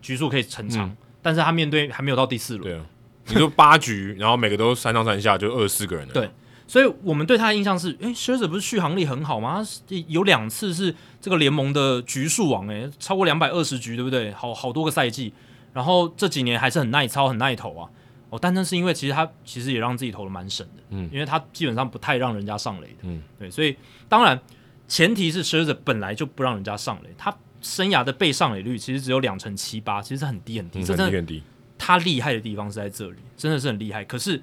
S2: 局数可以成长，但是他面对还没有到第四轮，
S1: 对啊，你说八局，然后每个都三上三下，就二十四个人了，
S2: 对所以我们对他的印象是，诶 s h i r z e r 不是续航力很好吗？他有两次是这个联盟的局数王、诶，超过两百二十局，对不对？好好多个赛季，然后这几年还是很耐操、很耐投啊。哦，但那是因为其实他其实也让自己投的蛮省的，
S1: 嗯
S2: 因为他基本上不太让人家上垒的，
S1: 嗯，
S2: 对，所以当然前提是 s h i r z e r 本来就不让人家上垒，他生涯的被上垒率其实只有两成七八，其实很低很低，
S1: 嗯，
S2: 这
S1: 很
S2: 真
S1: 低
S2: 的
S1: 很低，
S2: 他厉害的地方是在这里，真的是很厉害。可是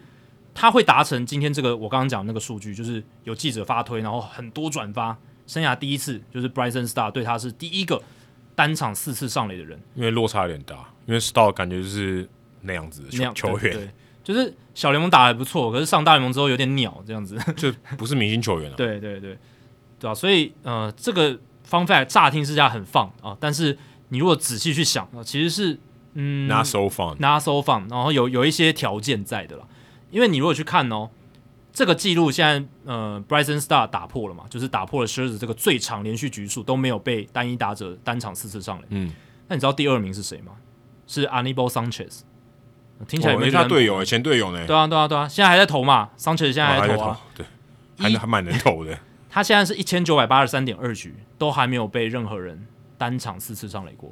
S2: 他会达成今天这个我刚刚讲的那个数据，就是有记者发推，然后很多转发，生涯第一次就是 Bryson Star 对他是第一个单场四次上垒的人，
S1: 因为落差有点大，因为 Star 感觉就是那样子的
S2: 那样
S1: 球球
S2: 对
S1: 员，
S2: 对就是小联盟打得还不错，可是上大联盟之后有点鸟这样子。
S1: 就不是明星球员了，
S2: 对对对，对啊，所以呃，这个方法乍听之下很放啊，但是你如果仔细去想啊，其实是嗯
S1: ，Not so fun，
S2: 拿手放，然后有有一些条件在的啦。因为你如果去看哦，这个记录现在呃，Bryson Star 打破了嘛，就是打破了 s h i r z 这个最长连续局数都没有被单一打者单场四次上垒。
S1: 嗯，
S2: 那你知道第二名是谁吗？是 Anibal Sanchez。听起来有
S1: 哦
S2: 没
S1: 诶
S2: 有觉
S1: 他
S2: 得
S1: 队友诶，前队友呢，
S2: 对啊对啊对啊，现在还在投嘛，Sanchez 现在
S1: 哦
S2: 还
S1: 还在
S2: 投啊，
S1: 投，对，还还蛮能投的，
S2: 他现在是一千九百八十三点二局，都还没有被任何人单场四次上垒过。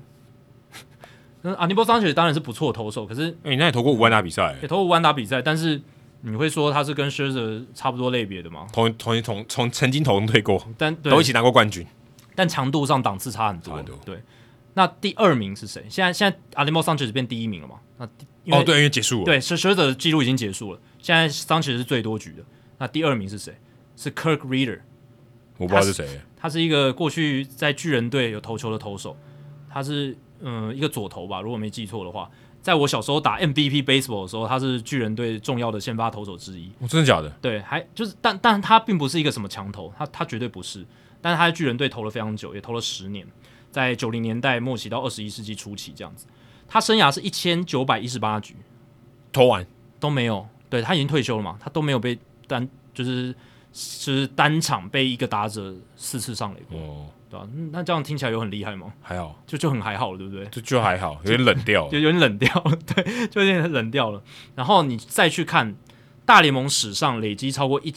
S2: 那 Anibal Sanchez 当然是不错的投手，可是
S1: 哎、你那也投过五万打比赛、
S2: 也
S1: 欸，
S2: 投过完打比赛，但是你会说他是跟 s h i r z e 差不多类别的吗？
S1: 同同同从曾经同队过，
S2: 但对
S1: 都一起拿过冠军。
S2: 但强度上档次差很多。
S1: 差很多
S2: 对，那第二名是谁？现在现在阿 n 莫桑 m 变第一名了嘛？那第因为
S1: 哦，对，因为结束了。，
S2: 对 s h i r z e 的记录已经结束了，现在桑奇是最多局的。那第二名是谁？是 Kirk Reader，
S1: 我不知道是谁，欸
S2: 他是一个过去在巨人队有投球的投手，他是嗯、呃一个左投吧，如果没记错的话，在我小时候打 MVP baseball 的时候，他是巨人队重要的先发投手之一。
S1: 哦我真的假的？
S2: 对，还就是，但但他并不是一个什么强投，他他绝对不是。但是他在巨人队投了非常久，也投了十年，在九零年代末期到二十一世纪初期这样子。他生涯是一千九百一十八局
S1: 投完
S2: 都没有，对他已经退休了嘛，他都没有被单就是就是单场被一个打者四次上垒过，
S1: 哦，
S2: 对吧、嗯那这样听起来有很厉害吗？
S1: 还好，
S2: 就就很还好了，对不对？
S1: 就就还好，有点冷掉了
S2: 就。有点冷掉 了，对，就有点冷掉了。然后你再去看大联盟史上累积超过一，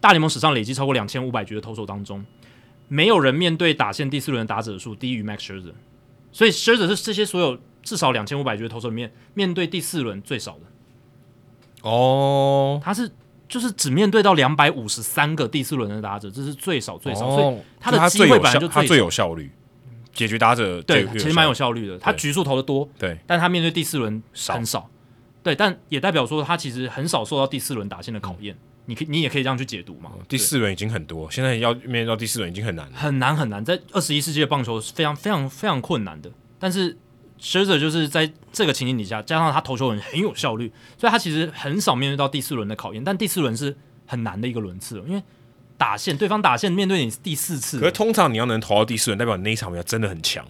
S2: 大联盟史上累积超过两千五百局的投手当中，没有人面对打线第四轮的打者数低于 Max Scherzer，所以 Scherzer 是这些所有至少两千五百局的投手里面面对第四轮最少的，
S1: 哦，
S2: 他是就是只面对到两百五十三个第四轮的打者，这是最少最少，所以
S1: 哦
S2: 他的
S1: 就
S2: 机
S1: 最
S2: 会
S1: 有
S2: 本来
S1: 效
S2: 就
S1: 他
S2: 最
S1: 最
S2: 少
S1: 有效率，解决打者
S2: 对
S1: 最
S2: 其实蛮有
S1: 效
S2: 效率的，他
S1: 对
S2: 局数投的多，
S1: 对
S2: 但他面对第四轮
S1: 少
S2: 很少，对，但也代表说他其实很少受到第四轮打线的考验。你可以你也可以这样去解读嘛？
S1: 哦第
S2: 对
S1: 四轮已经很多，现在要面对到第四轮已经很难了。
S2: 很难很难，在二十一世纪的棒球是非常非常非常困难的。但是 Scherzer 就是在这个情境底下，加上他投球很很有效率，所以他其实很少面对到第四轮的考验。但第四轮是很难的一个轮次哦，因为打线对方打线面对你是第四次了，
S1: 可是通常你要能投到第四轮，代表你那一场比赛真的很强。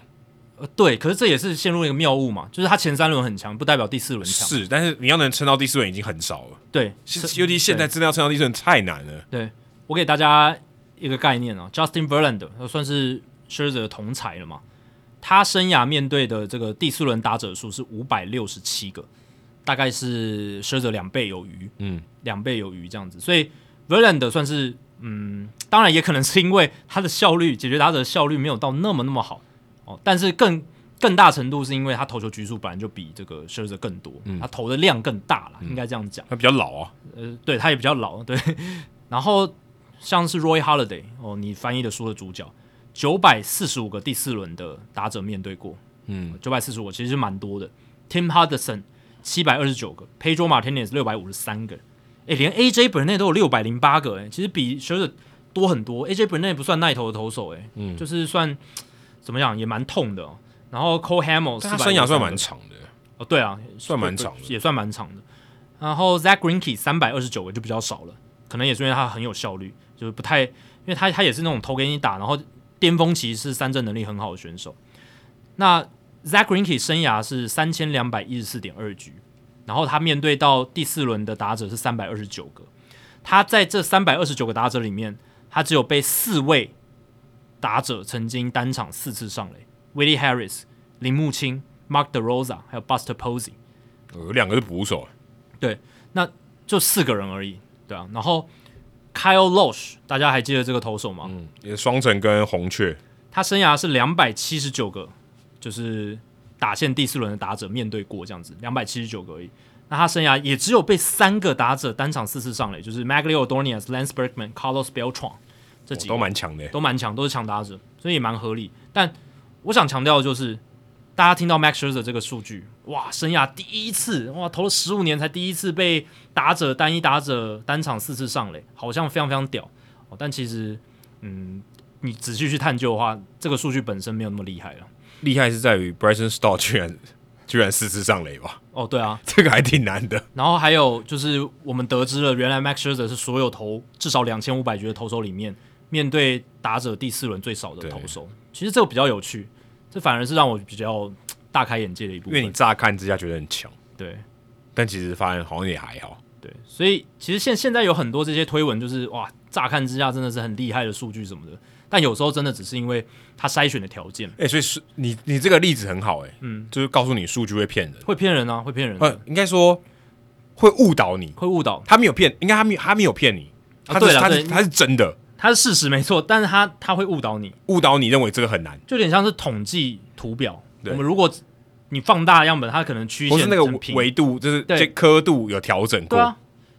S2: 呃对，可是这也是陷入一个谬误嘛，就是他前三轮很强，不代表第四轮强。
S1: 是，但是你要能撑到第四轮已经很少了，
S2: 对，
S1: 是尤其现在真的要撑到第四轮太难了。
S2: 对我给大家一个概念啊，Justin Verlander 算是 Scherzer 的同才了嘛，他生涯面对的这个第四轮打者数是五百六十七个，大概是 Scherzer 两倍有余，
S1: 嗯，
S2: 两倍有余这样子，所以 Verlander 算是嗯，当然也可能是因为他的效率解决打者的效率没有到那么那么好哦，但是更。更大程度是因为他投球局数本来就比这个 Scherzer 更多，他投的量更大了，应该这样讲。
S1: 他比较老啊，
S2: 呃，对他也比较老，对。然后像是 Roy Holiday 哦，你翻译的书的主角，九百四十五个第四轮的打者面对过，
S1: 嗯，
S2: 九百四十五其实是蛮多的。Tim Hudson 七百二十九个，Pedro Martinez 六百五十三个，诶，连 AJ Burnett 都有六百零八个，诶，其实比 s c h e r 多很多。AJ Burnett 不算耐投的投手，诶，
S1: 嗯
S2: 就是算怎么讲也蛮痛的、哦。然后 Cole Hamels
S1: 但他生涯算蛮长的，
S2: 哦，对啊，
S1: 算蛮长的
S2: 也算蛮长的。然后 Zach Greinke 三百二十九个就比较少了，可能也是因为他很有效率，就是不太，因为他他也是那种投给你打，然后巅峰期是三振能力很好的选手。那 Zach Greinke 生涯是三千两百一十四点二局，然后他面对到第四轮的打者是三百二十九个，他在这三百二十九个打者里面，他只有被四位打者曾经单场四次上垒，Willie Harris、铃木清、Mark DeRosa 还有 Buster Posey，
S1: 有呃两个是捕手，
S2: 就四个人而已，对啊。然后 Kyle Loesch，大家还记得这个投手吗？
S1: 嗯，也是双城跟红雀，
S2: 他生涯是两百七十九个，就是打线第四轮的打者面对过这样子，两百七十九个而已。那他生涯也只有被三个打者单场四次上垒，就是 Maglio Dornias、Lance Berkman、Carlos Beltran 这
S1: 哦
S2: 几个
S1: 都蛮强的。
S2: 都蛮强，都是强打者，所以也蛮合理。但我想强调的就是，大家听到 Max Scherzer 这个数据，哇，生涯第一次，哇，投了十五年才第一次被打者单一打者单场四次上垒，好像非常非常屌。哦、但其实，嗯，你仔细去探究的话，这个数据本身没有那么厉害了。
S1: 厉害是在于 Bryson Star 居然居然四次上垒吧，
S2: 哦，对啊，
S1: 这个还挺难的。
S2: 然后还有就是，我们得知了原来 Max Scherzer 是所有投至少两千五百局的投手里面，面对打者第四轮最少的
S1: 对
S2: 投手。其实这个比较有趣，这反而是让我比较嘖大开眼界的一部
S1: 因为你
S2: 分。
S1: 乍看之下觉得很强，
S2: 对
S1: 但其实发现好像也还好。
S2: 对，所以其实现现在有很多这些推文，就是哇，乍看之下真的是很厉害的数据什么的，但有时候真的只是因为他筛选的条件
S1: 哎、所以是你你这个例子很好、哎，
S2: 嗯，
S1: 就是告诉你数据会骗人，
S2: 会骗人啊，会骗人的、
S1: 呃，应该说会误导你。
S2: 会误导。
S1: 他没有骗，应该他没有他没有骗你，他
S2: 啊
S1: 是、
S2: 对啦
S1: 他是
S2: 对
S1: 他是真的
S2: 他是事实没错，但是他他会误导你。
S1: 误导你认为这个很难，
S2: 就有点像是统计图表。我
S1: 对
S2: 们如果你放大样本，它可能曲
S1: 不是
S2: 线
S1: 那个
S2: 很平
S1: 维度，就是
S2: 对
S1: 这刻度有调整过。
S2: 对啊，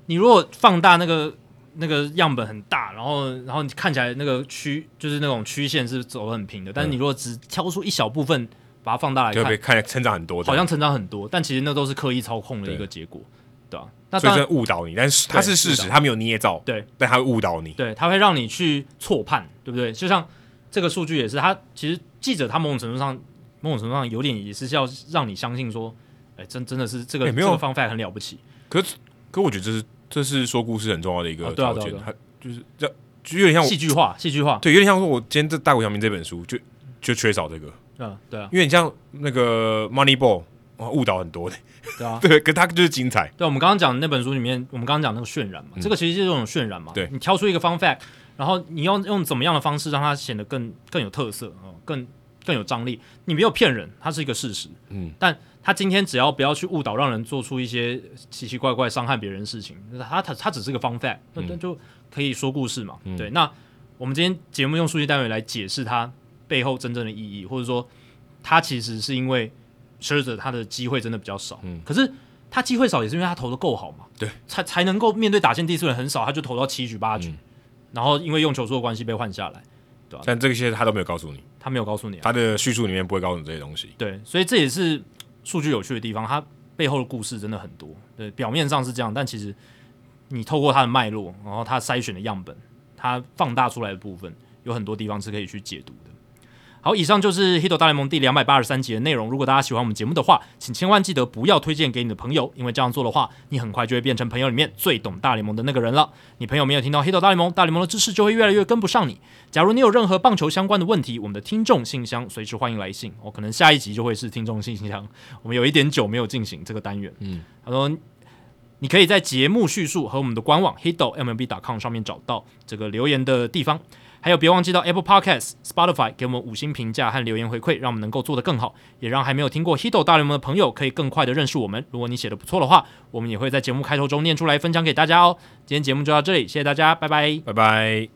S2: 你如果放大那个那个样本很大，然后然后你看起来那个曲就是那种曲线是走得很平的，但是你如果只挑出一小部分把它放大来
S1: 就会看起
S2: 看，
S1: 来成长很多这
S2: 好
S1: 样，
S2: 像成长很多，但其实那都是刻意操控的一个结果，对啊，那
S1: 所以
S2: 当
S1: 真
S2: 然
S1: 的误导你，但是他
S2: 对
S1: 是事
S2: 误
S1: 实，
S2: 导
S1: 他没有捏造，
S2: 对
S1: 但他会误导你。
S2: 对，它会让你去错判，对不对？就像这个数据也是，它其实记者他某种程度上某种程度上有点也是要让你相信说，哎、哎，真真的是这个、
S1: 哎没有
S2: 这个方法很了不起。
S1: 可是可我觉得这是这是说故事很重要的一
S2: 啊
S1: 个
S2: 对啊
S1: 条件
S2: 对啊，
S1: 它就是这就有点像我
S2: 戏剧化，戏剧化。
S1: 对，有点像说我今天这《大国扬名》这本书就就缺少这个，
S2: 嗯，对啊，
S1: 因为你像那个 Moneyball。哇误导很多的，
S2: 对啊。
S1: 对，可它就是精彩，
S2: 对，我们刚刚讲的那本书里面，我们刚刚讲那个渲染嘛，这个其实就是一种渲染嘛。
S1: 嗯对
S2: 你挑出一个 fun fact，然后你要用怎么样的方式让它显得更更有特色哦，更更有张力。你没有骗人，它是一个事实。
S1: 嗯，
S2: 但他今天只要不要去误导，让人做出一些奇奇怪怪伤害别人的事情，他他他只是个 fun fact，那
S1: 嗯
S2: 那就可以说故事嘛。对，那我们今天节目用数据单位来解释它背后真正的意义，或者说他其实是因为 s h i r z e r 他的机会真的比较少，
S1: 嗯
S2: 可是他机会少也是因为他投的够好嘛，
S1: 对，
S2: 才才能够面对打线地数人很少，他就投到七局八局，
S1: 嗯
S2: 然后因为用球数的关系被换下来，
S1: 但这些他都没有告诉你，
S2: 他没有告诉你啊，
S1: 他的叙述里面不会告诉你这些东西。
S2: 对，所以这也是数据有趣的地方，它背后的故事真的很多，对，表面上是这样，但其实你透过它的脉络，然后它筛选的样本，它放大出来的部分，有很多地方是可以去解读的。好，以上就是《Hito 大联盟》第两百八十三集的内容。如果大家喜欢我们节目的话，请千万记得不要推荐给你的朋友，因为这样做的话，你很快就会变成朋友里面最懂大联盟的那个人了。你朋友没有听到《Hito 大联盟》，大联盟的知识就会越来越跟不上你。假如你有任何棒球相关的问题，我们的听众信箱随时欢迎来信。我、哦可能下一集就会是听众信箱，我们有一点久没有进行这个单元。
S1: 嗯，
S2: 他说你可以在节目叙述和我们的官网 hito mlb.com 上面找到这个留言的地方。还有，别忘记到 Apple Podcast、Spotify 给我们五星评价和留言回馈，让我们能够做得更好，也让还没有听过 Hito 大联盟的朋友可以更快的认识我们。如果你写的不错的话，我们也会在节目开头中念出来分享给大家哦。今天节目就到这里，谢谢大家，拜拜。
S1: 拜拜。